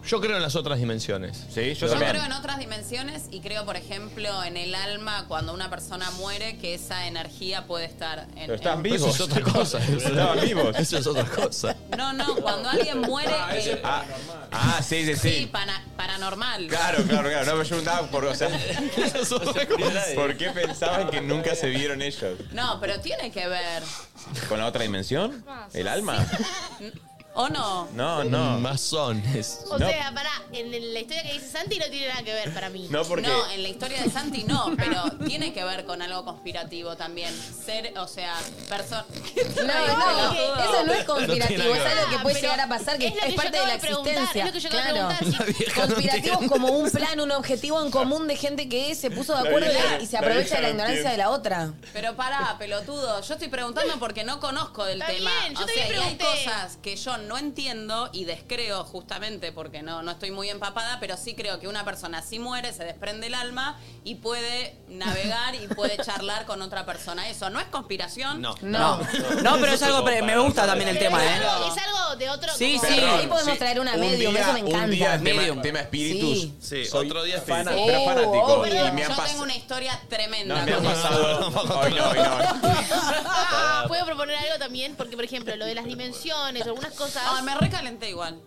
[SPEAKER 2] Yo creo en las otras dimensiones.
[SPEAKER 4] Sí, yo
[SPEAKER 8] Yo
[SPEAKER 4] también.
[SPEAKER 8] creo en otras dimensiones y creo, por ejemplo, en el alma cuando una persona muere, que esa energía puede estar en. en-
[SPEAKER 2] Eso es otra cosa.
[SPEAKER 4] Estaban vivos.
[SPEAKER 2] Eso es otra cosa.
[SPEAKER 8] No, no, cuando alguien muere. eh,
[SPEAKER 4] Ah, ah, sí, sí, sí.
[SPEAKER 8] sí, pana- paranormal.
[SPEAKER 4] Claro, claro, claro. No, pero yo preguntaba por, o sea, ¿por qué pensaban que nunca se vieron ellos?
[SPEAKER 8] No, pero tiene que ver.
[SPEAKER 4] ¿Con la otra dimensión? ¿El alma?
[SPEAKER 8] ¿O no?
[SPEAKER 4] No, no.
[SPEAKER 2] Masones.
[SPEAKER 10] O sea, pará, en el- la historia que dice Santi no tiene nada que ver para mí.
[SPEAKER 2] No, porque-
[SPEAKER 8] No, en la historia de Santi no, pero tiene que ver con algo conspirativo también. Ser, o sea, persona.
[SPEAKER 5] No, no, eso no es conspirativo,
[SPEAKER 8] No tiene
[SPEAKER 5] es
[SPEAKER 8] nada que
[SPEAKER 5] algo
[SPEAKER 8] ver.
[SPEAKER 5] que puede
[SPEAKER 8] Ah,
[SPEAKER 5] llegar a pasar, que
[SPEAKER 8] es
[SPEAKER 5] es,
[SPEAKER 8] lo que yo
[SPEAKER 5] parte de
[SPEAKER 8] acabo
[SPEAKER 5] la
[SPEAKER 8] de preguntar, es
[SPEAKER 5] existencia.
[SPEAKER 8] lo que yo acabo de
[SPEAKER 5] claro.
[SPEAKER 8] preguntar,
[SPEAKER 5] Conspirativo es como un plan, un objetivo en común de gente que se puso de
[SPEAKER 8] La
[SPEAKER 5] acuerdo
[SPEAKER 8] vieja-
[SPEAKER 5] y se
[SPEAKER 8] la
[SPEAKER 5] aprovecha
[SPEAKER 8] vieja
[SPEAKER 5] de la
[SPEAKER 8] no
[SPEAKER 5] ignorancia de
[SPEAKER 8] entiende.
[SPEAKER 5] la otra.
[SPEAKER 8] Pero pará, pelotudo, yo estoy preguntando porque no conozco del tema.
[SPEAKER 10] bien, yo
[SPEAKER 8] o
[SPEAKER 10] también
[SPEAKER 8] sea, y hay
[SPEAKER 10] pregunté.
[SPEAKER 8] cosas que yo no entiendo y descreo justamente porque no, no estoy muy empapada, pero sí creo que una persona si muere, se desprende el alma y puede navegar y puede charlar con otra persona. Eso no es conspiración.
[SPEAKER 3] No. No. No, pero es algo pre- me gusta también el tema, ¿eh?
[SPEAKER 10] Es algo de otro.
[SPEAKER 3] Sí,
[SPEAKER 10] como-
[SPEAKER 3] sí.
[SPEAKER 4] Perdón,
[SPEAKER 3] Ahí podemos traer una medium, eso me
[SPEAKER 4] Un
[SPEAKER 3] encanta.
[SPEAKER 4] día
[SPEAKER 3] Medium.
[SPEAKER 4] tema, tema espíritus.
[SPEAKER 3] Sí. Oh,
[SPEAKER 4] Soy otro día fan,
[SPEAKER 8] Sí,
[SPEAKER 4] pero fanático.
[SPEAKER 8] obvio.
[SPEAKER 4] y me han
[SPEAKER 8] Yo
[SPEAKER 4] pasado.
[SPEAKER 8] tengo una historia tremenda.
[SPEAKER 4] No, me han pasado. Hoy no, hoy no.
[SPEAKER 10] Ah, puedo proponer algo también, porque por ejemplo, lo de las dimensiones, algunas cosas. Ah, me
[SPEAKER 8] recalenté igual.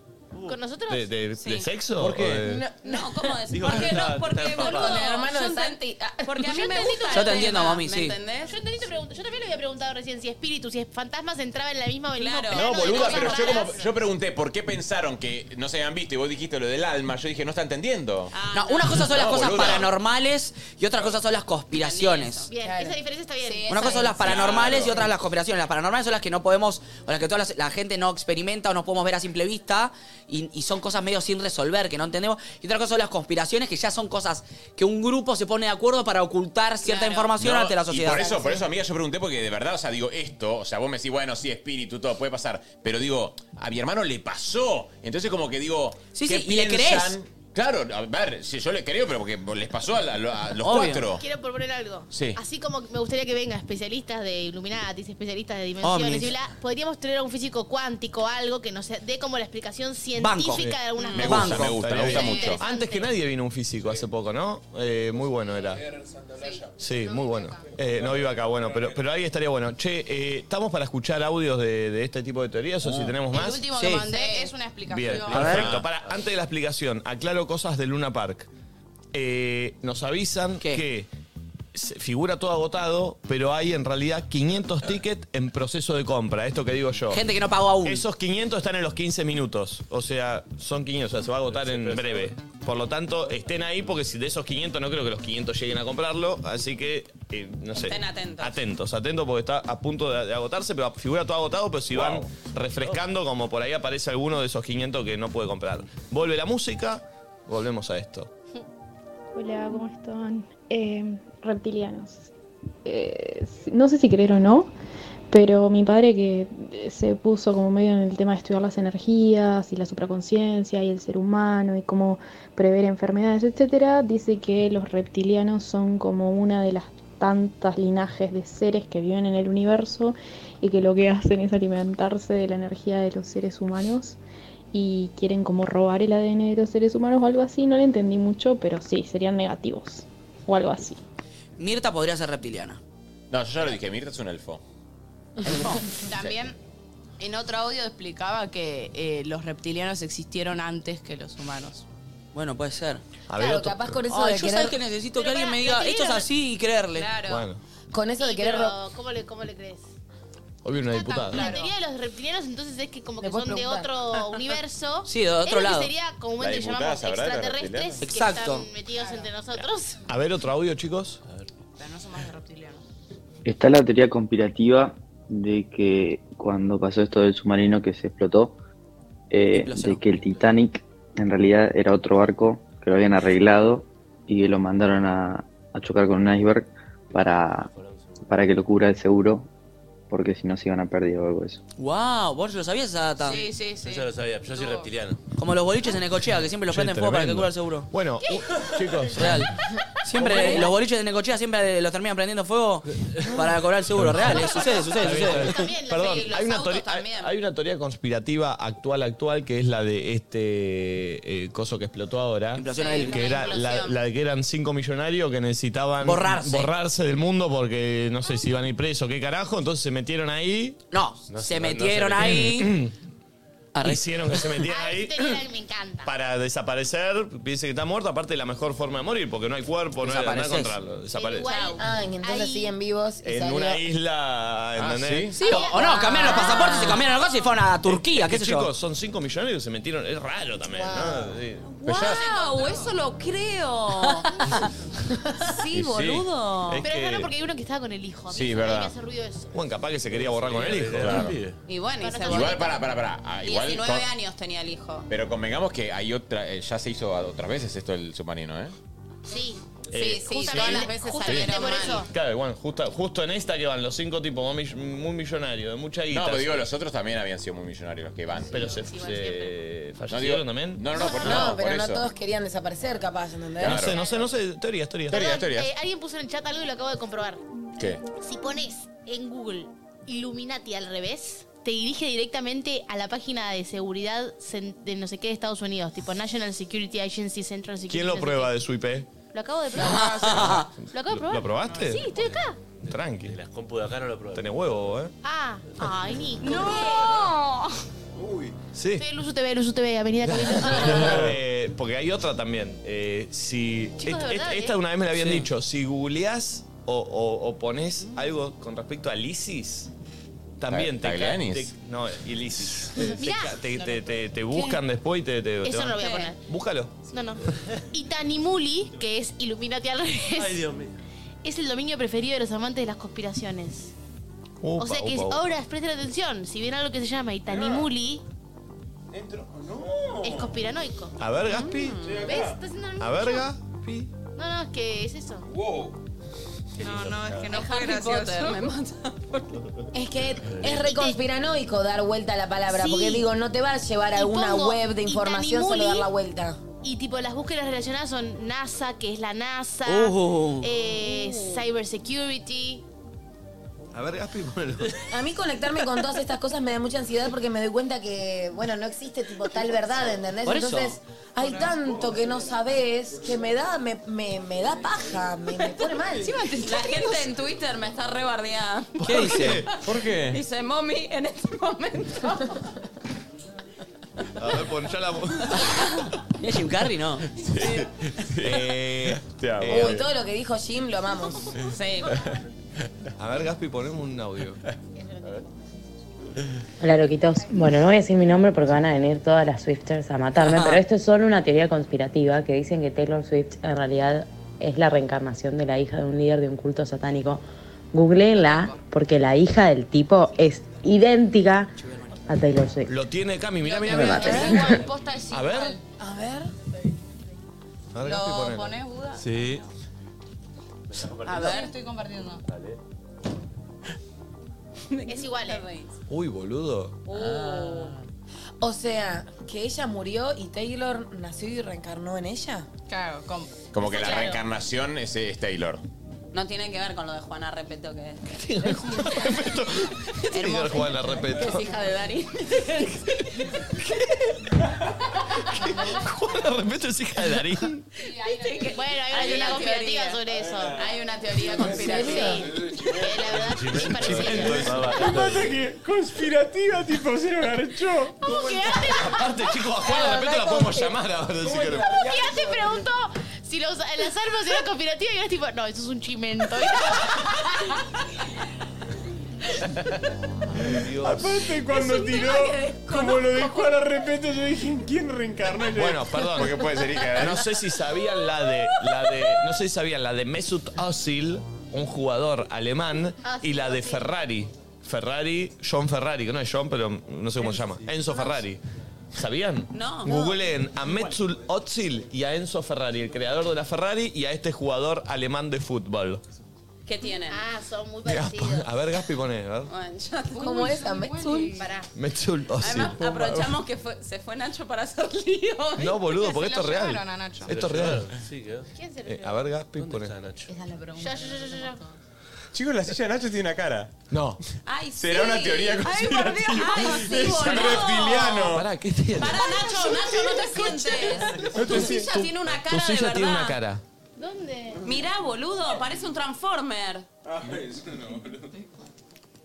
[SPEAKER 10] Con nosotros.
[SPEAKER 2] ¿De, de- de sexo?
[SPEAKER 10] ¿Por qué?
[SPEAKER 2] ¿O
[SPEAKER 4] eh.
[SPEAKER 2] de-
[SPEAKER 8] No, ¿cómo decir?
[SPEAKER 2] Digo,
[SPEAKER 8] ¿Por qué
[SPEAKER 2] está-
[SPEAKER 8] no? Porque,
[SPEAKER 2] está
[SPEAKER 8] boludo,
[SPEAKER 2] Con
[SPEAKER 10] el hermano
[SPEAKER 8] yo
[SPEAKER 10] de
[SPEAKER 8] enten-
[SPEAKER 10] Santi.
[SPEAKER 8] Porque a mí me
[SPEAKER 10] entendí tu
[SPEAKER 8] gusta
[SPEAKER 3] Yo
[SPEAKER 8] el
[SPEAKER 3] te entiendo,
[SPEAKER 8] tema,
[SPEAKER 3] mami,
[SPEAKER 8] ¿me
[SPEAKER 3] sí.
[SPEAKER 8] entendés?
[SPEAKER 10] Yo entendí tu pregunta. Yo también le había preguntado recién si espíritus, si fantasmas entraban en la misma o en el mismo plano
[SPEAKER 4] No,
[SPEAKER 10] de
[SPEAKER 4] boluda,
[SPEAKER 10] cosas
[SPEAKER 4] pero yo
[SPEAKER 10] raras.
[SPEAKER 4] como yo pregunté por qué pensaron que no se habían visto y vos dijiste lo del alma, yo dije, no está entendiendo.
[SPEAKER 3] Ah. No, una cosa son las
[SPEAKER 4] No,
[SPEAKER 3] cosas
[SPEAKER 4] boluda.
[SPEAKER 3] paranormales y otra cosa son las conspiraciones.
[SPEAKER 10] Bien, esa diferencia está bien.
[SPEAKER 3] Una cosa son las paranormales y otras las conspiraciones. Las paranormales son las que no podemos, o las que toda la, la gente no experimenta o no podemos ver a simple vista y, y son cosas medio sin resolver, que no entendemos. Y otra cosa son las conspiraciones, que ya son cosas que un grupo se pone de acuerdo para ocultar cierta información
[SPEAKER 4] No,
[SPEAKER 3] ante la sociedad.
[SPEAKER 4] Y por eso, por eso, amiga, yo pregunté porque de verdad, o sea, digo, esto, o sea, vos me decís, bueno, sí, espíritu, todo puede pasar. Pero digo, a mi hermano le pasó. Entonces, como que digo,
[SPEAKER 3] Sí,
[SPEAKER 4] ¿qué
[SPEAKER 3] sí, y le
[SPEAKER 4] piensan? Claro, a ver, si yo le creo, pero porque les pasó a, la- a los cuatro.
[SPEAKER 10] Quiero proponer algo.
[SPEAKER 4] Sí.
[SPEAKER 10] Así como me gustaría que vengan especialistas de Illuminatis, especialistas de dimensiones
[SPEAKER 4] Ovnis.
[SPEAKER 10] y bla, podríamos tener a un físico cuántico, algo que nos dé como la explicación científica de algunas
[SPEAKER 4] Me
[SPEAKER 10] cosas.
[SPEAKER 4] gusta, me gusta, me gusta mucho.
[SPEAKER 2] Antes que nadie vino un físico hace poco, ¿no? Eh, muy bueno era. Sí, muy bueno. Eh, no vive acá, bueno, pero, pero ahí estaría bueno. Che, eh, ¿estamos para escuchar audios de, de este tipo de teorías
[SPEAKER 10] Ah.
[SPEAKER 2] o si tenemos más?
[SPEAKER 7] El último que mandé es una
[SPEAKER 2] Bien,
[SPEAKER 7] explicación.
[SPEAKER 2] perfecto. Para, antes de la explicación, aclaro cosas de Luna Park. Eh, nos avisan que se- figura todo agotado, pero hay en realidad 500 tickets en proceso de compra. Esto que digo yo.
[SPEAKER 3] Gente que no pagó aún.
[SPEAKER 2] Esos 500 están en los 15 minutos. O sea, son 500, o sea, se va a agotar en breve. Por lo tanto, estén ahí porque si de esos 500 no creo que los 500 lleguen a comprarlo. Así que, eh, no sé.
[SPEAKER 8] Estén atentos.
[SPEAKER 2] Atentos, atentos porque está a punto de, de agotarse, pero figura todo agotado, pero si van refrescando, como por ahí aparece alguno de esos 500 que no puede comprar. Vuelve la música, volvemos a esto.
[SPEAKER 23] Hola, ¿cómo están? Eh, reptilianos. Eh, no sé si creer o no, pero mi padre que se puso como medio en el tema de estudiar las energías y la supraconciencia y el ser humano y cómo prever enfermedades, etcétera, dice que los reptilianos son como una de las tantas linajes de seres que viven en el universo y que lo que hacen es alimentarse de la energía de los seres humanos y quieren como robar el ADN de los seres humanos o algo así, no lo entendí mucho, pero sí, serían negativos o algo así.
[SPEAKER 3] Mirta podría ser reptiliana.
[SPEAKER 4] No, yo ya lo dije, Mirta es un elfo.
[SPEAKER 7] También en otro audio explicaba que eh, los reptilianos existieron antes que los humanos.
[SPEAKER 3] Bueno, puede ser.
[SPEAKER 2] A
[SPEAKER 5] ver, Claro, otro- capaz con eso
[SPEAKER 3] Ay,
[SPEAKER 5] de
[SPEAKER 3] yo
[SPEAKER 5] querer-
[SPEAKER 3] sabes que necesito
[SPEAKER 5] Pero
[SPEAKER 3] que alguien
[SPEAKER 5] pará,
[SPEAKER 3] me diga, esto es
[SPEAKER 5] reptiliano-
[SPEAKER 3] así y creerle.
[SPEAKER 10] Claro.
[SPEAKER 2] Bueno,
[SPEAKER 5] Con eso de
[SPEAKER 10] Sí,
[SPEAKER 5] querer
[SPEAKER 10] pero,
[SPEAKER 5] ro-
[SPEAKER 10] ¿cómo, le, ¿Cómo le crees?
[SPEAKER 2] hoy viene una diputada.
[SPEAKER 10] La teoría de los reptilianos entonces es que como que
[SPEAKER 7] Le puedo
[SPEAKER 10] son de
[SPEAKER 7] preguntar.
[SPEAKER 10] otro universo.
[SPEAKER 2] Sí, de otro
[SPEAKER 10] Es lo que
[SPEAKER 2] lado.
[SPEAKER 10] sería
[SPEAKER 2] La
[SPEAKER 10] comúnmente
[SPEAKER 2] diputada
[SPEAKER 10] llamamos
[SPEAKER 2] sabrá de los
[SPEAKER 10] extraterrestres que
[SPEAKER 2] reptilianos. Exacto.
[SPEAKER 10] están metidos entre nosotros.
[SPEAKER 2] A ver, otro audio, chicos.
[SPEAKER 24] Está la teoría conspirativa de que cuando pasó esto del submarino que se explotó, eh, de que el Titanic en realidad era otro barco que lo habían arreglado y que lo mandaron a, a chocar con un iceberg para, para que lo cubra el seguro, porque si no se iban a perder o algo de eso.
[SPEAKER 3] Wow, vos lo sabías esa data.
[SPEAKER 7] Sí, sí, sí.
[SPEAKER 25] Yo lo sabía, yo soy reptiliano.
[SPEAKER 3] Como los boliches en Necochea, que siempre los
[SPEAKER 25] Che,
[SPEAKER 3] prenden fuego para que
[SPEAKER 25] tremendo.
[SPEAKER 3] cubra el seguro.
[SPEAKER 2] Bueno, chicos.
[SPEAKER 3] Real. Siempre
[SPEAKER 2] ¿Cómo?
[SPEAKER 3] los boliches de Necochea siempre los terminan prendiendo fuego para cobrar el seguro. Real, eh, sucede, sucede, sucede.
[SPEAKER 2] Perdón, hay una, teoría, hay- hay una teoría conspirativa actual, actual, que es la de este eh, coso que explotó ahora.
[SPEAKER 3] Implosión
[SPEAKER 2] que
[SPEAKER 3] aérea.
[SPEAKER 2] era la, la de que eran cinco millonarios que necesitaban
[SPEAKER 3] Borrarse.
[SPEAKER 2] borrarse del mundo porque no sé si iban a ir presos, qué carajo. Entonces se metieron ahí.
[SPEAKER 3] No, se metieron ahí.
[SPEAKER 2] Hicieron que se metieran ahí
[SPEAKER 10] Me encanta.
[SPEAKER 2] para desaparecer. Piensen que está muerto, aparte de la mejor forma de morir, porque no hay cuerpo, no hay nada
[SPEAKER 5] Desapareces.
[SPEAKER 2] controlarlo. Desaparece.
[SPEAKER 5] Ah, y entonces siguen vivos. y
[SPEAKER 2] En
[SPEAKER 5] salió-
[SPEAKER 2] una isla, ¿entendés?
[SPEAKER 3] Ah, Sí, o,
[SPEAKER 8] Oh, ah.
[SPEAKER 3] o no, cambiaron los pasaportes, se cambiaron las cosas y fueron a Turquía,
[SPEAKER 2] que
[SPEAKER 3] qué sé
[SPEAKER 2] chicos,
[SPEAKER 3] yo.
[SPEAKER 2] son 5 millones que se metieron. Es raro también, ¿no? Sí.
[SPEAKER 8] ¡Wow! Eso lo creo.
[SPEAKER 2] Y sí,
[SPEAKER 8] sí, boludo.
[SPEAKER 2] es
[SPEAKER 10] Pero es
[SPEAKER 2] que-
[SPEAKER 10] raro porque hay uno que estaba con el hijo. A mí
[SPEAKER 2] Sí,
[SPEAKER 10] eso
[SPEAKER 2] verdad.
[SPEAKER 10] Me hace ruido eso.
[SPEAKER 2] Bueno, capaz que se quería borrar con el hijo.
[SPEAKER 4] Claro.
[SPEAKER 8] Y bueno, y se
[SPEAKER 4] Igual, pará, pará, pará. Ah, igual
[SPEAKER 8] 19
[SPEAKER 4] con-
[SPEAKER 8] años tenía el hijo.
[SPEAKER 4] Pero convengamos que hay otra, eh, ya se hizo a- otras veces esto el submarino, ¿eh?
[SPEAKER 10] Sí.
[SPEAKER 8] Sí, sí, todas las veces
[SPEAKER 10] Justamente
[SPEAKER 8] salieron
[SPEAKER 10] por
[SPEAKER 8] mal.
[SPEAKER 10] eso.
[SPEAKER 2] Claro, bueno, justo, justo en esta que van los cinco tipos muy, muy millonarios, de mucha guita.
[SPEAKER 4] No, pero digo, los otros también habían sido muy millonarios los que van.
[SPEAKER 2] Pero se,
[SPEAKER 4] Sí,
[SPEAKER 2] se-
[SPEAKER 4] van
[SPEAKER 2] fallecieron
[SPEAKER 4] digo-
[SPEAKER 2] también.
[SPEAKER 4] No, no, no, por-
[SPEAKER 12] No,
[SPEAKER 4] no,
[SPEAKER 12] pero
[SPEAKER 4] por
[SPEAKER 12] no
[SPEAKER 4] eso.
[SPEAKER 12] todos querían desaparecer, capaz, ¿entendés?
[SPEAKER 2] No sé, no sé, no sé. Teorías, teorías.
[SPEAKER 4] Teorías,
[SPEAKER 10] Eh, alguien puso en el chat algo y lo acabo de comprobar.
[SPEAKER 4] ¿Qué?
[SPEAKER 10] Si pones en Google Illuminati al revés, te dirige directamente a la página de seguridad cen- de no sé qué de Estados Unidos, tipo National Security Agency, Central Security.
[SPEAKER 2] ¿Quién lo
[SPEAKER 10] no sé
[SPEAKER 2] prueba de su IP?
[SPEAKER 10] qué. Lo acabo de probar. lo acabo de probar.
[SPEAKER 2] ¿Lo probaste?
[SPEAKER 10] Sí, estoy acá.
[SPEAKER 2] Tranqui.
[SPEAKER 25] Las compu de acá no lo probé.
[SPEAKER 2] Tenés huevo, ¿eh?
[SPEAKER 10] Ah, ay, Nico.
[SPEAKER 7] No.
[SPEAKER 2] Uy. Sí.
[SPEAKER 10] Estoy en Luzu TV, Luzu TV, Avenida Cabildo. Ah,
[SPEAKER 2] Eh, porque hay otra también. Eh, si est-
[SPEAKER 10] Chicos, de verdad,
[SPEAKER 2] esta,
[SPEAKER 10] ¿eh?
[SPEAKER 2] esta una vez me la habían
[SPEAKER 10] Sí.
[SPEAKER 2] dicho. Si googleás o, o- o ponés algo con respecto al ISIS, también
[SPEAKER 4] Ta-
[SPEAKER 2] te, ca-
[SPEAKER 4] Taglianis.
[SPEAKER 2] te No, el ISIS. Te, te
[SPEAKER 10] Mirá.
[SPEAKER 2] ca- te- te- te- te buscan después y te. te- te
[SPEAKER 10] Eso
[SPEAKER 2] van-
[SPEAKER 10] no lo voy a poner.
[SPEAKER 2] Búscalo.
[SPEAKER 10] No, no. Itanimuli, que es Illuminati al revés.
[SPEAKER 25] Ay, Dios mío.
[SPEAKER 10] es el dominio preferido de los amantes de las conspiraciones. o sea que es- ahora presten atención, si viene algo que se llama Itanimuli, es conspiranoico.
[SPEAKER 2] A ver, Gaspi.
[SPEAKER 10] ¿Ves? Está haciendo lo mismo
[SPEAKER 2] A
[SPEAKER 10] que
[SPEAKER 2] ver,
[SPEAKER 10] yo.
[SPEAKER 2] Gaspi.
[SPEAKER 10] No, no, es que es eso.
[SPEAKER 4] Wow.
[SPEAKER 8] No, no, es que no
[SPEAKER 12] Es
[SPEAKER 8] fue
[SPEAKER 12] Harry
[SPEAKER 8] gracioso.
[SPEAKER 12] Potter, me Es que es reconspiranoico dar vuelta a la palabra,
[SPEAKER 10] Sí.
[SPEAKER 12] porque digo, no te va a llevar
[SPEAKER 10] Y
[SPEAKER 12] a una
[SPEAKER 10] pongo
[SPEAKER 12] web de información solo
[SPEAKER 10] Itanimuli.
[SPEAKER 12] dar la vuelta.
[SPEAKER 10] Y tipo, las búsquedas relacionadas son NASA, que es la NASA,
[SPEAKER 4] Uh,
[SPEAKER 12] Oh.
[SPEAKER 10] eh, cybersecurity.
[SPEAKER 2] A ver, Gaspi, ponelo.
[SPEAKER 12] A mí conectarme con todas estas cosas me da mucha ansiedad porque me doy cuenta que, bueno, no existe tipo tal verdad, ¿entendés?
[SPEAKER 3] Por eso.
[SPEAKER 12] Entonces, hay tanto que no sabés que me da, me, me- me da paja, me, me pone mal.
[SPEAKER 8] La gente en Twitter me está rebardeada.
[SPEAKER 2] ¿Qué dice?
[SPEAKER 4] ¿Por qué?
[SPEAKER 8] Dice, mommy, en este momento.
[SPEAKER 2] A ver, pon ya la.
[SPEAKER 3] ¿Es Jim Carrey? No.
[SPEAKER 2] Eh, eh,
[SPEAKER 12] Uy, todo lo que dijo Jim lo amamos.
[SPEAKER 8] Sí.
[SPEAKER 2] A ver, Gaspi, ponemos un audio.
[SPEAKER 26] Hola, loquitos. Bueno, no voy a decir mi nombre porque van a venir todas las Swifters a matarme, pero esto es solo una teoría conspirativa que dicen que Taylor Swift en realidad es la reencarnación de la hija de un líder de un culto satánico. Googleenla porque la hija del tipo es idéntica a Taylor Swift.
[SPEAKER 2] Lo tiene Cami, mirá, mirá,
[SPEAKER 26] No me
[SPEAKER 2] mirá.
[SPEAKER 26] mates.
[SPEAKER 2] A ver, A ver,
[SPEAKER 12] A ver.
[SPEAKER 2] Gaspi, ponelo.
[SPEAKER 8] Buda?
[SPEAKER 2] Sí.
[SPEAKER 8] A ver, estoy compartiendo.
[SPEAKER 10] Es igual. eh.
[SPEAKER 2] Uy, boludo.
[SPEAKER 12] Uh. O sea, que ella murió y Taylor nació y reencarnó en ella.
[SPEAKER 8] Claro, ¿cómo?
[SPEAKER 4] Como que la
[SPEAKER 8] Claro.
[SPEAKER 4] reencarnación es, es Taylor.
[SPEAKER 8] No tiene que ver con lo de Juana, repito que
[SPEAKER 2] Hermoso. Juana,
[SPEAKER 8] que es
[SPEAKER 2] respeto.
[SPEAKER 8] hija de Dari.
[SPEAKER 2] Juana, respeto, es hija de Darín.
[SPEAKER 10] Bueno, hay una teoría conspirativa sobre eso.
[SPEAKER 8] Hay una teoría
[SPEAKER 10] conspirativa.
[SPEAKER 8] conspirativa.
[SPEAKER 2] Chimento es.
[SPEAKER 7] que conspirativa, tipo, se lo garchó.
[SPEAKER 10] ¿Cómo quedaste?
[SPEAKER 2] Aparte, chicos, a Juana, de repente la podemos llamar ahora si queremos.
[SPEAKER 10] ¿Cómo quedaste? Preguntó si los, las armas eran conspirativas y eras tipo, no, eso es un chimento.
[SPEAKER 7] Aparte, cuando tiró, como lo de Juana repente, yo dije, ¿en quién reencarnó? Yo
[SPEAKER 2] Bueno,
[SPEAKER 7] dije,
[SPEAKER 2] perdón. No sé si sabían la de, la de. No sé si sabían la de Mesut Özil, un jugador alemán,
[SPEAKER 8] Ah,
[SPEAKER 2] y la de Ferrari. Ferrari, John Ferrari, que no es John, pero no sé cómo se llama. Enzo Ferrari. ¿Sabían?
[SPEAKER 8] No.
[SPEAKER 2] Googleen a Mesut Özil y a Enzo Ferrari, el creador de la Ferrari, y a este jugador alemán de fútbol.
[SPEAKER 8] ¿Qué tienen?
[SPEAKER 10] Ah, son muy
[SPEAKER 2] A ver, Gaspi, pone. a ver.
[SPEAKER 12] ¿Cómo es? ¿A Metzul?
[SPEAKER 8] Pará.
[SPEAKER 2] Mesut Özil.
[SPEAKER 8] Además, aprovechamos que fue- se fue Nacho para hacer lío.
[SPEAKER 2] No, boludo, porque
[SPEAKER 8] Se
[SPEAKER 2] esto es
[SPEAKER 8] lo
[SPEAKER 2] real.
[SPEAKER 8] llevaron a Nacho.
[SPEAKER 2] Esto es real.
[SPEAKER 25] Sí, quedó.
[SPEAKER 10] ¿Quién se lo
[SPEAKER 2] Eh, a ver, Gaspi, pone.
[SPEAKER 10] Esa es la pregunta. Yo, yo, yo, yo, yo.
[SPEAKER 4] Chicos, la silla de Nacho tiene una cara.
[SPEAKER 2] No.
[SPEAKER 8] Ay,
[SPEAKER 4] Será
[SPEAKER 8] sí.
[SPEAKER 4] una teoría
[SPEAKER 8] Ay, por Dios.
[SPEAKER 4] conspirativa.
[SPEAKER 8] Ay, sí,
[SPEAKER 4] Es
[SPEAKER 8] boludo.
[SPEAKER 4] reptiliano.
[SPEAKER 2] Pará, ¿qué tiene?
[SPEAKER 8] Pará, Ah, Nacho, Nacho, no te sientes.
[SPEAKER 2] No te
[SPEAKER 8] tu
[SPEAKER 2] sientes.
[SPEAKER 8] silla tiene una cara
[SPEAKER 2] Tu
[SPEAKER 8] de
[SPEAKER 2] silla
[SPEAKER 8] verdad.
[SPEAKER 2] tiene una cara.
[SPEAKER 10] ¿Dónde?
[SPEAKER 8] Mirá, boludo, parece un Transformer.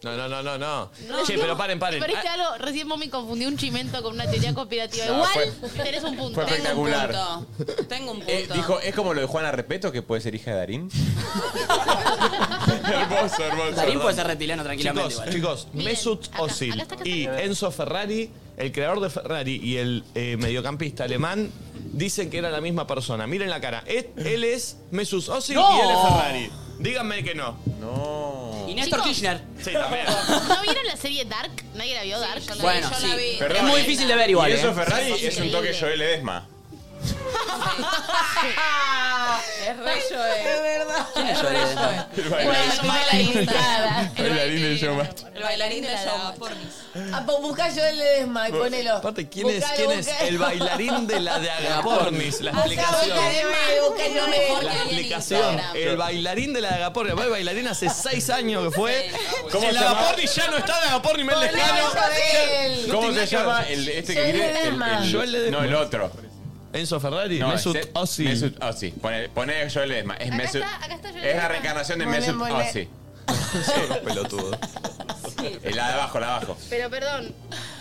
[SPEAKER 2] No, no, no, no, no.
[SPEAKER 10] No.
[SPEAKER 2] Che, pero paren, paren.
[SPEAKER 10] Me parece
[SPEAKER 2] Ah,
[SPEAKER 10] algo, recién Mommy confundió un chimento con una teoría conspirativa.
[SPEAKER 4] No,
[SPEAKER 10] Igual tenés un punto.
[SPEAKER 4] fue
[SPEAKER 10] Tengo un
[SPEAKER 4] espectacular.
[SPEAKER 10] punto.
[SPEAKER 8] Tengo un punto.
[SPEAKER 4] Eh, dijo, es como lo de Juana Repeto, que puede ser hija de Darín. hermoso, hermoso.
[SPEAKER 3] Darín puede ser
[SPEAKER 2] reptiliano
[SPEAKER 3] tranquilamente
[SPEAKER 2] Chicos,
[SPEAKER 3] igual.
[SPEAKER 2] chicos Mesut Özil y Enzo Ferrari, el creador de Ferrari y el eh, mediocampista alemán, dicen que era la misma persona. Miren la cara. Él, él es Mesut Özil
[SPEAKER 3] No.
[SPEAKER 2] y él es Ferrari. Díganme que no. No.
[SPEAKER 3] Y Néstor
[SPEAKER 10] Chicos.
[SPEAKER 3] Kirchner.
[SPEAKER 2] Sí, también.
[SPEAKER 10] ¿No vieron la serie Dark? ¿Nadie la vio Dark?
[SPEAKER 3] la vi, Bueno, yo la sí. vi.
[SPEAKER 4] Perdón,
[SPEAKER 3] Es muy
[SPEAKER 4] eh.
[SPEAKER 3] difícil de ver igual,
[SPEAKER 4] Y eso
[SPEAKER 3] eh.
[SPEAKER 4] Ferrari
[SPEAKER 3] Sí,
[SPEAKER 4] es un
[SPEAKER 3] increíble.
[SPEAKER 4] toque Joel Edesma.
[SPEAKER 8] Ah, Es re eh. Joel. Es
[SPEAKER 3] verdad.
[SPEAKER 8] ¿Quién es Joel?
[SPEAKER 4] El
[SPEAKER 8] bailarín.
[SPEAKER 4] El bailarín del showmatch.
[SPEAKER 8] El bailarín de la pornis.
[SPEAKER 12] Ah, pues buscá yo el Edesma y ponelo.
[SPEAKER 2] Aparte, ¿quién, es, quién es el bailarín de la de Agapornis? La
[SPEAKER 12] Acá,
[SPEAKER 2] explicación.
[SPEAKER 12] busca Edesma y busca
[SPEAKER 8] Es lo
[SPEAKER 12] yo
[SPEAKER 8] mejor
[SPEAKER 12] el-
[SPEAKER 2] La explicación. El bailarín de la de Agapornis. Aparte, El bailarín hace seis años que fue.
[SPEAKER 4] ¿Cómo
[SPEAKER 2] el
[SPEAKER 4] se llama?
[SPEAKER 2] Agapornis ya no está de Agapornis, Mel Lescano.
[SPEAKER 12] Joel.
[SPEAKER 4] ¿Cómo se llama el este que vive? El- el-
[SPEAKER 2] Joel Ledesma.
[SPEAKER 4] No, el otro.
[SPEAKER 2] Enzo Ferrari, Mesut
[SPEAKER 4] ese-
[SPEAKER 2] Ozil.
[SPEAKER 4] Mesut Ozil. Pone, pone Joel Edesma. Es Mesut. Es la reencarnación de
[SPEAKER 10] Volé,
[SPEAKER 4] Mesut Ah,
[SPEAKER 10] volé.
[SPEAKER 4] Ozil. Pelotudo. La de abajo, la de abajo.
[SPEAKER 10] Pero perdón,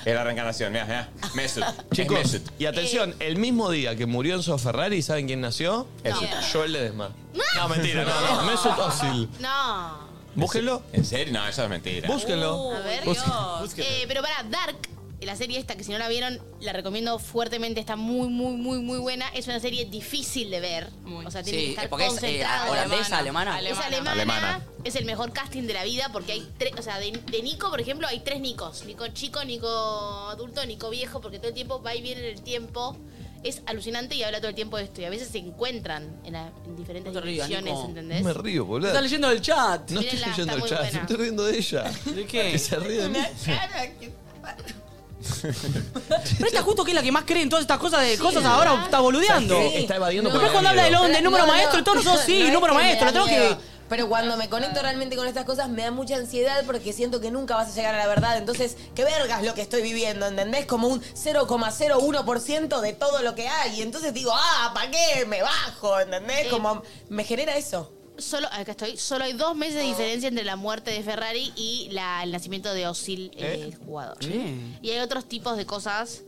[SPEAKER 4] Es la reencarnación. Mira, mira. Mesut.
[SPEAKER 2] Chicos,
[SPEAKER 4] Es Mesut.
[SPEAKER 2] y atención, el mismo día que murió Enzo Ferrari, ¿saben quién nació? Joel Ledesma. No, mentira, no, no. Mesut Ozil.
[SPEAKER 10] no. Uh,
[SPEAKER 2] Búsquenlo.
[SPEAKER 4] ¿En serio? No, eso es mentira.
[SPEAKER 2] Búsquenlo.
[SPEAKER 10] A ver,
[SPEAKER 2] Busque-
[SPEAKER 10] Dios. Eh, pero para Dark, la serie esta, que si no la vieron, la recomiendo fuertemente, está muy, muy, muy, muy buena. Es una serie difícil de ver. O sea, tiene
[SPEAKER 3] Sí,
[SPEAKER 10] que estar
[SPEAKER 3] es porque es, eh,
[SPEAKER 10] concentrado.
[SPEAKER 3] holandesa, alemana.
[SPEAKER 10] Es alemana.
[SPEAKER 3] Alemana.
[SPEAKER 10] Es el mejor casting de la vida porque hay tres, o sea, de, de Nico, por ejemplo, hay tres Nicos. Nico chico, Nico adulto, Nico viejo, porque todo el tiempo va y viene en el tiempo. Es alucinante y habla todo el tiempo de esto. Y a veces se encuentran en, la- en diferentes
[SPEAKER 3] No te rías,
[SPEAKER 10] direcciones,
[SPEAKER 3] Nico.
[SPEAKER 10] ¿entendés?
[SPEAKER 2] Me río, boludo.
[SPEAKER 3] Está leyendo el chat.
[SPEAKER 2] No estoy
[SPEAKER 10] Mírenla,
[SPEAKER 2] leyendo
[SPEAKER 10] está
[SPEAKER 2] el
[SPEAKER 10] muy
[SPEAKER 2] chat,
[SPEAKER 10] buena.
[SPEAKER 2] me estoy riendo de ella. ¿De
[SPEAKER 3] qué?
[SPEAKER 2] Que se ríe de mí.
[SPEAKER 3] Pero esta justo que es la que más cree en todas estas cosas de cosas ahora está boludeando.
[SPEAKER 2] ¿Sabes qué? Está evadiendo
[SPEAKER 3] Porque
[SPEAKER 2] porque
[SPEAKER 3] cuando
[SPEAKER 2] le da
[SPEAKER 3] habla del
[SPEAKER 2] miedo.
[SPEAKER 3] on, del número
[SPEAKER 12] No, no,
[SPEAKER 3] maestro, y todos nosotros sí,
[SPEAKER 12] no es
[SPEAKER 3] número
[SPEAKER 12] que me
[SPEAKER 3] maestro,
[SPEAKER 12] da
[SPEAKER 3] tengo que.
[SPEAKER 12] miedo, Pero cuando me conecto realmente con estas cosas me da mucha ansiedad porque siento que nunca vas a llegar a la verdad. Entonces, qué vergas lo que estoy viviendo, ¿entendés? Como un 0,01% de todo lo que hay. Y entonces digo, ah, ¿para qué? Me bajo, ¿entendés? Como me genera eso.
[SPEAKER 10] Eh, Solo, acá estoy, solo hay dos meses de diferencia entre la muerte de Ferrari y la- el nacimiento de Ozil,
[SPEAKER 7] ¿Eh?
[SPEAKER 10] el jugador.
[SPEAKER 7] Bien.
[SPEAKER 10] Y hay otros tipos de cosas.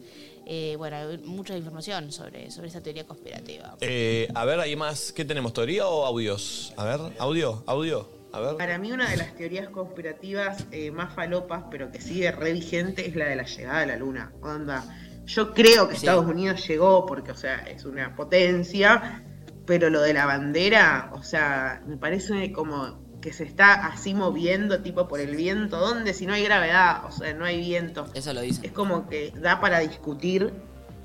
[SPEAKER 10] eh, bueno, hay mucha información sobre, sobre esta teoría conspirativa.
[SPEAKER 2] Eh, a ver, ¿hay más? ¿Qué tenemos? ¿Teoría o audios? A ver, audio, audio. A ver.
[SPEAKER 1] Para mí una de las teorías conspirativas eh, más falopas, pero que sigue re vigente, es la de la llegada de la luna. Onda, yo creo que
[SPEAKER 25] Sí.
[SPEAKER 1] Estados Unidos llegó porque, o sea, es una potencia, pero lo de la bandera, o sea, me parece como que se está así moviendo, tipo por el viento. ¿Dónde? Si no hay gravedad, o sea, no hay viento.
[SPEAKER 3] Eso lo dice.
[SPEAKER 1] Es como que da para discutir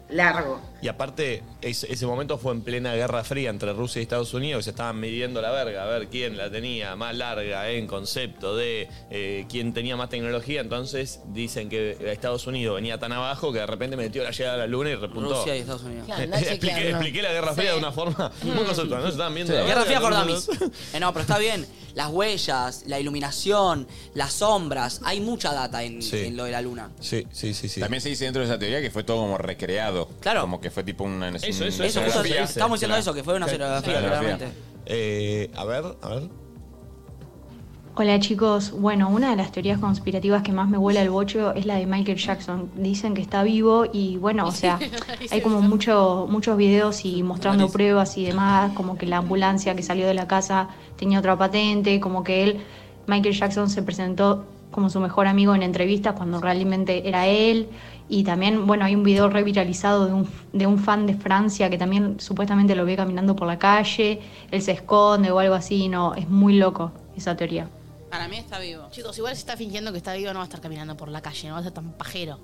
[SPEAKER 1] largo.
[SPEAKER 2] Y aparte, es- ese momento fue en plena Guerra Fría entre Rusia y Estados Unidos. Se estaban midiendo la verga, a ver quién la tenía más larga en concepto de eh, quién tenía más tecnología. Entonces dicen que Estados Unidos venía tan abajo que de repente metió la llegada a la luna y repuntó.
[SPEAKER 3] Rusia y Estados Unidos.
[SPEAKER 2] Eh,
[SPEAKER 3] Claro, andá
[SPEAKER 2] expliqué,
[SPEAKER 3] chequeando.
[SPEAKER 2] expliqué la Guerra
[SPEAKER 3] Sí. Mm.
[SPEAKER 2] Fría de una forma muy conceptual. ¿No se estaban viendo?
[SPEAKER 3] Sí.
[SPEAKER 2] la
[SPEAKER 3] Guerra Fría
[SPEAKER 2] verga,
[SPEAKER 3] por
[SPEAKER 2] ¿no?
[SPEAKER 3] dummies. Eh, no, pero está bien. Las huellas, la iluminación, las sombras. Hay mucha data en,
[SPEAKER 4] Sí.
[SPEAKER 3] en lo de la luna.
[SPEAKER 2] Sí, sí, sí, sí.
[SPEAKER 4] También se dice dentro de esa teoría que fue todo como recreado. Claro. Como que fue tipo una.
[SPEAKER 3] Eso, eso, eso, eso, justo
[SPEAKER 4] escenografía.
[SPEAKER 3] estamos diciendo eso, que fue una
[SPEAKER 4] Sí,
[SPEAKER 3] escenografía,
[SPEAKER 4] escenografía.
[SPEAKER 3] claramente.
[SPEAKER 2] Eh, a ver, a ver.
[SPEAKER 25] Hola chicos, bueno, una de las teorías conspirativas que más me huele al bocho es la de Michael Jackson. Dicen que está vivo y bueno, o sea, hay como mucho- muchos videos y mostrando pruebas y demás, como que la ambulancia que salió de la casa tenía otra patente, como que él, Michael Jackson se presentó como su mejor amigo en entrevistas cuando realmente era él. Y también, bueno, hay un video reviralizado de un, de un fan de Francia que también supuestamente lo ve caminando por la calle, él se esconde o algo así, no, es muy loco esa teoría.
[SPEAKER 8] Para mí está vivo.
[SPEAKER 10] Chicos, igual si está fingiendo que está vivo no va a estar caminando por la calle, no va a ser tan pajero.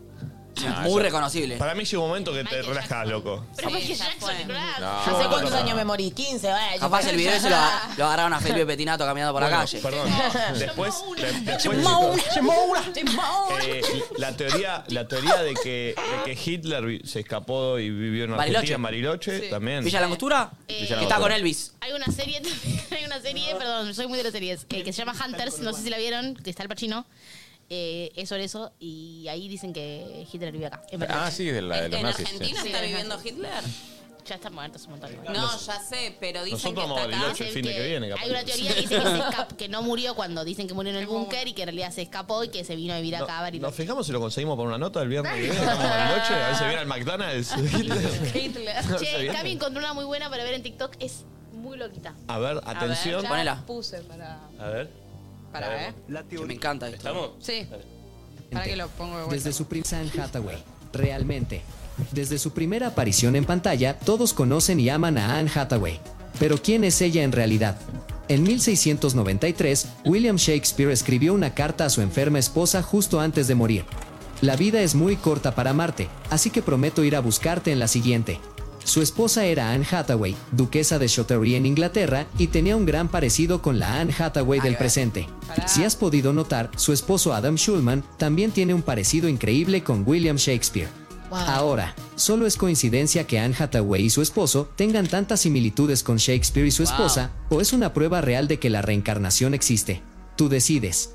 [SPEAKER 2] Ah,
[SPEAKER 3] muy
[SPEAKER 2] eso-
[SPEAKER 3] reconocible.
[SPEAKER 2] Para mí llegó un momento que te relajás, loco.
[SPEAKER 10] Pero porque Jackson, claro.
[SPEAKER 2] No,
[SPEAKER 12] ¿Hace
[SPEAKER 2] no,
[SPEAKER 12] cuántos
[SPEAKER 2] no.
[SPEAKER 12] años me morí? 15, vaya.
[SPEAKER 3] Capaz el video se lo, lo agarraron a Felipe Petinato caminando por
[SPEAKER 2] Bueno,
[SPEAKER 3] la calle.
[SPEAKER 2] Perdón. Después. de- después- Eh, la teoría, la teoría de, que, de que Hitler vi- se escapó y vivió en
[SPEAKER 3] Bariloche.
[SPEAKER 2] Argentina, en Bariloche, también.
[SPEAKER 3] Villa Langostura,
[SPEAKER 10] Eh,
[SPEAKER 2] Villa
[SPEAKER 3] que está
[SPEAKER 2] Langostura.
[SPEAKER 3] con Elvis.
[SPEAKER 10] Hay una serie, también, hay una serie, perdón, soy muy de las series, eh, que se llama Hunters, no sé si la vieron, que está el Pachino. es sobre eso, y ahí dicen que Hitler vive acá. en Bariloche.
[SPEAKER 4] Ah, sí, de la de los
[SPEAKER 10] En
[SPEAKER 4] nazis. sí.
[SPEAKER 10] Argentina.
[SPEAKER 8] ¿Está
[SPEAKER 10] Sí,
[SPEAKER 8] viviendo Hitler?
[SPEAKER 10] Ya está muerto hace un montón.
[SPEAKER 8] No, ya sé, pero dicen
[SPEAKER 2] Nosotros
[SPEAKER 8] que
[SPEAKER 2] vamos a
[SPEAKER 8] está acá.
[SPEAKER 2] Bariloche el fin de que viene, capaz.
[SPEAKER 10] Hay una teoría que dice que, se escap- que no murió cuando dicen que murió en el búnker y que en realidad se escapó y que se vino a vivir acá a
[SPEAKER 2] No,
[SPEAKER 10] Bariloche.
[SPEAKER 2] nos fijamos si lo conseguimos por una nota el viernes que viene. Estamos en Bariloche, a ver si viene al McDonald's. Hitler.
[SPEAKER 10] Hitler.
[SPEAKER 2] No sé
[SPEAKER 10] Che,
[SPEAKER 2] bien.
[SPEAKER 10] Cami encontró una muy buena para ver en TikTok, es muy loquita.
[SPEAKER 2] A ver, atención.
[SPEAKER 8] Ya
[SPEAKER 2] Ponela.
[SPEAKER 8] puse para.
[SPEAKER 2] A ver.
[SPEAKER 8] Para, ¿eh?
[SPEAKER 3] Que me encanta esto.
[SPEAKER 8] Sí. Para que lo pongo de vuelta.
[SPEAKER 21] Desde su prim San Hathaway, realmente. Desde su primera aparición en pantalla, todos conocen y aman a Anne Hathaway. Pero ¿quién es ella en realidad? En 1693, William Shakespeare escribió una carta a su enferma esposa justo antes de morir. La vida es muy corta para amarte, así que prometo ir a buscarte en la siguiente. Su esposa era Anne Hathaway, duquesa de Shottery en Inglaterra, y tenía un gran parecido con la Anne Hathaway del presente. Si has podido notar, su esposo Adam Schulman también tiene un parecido increíble con William Shakespeare.
[SPEAKER 7] Wow.
[SPEAKER 21] Ahora, solo es coincidencia que Anne Hathaway y su esposo tengan tantas similitudes con Shakespeare y su
[SPEAKER 7] Wow.
[SPEAKER 21] esposa, o es una prueba real de que la reencarnación existe. Tú decides.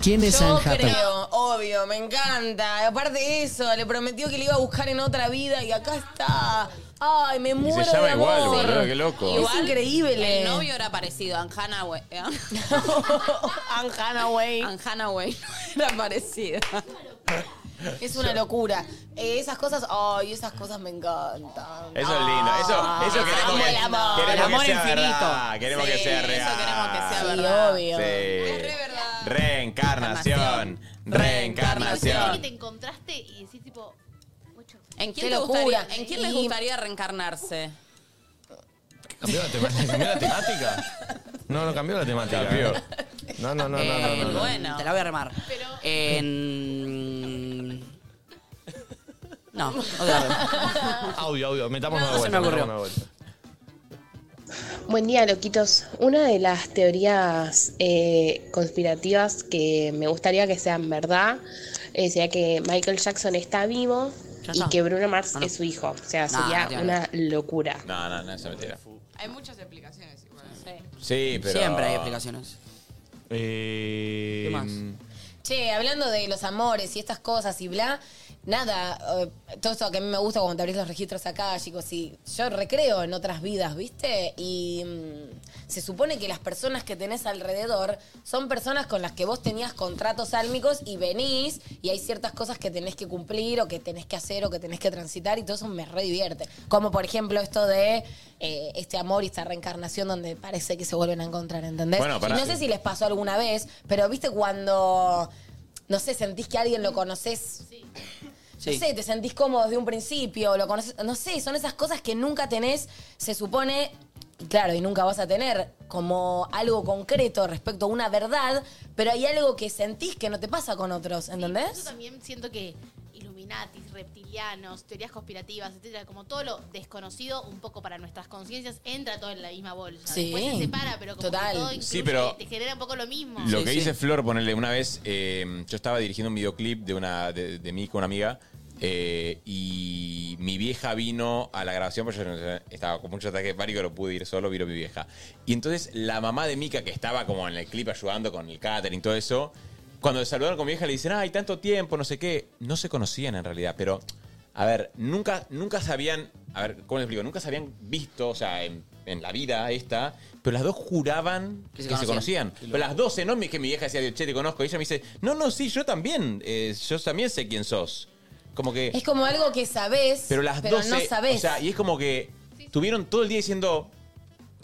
[SPEAKER 21] ¿Quién es
[SPEAKER 5] Yo
[SPEAKER 21] Anne Hathaway?
[SPEAKER 5] creo, obvio, me encanta. Aparte de eso, le prometió que le iba a buscar en otra vida y acá está. Ay, me
[SPEAKER 4] Y
[SPEAKER 5] muero.
[SPEAKER 4] se llama
[SPEAKER 5] de
[SPEAKER 4] igual,
[SPEAKER 5] amor.
[SPEAKER 4] boludo, qué loco.
[SPEAKER 5] Es increíble.
[SPEAKER 8] El novio era parecido, ¿eh? Anjana Way.
[SPEAKER 5] Anjana Way.
[SPEAKER 8] Anjana Way no era parecido.
[SPEAKER 5] Es una locura. Eh, esas cosas, ay, esas cosas me encantan.
[SPEAKER 4] Eso es lindo. Eso, eso queremos
[SPEAKER 5] Amo
[SPEAKER 4] que,
[SPEAKER 5] el amor.
[SPEAKER 4] queremos
[SPEAKER 5] El amor
[SPEAKER 4] que sea
[SPEAKER 5] infinito.
[SPEAKER 4] verdad. Queremos que sea real. Eso queremos que sea
[SPEAKER 5] verdad. obvio.
[SPEAKER 4] Es re verdad. Reencarnación.
[SPEAKER 10] Imagínate que
[SPEAKER 4] Reencarnación.
[SPEAKER 10] te encontraste y decís tipo... "Guacho".
[SPEAKER 8] ¿En
[SPEAKER 10] Qué
[SPEAKER 8] quién, te
[SPEAKER 10] locura.
[SPEAKER 8] gustaría, ¿en quién les
[SPEAKER 10] Y-
[SPEAKER 8] gustaría reencarnarse?
[SPEAKER 2] ¿Cambió la, tema- cambió la temática? No, no cambió la temática. No, no, no, no, no,
[SPEAKER 3] Eh,
[SPEAKER 2] no, no.
[SPEAKER 3] Te la voy a remar. Eh, En-
[SPEAKER 2] Ah,
[SPEAKER 3] No, no te la remo.
[SPEAKER 2] Audio, audio. Metámonos
[SPEAKER 3] No,
[SPEAKER 2] de
[SPEAKER 3] se me
[SPEAKER 2] vuelta.
[SPEAKER 3] ocurrió.
[SPEAKER 2] metámonos de vuelta.
[SPEAKER 6] Buen día, loquitos. Una de las teorías eh, conspirativas que me gustaría que sean verdad eh, sería que Michael Jackson está vivo
[SPEAKER 4] Ya
[SPEAKER 6] y
[SPEAKER 4] está.
[SPEAKER 6] que Bruno Mars es su hijo. O sea,
[SPEAKER 4] No,
[SPEAKER 6] sería
[SPEAKER 4] no tiene
[SPEAKER 6] una locura.
[SPEAKER 4] No, no, no, eso es mentira.
[SPEAKER 8] Hay muchas explicaciones igual.
[SPEAKER 4] Sí, pero.
[SPEAKER 3] Siempre hay explicaciones.
[SPEAKER 2] Eh,
[SPEAKER 3] ¿Qué más?
[SPEAKER 5] Che, hablando de los amores y estas cosas y bla, nada, eh, todo esto que a mí me gusta cuando te abrís los registros acá, chicos, y yo recreo en otras vidas, ¿viste? Y mm, se supone que las personas que tenés alrededor son personas con las que vos tenías contratos álmicos y venís y hay ciertas cosas que tenés que cumplir o que tenés que hacer o que tenés que transitar y todo eso me redivierte. Como por ejemplo esto de eh, este amor y esta reencarnación donde parece que se vuelven a encontrar, ¿entendés?
[SPEAKER 4] Bueno, pará. eh.
[SPEAKER 5] Y no sé si les pasó alguna vez, pero viste cuando, no sé, sentís que a alguien lo conoces.
[SPEAKER 3] Sí.
[SPEAKER 5] No sé, te sentís cómodo desde un principio, lo conoces. No sé, son esas cosas que nunca tenés, se supone, y claro, y nunca vas a tener como algo concreto respecto a una verdad, pero hay algo que sentís que no te pasa con otros,
[SPEAKER 10] Yo
[SPEAKER 5] ¿entendés?
[SPEAKER 10] también siento que Illuminatis, reptilianos, teorías conspirativas, etcétera, como todo lo desconocido un poco para nuestras conciencias, entra todo en la misma bolsa.
[SPEAKER 5] Sí.
[SPEAKER 10] Después se separa, pero como
[SPEAKER 5] Total.
[SPEAKER 10] que todo incluye,
[SPEAKER 4] Sí, pero-
[SPEAKER 10] te genera un poco lo mismo.
[SPEAKER 4] Lo que dice Flor, ponerle una vez, eh, yo estaba dirigiendo un videoclip de una de, de mí con una amiga eh, y mi vieja vino a la grabación, porque yo estaba con mucho ataque de pánico, no pude ir solo, vino mi vieja. Y entonces la mamá de Mika, que estaba como en el clip ayudando con el catering y todo eso, cuando saludaron con mi vieja le dicen, ay, tanto tiempo, no sé qué. No se conocían en realidad, pero, a ver, nunca, nunca se habían, a ver, ¿cómo les explico? Nunca se habían visto, o sea, en, en la vida esta, pero las dos juraban que,
[SPEAKER 7] se
[SPEAKER 4] se
[SPEAKER 7] conocían.
[SPEAKER 4] conocían. Pero las 12, no es que mi vieja decía, che, te conozco. Y ella me dice, no, no, sí, yo también, eh, yo también sé quién sos. Como que...
[SPEAKER 5] Es como algo que sabés,
[SPEAKER 4] Pero las 12,
[SPEAKER 5] no sabés.
[SPEAKER 4] o sea, y es como que tuvieron todo el día diciendo,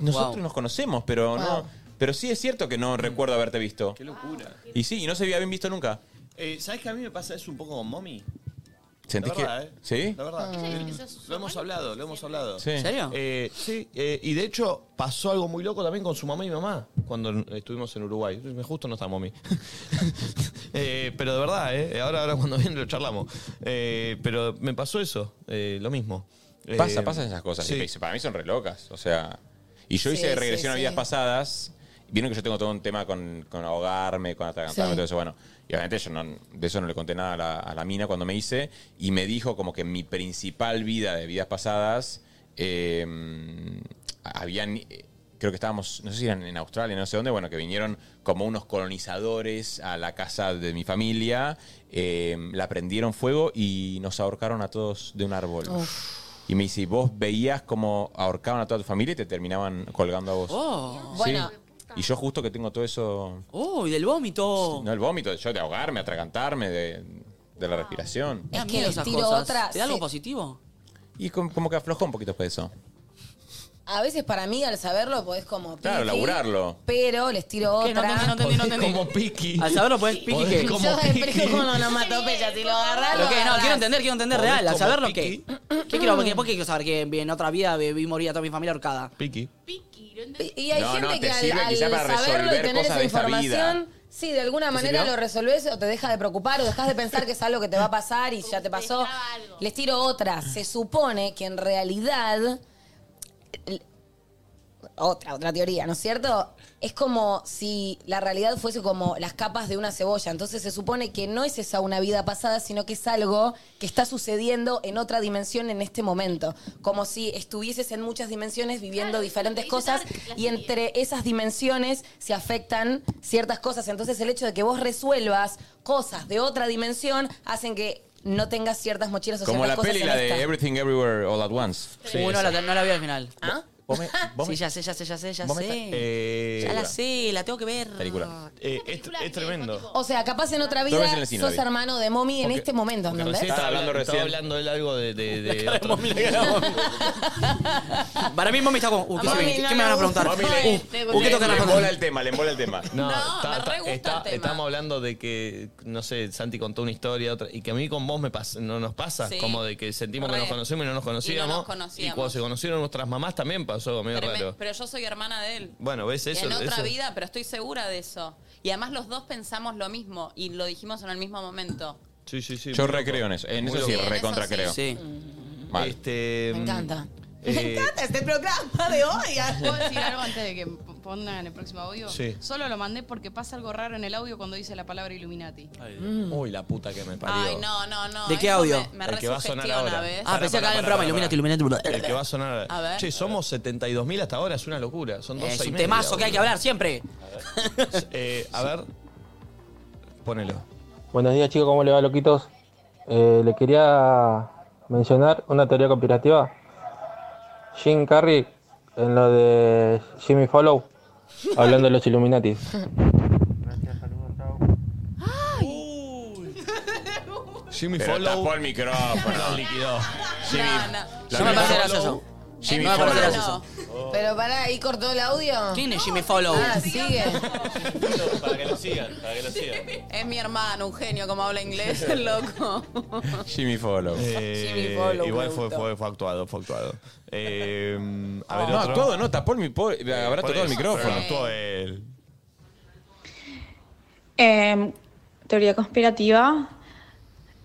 [SPEAKER 4] nosotros
[SPEAKER 11] Wow.
[SPEAKER 4] nos conocemos, pero
[SPEAKER 11] Wow.
[SPEAKER 4] no... Pero sí es cierto que no recuerdo haberte visto.
[SPEAKER 11] Qué locura.
[SPEAKER 4] Y sí, y no se había bien visto nunca.
[SPEAKER 2] Eh, ¿Sabes que a mí me pasa eso un poco con mommy?
[SPEAKER 4] ¿Sentís
[SPEAKER 2] La verdad,
[SPEAKER 4] que-
[SPEAKER 2] ¿eh?
[SPEAKER 4] Ah, ¿Sí?
[SPEAKER 2] La verdad.
[SPEAKER 4] Ella dice que
[SPEAKER 2] Lo hemos hablado, lo hemos hablado.
[SPEAKER 4] Sí. ¿En serio?
[SPEAKER 2] Eh, sí, eh, y de hecho pasó algo muy loco también con su mamá y mamá cuando estuvimos en Uruguay. Justo no está mommy. Eh, pero de verdad, ¿eh? Ahora, ahora cuando viene lo charlamos. Eh, pero me pasó eso, eh, lo mismo. Eh,
[SPEAKER 4] Pasa, pasan esas cosas.
[SPEAKER 2] sí.
[SPEAKER 4] Y Para mí son re locas. O sea. Y yo
[SPEAKER 2] Sí,
[SPEAKER 4] hice
[SPEAKER 2] sí,
[SPEAKER 4] regresión a
[SPEAKER 2] sí.
[SPEAKER 4] vidas pasadas. Vieron que yo tengo todo un tema con, con ahogarme, con atragantarme,
[SPEAKER 2] Sí.
[SPEAKER 4] todo eso. Bueno, y obviamente yo no- de eso no le conté nada a la, a la mina cuando me hice. Y me dijo como que mi principal vida de vidas pasadas. eh, habían. eh, Creo que estábamos, no sé si eran en Australia, no sé dónde, bueno, que vinieron como unos colonizadores a la casa de mi familia, eh, la prendieron fuego y nos ahorcaron a todos de un árbol. Y me dice, vos veías como ahorcaban a toda tu familia y te terminaban colgando a vos.
[SPEAKER 3] Oh.
[SPEAKER 4] Sí.
[SPEAKER 3] Bueno.
[SPEAKER 4] Y yo justo que tengo todo eso...
[SPEAKER 3] Oh, y del vómito.
[SPEAKER 4] No el vómito, yo de ahogarme, atragantarme, de, de la respiración.
[SPEAKER 3] Es
[SPEAKER 5] que les tiro otra,
[SPEAKER 3] ¿Te da algo
[SPEAKER 5] sí.
[SPEAKER 3] positivo?
[SPEAKER 4] Y como, como que aflojó un poquito eso.
[SPEAKER 5] A veces para mí, al saberlo, podés como...
[SPEAKER 4] Claro,
[SPEAKER 5] piqui,
[SPEAKER 4] laburarlo.
[SPEAKER 5] Pero les tiro otra.
[SPEAKER 2] Como piqui.
[SPEAKER 3] Al saberlo
[SPEAKER 2] pues,
[SPEAKER 3] podés piqui
[SPEAKER 5] Yo
[SPEAKER 3] que.
[SPEAKER 5] explico con onomatopeya, si lo agarrás,
[SPEAKER 3] Lo que, no,
[SPEAKER 5] agarrás.
[SPEAKER 3] quiero entender, quiero entender
[SPEAKER 2] Podés
[SPEAKER 3] real. Al
[SPEAKER 2] como
[SPEAKER 3] saberlo
[SPEAKER 2] piqui.
[SPEAKER 3] que. ¿Qué quiero? Porque después quiero saber que en otra vida vi morir a toda mi familia ahorcada.
[SPEAKER 2] Piqui.
[SPEAKER 5] Y hay
[SPEAKER 4] No,
[SPEAKER 5] gente
[SPEAKER 4] no, te
[SPEAKER 5] que al,
[SPEAKER 4] sirve
[SPEAKER 5] al
[SPEAKER 4] quizá para
[SPEAKER 5] saberlo y
[SPEAKER 4] resolver
[SPEAKER 5] tener
[SPEAKER 4] cosas
[SPEAKER 5] esa
[SPEAKER 4] de esta vida.
[SPEAKER 5] información, Sí, de alguna
[SPEAKER 4] ¿Te
[SPEAKER 5] manera
[SPEAKER 4] sirvió?
[SPEAKER 5] lo resolvés o te deja de preocupar o dejas de pensar que es algo que te va a pasar y ya te pasó. Les tiro otra. Se supone que en realidad. el- Otra, otra teoría, ¿no es cierto? Es como si la realidad fuese como las capas de una cebolla. Entonces se supone que no es esa una vida pasada, sino que es algo que está sucediendo en otra dimensión en este momento. Como si estuvieses en muchas dimensiones viviendo diferentes cosas y entre esas dimensiones se afectan ciertas cosas. Entonces el hecho de que vos resuelvas cosas de otra dimensión hacen que no tengas ciertas mochilas o
[SPEAKER 4] Como
[SPEAKER 5] ciertas
[SPEAKER 4] la
[SPEAKER 5] cosas
[SPEAKER 4] peli,
[SPEAKER 5] en
[SPEAKER 4] la
[SPEAKER 5] esta.
[SPEAKER 4] de Everything Everywhere All At Once.
[SPEAKER 3] Uh, no, la, no la vi al final.
[SPEAKER 5] ¿Ah?
[SPEAKER 3] sí, ya sé, ya sé, ya sé, ya
[SPEAKER 4] ¿Vos me
[SPEAKER 3] sé.
[SPEAKER 4] estás- Eh,
[SPEAKER 3] ya la sé, la tengo que ver.
[SPEAKER 4] Película.
[SPEAKER 2] Eh, es, tremendo.
[SPEAKER 5] O sea, capaz en otra
[SPEAKER 2] Lo
[SPEAKER 5] vida
[SPEAKER 2] ves en el cine,
[SPEAKER 5] sos
[SPEAKER 2] la vi.
[SPEAKER 5] hermano de Mommy en
[SPEAKER 2] Porque-
[SPEAKER 5] este momento, ¿entendés?
[SPEAKER 2] Estaba hablando
[SPEAKER 4] recién.
[SPEAKER 2] Estaba hablando él algo de. de, de otro-
[SPEAKER 3] Para mí, mami está como. Uh, ¿qué,
[SPEAKER 4] A
[SPEAKER 3] se-
[SPEAKER 4] mami
[SPEAKER 3] qué
[SPEAKER 4] no
[SPEAKER 3] me
[SPEAKER 4] le
[SPEAKER 3] van a preguntar?
[SPEAKER 4] gusta
[SPEAKER 3] Uh,
[SPEAKER 4] este,
[SPEAKER 3] uh, ¿qué
[SPEAKER 4] le-
[SPEAKER 3] tocan
[SPEAKER 4] le
[SPEAKER 3] las
[SPEAKER 4] embola el tema, le embola el tema.
[SPEAKER 2] No, está- está- está- estamos hablando de que, no sé, Santi contó una historia otra, y que a mí con vos me pas- no nos pasa,
[SPEAKER 8] Sí.
[SPEAKER 2] como de que sentimos
[SPEAKER 8] Re.
[SPEAKER 2] que nos conocemos y no nos conocíamos.
[SPEAKER 8] Y no nos conocíamos.
[SPEAKER 2] Y cuando se conocieron nuestras mamás también pasó, medio
[SPEAKER 8] Treme-
[SPEAKER 2] raro.
[SPEAKER 8] Pero yo soy hermana de él.
[SPEAKER 2] Bueno, ¿ves
[SPEAKER 8] Y
[SPEAKER 2] eso?
[SPEAKER 8] en otra
[SPEAKER 2] Eso-
[SPEAKER 8] vida, pero estoy segura de eso. Y además los dos pensamos lo mismo y lo dijimos en el mismo momento.
[SPEAKER 2] Sí, sí, sí.
[SPEAKER 4] Yo
[SPEAKER 2] muy
[SPEAKER 4] recreo en
[SPEAKER 2] loco.
[SPEAKER 4] eso. En
[SPEAKER 2] Muy
[SPEAKER 4] eso sí,
[SPEAKER 2] loco.
[SPEAKER 4] recontra creo.
[SPEAKER 3] Sí.
[SPEAKER 4] Mal.
[SPEAKER 2] Este,
[SPEAKER 5] Me encanta.
[SPEAKER 2] eh,
[SPEAKER 5] este programa
[SPEAKER 2] de hoy.
[SPEAKER 17] ¿Puedo decir algo antes de que p- pongan el próximo audio?
[SPEAKER 2] Sí.
[SPEAKER 17] Solo lo mandé porque pasa algo raro en el audio cuando dice la palabra Illuminati.
[SPEAKER 2] Uy, la puta que me parió.
[SPEAKER 17] Ay, no, no, no,
[SPEAKER 3] ¿De qué audio?
[SPEAKER 17] me
[SPEAKER 2] el que va a sonar
[SPEAKER 17] resugestiona,
[SPEAKER 2] ahora.
[SPEAKER 17] ¿ves?
[SPEAKER 3] Ah, pensé que acá en el programa, Illuminati, Illuminati.
[SPEAKER 2] El que va a sonar.
[SPEAKER 3] A ver.
[SPEAKER 2] Che, somos 72.000 hasta ahora, es una locura. Son dos
[SPEAKER 3] Eh, Es un temazo que hay que hablar siempre.
[SPEAKER 2] Eh, a ver. Ponelo.
[SPEAKER 18] Buenos días chicos, ¿cómo le va loquitos? Eh, le quería mencionar una teoría conspirativa. Jim Carrey en lo de Jimmy Follow, hablando de los Illuminati.
[SPEAKER 2] Jimmy
[SPEAKER 4] Pero
[SPEAKER 2] Follow.
[SPEAKER 4] tapó el micrófono.
[SPEAKER 2] liquidó.
[SPEAKER 4] Jimmy,
[SPEAKER 3] No me parece gracioso.
[SPEAKER 4] Jimmy
[SPEAKER 3] No me parece
[SPEAKER 4] Follow.
[SPEAKER 3] gracioso.
[SPEAKER 5] Pero pará, ahí cortó el audio.
[SPEAKER 3] ¿Quién es Jimmy Follow?
[SPEAKER 5] Ah, sigue.
[SPEAKER 2] Para que lo sigan, para que lo sigan.
[SPEAKER 8] Es mi hermano, un genio, como habla inglés, el loco.
[SPEAKER 4] Jimmy Follow.
[SPEAKER 8] Jimmy Follow,
[SPEAKER 2] Eh, Igual
[SPEAKER 8] me
[SPEAKER 2] fue,
[SPEAKER 8] gustó.
[SPEAKER 2] fue, fue actuado, fue actuado. Eh,
[SPEAKER 3] Ah,
[SPEAKER 2] a ver,
[SPEAKER 4] no,
[SPEAKER 2] otro.
[SPEAKER 4] actuado no, tapó el micrófono. Habrá
[SPEAKER 2] Por
[SPEAKER 4] tocado el
[SPEAKER 2] eso,
[SPEAKER 4] micrófono.
[SPEAKER 2] pero no actuó él.
[SPEAKER 23] Em, teoría conspirativa.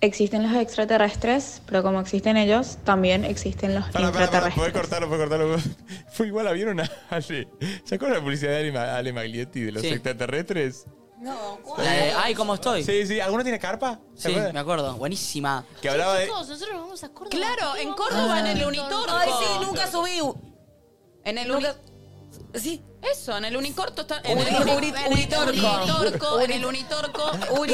[SPEAKER 23] Existen los extraterrestres, pero como existen ellos, también existen los
[SPEAKER 4] Para, para, para,
[SPEAKER 23] intraterrestres.
[SPEAKER 4] podés cortarlo, podés cortarlo. Fue igual, ¿la vieron a Ale? ¿Se acuerdan la publicidad de Ale, Ma- Ale Maglietti de los
[SPEAKER 3] Sí.
[SPEAKER 4] extraterrestres?
[SPEAKER 5] No,
[SPEAKER 3] Eh, ay, ¿cómo estoy?
[SPEAKER 4] Sí, sí, ¿alguno tiene carpa?
[SPEAKER 3] Sí, me acuerdo. Buenísima.
[SPEAKER 4] Que hablaba de.
[SPEAKER 17] Chicos, nosotros nos vamos a Córdoba.
[SPEAKER 8] Claro, en Córdoba, en el Unitorco.
[SPEAKER 5] Ay, sí, nunca subí.
[SPEAKER 8] En el
[SPEAKER 5] Nunca- Sí.
[SPEAKER 8] Eso, en el Unicorto está. En el
[SPEAKER 5] Uri- Uri-
[SPEAKER 8] en el
[SPEAKER 5] Uritorco.
[SPEAKER 8] Unitorco, en el Unitorco. Unitorco.
[SPEAKER 4] Uri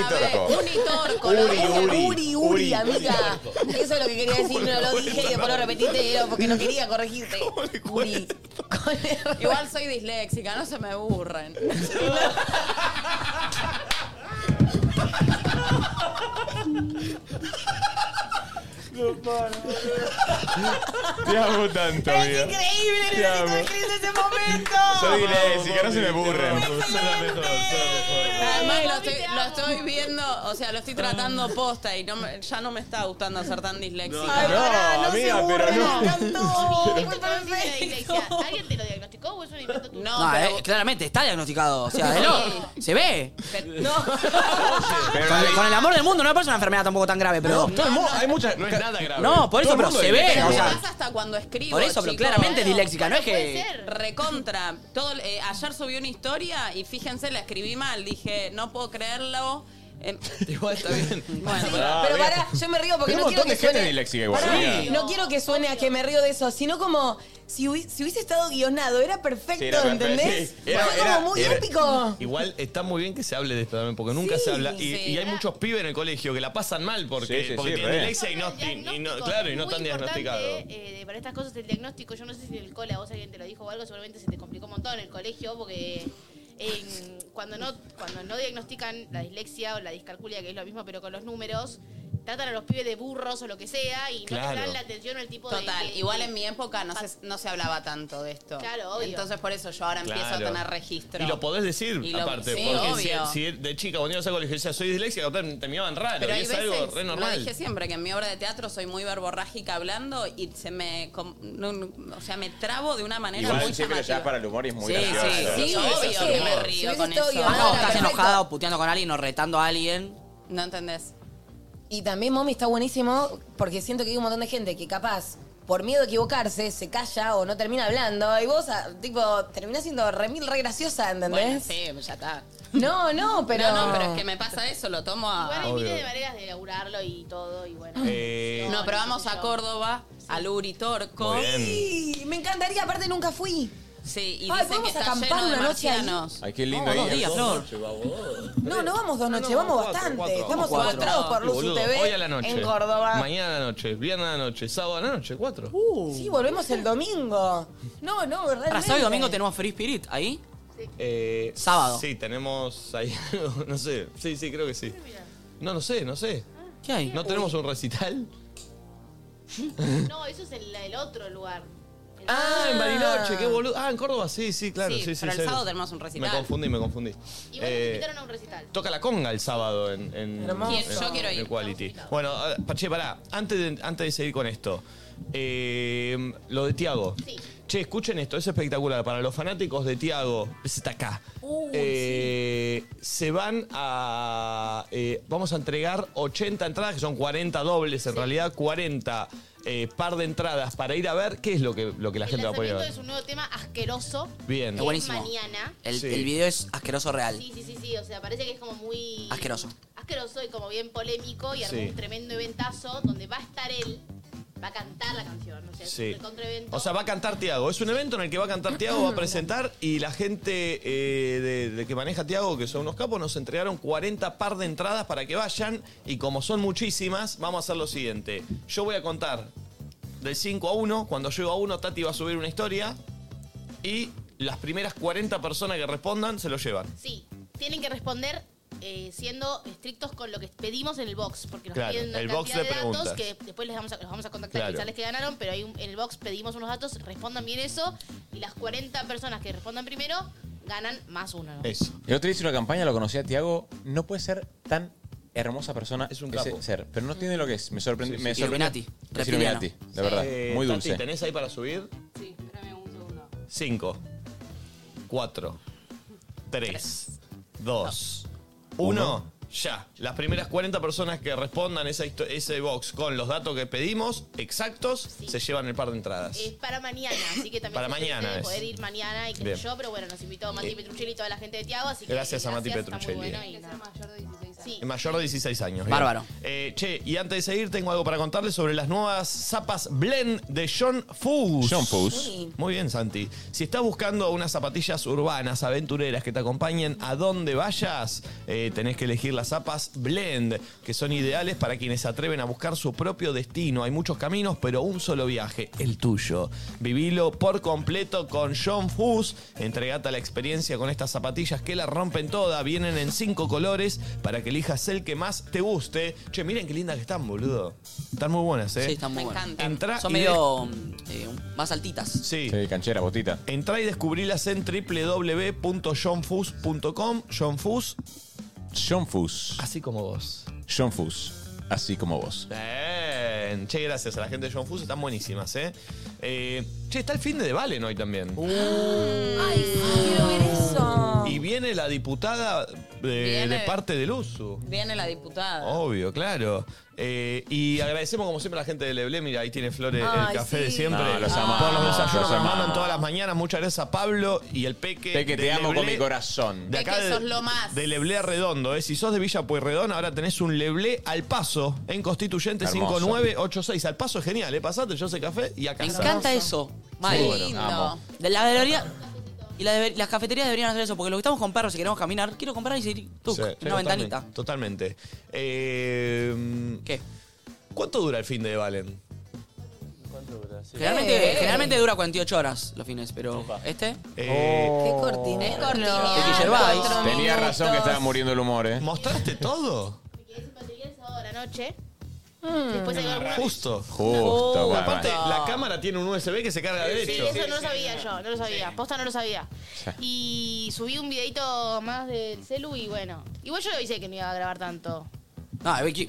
[SPEAKER 4] Torco.
[SPEAKER 8] Unitorco.
[SPEAKER 5] Uri, Uri, Uri, amiga. Eso es lo que quería decir, no lo dije y después lo repetiste y era porque no quería corregirte. Uri.
[SPEAKER 8] Igual soy disléxica, no se me burren.
[SPEAKER 4] Te amo tanto, amiga.
[SPEAKER 5] increíble,
[SPEAKER 4] Te amo.
[SPEAKER 5] ese momento.
[SPEAKER 4] Soy Leslie, que no se me burren.
[SPEAKER 8] Además, lo estoy, lo estoy viendo, o sea, lo estoy tratando posta y no me- ya no me está gustando ser tan disléxica.
[SPEAKER 4] No, amiga, pero no.
[SPEAKER 17] ¿Esto no es una dislexia? ¿Alguien te lo diagnosticó o es un invento tuyo?
[SPEAKER 3] No, eh, claramente está diagnosticado. O sea, hello, se ve. con, el- con el amor del mundo no me parece una enfermedad tampoco tan grave, pero.
[SPEAKER 4] No, todo el mundo- hay muchas. No es nada grave.
[SPEAKER 3] No, por eso,
[SPEAKER 4] Todo el
[SPEAKER 3] pero
[SPEAKER 4] mundo
[SPEAKER 3] se
[SPEAKER 4] es
[SPEAKER 3] ve.
[SPEAKER 4] disléxico.
[SPEAKER 3] O
[SPEAKER 8] Pasa
[SPEAKER 3] sea,
[SPEAKER 8] hasta cuando escribo.
[SPEAKER 3] Por eso, pero
[SPEAKER 8] chicos.
[SPEAKER 3] claramente es disléxica, no es que- Puede
[SPEAKER 8] Recontra. Todo, eh, ayer subí una historia y fíjense, la escribí mal. Dije, no puedo creerlo. Ah, Eh,
[SPEAKER 2] Igual está bien.
[SPEAKER 8] Bueno,
[SPEAKER 5] Pero pará, yo me río porque
[SPEAKER 4] Hay un
[SPEAKER 5] no quiero
[SPEAKER 4] montón
[SPEAKER 5] que
[SPEAKER 4] de gente
[SPEAKER 5] suene...
[SPEAKER 4] disléxica igual,
[SPEAKER 5] Pará,
[SPEAKER 4] amiga.
[SPEAKER 5] No quiero que suene a que me río de eso, sino como si, hubi- si hubiese estado guionado, era perfecto,
[SPEAKER 2] Sí, era perfecto,
[SPEAKER 5] ¿entendés?
[SPEAKER 2] sí. Era-
[SPEAKER 5] Fue
[SPEAKER 2] era-
[SPEAKER 5] como muy
[SPEAKER 2] era-
[SPEAKER 5] épico.
[SPEAKER 2] Igual está muy bien que se hable de esto también, porque nunca
[SPEAKER 5] Sí,
[SPEAKER 2] se habla. Y,
[SPEAKER 5] sí.
[SPEAKER 2] y hay muchos pibes en el colegio que la pasan mal porque,
[SPEAKER 4] Sí, sí,
[SPEAKER 2] porque
[SPEAKER 4] sí,
[SPEAKER 2] tienen
[SPEAKER 4] re.
[SPEAKER 2] dislexia y no, y- y no- claro, y no
[SPEAKER 17] Muy
[SPEAKER 2] están
[SPEAKER 17] importante,
[SPEAKER 2] diagnosticados.
[SPEAKER 17] eh, para estas cosas el diagnóstico, yo no sé si en el cole a vos alguien te lo dijo o algo, seguramente se te complicó un montón en el colegio porque en- cuando, no, cuando no diagnostican la dislexia o la discalculia, que es lo mismo pero con los números,
[SPEAKER 10] tratan a los pibes de burros o lo que sea y no
[SPEAKER 8] Claro.
[SPEAKER 10] le dan la atención al tipo de-
[SPEAKER 8] Total,
[SPEAKER 10] de...
[SPEAKER 8] igual
[SPEAKER 10] de-
[SPEAKER 8] en mi época no se, no se hablaba tanto de esto.
[SPEAKER 10] Claro, obvio.
[SPEAKER 8] Entonces por eso yo ahora empiezo a
[SPEAKER 2] Claro.
[SPEAKER 8] tener registro.
[SPEAKER 2] Y lo podés decir,
[SPEAKER 8] Y lo-
[SPEAKER 2] aparte.
[SPEAKER 8] sí,
[SPEAKER 2] porque si,
[SPEAKER 8] obvio.
[SPEAKER 2] si de chica, cuando ibas al colegio, decías, soy disléxica, te, te miraban raro.
[SPEAKER 8] Pero
[SPEAKER 2] y
[SPEAKER 8] hay
[SPEAKER 2] es
[SPEAKER 8] veces,
[SPEAKER 2] algo re
[SPEAKER 8] lo
[SPEAKER 2] normal.
[SPEAKER 8] dije siempre, que en mi obra de teatro soy muy verborrágica hablando y se me, com- no- no- o sea, me trabo de una manera
[SPEAKER 4] Igual
[SPEAKER 8] muy
[SPEAKER 4] sí, pero ya
[SPEAKER 8] llamativa.
[SPEAKER 4] para el humor es muy
[SPEAKER 8] Sí,
[SPEAKER 4] gracioso.
[SPEAKER 8] sí,
[SPEAKER 4] ¿no?
[SPEAKER 8] sí,
[SPEAKER 4] Sí,
[SPEAKER 8] obvio,
[SPEAKER 4] es
[SPEAKER 8] que me
[SPEAKER 4] humor.
[SPEAKER 8] río con eso.
[SPEAKER 3] Ah, no, estás enojada o puteando con alguien o retando a alguien.
[SPEAKER 8] No entendés.
[SPEAKER 5] Y también, Mommy, está buenísimo porque siento que hay un montón de gente que capaz, por miedo a equivocarse, se calla o no termina hablando. Y vos, ah, tipo, terminás siendo re mil re graciosa,
[SPEAKER 8] Bueno,
[SPEAKER 5] ¿entendés?
[SPEAKER 8] sí, pues ya está.
[SPEAKER 5] No, no, pero...
[SPEAKER 8] No, no, pero es que me pasa eso, lo tomo a...
[SPEAKER 10] Igual hay miles de
[SPEAKER 8] Obvio.
[SPEAKER 10] maneras de laburarlo y todo, y bueno.
[SPEAKER 2] Eh,
[SPEAKER 8] no, pero vamos a Córdoba, a Luri Torco.
[SPEAKER 2] Muy bien.
[SPEAKER 5] Sí, me encantaría, aparte nunca fui.
[SPEAKER 8] Sí, y dicen
[SPEAKER 5] Ay, ¿podemos
[SPEAKER 8] que está
[SPEAKER 5] acampar
[SPEAKER 8] lleno de
[SPEAKER 5] una noche ahí?
[SPEAKER 8] marcianos.
[SPEAKER 4] Ay, qué lindo
[SPEAKER 5] No,
[SPEAKER 4] ahí.
[SPEAKER 5] dos días,
[SPEAKER 4] Dos
[SPEAKER 5] Flor.
[SPEAKER 4] noches, va, vos.
[SPEAKER 5] No, no vamos dos noches,
[SPEAKER 4] no,
[SPEAKER 5] vamos
[SPEAKER 4] cuatro,
[SPEAKER 5] bastante.
[SPEAKER 4] cuatro,
[SPEAKER 5] Estamos
[SPEAKER 4] cuatro.
[SPEAKER 5] secuestrados por Luzu
[SPEAKER 2] Boludo,
[SPEAKER 5] TV
[SPEAKER 2] hoy a la noche.
[SPEAKER 5] en Córdoba.
[SPEAKER 2] Mañana a la noche, viernes a la noche, sábado a la noche, cuatro.
[SPEAKER 8] Uh.
[SPEAKER 5] Sí, volvemos el domingo. No, no, ¿verdad?
[SPEAKER 3] Para sábado y domingo tenemos Free Spirit ahí.
[SPEAKER 2] Eh,
[SPEAKER 3] Sábado.
[SPEAKER 2] Sí, tenemos ahí algo, no sé. Sí, sí, creo que sí. No, no sé, no sé.
[SPEAKER 3] ¿Qué hay?
[SPEAKER 2] ¿No tenemos un recital?
[SPEAKER 10] No, eso es el, el otro lugar.
[SPEAKER 2] Ah, en Bariloche, qué boludo. Ah, en Córdoba, sí, sí, claro.
[SPEAKER 10] Sí,
[SPEAKER 2] Sí, sí,
[SPEAKER 10] pero el
[SPEAKER 2] cero.
[SPEAKER 10] sábado tenemos un recital.
[SPEAKER 2] Me confundí, me confundí.
[SPEAKER 10] Y bueno,
[SPEAKER 2] Eh,
[SPEAKER 10] te invitaron a un recital.
[SPEAKER 2] Toca la conga el sábado en, en,
[SPEAKER 10] Hermoso.
[SPEAKER 2] en-
[SPEAKER 10] Quiero- yo quiero
[SPEAKER 2] en
[SPEAKER 10] ir.
[SPEAKER 2] Quality. Bueno, a- pa- che, pará, antes de, antes de seguir con esto, eh, lo de Tiago. Che, escuchen esto, es espectacular. Para los fanáticos de Tiago, ese está acá.
[SPEAKER 10] Uh,
[SPEAKER 27] Uy,
[SPEAKER 2] Eh, Se van a. eh, vamos a entregar 80 entradas, que son 40 dobles, en realidad 40 eh, par de entradas para ir a ver qué es lo que, lo que la
[SPEAKER 10] el
[SPEAKER 2] gente va a poder ver.
[SPEAKER 10] lanzamiento es un nuevo tema asqueroso.
[SPEAKER 2] Bien.
[SPEAKER 10] que
[SPEAKER 2] Es buenísimo.
[SPEAKER 10] mañana.
[SPEAKER 3] El,
[SPEAKER 2] Sí.
[SPEAKER 3] el video es asqueroso real.
[SPEAKER 10] Sí, sí, sí, sí. O sea, parece que es como muy
[SPEAKER 3] Asqueroso.
[SPEAKER 10] asqueroso y como bien polémico y armó
[SPEAKER 2] Sí.
[SPEAKER 10] un tremendo eventazo donde va a estar él, va a cantar la canción. O sea,
[SPEAKER 2] Sí.
[SPEAKER 10] es un contraevento.
[SPEAKER 2] O sea, va a cantar Tiago. Es un evento en el que va a cantar Tiago, va a presentar y la gente eh, de, de que maneja Tiago, que son unos capos, nos entregaron 40 par de entradas para que vayan y como son muchísimas, vamos a hacer lo siguiente. Yo voy a contar del 5 a 1, cuando llego a 1 Tati va a subir una historia y las primeras 40 personas que respondan se lo llevan.
[SPEAKER 10] Sí, tienen que responder eh, siendo estrictos con lo que pedimos en el box, porque nos
[SPEAKER 2] Claro,
[SPEAKER 10] piden una
[SPEAKER 2] el
[SPEAKER 10] cantidad
[SPEAKER 2] box de
[SPEAKER 10] de, datos
[SPEAKER 2] preguntas.
[SPEAKER 10] que después les vamos a, los vamos a contactar
[SPEAKER 2] Claro.
[SPEAKER 10] y avisarles que ganaron, pero hay un- en el box pedimos unos datos, respondan bien eso, y las 40 personas que respondan primero ganan más uno. ¿no?
[SPEAKER 2] Eso.
[SPEAKER 4] El otro día hice una campaña, lo conocí a Tiago. No puede ser tan hermosa persona es
[SPEAKER 2] un capo.
[SPEAKER 4] ser. Pero no entiende lo que es. Me sorprendió.
[SPEAKER 2] Sí, sí.
[SPEAKER 4] me sorprendió.
[SPEAKER 2] Illuminati,
[SPEAKER 4] Es
[SPEAKER 2] reptiliano.
[SPEAKER 4] Illuminati,
[SPEAKER 2] Sí.
[SPEAKER 4] de verdad.
[SPEAKER 2] Eh,
[SPEAKER 4] Muy
[SPEAKER 2] Tati,
[SPEAKER 4] dulce.
[SPEAKER 2] ¿Tenés ahí para subir?
[SPEAKER 8] Sí, espérame un segundo.
[SPEAKER 2] 5, 4, 3, 2, 1. Ya. Las primeras 40 personas que respondan esa histo- ese box con los datos que pedimos exactos se llevan el par de entradas.
[SPEAKER 10] Es para mañana, así que también
[SPEAKER 2] Para
[SPEAKER 10] ustedes
[SPEAKER 2] mañana
[SPEAKER 10] deben
[SPEAKER 2] es.
[SPEAKER 10] poder ir mañana y qué
[SPEAKER 2] Bien.
[SPEAKER 10] sé yo, pero bueno, nos invitó Mati
[SPEAKER 2] Eh,
[SPEAKER 10] Petruccelli y toda la gente de Tiago, así que
[SPEAKER 2] gracias a Mati
[SPEAKER 10] está muy
[SPEAKER 2] Petruccelli.
[SPEAKER 10] bueno y nada. Sí.
[SPEAKER 2] Mayor de 16 años. bien.
[SPEAKER 3] Bárbaro.
[SPEAKER 2] Eh, che, y antes de seguir, tengo algo para contarles sobre las nuevas zapas Blend de John Foos.
[SPEAKER 4] John Foos.
[SPEAKER 2] Sí. Muy bien, Santi. Si estás buscando unas zapatillas urbanas, aventureras, que te acompañen a donde vayas, eh, tenés que elegir las zapas Blend, que son ideales para quienes se atreven a buscar su propio destino. Hay muchos caminos, pero un solo viaje, el tuyo. Vivilo por completo con John Foos. Entregate a la experiencia con estas zapatillas que la rompen toda. Vienen en cinco colores para que elijas el que más te guste. Che, miren qué lindas que están, boludo. Están muy buenas, ¿eh?
[SPEAKER 3] Sí, están muy buenas.
[SPEAKER 2] Entrá
[SPEAKER 3] Son
[SPEAKER 2] y
[SPEAKER 3] medio eh, más altitas.
[SPEAKER 2] Sí.
[SPEAKER 4] canchera, botita.
[SPEAKER 2] Entrá y descubrilas en www.johnfus.com. John Fus.
[SPEAKER 4] John Fus.
[SPEAKER 2] Así como vos.
[SPEAKER 4] John Fus. Así como vos.
[SPEAKER 2] Bien. Che, gracias a la gente de John Fus. Están buenísimas, ¿eh? Eh, Che, está el fin de Valen hoy también.
[SPEAKER 8] Uh.
[SPEAKER 5] Quiero ver eso.
[SPEAKER 2] Y viene la diputada de,
[SPEAKER 8] Viene.
[SPEAKER 2] de parte del USU.
[SPEAKER 8] Viene la diputada.
[SPEAKER 2] Obvio, claro. Eh, y agradecemos como siempre a la gente de Leblé. Mira, ahí tiene Flores
[SPEAKER 8] Ay,
[SPEAKER 2] el café de
[SPEAKER 8] sí.
[SPEAKER 2] siempre.
[SPEAKER 4] No, los
[SPEAKER 2] Por los
[SPEAKER 4] amamos, los
[SPEAKER 2] desayunos que nos mandan
[SPEAKER 4] amamos.
[SPEAKER 2] todas las mañanas. Muchas gracias a Pablo y el Peque.
[SPEAKER 4] Peque,
[SPEAKER 2] de
[SPEAKER 4] te amo con
[SPEAKER 2] Leblé.
[SPEAKER 4] mi corazón.
[SPEAKER 2] De acá
[SPEAKER 8] que
[SPEAKER 2] de-
[SPEAKER 8] sos lo más.
[SPEAKER 2] De Leblé a Redondo, ¿eh? Si sos de Villa Pueyrredón, ahora tenés un Leblé al paso en Constituyente
[SPEAKER 4] Hermoso.
[SPEAKER 2] 5986. Al paso es genial, ¿eh? Pasate, yo sé café y acá.
[SPEAKER 3] Me encanta eso. Mal.
[SPEAKER 2] Sí, bueno, amo.
[SPEAKER 3] De la debería- Y la debe- las cafeterías deberían hacer eso, porque lo que estamos con perros, si queremos caminar, quiero comprar y decir, tuc,
[SPEAKER 2] Sí,
[SPEAKER 3] una
[SPEAKER 2] totalmente,
[SPEAKER 3] ventanita.
[SPEAKER 2] Totalmente. ¿Qué? ¿Cuánto dura el fin de Valen?
[SPEAKER 3] Generalmente,
[SPEAKER 2] Eh.
[SPEAKER 3] generalmente dura 48 horas los fines, pero este.
[SPEAKER 2] Eh,
[SPEAKER 10] Oh.
[SPEAKER 5] Qué cortina. Es
[SPEAKER 3] De Guillervais.
[SPEAKER 4] Tenía razón que estaba muriendo el humor, ¿eh?
[SPEAKER 2] ¿Mostraste todo?
[SPEAKER 10] Ahora noche,
[SPEAKER 5] Mm.
[SPEAKER 10] Después hay alguna-
[SPEAKER 2] Justo.
[SPEAKER 4] Justo, va,
[SPEAKER 2] Aparte,
[SPEAKER 4] va.
[SPEAKER 2] la cámara tiene un USB que se carga
[SPEAKER 10] Sí,
[SPEAKER 2] derecho.
[SPEAKER 10] eso no lo sabía yo, no lo sabía. Posta no lo sabía. Y subí un videito más del celu y bueno. Igual yo le avisé que no iba a grabar tanto.
[SPEAKER 7] Ah, ¿y ¿qué?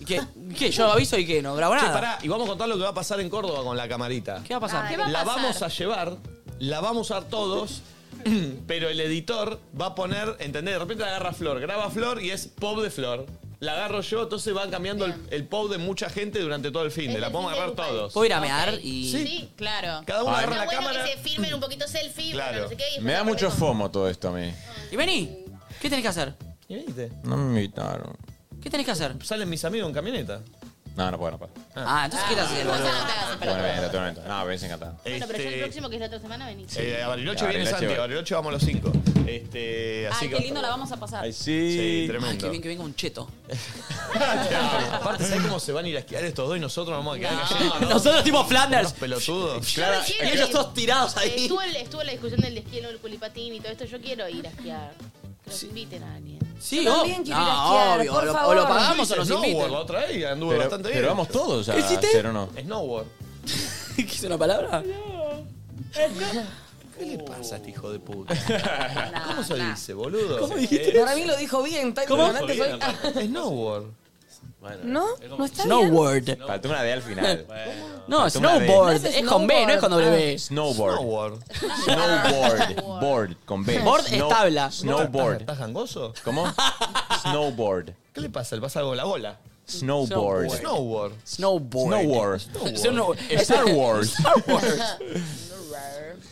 [SPEAKER 7] ¿Y ¿Qué? ¿Y ¿Qué? Yo aviso y que no grabo
[SPEAKER 2] Che,
[SPEAKER 7] nada.
[SPEAKER 2] pará, y vamos a contar lo que va a pasar en Córdoba con la camarita.
[SPEAKER 7] ¿Qué va a pasar? Ay. ¿Qué va a
[SPEAKER 2] la
[SPEAKER 7] pasar?
[SPEAKER 2] vamos a llevar, la vamos a usar todos, pero el editor va a poner, ¿entendés? De repente la agarra Flor, graba Flor y es pop de Flor. La agarro yo, entonces van cambiando el, el pop de mucha gente durante todo el fin. de la podemos agarrar todos.
[SPEAKER 7] Puedo ir a mear y.
[SPEAKER 2] Sí.
[SPEAKER 8] claro.
[SPEAKER 2] Cada uno
[SPEAKER 4] Ay.
[SPEAKER 2] agarra
[SPEAKER 4] Está
[SPEAKER 2] la
[SPEAKER 10] Bueno,
[SPEAKER 2] cámara.
[SPEAKER 10] que se filmen un poquito selfie, bueno, no sé qué. y
[SPEAKER 4] Me
[SPEAKER 10] después-
[SPEAKER 4] da mucho fomo todo esto a mí.
[SPEAKER 7] Y vení. ¿Qué tenés que hacer?
[SPEAKER 2] ¿Y veniste?
[SPEAKER 4] No me invitaron.
[SPEAKER 7] ¿Qué tenés que hacer?
[SPEAKER 2] Salen mis amigos en camioneta.
[SPEAKER 4] No, no puedo, no puedo.
[SPEAKER 7] Ah, entonces ¿qué te haces?
[SPEAKER 4] Bueno,
[SPEAKER 7] Entonces no te hagas
[SPEAKER 4] bueno,
[SPEAKER 7] pelota.
[SPEAKER 4] bueno, bueno, bueno. este No, me hubiese encantado.
[SPEAKER 10] Bueno, pero
[SPEAKER 2] Este,
[SPEAKER 7] Este,
[SPEAKER 10] yo el próximo, que es la otra semana, venís.
[SPEAKER 2] Eh, a Bariloche
[SPEAKER 4] A
[SPEAKER 2] viene
[SPEAKER 4] Bariloche
[SPEAKER 2] Santi,
[SPEAKER 4] voy.
[SPEAKER 2] a Bariloche vamos los cinco. Este, así
[SPEAKER 8] Ay,
[SPEAKER 2] que-
[SPEAKER 8] qué lindo la vamos a pasar.
[SPEAKER 2] Ay, sí. tremendo.
[SPEAKER 7] Ay, qué bien que venga un cheto.
[SPEAKER 2] Aparte, ¿sabes cómo se van a ir a esquiar estos dos y nosotros nos vamos a quedar
[SPEAKER 7] No.
[SPEAKER 2] callados, no?
[SPEAKER 7] Nosotros tipo Flanders.
[SPEAKER 2] Unos pelotudos.
[SPEAKER 10] Yo no quiero.
[SPEAKER 7] tirados
[SPEAKER 10] Eh, Estuvo, el- estuvo la discusión del esquilo, el culipatín y todo esto. Yo quiero ir a esquiar. Que nos inviten a alguien.
[SPEAKER 7] Sí,
[SPEAKER 10] Yo
[SPEAKER 7] oh.
[SPEAKER 10] también quiero ir a
[SPEAKER 7] Ah,
[SPEAKER 10] esquiar,
[SPEAKER 7] obvio,
[SPEAKER 10] por
[SPEAKER 7] o lo-
[SPEAKER 10] favor.
[SPEAKER 7] o lo pagamos
[SPEAKER 2] Yo
[SPEAKER 7] o
[SPEAKER 2] hice
[SPEAKER 7] nos invitan.
[SPEAKER 2] snowboard la otra vez, anduve
[SPEAKER 4] Pero-
[SPEAKER 2] bastante bien.
[SPEAKER 4] pero vamos todos a ¿Qué hiciste? hacer o no.
[SPEAKER 2] Snowboard.
[SPEAKER 7] ¿Qué una palabra?
[SPEAKER 2] ¿Qué le pasa a este hijo de puta? ¿Cómo se dice, boludo?
[SPEAKER 5] ¿Cómo
[SPEAKER 2] dijiste?
[SPEAKER 5] Para mí lo dijo bien. tal-
[SPEAKER 2] ¿Cómo?
[SPEAKER 5] pero antes soy-
[SPEAKER 2] Snowboard.
[SPEAKER 5] No, no está
[SPEAKER 7] Snowboard.
[SPEAKER 4] Faltó una D al final.
[SPEAKER 2] Ah,
[SPEAKER 7] No,
[SPEAKER 4] Faltó una D.
[SPEAKER 7] snowboard. Es con B, no es con W.
[SPEAKER 4] Ah. Snowboard.
[SPEAKER 2] Snowboard.
[SPEAKER 4] Snowboard. Board con B.
[SPEAKER 7] Board es
[SPEAKER 4] Snow-
[SPEAKER 7] tabla.
[SPEAKER 4] Snowboard.
[SPEAKER 2] ¿Estás gangoso?
[SPEAKER 4] ¿Cómo? Snowboard.
[SPEAKER 2] ¿Qué le pasa? ¿Le pasa algo a la bola?
[SPEAKER 4] Snowboard.
[SPEAKER 2] Snowboard.
[SPEAKER 7] Snowboard.
[SPEAKER 4] Snowboard.
[SPEAKER 7] Snowboard.
[SPEAKER 4] Star Wars.
[SPEAKER 7] Star Wars.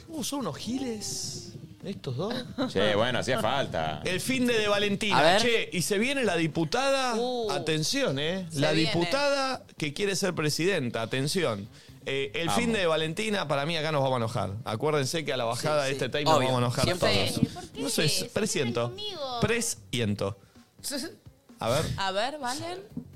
[SPEAKER 2] Uh, son unos giles. Estos dos.
[SPEAKER 4] Che, bueno, hacía falta.
[SPEAKER 2] El fin de, de
[SPEAKER 4] A
[SPEAKER 2] Valentina,
[SPEAKER 4] ver.
[SPEAKER 2] che, y se viene la diputada, atención, eh,
[SPEAKER 4] Uh. se
[SPEAKER 2] la
[SPEAKER 4] viene.
[SPEAKER 2] diputada que quiere ser presidenta, atención. Eh, el
[SPEAKER 4] Vamos.
[SPEAKER 2] fin de Valentina, para mí acá nos vamos a enojar. Acuérdense que a la bajada
[SPEAKER 4] Sí,
[SPEAKER 2] de
[SPEAKER 4] sí.
[SPEAKER 2] este time nos
[SPEAKER 4] Obvio.
[SPEAKER 2] vamos a enojar
[SPEAKER 4] Siempre.
[SPEAKER 2] todos. No sé, presiento. Presiento. A ver.
[SPEAKER 8] A ver, Valen.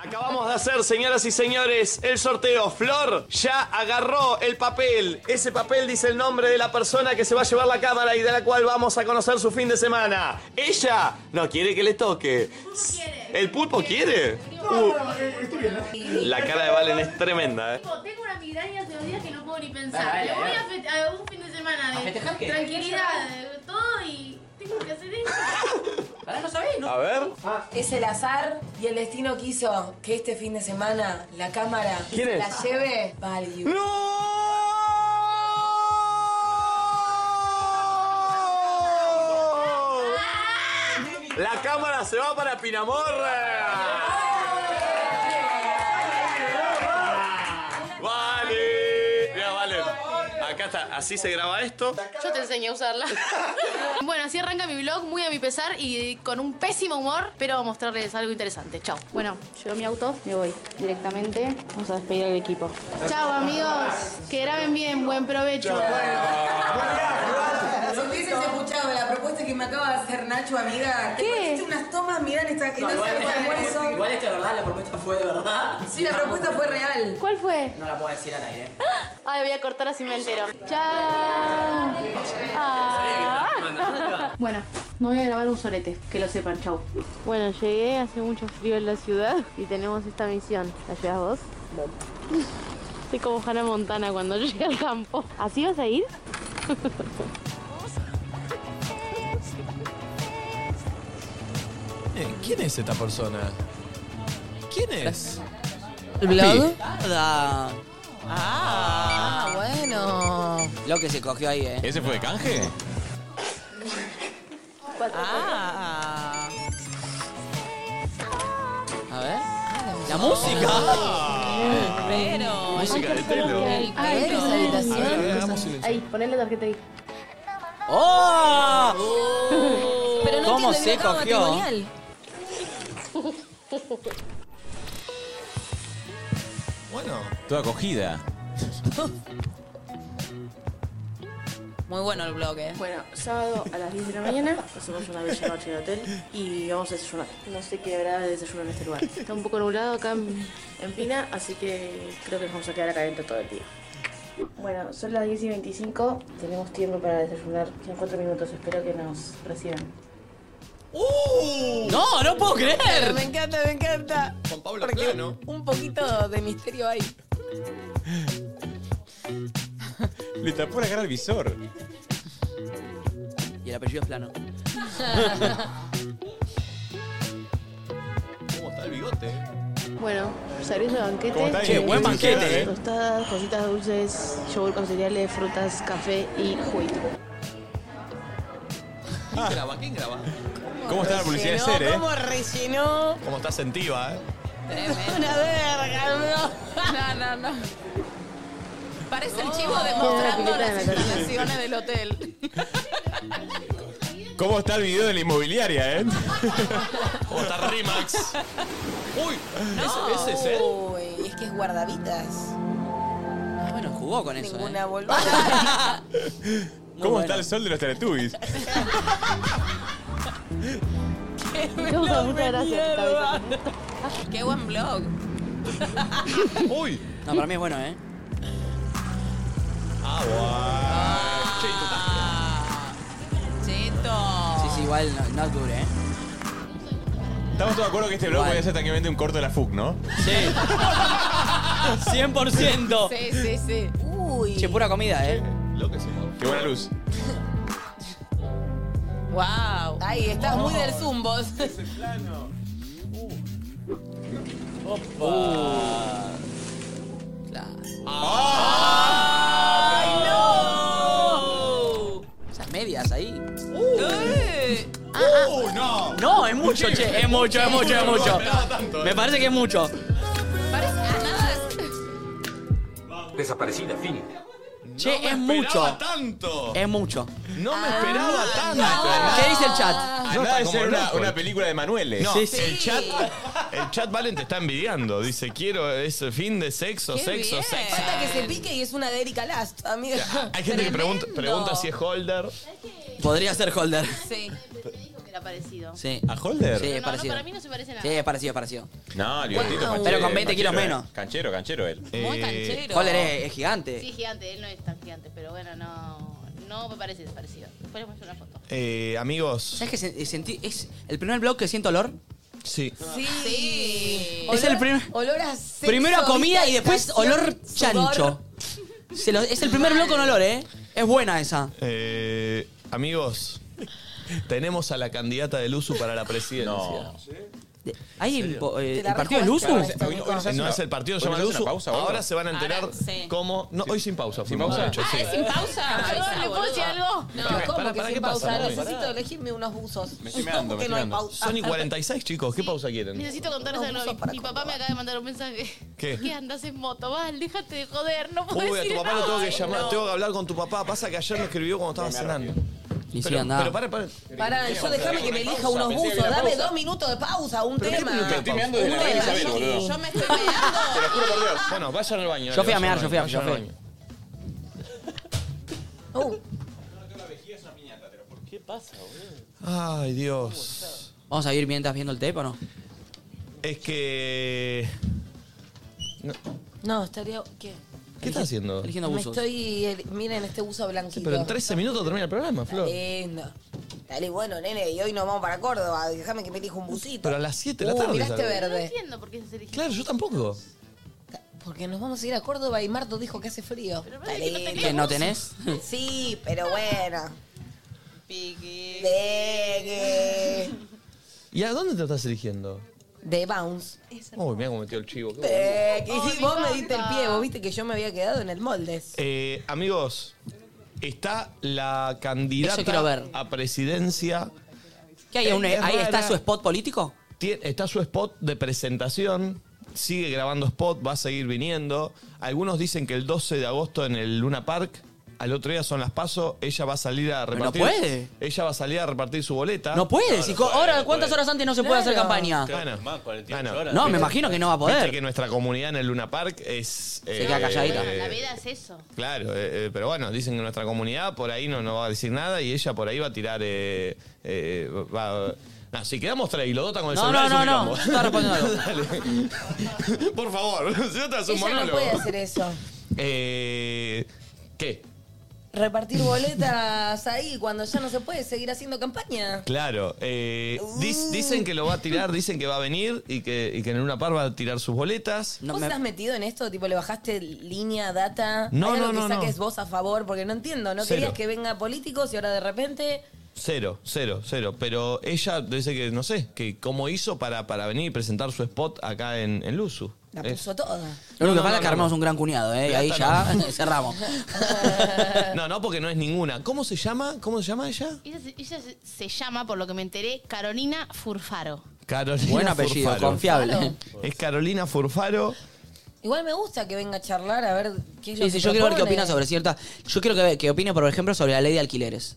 [SPEAKER 2] Acabamos de hacer, señoras y señores, el sorteo. Flor ya agarró el papel. Ese papel dice el nombre de la persona que se va a llevar la cámara y de la cual vamos a conocer su fin de semana. Ella no quiere que le toque. ¿El pulpo quiere? Uh,
[SPEAKER 23] eh,
[SPEAKER 2] la cara de Valen es tremenda, ¿eh?
[SPEAKER 23] Tengo una migraña hace dos días que no puedo ni pensar. Me voy a, fe- a un fin de semana
[SPEAKER 7] ¿A
[SPEAKER 23] de
[SPEAKER 7] festejar qué?
[SPEAKER 23] tranquilidad, de todo y tengo que hacer eso.
[SPEAKER 5] Pará, no sabés, ¿no?
[SPEAKER 2] A ver.
[SPEAKER 5] Es el azar y el destino quiso que este fin de semana la cámara
[SPEAKER 2] ¿Quién
[SPEAKER 5] se
[SPEAKER 2] es?
[SPEAKER 5] la lleve Value.
[SPEAKER 2] La cámara se va para Pinamorra. Vale. Mira, Valen. Acá está. Así se graba esto.
[SPEAKER 10] Yo te enseñé a usarla. bueno, así arranca mi vlog, muy a mi pesar y con un pésimo humor, pero mostrarles algo interesante. Chao.
[SPEAKER 23] Bueno, llevo mi auto, me voy directamente. Vamos a despedir al equipo.
[SPEAKER 10] Chao, amigos. Que graben bien. Buen provecho.
[SPEAKER 5] Si hubieses escuchado la propuesta que me acaba de hacer Nacho, amiga, te pusiste unas tomas, mirá, esta que no sé cuáles son.
[SPEAKER 3] es verdad, la propuesta fue de verdad.
[SPEAKER 5] Sí, la propuesta fue real.
[SPEAKER 10] ¿Cuál fue?
[SPEAKER 3] No la puedo decir al aire.
[SPEAKER 10] Ay, voy a cortar así me entero. Chao. Ah. Bueno, no voy a grabar un solete, que lo sepan, chao.
[SPEAKER 23] Bueno, llegué, hace mucho frío en la ciudad y tenemos esta misión. ¿La llevas vos? Estoy como Hannah Montana cuando llegué al campo. ¿Así vas a ir?
[SPEAKER 2] Eh, ¿Quién es esta persona? ¿Quién es?
[SPEAKER 7] ¿El
[SPEAKER 2] blog?
[SPEAKER 7] Nada.
[SPEAKER 5] Ah, bueno.
[SPEAKER 7] Lo que se cogió ahí, eh.
[SPEAKER 4] ¿Ese fue de canje?
[SPEAKER 5] Ah.
[SPEAKER 7] A ver.
[SPEAKER 2] Ah.
[SPEAKER 7] La música.
[SPEAKER 8] Pero.
[SPEAKER 2] Música de Telo.
[SPEAKER 23] Ay,
[SPEAKER 5] Pero esa
[SPEAKER 2] A ver, a ver,
[SPEAKER 5] habitación.
[SPEAKER 2] hagamos silencio.
[SPEAKER 23] Ahí, poné la tarjeta ahí.
[SPEAKER 7] ¡Oh!
[SPEAKER 23] Oh.
[SPEAKER 5] Pero no
[SPEAKER 7] ¿Cómo
[SPEAKER 5] entiendo,
[SPEAKER 7] se
[SPEAKER 5] mirá, acaba
[SPEAKER 7] cogió?
[SPEAKER 5] matrimonial.
[SPEAKER 2] Bueno.
[SPEAKER 4] Toda cogida.
[SPEAKER 23] Muy bueno el
[SPEAKER 8] eh.
[SPEAKER 23] bloque. Bueno, sábado a las 10 de la mañana hacemos una bella noche en el hotel y vamos a desayunar. No sé qué habrá de desayuno en este lugar. Está un poco nublado acá en en Pina, así que creo que nos vamos a quedar acá adentro todo el día. Bueno, son las 10 y 25, tenemos tiempo para desayunar. Son 4 minutos, espero que nos reciban.
[SPEAKER 3] No, no puedo creer.
[SPEAKER 5] ¡Uh! Me encanta, me encanta.
[SPEAKER 2] Con Pablo
[SPEAKER 5] Porque
[SPEAKER 2] Plano.
[SPEAKER 5] un poquito de misterio ahí.
[SPEAKER 4] Le tapó la cara al visor.
[SPEAKER 3] Y el apellido es plano.
[SPEAKER 2] ¿Cómo está el bigote?
[SPEAKER 18] Bueno, servicio de
[SPEAKER 2] ¿Cómo
[SPEAKER 18] banquete.
[SPEAKER 2] está? Che, buen banquete, eh.
[SPEAKER 18] Tostadas, cositas dulces, yogur con cereales, frutas, café y juguito.
[SPEAKER 2] ¿Quién graba? ¿Quién graba? Ah. ¿Cómo está la publicidad de
[SPEAKER 5] Rellenó,
[SPEAKER 2] Ser, eh?
[SPEAKER 5] ¿Cómo rellenó?
[SPEAKER 2] ¿Cómo está Sentiva, eh?
[SPEAKER 5] Una verga,
[SPEAKER 8] No, no, no. Parece el
[SPEAKER 5] No.
[SPEAKER 8] chivo
[SPEAKER 18] Tiene
[SPEAKER 8] demostrando
[SPEAKER 18] una pileta en la
[SPEAKER 8] las
[SPEAKER 18] cabeza.
[SPEAKER 8] instalaciones del hotel.
[SPEAKER 4] ¿Cómo está el video de la inmobiliaria, eh?
[SPEAKER 2] ¿Cómo está Rimax? ¡Uy! ¿Ese, ese es él?
[SPEAKER 5] Uy, es que es guardavitas.
[SPEAKER 3] bueno, jugó con eso.
[SPEAKER 5] Ninguna boluda.
[SPEAKER 4] ¿Cómo está el sol de los Teletubbies?
[SPEAKER 18] Muchas gracias, cabeza.
[SPEAKER 8] Qué buen blog.
[SPEAKER 2] ¡Uy!
[SPEAKER 3] No, para mí es bueno, ¿eh?
[SPEAKER 2] Ah,
[SPEAKER 8] Cheto.
[SPEAKER 3] Sí, sí, igual no, no es duro, ¿eh?
[SPEAKER 4] Estamos todos de acuerdo que este blog
[SPEAKER 3] Igual.
[SPEAKER 4] puede ser tranquilamente un corto de la FUC, ¿no?
[SPEAKER 3] Sí. 100%.
[SPEAKER 8] Sí, sí, sí.
[SPEAKER 5] Uy.
[SPEAKER 3] Che, pura comida, ¿eh?
[SPEAKER 2] Lo que se
[SPEAKER 4] Qué buena luz.
[SPEAKER 8] Wow.
[SPEAKER 5] Ay, estás muy del zoom vos.
[SPEAKER 3] Uh, Esas medias ahí.
[SPEAKER 2] ¡Uh, no!
[SPEAKER 3] No, es mucho, che. Es mucho, es mucho, es
[SPEAKER 2] No
[SPEAKER 3] mucho.
[SPEAKER 2] esperaba tanto, eh.
[SPEAKER 3] Me parece que es mucho.
[SPEAKER 8] Parece a nada.
[SPEAKER 28] Desaparecida, fin.
[SPEAKER 3] Che,
[SPEAKER 2] me
[SPEAKER 3] es
[SPEAKER 2] esperaba
[SPEAKER 3] mucho.
[SPEAKER 2] tanto!
[SPEAKER 3] Es mucho.
[SPEAKER 2] ¡No me esperaba tanto!
[SPEAKER 3] ¿Qué dice el chat?
[SPEAKER 4] Acaba
[SPEAKER 2] Yo estaba
[SPEAKER 4] de
[SPEAKER 2] como
[SPEAKER 4] ser una,
[SPEAKER 2] loco.
[SPEAKER 4] una película de Manuel.
[SPEAKER 2] No, el chat, el chat Valen te está envidiando. Dice, quiero ese fin de sexo,
[SPEAKER 5] Qué
[SPEAKER 2] sexo,
[SPEAKER 5] bien.
[SPEAKER 2] sexo.
[SPEAKER 5] Falta que se pique y es una de Erika Last, amiga.
[SPEAKER 2] Hay gente que pregunta, pregunta si es holder.
[SPEAKER 3] Podría ser Holder.
[SPEAKER 8] Sí.
[SPEAKER 10] Dijo que era parecido.
[SPEAKER 3] Sí.
[SPEAKER 4] ¿A Holder?
[SPEAKER 3] Sí, es
[SPEAKER 10] No, no,
[SPEAKER 3] parecido.
[SPEAKER 10] para mí no se parece nada.
[SPEAKER 3] Sí, es parecido, es parecido.
[SPEAKER 4] No, el bigotito
[SPEAKER 3] Wow.
[SPEAKER 4] canchero,
[SPEAKER 3] Pero con 20 kilos
[SPEAKER 4] canchero,
[SPEAKER 3] menos.
[SPEAKER 4] eh. Canchero, canchero él.
[SPEAKER 3] Muy
[SPEAKER 2] Eh,
[SPEAKER 10] canchero.
[SPEAKER 3] Holder es, es gigante.
[SPEAKER 10] Sí, gigante, él no es tan gigante, pero bueno, no, no me parece desparecido. Después le muestro una foto.
[SPEAKER 2] Eh, amigos.
[SPEAKER 3] ¿Sabes que sen- sentí? Es el primer blog que siento olor.
[SPEAKER 2] Sí.
[SPEAKER 5] Sí.
[SPEAKER 3] Es el primer-
[SPEAKER 5] Olor a sexo,
[SPEAKER 3] Primero a comida y después
[SPEAKER 5] habitación,
[SPEAKER 3] olor
[SPEAKER 5] sudor.
[SPEAKER 3] chancho. Se lo- es el primer blog con olor, ¿eh? Es buena esa.
[SPEAKER 2] Eh, amigos, tenemos a la candidata de Luzu para la presidencia.
[SPEAKER 4] No.
[SPEAKER 3] ¿Hay el, po- eh,
[SPEAKER 5] Te la
[SPEAKER 3] el partido de
[SPEAKER 5] rejugaste,
[SPEAKER 3] Luzu?
[SPEAKER 5] Hoy- hoy nos hace
[SPEAKER 2] No
[SPEAKER 4] una-
[SPEAKER 2] es el partido,
[SPEAKER 4] hoy
[SPEAKER 2] se llama
[SPEAKER 4] nos hace
[SPEAKER 2] Luzu.
[SPEAKER 4] una pausa, boludo.
[SPEAKER 2] Ahora se van a enterar
[SPEAKER 8] Ahora, sí.
[SPEAKER 2] cómo. No, hoy sin pausa. ¿Sin
[SPEAKER 4] pausa?
[SPEAKER 8] Ah, ¿es sin pausa?
[SPEAKER 10] Ah,
[SPEAKER 8] Avisa,
[SPEAKER 10] ¿le puedo decir
[SPEAKER 8] boludo.
[SPEAKER 10] algo?
[SPEAKER 5] No, ¿cómo
[SPEAKER 2] Pará,
[SPEAKER 5] que
[SPEAKER 2] pará, ¿qué
[SPEAKER 5] sin
[SPEAKER 2] pasa,
[SPEAKER 5] pausa?
[SPEAKER 2] Nomi?
[SPEAKER 5] Necesito elegirme unos buzos.
[SPEAKER 4] Me estoy meando, me
[SPEAKER 5] Porque no
[SPEAKER 4] estoy
[SPEAKER 5] hay
[SPEAKER 4] meando.
[SPEAKER 5] pausa.
[SPEAKER 2] Son y 46, chicos. ¿Qué pausa quieren?
[SPEAKER 10] Necesito contarles
[SPEAKER 5] No,
[SPEAKER 10] algo.
[SPEAKER 5] uso
[SPEAKER 10] Mi-
[SPEAKER 5] para
[SPEAKER 10] Mi papá me acaba de mandar un mensaje.
[SPEAKER 2] ¿Qué?
[SPEAKER 10] ¿Qué andas en moto? Val, déjate de joder, no puedo
[SPEAKER 2] Uy, a
[SPEAKER 10] decir
[SPEAKER 2] tu papá lo tengo que
[SPEAKER 10] nada.
[SPEAKER 2] llamar. Tengo que hablar con tu papá. Pasa que ayer me escribió cuando estaba cenando.
[SPEAKER 3] Y sí,
[SPEAKER 2] Pero,
[SPEAKER 3] andá.
[SPEAKER 2] pero para, para.
[SPEAKER 5] Pará, yo déjame que me elija
[SPEAKER 4] Pausa,
[SPEAKER 5] unos
[SPEAKER 4] pensé que
[SPEAKER 5] buzos.
[SPEAKER 4] era
[SPEAKER 5] Dame
[SPEAKER 4] pausa.
[SPEAKER 5] dos minutos de pausa, un
[SPEAKER 2] ¿Pero qué
[SPEAKER 5] tema.
[SPEAKER 2] minuto de
[SPEAKER 4] Me estoy
[SPEAKER 2] pausa?
[SPEAKER 4] meando desde la
[SPEAKER 5] Uy,
[SPEAKER 4] reina Isabel,
[SPEAKER 5] sí.
[SPEAKER 4] boludo.
[SPEAKER 8] Yo me estoy meando.
[SPEAKER 4] Te lo juro por Dios.
[SPEAKER 2] Bueno, vayan al baño. dale,
[SPEAKER 3] Yo fui a
[SPEAKER 2] vayan
[SPEAKER 3] mear,
[SPEAKER 2] al
[SPEAKER 3] yo fui a-
[SPEAKER 2] baño,
[SPEAKER 3] yo
[SPEAKER 2] vayan al
[SPEAKER 3] fui.
[SPEAKER 2] baño.
[SPEAKER 5] Uh,
[SPEAKER 4] ¿Qué pasa, boludo?
[SPEAKER 2] Ay, Dios.
[SPEAKER 3] Vamos a ir mientras viendo el tape o no.
[SPEAKER 2] Es que. No,
[SPEAKER 5] No, estaría... ¿Qué?
[SPEAKER 2] ¿Qué estás haciendo?
[SPEAKER 3] Eligiendo
[SPEAKER 5] Me
[SPEAKER 3] buzos.
[SPEAKER 5] estoy... eh, Miren este buzo blanquito.
[SPEAKER 2] Pero en 13 minutos termina el programa, Flor.
[SPEAKER 5] Eh, Lindo. Dale, bueno, nene, y hoy nos vamos para Córdoba. Déjame que me elija un busito.
[SPEAKER 2] Pero a las 7 de la
[SPEAKER 5] Uh,
[SPEAKER 2] tarde.
[SPEAKER 5] mirá este
[SPEAKER 2] sale.
[SPEAKER 5] verde.
[SPEAKER 10] No entiendo por qué se eligió.
[SPEAKER 2] Claro, yo tampoco.
[SPEAKER 5] Porque nos vamos a ir a Córdoba y Marto dijo que hace frío. Está lindo.
[SPEAKER 3] ¿Que no tenés?
[SPEAKER 5] Sí, pero bueno.
[SPEAKER 8] Piqui.
[SPEAKER 5] Pegue.
[SPEAKER 2] ¿Y a dónde te estás eligiendo?
[SPEAKER 5] De bounce.
[SPEAKER 2] Uy, mira cómo metió el chivo. qué bueno.
[SPEAKER 5] Pegue. Y sí, vos me diste el pie, vos viste que yo me había quedado en el moldes.
[SPEAKER 2] Eh, amigos, está la
[SPEAKER 3] Eso
[SPEAKER 2] candidata
[SPEAKER 3] quiero ver.
[SPEAKER 2] a presidencia.
[SPEAKER 3] ¿Qué hay?
[SPEAKER 2] Es
[SPEAKER 3] Un- ¿Ahí está
[SPEAKER 2] rara.
[SPEAKER 3] su spot político?
[SPEAKER 2] Tie- está su spot de presentación. Sigue grabando spot, va a seguir viniendo. Algunos dicen que el 12 de agosto en el Luna Park, al otro día son las pasos, ella va a salir a
[SPEAKER 3] Pero no
[SPEAKER 2] repartir.
[SPEAKER 3] puede.
[SPEAKER 2] Ella va a salir a repartir su boleta.
[SPEAKER 3] No puede. si co- ahora, ¿cuántas horas antes no se puede hacer
[SPEAKER 5] Claro.
[SPEAKER 3] campaña?
[SPEAKER 2] Bueno, bueno,
[SPEAKER 3] No, me imagino que no va a
[SPEAKER 2] Viste
[SPEAKER 3] poder.
[SPEAKER 2] que nuestra comunidad en el Luna Park es. eh,
[SPEAKER 3] queda calladita.
[SPEAKER 10] Bueno, la
[SPEAKER 2] eh,
[SPEAKER 10] veda es eso.
[SPEAKER 2] Claro, eh, eh, pero bueno, dicen que nuestra comunidad por ahí no, no va a decir nada y ella por ahí va a tirar. Eh, eh, va- Nah, si quedamos tres y lo dotan con el
[SPEAKER 3] No,
[SPEAKER 2] celular.
[SPEAKER 3] no, no,
[SPEAKER 2] es un
[SPEAKER 3] no.
[SPEAKER 2] quilombo.
[SPEAKER 3] Estaba respondiendo algo.
[SPEAKER 2] Dale. Por favor, si no te haces un
[SPEAKER 5] Ella no
[SPEAKER 2] monólogo.
[SPEAKER 5] puede hacer eso.
[SPEAKER 2] Eh, ¿Qué?
[SPEAKER 5] Repartir boletas ahí cuando ya no se puede seguir haciendo campaña.
[SPEAKER 2] Claro. eh,
[SPEAKER 3] Uh.
[SPEAKER 2] dis- dicen que lo va a tirar, dicen que va a venir y que, y que en una par va a tirar sus boletas.
[SPEAKER 5] ¿Vos estás metido en esto? Tipo, ¿le bajaste línea, data?
[SPEAKER 2] No,
[SPEAKER 5] ¿Hay algo
[SPEAKER 2] no, no,
[SPEAKER 5] que
[SPEAKER 2] no.
[SPEAKER 5] saques vos a favor? Porque no entiendo. No
[SPEAKER 2] Cero.
[SPEAKER 5] querías que venga políticos y ahora de repente...
[SPEAKER 2] Cero, cero, cero. Pero ella dice que, no sé, que cómo hizo para, para venir y presentar su spot acá en, en Luzu.
[SPEAKER 5] La
[SPEAKER 2] Eh,
[SPEAKER 5] puso toda.
[SPEAKER 3] Lo único que
[SPEAKER 2] No, no,
[SPEAKER 3] pasa es
[SPEAKER 2] no,
[SPEAKER 3] que
[SPEAKER 2] no.
[SPEAKER 3] armamos un gran cuñado, ¿eh? Y ahí ya
[SPEAKER 2] Plata no.
[SPEAKER 3] cerramos.
[SPEAKER 2] No, no, porque no es ninguna. ¿Cómo se llama? ¿Cómo se llama ella?
[SPEAKER 10] Ella, se- ella se- se llama, por lo que me enteré, Carolina Furfaro.
[SPEAKER 2] Carolina
[SPEAKER 3] Buen apellido,
[SPEAKER 2] Furfaro.
[SPEAKER 3] confiable.
[SPEAKER 2] Es Carolina Furfaro.
[SPEAKER 5] Igual me gusta que venga a charlar a ver qué es lo
[SPEAKER 3] Sí,
[SPEAKER 5] que
[SPEAKER 3] sí, yo quiero ver qué
[SPEAKER 5] propone.
[SPEAKER 3] opina sobre cierta. Yo quiero que, que opine, por ejemplo, sobre la ley de alquileres.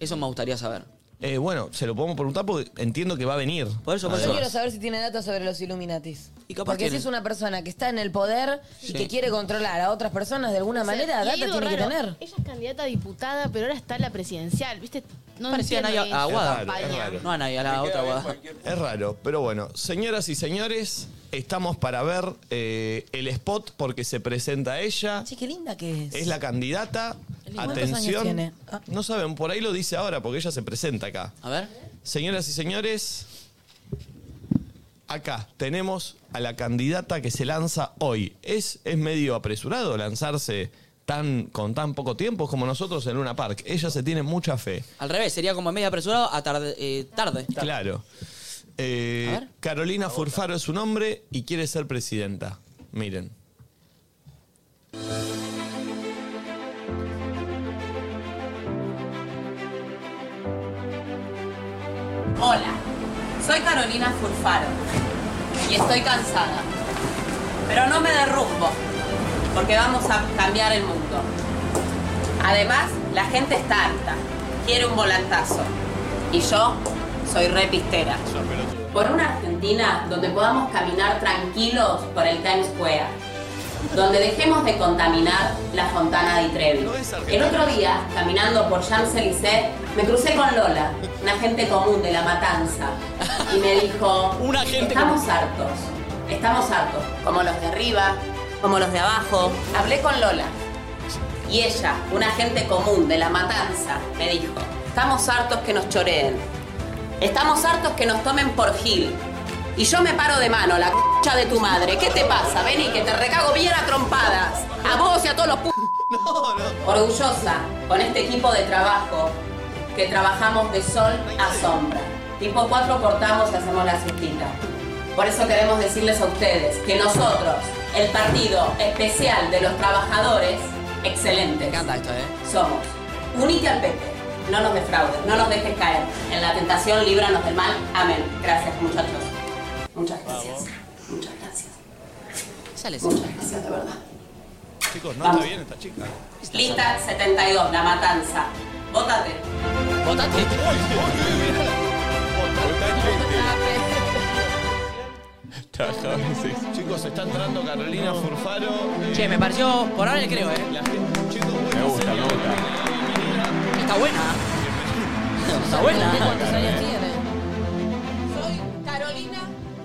[SPEAKER 3] Eso me gustaría saber.
[SPEAKER 2] Eh, bueno, se lo podemos preguntar porque entiendo que va a venir.
[SPEAKER 3] Por eso, por
[SPEAKER 5] Yo
[SPEAKER 3] eso.
[SPEAKER 5] quiero saber si tiene datos sobre los Illuminatis.
[SPEAKER 3] capaz
[SPEAKER 5] Porque si
[SPEAKER 3] tiene.
[SPEAKER 5] es una persona que está en el poder
[SPEAKER 3] Sí.
[SPEAKER 5] y que quiere controlar a otras personas de alguna
[SPEAKER 10] O sea,
[SPEAKER 5] manera,
[SPEAKER 10] y
[SPEAKER 5] data
[SPEAKER 10] hay algo
[SPEAKER 5] tiene que
[SPEAKER 10] raro.
[SPEAKER 5] tener.
[SPEAKER 10] Ella es candidata a diputada, pero ahora está en la presidencial, ¿viste? No
[SPEAKER 3] Parecía a
[SPEAKER 10] entiendo
[SPEAKER 3] Nadia a
[SPEAKER 10] esa
[SPEAKER 3] Aguada.
[SPEAKER 10] campaña.
[SPEAKER 3] No a Nadia, a la otra Aguada.
[SPEAKER 2] Es raro, pero bueno, señoras y señores, estamos para ver eh, el spot porque se presenta ella.
[SPEAKER 5] Che, qué linda que es.
[SPEAKER 2] Es la candidata.
[SPEAKER 5] ¿Cuántos años
[SPEAKER 2] Atención.
[SPEAKER 5] tiene? Ah,
[SPEAKER 2] No saben, por ahí lo dice ahora porque ella se presenta acá.
[SPEAKER 3] A ver.
[SPEAKER 2] Señoras y señores, acá tenemos a la candidata que se lanza hoy. Es, es medio apresurado lanzarse tan, con tan poco tiempo es como nosotros en Luna Park. Ella se tiene mucha fe.
[SPEAKER 3] Al revés, sería como medio apresurado a tarde. eh, tarde.
[SPEAKER 2] Claro. Eh, Carolina Furfaro es su nombre y quiere ser presidenta. Miren.
[SPEAKER 8] Hola, soy Carolina Furfaro y estoy cansada. Pero no me derrumbo, porque vamos a cambiar el mundo. Además, la gente está harta, quiere un volantazo. Y yo soy repistera. Por una Argentina donde podamos caminar tranquilos por el Times Square, donde dejemos de contaminar la Fontana di Trevi. El otro día, caminando por Champs-Élysées, me crucé con Lola, una gente común de La Matanza, y me dijo, estamos hartos, estamos hartos, como los de arriba, como los de abajo. Hablé con Lola, y ella, una gente común de La Matanza, me dijo, estamos hartos que nos choreen, estamos hartos que nos tomen por gil. Y yo me paro de mano, la c***a de tu madre. ¿Qué te pasa? Vení, que te recago bien a trompadas. A vos y a todos los p***. Orgullosa con este equipo de trabajo que trabajamos de sol a sombra. Tipo 4 cortamos y hacemos la siestita. Por eso queremos decirles a ustedes que nosotros, el Partido Especial de los Trabajadores, excelentes. Somos. Unite al PP. No nos defraudes, no nos dejes caer. En la tentación, líbranos del mal. Amén. Gracias, muchachos. Muchas gracias. Muchas gracias. Muchas gracias, de verdad.
[SPEAKER 2] Chicos, no
[SPEAKER 8] Vamos.
[SPEAKER 2] está bien esta chica.
[SPEAKER 8] Lista 72, La Matanza. Vótate.
[SPEAKER 3] Votate.
[SPEAKER 2] Chicos, está entrando Carolina Furfaro. eh,
[SPEAKER 3] Che, me pareció. Por ahora le creo, ¿eh?
[SPEAKER 4] Me gusta, me gusta.
[SPEAKER 3] Está buena. Está buena.
[SPEAKER 5] ¿Cuántos años tiene?
[SPEAKER 8] Soy Carolina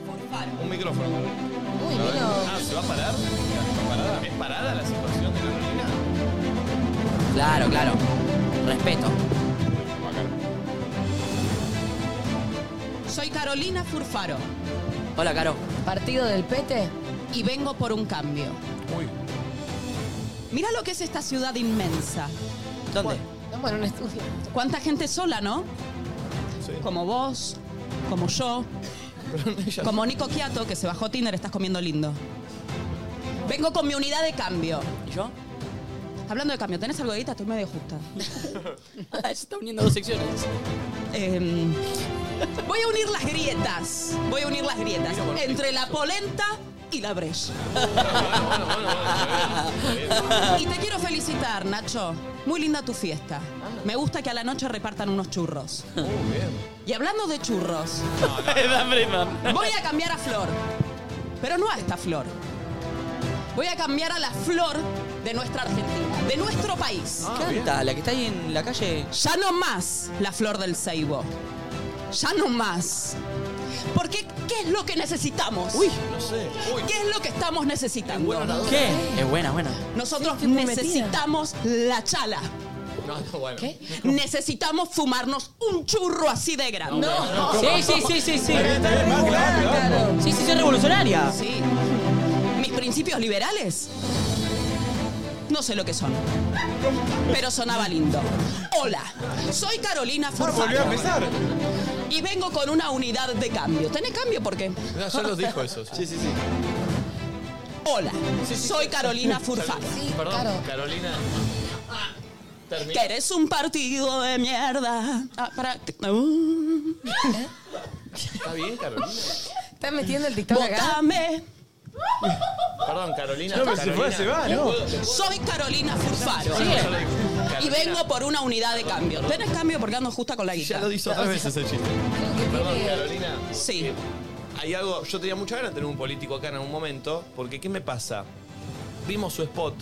[SPEAKER 8] Furfaro.
[SPEAKER 2] Un micrófono.
[SPEAKER 5] Uy,
[SPEAKER 2] A ver.
[SPEAKER 5] vino.
[SPEAKER 2] Ah, ¿se va a parar? ¿Está parada? ¿Es parada la situación de Carolina?
[SPEAKER 3] Claro, claro. Respeto.
[SPEAKER 8] Soy Carolina Furfaro
[SPEAKER 3] Hola, Caro.
[SPEAKER 5] ¿Partido del Pete?
[SPEAKER 8] y vengo por un cambio. Mira lo que es esta ciudad inmensa.
[SPEAKER 3] ¿Dónde?
[SPEAKER 5] Estamos en un estudio.
[SPEAKER 8] ¿Cuánta gente sola, no? Como vos, como yo, como Nico Quiato, que se bajó Tinder, estás comiendo lindo. Vengo con mi unidad de cambio.
[SPEAKER 3] ¿Y yo?
[SPEAKER 8] Hablando de cambio, ¿tenés algo de guita? Estoy medio justa.
[SPEAKER 3] Se está uniendo dos secciones.
[SPEAKER 8] Em, voy a unir las grietas. Voy a unir las grietas. Entre la polenta y la brecha.
[SPEAKER 2] Ah,
[SPEAKER 8] Y te quiero felicitar, Nacho. Muy linda tu fiesta. Me gusta que a la noche repartan unos churros. Y hablando de churros, voy a cambiar a Flor. Pero no a esta Flor. Voy a cambiar a la Flor de nuestra Argentina, de nuestro país.
[SPEAKER 7] Ah.
[SPEAKER 3] Canta, la que está ahí en la calle.
[SPEAKER 8] Ya no más la flor del ceibo. Ya no más. Porque, ¿qué es lo que necesitamos? Uy,
[SPEAKER 2] no sé.
[SPEAKER 8] ¿Qué es lo que estamos necesitando?
[SPEAKER 3] ¿Qué? Es buena, buena.
[SPEAKER 8] Nosotros
[SPEAKER 3] muy metida.
[SPEAKER 8] necesitamos la chala.
[SPEAKER 2] No,
[SPEAKER 3] Oh,
[SPEAKER 2] no, bueno.
[SPEAKER 8] Necesitamos fumarnos un churro así de grande.
[SPEAKER 3] No, no, no. Sí, sí, sí, sí, sí.
[SPEAKER 8] Sí, sí, soy revolucionaria.
[SPEAKER 3] Sí.
[SPEAKER 8] Mis principios liberales. No sé lo que son. Pero sonaba lindo. Hola, soy Carolina Furfaro.
[SPEAKER 2] Ah, volvió a empezar.
[SPEAKER 8] Y vengo con una unidad de cambio. ¿Tenés cambio por qué?
[SPEAKER 2] No, Ah, ya los dijo eso. Sí, sí, sí.
[SPEAKER 8] Hola, soy Carolina Furfaro.
[SPEAKER 2] Perdón, Carolina.
[SPEAKER 8] Que eres un partido de mierda. Ah, para. Uh.
[SPEAKER 2] ¿Está bien, Carolina?
[SPEAKER 8] ¿Estás metiendo el TikTok acá? Votame.
[SPEAKER 2] Perdón, Carolina.
[SPEAKER 8] No, pero se
[SPEAKER 2] Carolina.
[SPEAKER 8] fue, se va, ¿no?
[SPEAKER 2] ¿Puedo- te puedo-
[SPEAKER 8] Soy Carolina Furfaro.
[SPEAKER 2] Sí.
[SPEAKER 8] Y vengo por una unidad de cambio. ¿Tenés cambio? Porque ando justa con la guita.
[SPEAKER 2] Ya lo hizo otras veces el chiste. Perdón, Carolina. eh,
[SPEAKER 8] Sí.
[SPEAKER 2] Hay algo, yo tenía mucha ganas de tener un político acá en algún momento, porque ¿qué me pasa? Vimos su spot,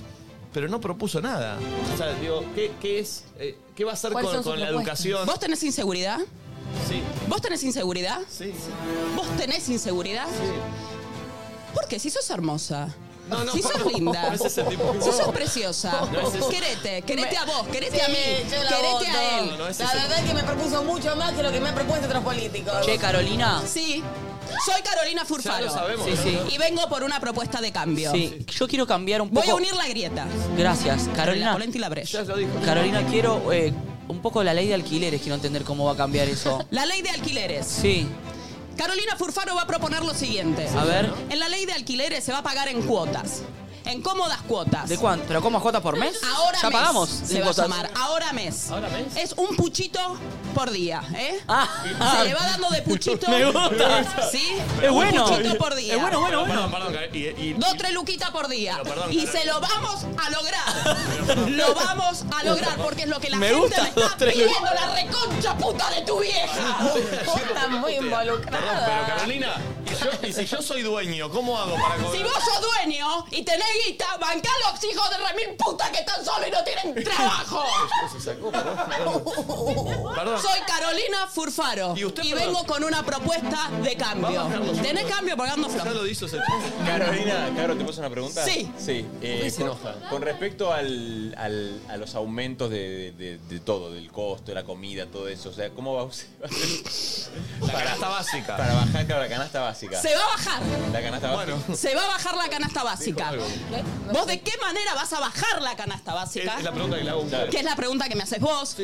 [SPEAKER 2] pero no propuso nada. O sea, digo, ¿qué, qué es? eh, ¿Qué va a hacer
[SPEAKER 8] ¿Cuáles
[SPEAKER 2] con,
[SPEAKER 8] son sus
[SPEAKER 2] con la
[SPEAKER 8] propuestas?
[SPEAKER 2] educación?
[SPEAKER 8] ¿Vos tenés inseguridad?
[SPEAKER 2] Sí.
[SPEAKER 8] ¿Vos tenés inseguridad?
[SPEAKER 2] Sí.
[SPEAKER 8] ¿Vos tenés inseguridad? Sí. ¿Por qué? Si sos hermosa.
[SPEAKER 2] No, no,
[SPEAKER 8] si sos
[SPEAKER 2] no,
[SPEAKER 8] linda.
[SPEAKER 2] no es ese tipo.
[SPEAKER 8] Si sos
[SPEAKER 2] No.
[SPEAKER 8] preciosa.
[SPEAKER 2] No es ese-
[SPEAKER 8] querete, querete a vos, querete a mí,
[SPEAKER 5] Sí, yo la
[SPEAKER 8] querete
[SPEAKER 5] voto.
[SPEAKER 8] a él.
[SPEAKER 2] No, no es
[SPEAKER 5] La
[SPEAKER 2] ese.
[SPEAKER 5] verdad es que me propuso mucho más que lo que me han propuesto otros políticos.
[SPEAKER 8] Che, Carolina. Sí. Soy Carolina Furfaro.
[SPEAKER 3] Ya lo sabemos,
[SPEAKER 8] Sí,
[SPEAKER 3] ¿no?
[SPEAKER 8] sí. Y vengo por una propuesta de cambio.
[SPEAKER 3] Sí, yo quiero cambiar un poco.
[SPEAKER 8] Voy a unir la grieta.
[SPEAKER 3] Gracias, Carolina.
[SPEAKER 8] La polenta y la brecha.
[SPEAKER 3] Carolina, quiero eh, un poco la ley de alquileres, quiero entender cómo va a cambiar eso.
[SPEAKER 8] La ley de alquileres.
[SPEAKER 3] Sí.
[SPEAKER 8] Carolina Furfaro va a proponer lo siguiente.
[SPEAKER 3] A ver.
[SPEAKER 8] En la ley de alquileres se va a pagar en cuotas. En cómodas cuotas.
[SPEAKER 3] ¿De cuánto? ¿Pero cómo Jota por mes?
[SPEAKER 8] Ahora
[SPEAKER 3] ya
[SPEAKER 8] mes
[SPEAKER 3] pagamos.
[SPEAKER 8] Se va a
[SPEAKER 3] Cuotas.
[SPEAKER 8] llamar. Ahora mes. Ahora mes. Es un puchito por día, ¿eh?
[SPEAKER 3] ah.
[SPEAKER 8] Se le va dando de puchito.
[SPEAKER 3] Me gusta.
[SPEAKER 8] ¿Sí?
[SPEAKER 3] Es bueno.
[SPEAKER 8] Un puchito por día.
[SPEAKER 3] Es bueno, bueno,
[SPEAKER 2] Perdón,
[SPEAKER 3] bueno.
[SPEAKER 2] Perdón, perdón, y- y-
[SPEAKER 8] Dos, tres luquitas por día.
[SPEAKER 2] Pero perdón,
[SPEAKER 8] y
[SPEAKER 2] Carolina.
[SPEAKER 8] se lo vamos a lograr. lo vamos a lograr porque es lo que la
[SPEAKER 2] Me
[SPEAKER 8] gente
[SPEAKER 2] gusta
[SPEAKER 8] me
[SPEAKER 2] dos,
[SPEAKER 8] está
[SPEAKER 2] tres
[SPEAKER 8] pidiendo la reconcha puta de tu vieja.
[SPEAKER 2] Vos estás
[SPEAKER 8] muy
[SPEAKER 2] Perdón, pero Carolina, y, yo- y si yo soy dueño, ¿cómo hago para cobrar?
[SPEAKER 8] Si vos sos dueño y tenés guita, bancá a los hijos de remil puta que están solos y no tienen trabajo.
[SPEAKER 2] Se sacó, perdón, perdón. Perdón.
[SPEAKER 8] Soy Carolina Furfaro y,
[SPEAKER 2] perdón?
[SPEAKER 8] vengo con una propuesta de cambio.
[SPEAKER 4] Vamos, Carlos.
[SPEAKER 8] ¿Tenés cambio? Porque ando
[SPEAKER 2] Ya
[SPEAKER 8] flojo.
[SPEAKER 2] lo hizo ese
[SPEAKER 4] Carolina, Caro, ¿te puedo hacer una pregunta?
[SPEAKER 8] Sí.
[SPEAKER 4] Sí. eh,
[SPEAKER 2] ¿Por qué se
[SPEAKER 4] con,
[SPEAKER 2] enoja?
[SPEAKER 4] con respecto al, al- a los aumentos de, de- de todo, del costo, de la comida, todo eso, o sea, ¿cómo va a usted?
[SPEAKER 2] La canasta básica.
[SPEAKER 4] Para bajar, claro, la canasta básica.
[SPEAKER 8] Se va a bajar.
[SPEAKER 4] La canasta básica.
[SPEAKER 8] Se va a bajar la canasta básica.
[SPEAKER 4] Dijo
[SPEAKER 8] ¿Vos de qué manera vas a bajar la canasta básica?
[SPEAKER 2] Es la pregunta que le hago a un
[SPEAKER 8] Que es la pregunta que me haces vos,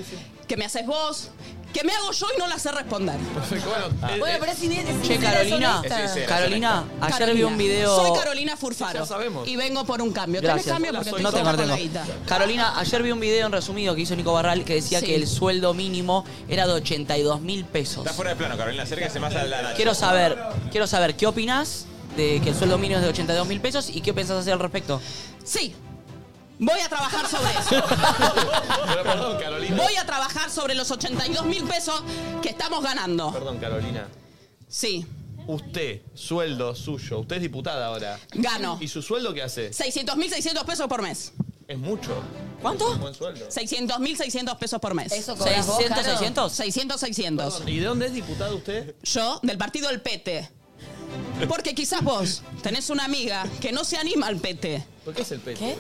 [SPEAKER 8] que me haces vos, que me hago yo y no la sé responder.
[SPEAKER 2] Perfecto, bueno. eh,
[SPEAKER 8] Bueno,
[SPEAKER 2] eh,
[SPEAKER 8] pero es sin- es
[SPEAKER 3] Ah. Che, Carolina,
[SPEAKER 2] Es sincera, es
[SPEAKER 3] Carolina,
[SPEAKER 2] honesta.
[SPEAKER 3] ayer
[SPEAKER 8] Carolina.
[SPEAKER 3] vi un video.
[SPEAKER 8] Soy Carolina Furfaro.
[SPEAKER 3] Ya sabemos.
[SPEAKER 8] Y vengo por un cambio. ¿Tenés
[SPEAKER 3] Gracias.
[SPEAKER 8] cambio? Porque
[SPEAKER 3] no
[SPEAKER 8] estoy
[SPEAKER 3] tengo,
[SPEAKER 8] corta
[SPEAKER 3] no
[SPEAKER 8] con
[SPEAKER 3] tengo.
[SPEAKER 8] la guita.
[SPEAKER 3] Carolina, ayer vi un video en resumido que hizo Nico Barral que decía
[SPEAKER 8] Sí.
[SPEAKER 3] que el sueldo mínimo era de 82 mil pesos.
[SPEAKER 4] Está fuera de plano, Carolina, acérquese más a la...
[SPEAKER 3] Quiero saber, quiero saber qué opinás de que el sueldo mínimo es de 82 mil pesos y qué pensás hacer al respecto.
[SPEAKER 8] Sí. Voy a trabajar sobre eso.
[SPEAKER 2] Pero perdón,
[SPEAKER 3] Ah.
[SPEAKER 2] Carolina.
[SPEAKER 8] Voy a trabajar sobre los 82 mil pesos que estamos ganando.
[SPEAKER 2] Perdón, Carolina.
[SPEAKER 8] Sí.
[SPEAKER 2] Usted, sueldo suyo, usted es diputada ahora.
[SPEAKER 8] Gano.
[SPEAKER 2] ¿Y su sueldo qué hace?
[SPEAKER 8] 600 mil 600 pesos por mes.
[SPEAKER 2] Es mucho.
[SPEAKER 8] ¿Cuánto?
[SPEAKER 2] Es un buen sueldo.
[SPEAKER 8] 600 mil 600 pesos por mes.
[SPEAKER 5] ¿Eso
[SPEAKER 2] cobras vos, Caro?
[SPEAKER 8] 600? 600, 600.
[SPEAKER 2] Perdón, ¿Y de dónde es diputada usted?
[SPEAKER 8] Yo, del partido El Pete. Porque quizás vos tenés una amiga que no se anima al Pete.
[SPEAKER 2] ¿Por qué es el PT?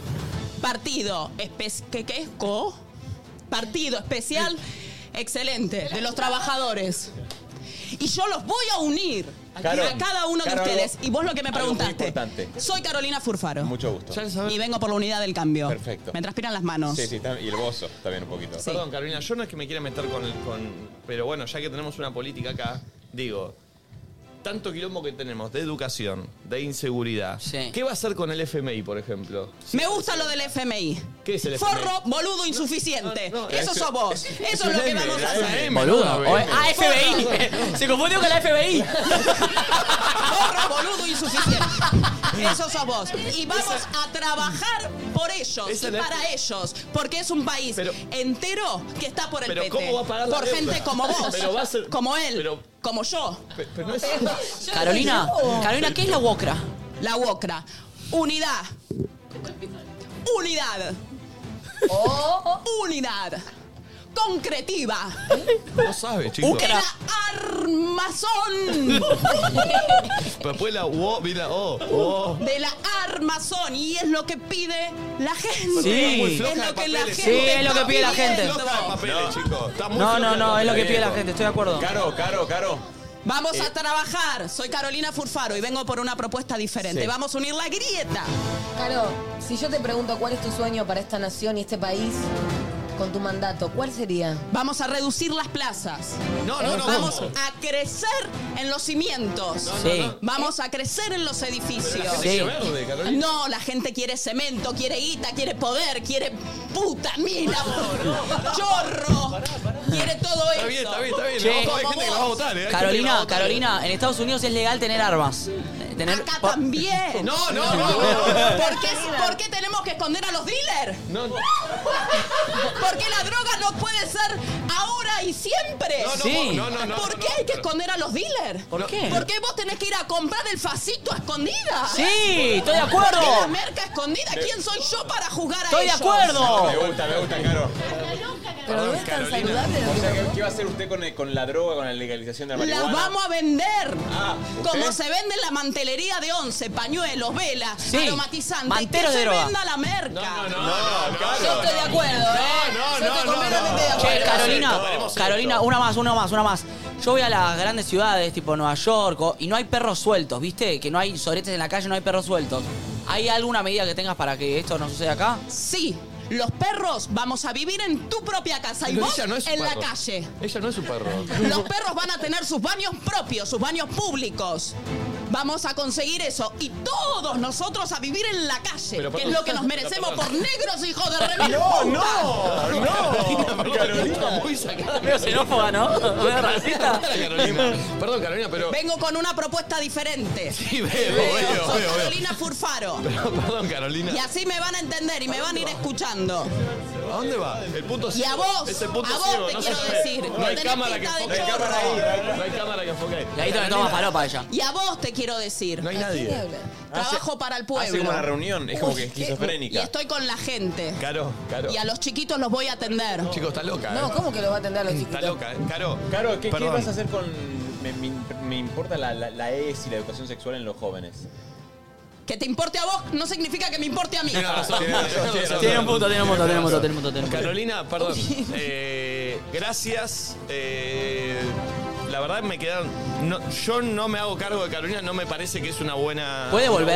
[SPEAKER 8] Partido espe- ¿qué, qué es? Co- Partido especial excelente de los trabajadores. Y yo los voy a unir
[SPEAKER 4] Caro,
[SPEAKER 8] a cada uno de
[SPEAKER 4] Caro,
[SPEAKER 8] ustedes.
[SPEAKER 4] algo-
[SPEAKER 8] Y vos lo que me
[SPEAKER 4] algo muy
[SPEAKER 8] preguntaste.
[SPEAKER 4] importante.
[SPEAKER 8] Soy Carolina Furfaro.
[SPEAKER 4] Mucho gusto.
[SPEAKER 8] Y vengo por la unidad del cambio.
[SPEAKER 4] Perfecto.
[SPEAKER 8] Me transpiran las manos.
[SPEAKER 4] Sí, sí, está- y el bozo también un poquito.
[SPEAKER 2] Perdón, Carolina, yo no es que me quiera meter con, el- con- Pero bueno, ya que tenemos una política acá, digo. Tanto quilombo que tenemos de educación, de inseguridad. ¿Qué va a hacer con el FMI, por ejemplo?
[SPEAKER 8] Me gusta lo del FMI.
[SPEAKER 2] ¿Qué es el FMI?
[SPEAKER 8] Forro, boludo, insuficiente.
[SPEAKER 2] no, no,
[SPEAKER 8] Eso
[SPEAKER 2] es-
[SPEAKER 8] sos vos.
[SPEAKER 2] es- es
[SPEAKER 8] Eso es
[SPEAKER 2] un
[SPEAKER 8] lo que
[SPEAKER 2] M,
[SPEAKER 8] vamos a
[SPEAKER 2] la
[SPEAKER 8] hacer.
[SPEAKER 2] M, Boludo. no,
[SPEAKER 3] O- ah,
[SPEAKER 8] FBI.
[SPEAKER 3] Se confundió con la FBI.
[SPEAKER 8] Forro, boludo, insuficiente. Eso sos vos. Y vamos a trabajar por ellos
[SPEAKER 2] Esa
[SPEAKER 8] y
[SPEAKER 2] la-
[SPEAKER 8] para ellos. Porque es un país entero que está por el
[SPEAKER 2] Pero
[SPEAKER 8] pete.
[SPEAKER 2] ¿cómo va a pagar la
[SPEAKER 8] Por
[SPEAKER 2] deuda?
[SPEAKER 8] gente como vos.
[SPEAKER 2] Pero va a ser-
[SPEAKER 8] Como él.
[SPEAKER 2] pero-
[SPEAKER 8] como yo.
[SPEAKER 2] Pe- pero no es-
[SPEAKER 3] Carolina, Carolina, ¿qué es la WOCRA?
[SPEAKER 8] La WOCRA. Unidad. Unidad. Oh. Unidad. Concretiva.
[SPEAKER 2] No sabe, chicos.
[SPEAKER 8] Era armazón.
[SPEAKER 2] Pero después la U, mira, O, O.
[SPEAKER 8] De la información y es lo que pide la gente.
[SPEAKER 3] Sí. Está muy
[SPEAKER 8] es
[SPEAKER 3] floja de
[SPEAKER 8] lo que la
[SPEAKER 3] papeles,
[SPEAKER 8] gente.
[SPEAKER 3] Sí, es lo que
[SPEAKER 8] está
[SPEAKER 3] pide la gente.
[SPEAKER 8] pidiendo.
[SPEAKER 2] Floja de papeles, chicos. Está muy
[SPEAKER 3] No,
[SPEAKER 2] floja
[SPEAKER 3] no,
[SPEAKER 2] de
[SPEAKER 3] no, es lo que
[SPEAKER 2] papeles.
[SPEAKER 3] pide la gente, estoy de acuerdo.
[SPEAKER 4] Caro, caro, caro.
[SPEAKER 8] Vamos
[SPEAKER 4] Eh,
[SPEAKER 8] a trabajar. Soy Carolina Furfaro y vengo por una propuesta diferente.
[SPEAKER 4] Sí.
[SPEAKER 8] Vamos a unir la grieta.
[SPEAKER 5] Caro, si yo te pregunto cuál es tu sueño para esta nación y este país con tu mandato, ¿cuál sería?
[SPEAKER 8] Vamos a reducir las plazas.
[SPEAKER 5] No, no, no,
[SPEAKER 8] Vamos
[SPEAKER 5] ¿cómo?
[SPEAKER 8] a crecer en los cimientos. No, no, Sí. no. Vamos a crecer en los edificios.
[SPEAKER 2] Pero la gente Sí. quiere verde, Carolina.
[SPEAKER 8] no, la gente quiere cemento, quiere guita, quiere poder, quiere puta, mina, chorro. Quiere todo eso.
[SPEAKER 2] bien, está bien, está bien.
[SPEAKER 3] Che.
[SPEAKER 2] Vamos, hay gente que la va a votar, ¿eh? Hay gente que la va a
[SPEAKER 3] Carolina,
[SPEAKER 2] votar. eh.
[SPEAKER 3] Carolina, en Estados Unidos es legal tener armas. Eh, Tener Acá
[SPEAKER 8] también.
[SPEAKER 2] No,
[SPEAKER 8] no, no. ¿Por qué, por qué tenemos que esconder a los dealers?
[SPEAKER 2] No, no.
[SPEAKER 8] ¿Por qué la droga no puede ser ahora y siempre?
[SPEAKER 2] No, no, Sí. no, no, no,
[SPEAKER 8] ¿Por
[SPEAKER 2] no,
[SPEAKER 8] qué hay que esconder a los dealers?
[SPEAKER 3] ¿Por qué?
[SPEAKER 8] ¿Por qué vos tenés que ir a comprar el facito a escondida?
[SPEAKER 3] Sí, estoy de acuerdo.
[SPEAKER 8] ¿Por qué la merca escondida? ¿Quién soy yo para juzgar a
[SPEAKER 3] Estoy de
[SPEAKER 8] ellos?
[SPEAKER 3] acuerdo.
[SPEAKER 4] Me gusta, me gusta, Caro.
[SPEAKER 8] Pero no es tan saludable lo
[SPEAKER 4] O
[SPEAKER 8] que
[SPEAKER 4] sea, ¿qué, qué va a hacer usted con, el- con la droga, con la legalización de la marihuana?
[SPEAKER 8] Las vamos a vender.
[SPEAKER 4] Ah, ¿usted?
[SPEAKER 8] Como se vende en la mantelería de once, pañuelos, velas,
[SPEAKER 4] Sí.
[SPEAKER 8] aromatizantes.
[SPEAKER 4] Mantero
[SPEAKER 8] que
[SPEAKER 4] de
[SPEAKER 8] se
[SPEAKER 4] droga.
[SPEAKER 8] venda la merca.
[SPEAKER 2] No, no, Caro.
[SPEAKER 8] Yo estoy de acuerdo, ¿eh?
[SPEAKER 2] No,
[SPEAKER 8] Yo estoy
[SPEAKER 2] no, no, no.
[SPEAKER 8] completamente de acuerdo.
[SPEAKER 3] Che, Carolina,
[SPEAKER 2] Veremos esto.
[SPEAKER 3] Carolina, una más, una más, una más. Yo voy a las grandes ciudades, tipo Nueva York, o- y no hay perros sueltos, ¿viste? Que no hay soretes en la calle, no hay perros sueltos. ¿Hay alguna medida que tengas para que esto no suceda acá?
[SPEAKER 8] Sí, los perros vamos a vivir en tu propia casa y
[SPEAKER 2] Pero
[SPEAKER 8] vos
[SPEAKER 2] ella no es un
[SPEAKER 8] en la
[SPEAKER 2] perro.
[SPEAKER 8] calle.
[SPEAKER 2] Ella no es un perro.
[SPEAKER 8] Los perros van a tener sus baños propios, sus baños públicos. Vamos a conseguir eso y todos nosotros a vivir en la calle,
[SPEAKER 2] Pero,
[SPEAKER 8] que es
[SPEAKER 2] perdón.
[SPEAKER 8] lo que nos merecemos
[SPEAKER 2] Pero,
[SPEAKER 8] por
[SPEAKER 2] perdón.
[SPEAKER 8] negros hijos de rebel
[SPEAKER 2] No,
[SPEAKER 8] puta.
[SPEAKER 2] no, no. Carolina, muy sacada. Medio xenófoba, ¿no? Medio racista. Carolina. Perdón, Carolina, pero.
[SPEAKER 8] Vengo con una propuesta diferente.
[SPEAKER 2] Sí, veo, veo,
[SPEAKER 8] Soy
[SPEAKER 2] veo, veo.
[SPEAKER 8] Carolina Furfaro.
[SPEAKER 2] Pero, perdón, Carolina.
[SPEAKER 8] Y así me van a entender y me van a ir escuchando.
[SPEAKER 2] ¿A dónde va? El punto
[SPEAKER 8] Y a vos,
[SPEAKER 2] Es el punto
[SPEAKER 8] a vos
[SPEAKER 2] ciego,
[SPEAKER 8] te
[SPEAKER 2] no
[SPEAKER 8] quiero
[SPEAKER 2] se ve.
[SPEAKER 8] decir,
[SPEAKER 2] No hay
[SPEAKER 8] tenés
[SPEAKER 2] cámara que
[SPEAKER 8] pinta de
[SPEAKER 2] enfoque. No hay
[SPEAKER 8] chorro.
[SPEAKER 2] cámara ahí. No hay cámara que enfoque.
[SPEAKER 3] Y ahí te toma falopa ella.
[SPEAKER 8] Y a vos te quiero decir.
[SPEAKER 2] No hay nadie. ¿Quién
[SPEAKER 8] Trabajo para el pueblo.
[SPEAKER 4] Hace como una reunión, es como que
[SPEAKER 8] ¿qué? Y
[SPEAKER 4] esquizofrénica.
[SPEAKER 8] estoy con la gente.
[SPEAKER 2] Caro, caro.
[SPEAKER 8] Y a los chiquitos los voy a atender.
[SPEAKER 2] Chicos, está loca.
[SPEAKER 8] No,
[SPEAKER 2] ¿eh?
[SPEAKER 8] ¿cómo
[SPEAKER 5] que los va a atender a los
[SPEAKER 2] Está loca, ¿eh? Caro.
[SPEAKER 4] Caro, ¿qué, qué
[SPEAKER 2] Perdón.
[SPEAKER 4] vas a hacer con.? Me, me imp- me importa la, la, la ES y la educación sexual en los jóvenes.
[SPEAKER 8] Que te importe a vos no significa que me importe a mí.
[SPEAKER 2] Tiene razón, tiene razón, tiene razón.
[SPEAKER 3] Tiene un punto, tiene un punto, tiene un punto, tiene un punto, tiene un punto.
[SPEAKER 2] Carolina, perdón. Eh, gracias. Eh, la verdad me quedaron. no, yo no me hago cargo de Carolina, no me parece que es una buena.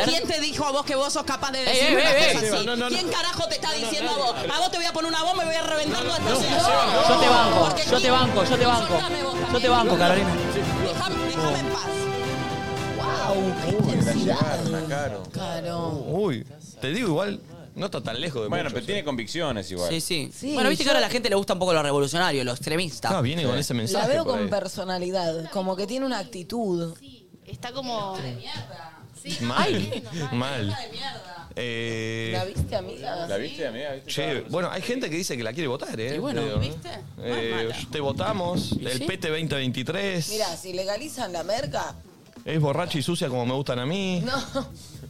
[SPEAKER 8] ¿Quién te dijo a vos que vos sos capaz de
[SPEAKER 2] Ey,
[SPEAKER 8] decir
[SPEAKER 2] ey,
[SPEAKER 8] una
[SPEAKER 2] ey,
[SPEAKER 8] cosa
[SPEAKER 2] ey.
[SPEAKER 8] así?
[SPEAKER 2] No, no, no.
[SPEAKER 8] eh, ¿Quién carajo te está diciendo a vos? A vos te voy a poner una bomba y voy a reventar toda esta ciudad.
[SPEAKER 3] Yo te banco, yo te banco, yo te banco. Yo te banco, Carolina.
[SPEAKER 4] Uy, la llevaron, Caro.
[SPEAKER 5] Caro.
[SPEAKER 2] Uy, te digo igual, no está tan lejos de
[SPEAKER 4] Bueno,
[SPEAKER 2] mucho,
[SPEAKER 4] pero tiene convicciones igual.
[SPEAKER 3] Sí, sí. bueno, viste que ahora a la gente le gusta un poco lo revolucionario, lo extremista.
[SPEAKER 2] Ah, viene con ese
[SPEAKER 5] La veo con personalidad, como que tiene una actitud.
[SPEAKER 10] Está como.
[SPEAKER 2] Mal. Mal. Eh,
[SPEAKER 5] ¿La viste, amiga?
[SPEAKER 4] ¿La viste, amiga? ¿Viste?
[SPEAKER 2] Che, bueno, hay gente que dice que la quiere votar, ¿eh?
[SPEAKER 4] Y bueno,
[SPEAKER 2] Te digo, ¿no?
[SPEAKER 4] ¿viste?
[SPEAKER 2] Eh, te votamos, el
[SPEAKER 5] sí?
[SPEAKER 2] PT 2023,
[SPEAKER 5] Mira, si legalizan la merca,
[SPEAKER 2] es borracha y sucia como me gustan a mí.
[SPEAKER 5] no.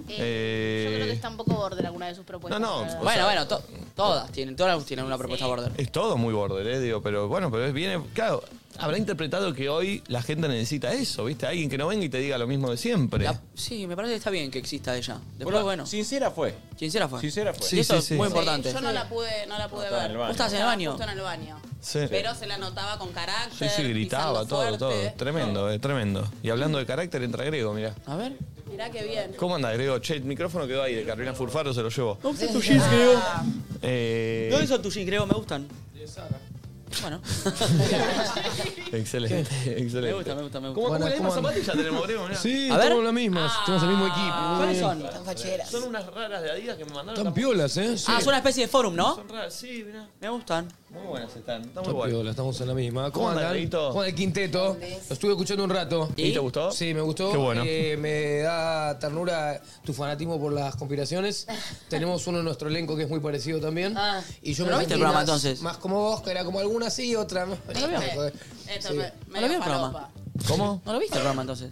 [SPEAKER 2] Eh,
[SPEAKER 10] Creo que está un poco border alguna de sus propuestas.
[SPEAKER 2] No, no,
[SPEAKER 10] la verdad.
[SPEAKER 2] o sea,
[SPEAKER 3] Bueno, bueno, to- todas tienen, todas tienen una propuesta border.
[SPEAKER 2] Es todo muy border, ¿eh? Digo, pero bueno, pero es- viene. Claro, habrá interpretado que hoy la gente necesita eso, ¿viste? Alguien que no venga y te diga lo mismo de siempre.
[SPEAKER 3] Sí, me parece que está bien que exista ella. Después,
[SPEAKER 2] Bueno,
[SPEAKER 3] bueno.
[SPEAKER 4] Sincera fue.
[SPEAKER 3] Sincera fue.
[SPEAKER 4] Sincera fue.
[SPEAKER 3] Sí, y eso
[SPEAKER 2] sí,
[SPEAKER 3] es
[SPEAKER 2] sí.
[SPEAKER 3] muy
[SPEAKER 2] Sí,
[SPEAKER 3] importante.
[SPEAKER 7] Yo no la pude, no la pude
[SPEAKER 2] estaba en
[SPEAKER 7] ver.
[SPEAKER 2] el baño. ¿Vos
[SPEAKER 3] estabas en el
[SPEAKER 7] Estaba
[SPEAKER 3] baño?
[SPEAKER 7] justo en el baño.
[SPEAKER 2] Sí.
[SPEAKER 7] Pero se la notaba con carácter.
[SPEAKER 2] Sí, sí, gritaba,
[SPEAKER 7] pisando
[SPEAKER 2] todo, todo.
[SPEAKER 7] fuerte.
[SPEAKER 2] Tremendo, eh, tremendo. Y hablando de carácter, entra Grego, mirá.
[SPEAKER 3] A ver.
[SPEAKER 7] Mirá qué bien.
[SPEAKER 2] ¿Cómo anda, Grego? Che, el micrófono quedó ahí de Carolina Furfaro, se lo llevó.
[SPEAKER 3] ¿Dónde están tus jeans, Grego?
[SPEAKER 8] Ah.
[SPEAKER 2] Eh,
[SPEAKER 3] ¿Dónde son tus jeans, Grego? Me gustan. Bueno.
[SPEAKER 2] Excelente, excelente.
[SPEAKER 3] Me gusta, me gusta, me
[SPEAKER 2] ¿Cómo,
[SPEAKER 3] gusta.
[SPEAKER 2] cómo
[SPEAKER 3] Bueno,
[SPEAKER 2] la misma
[SPEAKER 3] ¿cómo anda?
[SPEAKER 2] zapatilla tenemos, Grego? Mirá.
[SPEAKER 29] Sí,
[SPEAKER 3] A ver. Ah.
[SPEAKER 29] tenemos las mismas, tenemos el mismo equipo. muy
[SPEAKER 3] ¿Cuáles
[SPEAKER 29] bien.
[SPEAKER 3] son?
[SPEAKER 2] Son unas raras de Adidas que me mandaron.
[SPEAKER 29] Están piolas, ¿eh? Sí.
[SPEAKER 3] Ah, es una especie de forum, ¿no?
[SPEAKER 2] Son raras, sí, mirá.
[SPEAKER 3] Me gustan.
[SPEAKER 2] Muy buenas están, están muy
[SPEAKER 29] Está
[SPEAKER 2] buenas.
[SPEAKER 29] piola, estamos en la misma.
[SPEAKER 2] ¿Cómo
[SPEAKER 29] ¿Cómo
[SPEAKER 2] andas,
[SPEAKER 29] andan?
[SPEAKER 2] Dieguito?
[SPEAKER 29] Juan del Quinteto. Lo estuve escuchando un rato.
[SPEAKER 2] ¿Y? te gustó?
[SPEAKER 29] Sí, me gustó.
[SPEAKER 2] Qué bueno.
[SPEAKER 29] Eh, me da ternura tu fanatismo por las conspiraciones. Tenemos uno en nuestro elenco que es muy parecido también. y yo
[SPEAKER 3] Ah. ¿No lo
[SPEAKER 29] me sentí
[SPEAKER 3] viste el programa,
[SPEAKER 29] más-
[SPEAKER 3] entonces?
[SPEAKER 29] Más como vos, que era como alguna sí, otra. No
[SPEAKER 3] lo veo.
[SPEAKER 7] Esto
[SPEAKER 29] Sí.
[SPEAKER 7] me,
[SPEAKER 3] No lo vi el programa.
[SPEAKER 2] ¿Cómo?
[SPEAKER 3] ¿No lo viste el programa entonces?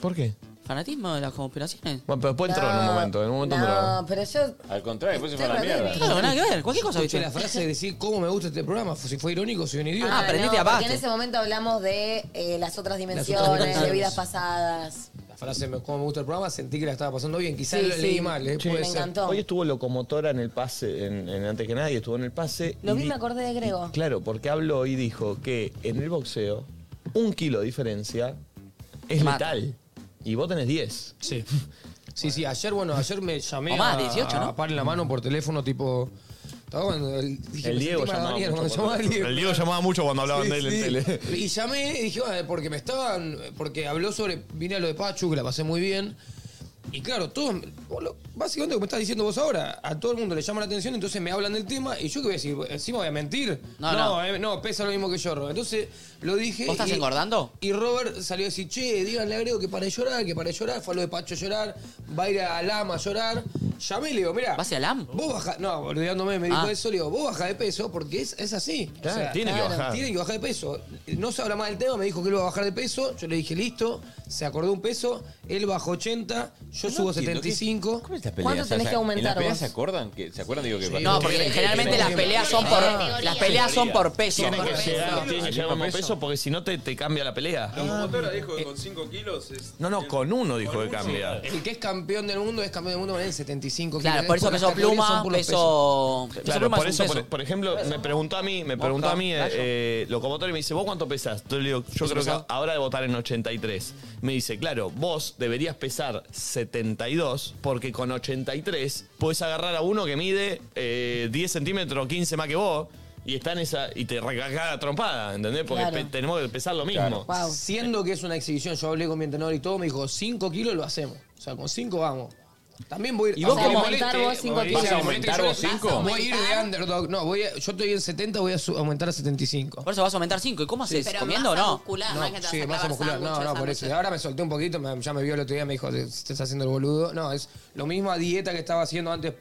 [SPEAKER 2] ¿Por qué?
[SPEAKER 3] ¿Fanatismo de las conspiraciones?
[SPEAKER 2] Bueno, pero después entró en un
[SPEAKER 5] No,
[SPEAKER 2] momento, en un momento entró.
[SPEAKER 5] No, pero yo.
[SPEAKER 4] Al contrario, después se
[SPEAKER 5] Estoy
[SPEAKER 4] fue a la
[SPEAKER 5] re
[SPEAKER 4] mierda.
[SPEAKER 3] Claro, nada que ver, cualquier cosa,
[SPEAKER 29] Escuché
[SPEAKER 3] ¿viste?
[SPEAKER 29] la frase de decir cómo me gusta este programa. Si fue irónico, soy un idiota.
[SPEAKER 5] Ah, no, porque en ese momento hablamos de eh, las otras dimensiones, de
[SPEAKER 29] dimensiones.
[SPEAKER 5] vidas pasadas.
[SPEAKER 29] frase me- como me gusta el programa, sentí que la estaba pasando bien. Quizás
[SPEAKER 5] Sí,
[SPEAKER 29] lo
[SPEAKER 5] sí.
[SPEAKER 29] leí mal, ¿eh?
[SPEAKER 5] Sí.
[SPEAKER 29] Puede
[SPEAKER 5] Me
[SPEAKER 29] ser.
[SPEAKER 5] encantó.
[SPEAKER 2] Hoy estuvo Locomotora en el pase, en, en antes que nadie estuvo en el pase.
[SPEAKER 5] Lo
[SPEAKER 2] y
[SPEAKER 5] vi,
[SPEAKER 2] di-
[SPEAKER 5] me acordé de Grego.
[SPEAKER 2] Claro, porque habló y dijo que en el boxeo, un kilo de diferencia es
[SPEAKER 29] Mata.
[SPEAKER 2] letal. Y vos tenés 10.
[SPEAKER 29] Sí. Sí, sí, ayer, bueno, ayer me llamé
[SPEAKER 2] O más,
[SPEAKER 29] a-
[SPEAKER 2] 18, ¿no?
[SPEAKER 29] a par en la mano por teléfono, tipo... estaba cuando el, dije,
[SPEAKER 2] El
[SPEAKER 29] me
[SPEAKER 2] Diego
[SPEAKER 29] sentí mal,
[SPEAKER 2] llamaba
[SPEAKER 29] Daniel,
[SPEAKER 2] mucho.
[SPEAKER 29] cuando llamaba
[SPEAKER 2] cuando-
[SPEAKER 29] el Diego.
[SPEAKER 2] El Diego llamaba mucho cuando hablaban
[SPEAKER 29] Sí,
[SPEAKER 2] de él
[SPEAKER 29] sí.
[SPEAKER 2] en tele.
[SPEAKER 29] Y llamé y dije, "Ah, porque me estaban. Porque habló sobre. Vine a lo de Pachu, que la pasé muy bien. Y claro, todo. Básicamente, como estás diciendo vos ahora, a todo el mundo le llama la atención, entonces me hablan del tema. Y yo qué voy a decir, encima voy a mentir.
[SPEAKER 3] No, no.
[SPEAKER 29] eh, no, pesa lo mismo que yo, Robert. Entonces lo dije.
[SPEAKER 3] ¿Vos estás
[SPEAKER 29] y-
[SPEAKER 3] engordando?
[SPEAKER 29] Y Robert salió a decir, che, díganle a Grego que para de llorar, que para de llorar, fue a lo de Pacho a llorar, va a ir a LAM a llorar. Llamé y le digo, mirá. ¿Vas
[SPEAKER 3] a LAM?
[SPEAKER 29] Vos baja. No, olvidándome, me dijo
[SPEAKER 3] Ah.
[SPEAKER 29] eso, le digo, vos baja de peso porque es, es así.
[SPEAKER 2] Claro, tiene que bajar.
[SPEAKER 29] Tiene que bajar de peso. No se habla más del tema, me dijo que él iba a bajar de peso. Yo le dije, listo, se acordó un peso, él bajó 80, yo
[SPEAKER 4] No
[SPEAKER 29] subo
[SPEAKER 4] entiendo,
[SPEAKER 29] 75.
[SPEAKER 4] Las peleas, o sea, ¿En las peleas se acuerdan? que- ¿Se acuerdan? Digo, que
[SPEAKER 29] Sí. No, porque generalmente las peleas son por- Ah. las peleas son por peso.
[SPEAKER 2] Tienen que
[SPEAKER 29] Por peso.
[SPEAKER 2] llegar, tienen que
[SPEAKER 29] Al
[SPEAKER 2] llegar a
[SPEAKER 29] mismo
[SPEAKER 2] un
[SPEAKER 29] peso.
[SPEAKER 2] peso porque si no te, te cambia la pelea.
[SPEAKER 3] Ah.
[SPEAKER 11] Locomotora dijo
[SPEAKER 3] Eh.
[SPEAKER 11] que con 5 kilos es.
[SPEAKER 2] No, no, con uno dijo que cambia.
[SPEAKER 29] El que es campeón del mundo es campeón del mundo en 75
[SPEAKER 3] Claro,
[SPEAKER 29] kilos.
[SPEAKER 3] Ah, por eso
[SPEAKER 29] Las
[SPEAKER 3] peso
[SPEAKER 29] categorías son
[SPEAKER 3] pluma,
[SPEAKER 29] por los
[SPEAKER 3] peso. peso
[SPEAKER 2] Claro,
[SPEAKER 3] pluma
[SPEAKER 2] por
[SPEAKER 3] es
[SPEAKER 2] eso,
[SPEAKER 3] un
[SPEAKER 2] por,
[SPEAKER 3] peso.
[SPEAKER 2] por ejemplo, me preguntó a mí, me preguntó a mí, eh, eh, locomotor y me dice, ¿vos cuánto pesás? Entonces le digo, yo creo
[SPEAKER 29] pesado?
[SPEAKER 2] que ahora de votar en 83. Me dice, claro, vos deberías pesar 72, porque con 83 puedes agarrar a uno que mide eh, 10 centímetros, 15 más que vos, y está en esa. y te recarga la trompada, ¿entendés? Porque
[SPEAKER 29] Claro.
[SPEAKER 2] pe- tenemos que pesar lo mismo.
[SPEAKER 29] Wow. Siendo que es una exhibición, yo hablé con mi entrenador y todo, me dijo, 5 kilos lo hacemos. O sea, con 5 vamos. También voy a ir...
[SPEAKER 4] ¿Y vos
[SPEAKER 29] o sea,
[SPEAKER 4] cómo?
[SPEAKER 29] me moleste,
[SPEAKER 4] ¿Vas a aumentar vos cinco
[SPEAKER 29] me moleste
[SPEAKER 4] kilos?
[SPEAKER 29] que me
[SPEAKER 4] ¿Vas a
[SPEAKER 29] moleste que yo le-
[SPEAKER 4] aumentar vos
[SPEAKER 29] Voy a ir
[SPEAKER 4] cinco?
[SPEAKER 29] de underdog. No, voy a- yo estoy en 70, voy a su- aumentar a 75.
[SPEAKER 3] Por eso vas a aumentar 5. ¿Y cómo haces?
[SPEAKER 29] Pero
[SPEAKER 3] ¿Comiendo o
[SPEAKER 29] masa
[SPEAKER 3] no?
[SPEAKER 8] muscular,
[SPEAKER 29] No, sí, masa muscular. No, no, por eso. Ahora me solté un poquito, me- ya me vio el otro día, me dijo, "Te- estás haciendo el boludo. No, es lo mismo a dieta que estaba haciendo antes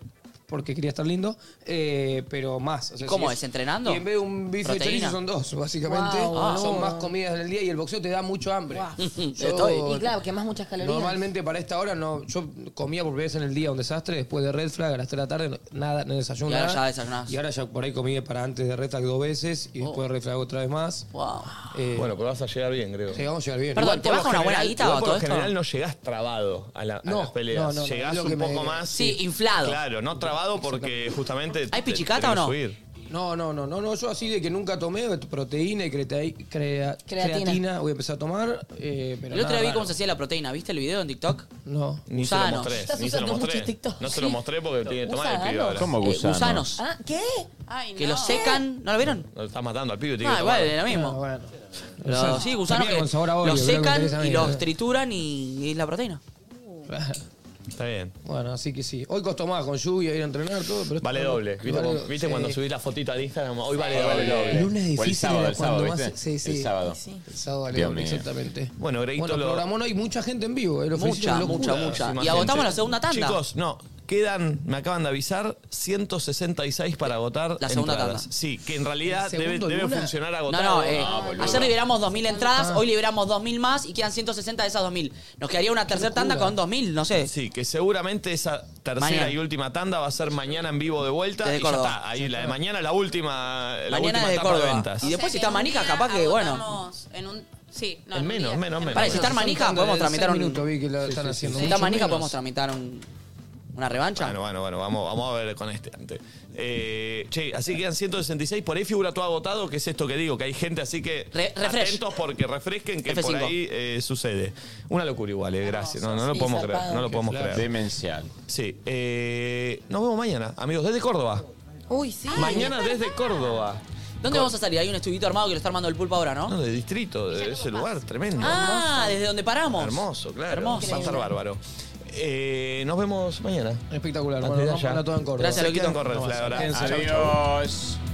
[SPEAKER 29] porque quería estar lindo, eh, pero más. O sea,
[SPEAKER 3] ¿Y cómo
[SPEAKER 29] si
[SPEAKER 3] es? ¿Entrenando?
[SPEAKER 29] Y en vez de un bife de
[SPEAKER 3] ¿Proteína?
[SPEAKER 29] chorizo son dos, básicamente.
[SPEAKER 5] Wow,
[SPEAKER 29] Ah,
[SPEAKER 5] no.
[SPEAKER 29] son más comidas en el día y el boxeo te da mucho hambre. Yo-
[SPEAKER 5] Y claro, quemás muchas calorías.
[SPEAKER 29] Normalmente para esta hora no, yo comía por primera vez en el día un desastre, después de Red Flag a las 3 de la tarde, no- nada, no desayuno.
[SPEAKER 3] Y ahora
[SPEAKER 29] nada.
[SPEAKER 3] ya desayunás.
[SPEAKER 29] Y ahora ya por ahí comí para antes de Red Flag dos veces y después de Red Flag otra vez más.
[SPEAKER 3] Oh.
[SPEAKER 29] Eh,
[SPEAKER 3] Wow.
[SPEAKER 2] Bueno, pero vas a llegar bien, creo.
[SPEAKER 29] Sí, vamos a llegar bien.
[SPEAKER 2] Igual, por lo general- igual por lo
[SPEAKER 29] esto?
[SPEAKER 2] general no llegás trabado a, la- a
[SPEAKER 29] No,
[SPEAKER 2] las peleas.
[SPEAKER 29] no, no, no,
[SPEAKER 2] llegás
[SPEAKER 29] es lo
[SPEAKER 2] un
[SPEAKER 29] que me-
[SPEAKER 2] poco más.
[SPEAKER 29] Sí,
[SPEAKER 2] y-
[SPEAKER 29] inflado.
[SPEAKER 2] Claro, no trabado porque justamente. te-
[SPEAKER 29] pichicata
[SPEAKER 2] tenés
[SPEAKER 29] o no?
[SPEAKER 2] que subir.
[SPEAKER 29] No, no, no, no, no, yo así de que nunca tomé proteína y cretai- crea-
[SPEAKER 3] Creatina.
[SPEAKER 29] creatina. voy a empezar a tomar, eh, pero
[SPEAKER 3] El otro
[SPEAKER 29] nada
[SPEAKER 3] día vi
[SPEAKER 29] raro.
[SPEAKER 3] cómo se hacía la proteína. ¿Viste el video en TikTok?
[SPEAKER 29] No.
[SPEAKER 2] Ni se lo
[SPEAKER 3] Gusanos.
[SPEAKER 2] mostré.
[SPEAKER 3] Estás
[SPEAKER 2] Ni se lo
[SPEAKER 3] usando
[SPEAKER 2] mostré.
[SPEAKER 3] mucho TikTok.
[SPEAKER 2] No se lo
[SPEAKER 3] Sí.
[SPEAKER 2] mostré porque tiene que tomar el pibe
[SPEAKER 3] Gusanos.
[SPEAKER 2] ahora.
[SPEAKER 3] ¿Cómo Eh, gusanos? gusanos.
[SPEAKER 5] Ah, ¿qué?
[SPEAKER 3] Que lo secan. ¿No lo vieron?
[SPEAKER 2] Lo estás matando al pibe. tiene
[SPEAKER 3] Ah,
[SPEAKER 2] que
[SPEAKER 3] igual,
[SPEAKER 2] tomarlo.
[SPEAKER 3] es lo mismo. Los-
[SPEAKER 2] Gusano.
[SPEAKER 3] sí, gusanos
[SPEAKER 2] Comida
[SPEAKER 3] que
[SPEAKER 2] con sabor a Oreo,
[SPEAKER 3] los
[SPEAKER 2] creo que me
[SPEAKER 3] secan
[SPEAKER 2] interesa a
[SPEAKER 3] y
[SPEAKER 2] mí,
[SPEAKER 3] los
[SPEAKER 2] eh.
[SPEAKER 3] trituran y, y es la proteína.
[SPEAKER 2] Está bien.
[SPEAKER 29] Bueno, así que sí. Hoy costó más con lluvia ir a entrenar todo, pero esto
[SPEAKER 2] Vale
[SPEAKER 29] no-
[SPEAKER 2] doble. ¿Viste,
[SPEAKER 29] vale
[SPEAKER 2] cuando,
[SPEAKER 29] doble.
[SPEAKER 2] viste
[SPEAKER 29] Sí.
[SPEAKER 2] cuando subís la fotito al Instagram? Hoy vale
[SPEAKER 29] Sí.
[SPEAKER 2] doble.
[SPEAKER 29] El lunes
[SPEAKER 2] O
[SPEAKER 29] difícil
[SPEAKER 2] sábado,
[SPEAKER 29] era
[SPEAKER 2] el
[SPEAKER 29] cuando
[SPEAKER 2] sábado,
[SPEAKER 29] más-
[SPEAKER 2] ¿viste?
[SPEAKER 29] sí, sí.
[SPEAKER 2] El sábado.
[SPEAKER 29] El sábado vale
[SPEAKER 2] Dios
[SPEAKER 29] doble,
[SPEAKER 2] mío.
[SPEAKER 29] exactamente.
[SPEAKER 2] Bueno, Greguito
[SPEAKER 29] Bueno,
[SPEAKER 2] lo-
[SPEAKER 29] programó no hay mucha gente en vivo, eh, lo felicito,
[SPEAKER 2] Mucha,
[SPEAKER 29] qué
[SPEAKER 2] mucha,
[SPEAKER 29] locura.
[SPEAKER 2] mucha.
[SPEAKER 3] Y agotamos la segunda tanda.
[SPEAKER 2] Chicos, no. Quedan, me acaban de avisar, 166 para agotar.
[SPEAKER 3] La segunda
[SPEAKER 2] entradas.
[SPEAKER 3] tanda.
[SPEAKER 2] Sí, que en realidad
[SPEAKER 3] ¿El
[SPEAKER 2] debe,
[SPEAKER 3] segundo
[SPEAKER 2] debe
[SPEAKER 3] Luna?
[SPEAKER 2] funcionar Ah,
[SPEAKER 3] No,
[SPEAKER 2] agotado.
[SPEAKER 3] no, eh, ayer liberamos 2.000 entradas, hoy liberamos 2.000 más y quedan 160 de esas 2.000. Nos quedaría una tercera tanda con 2.000, no sé.
[SPEAKER 2] Sí, que seguramente esa tercera
[SPEAKER 3] Mañana.
[SPEAKER 2] y última tanda va a ser mañana en vivo de vuelta.
[SPEAKER 3] Desde
[SPEAKER 2] y ya
[SPEAKER 3] Córdoba.
[SPEAKER 2] está. Ahí la de mañana es la última, la
[SPEAKER 3] Mañana
[SPEAKER 2] última
[SPEAKER 3] desde
[SPEAKER 2] etapa de
[SPEAKER 3] Córdoba.
[SPEAKER 2] ventas.
[SPEAKER 3] Y después si
[SPEAKER 8] que
[SPEAKER 3] está
[SPEAKER 8] un
[SPEAKER 3] manija,
[SPEAKER 8] día
[SPEAKER 3] capaz que, bueno.
[SPEAKER 8] agotamos En un, sí, no,
[SPEAKER 2] En
[SPEAKER 8] en un
[SPEAKER 2] menos,
[SPEAKER 8] día.
[SPEAKER 2] menos, menos.
[SPEAKER 3] Para, si está
[SPEAKER 29] Son
[SPEAKER 3] manija,
[SPEAKER 29] tandas
[SPEAKER 3] podemos
[SPEAKER 29] de seis
[SPEAKER 3] tramitar
[SPEAKER 29] minutos,
[SPEAKER 3] un.
[SPEAKER 29] vi que lo están haciendo.
[SPEAKER 3] Si está
[SPEAKER 29] Mucho
[SPEAKER 3] manija,
[SPEAKER 29] menos.
[SPEAKER 3] podemos tramitar un- una revancha.
[SPEAKER 2] Bueno, bueno, bueno, vamos, vamos a ver con este antes. Eh, che, así quedan 166. Por ahí figura todo agotado, que es esto que digo, que hay gente así que.
[SPEAKER 3] refresh.
[SPEAKER 2] Atentos porque refresquen que por
[SPEAKER 3] F5.
[SPEAKER 2] ahí eh, sucede. Una locura igual, eh, gracias. No, no lo
[SPEAKER 4] Sí,
[SPEAKER 2] podemos
[SPEAKER 4] zarpado.
[SPEAKER 2] creer. No lo
[SPEAKER 4] Qué
[SPEAKER 2] podemos
[SPEAKER 4] flash.
[SPEAKER 2] creer.
[SPEAKER 4] Demencial.
[SPEAKER 2] Sí. eh, nos vemos mañana, amigos, desde Córdoba.
[SPEAKER 5] Uy, sí.
[SPEAKER 2] Mañana desde Córdoba.
[SPEAKER 3] ¿Dónde vamos a salir? Hay un estudiito armado que lo está armando el pulpo ahora, ¿no?
[SPEAKER 2] No, de distrito, de ese lugar, tremendo.
[SPEAKER 3] Ah, desde donde paramos.
[SPEAKER 2] Hermoso, claro.
[SPEAKER 3] Hermoso.
[SPEAKER 2] Va a estar bárbaro. Eh, nos vemos mañana.
[SPEAKER 29] Espectacular,
[SPEAKER 2] Antes
[SPEAKER 29] bueno,
[SPEAKER 2] de
[SPEAKER 29] vamos
[SPEAKER 2] allá.
[SPEAKER 29] a todo en Córdoba.
[SPEAKER 2] Gracias,
[SPEAKER 29] Se
[SPEAKER 2] Loquito.
[SPEAKER 29] quedan
[SPEAKER 2] Corre,
[SPEAKER 29] con
[SPEAKER 2] Flavia.
[SPEAKER 29] nosotros.
[SPEAKER 2] Adiós.
[SPEAKER 4] Adiós.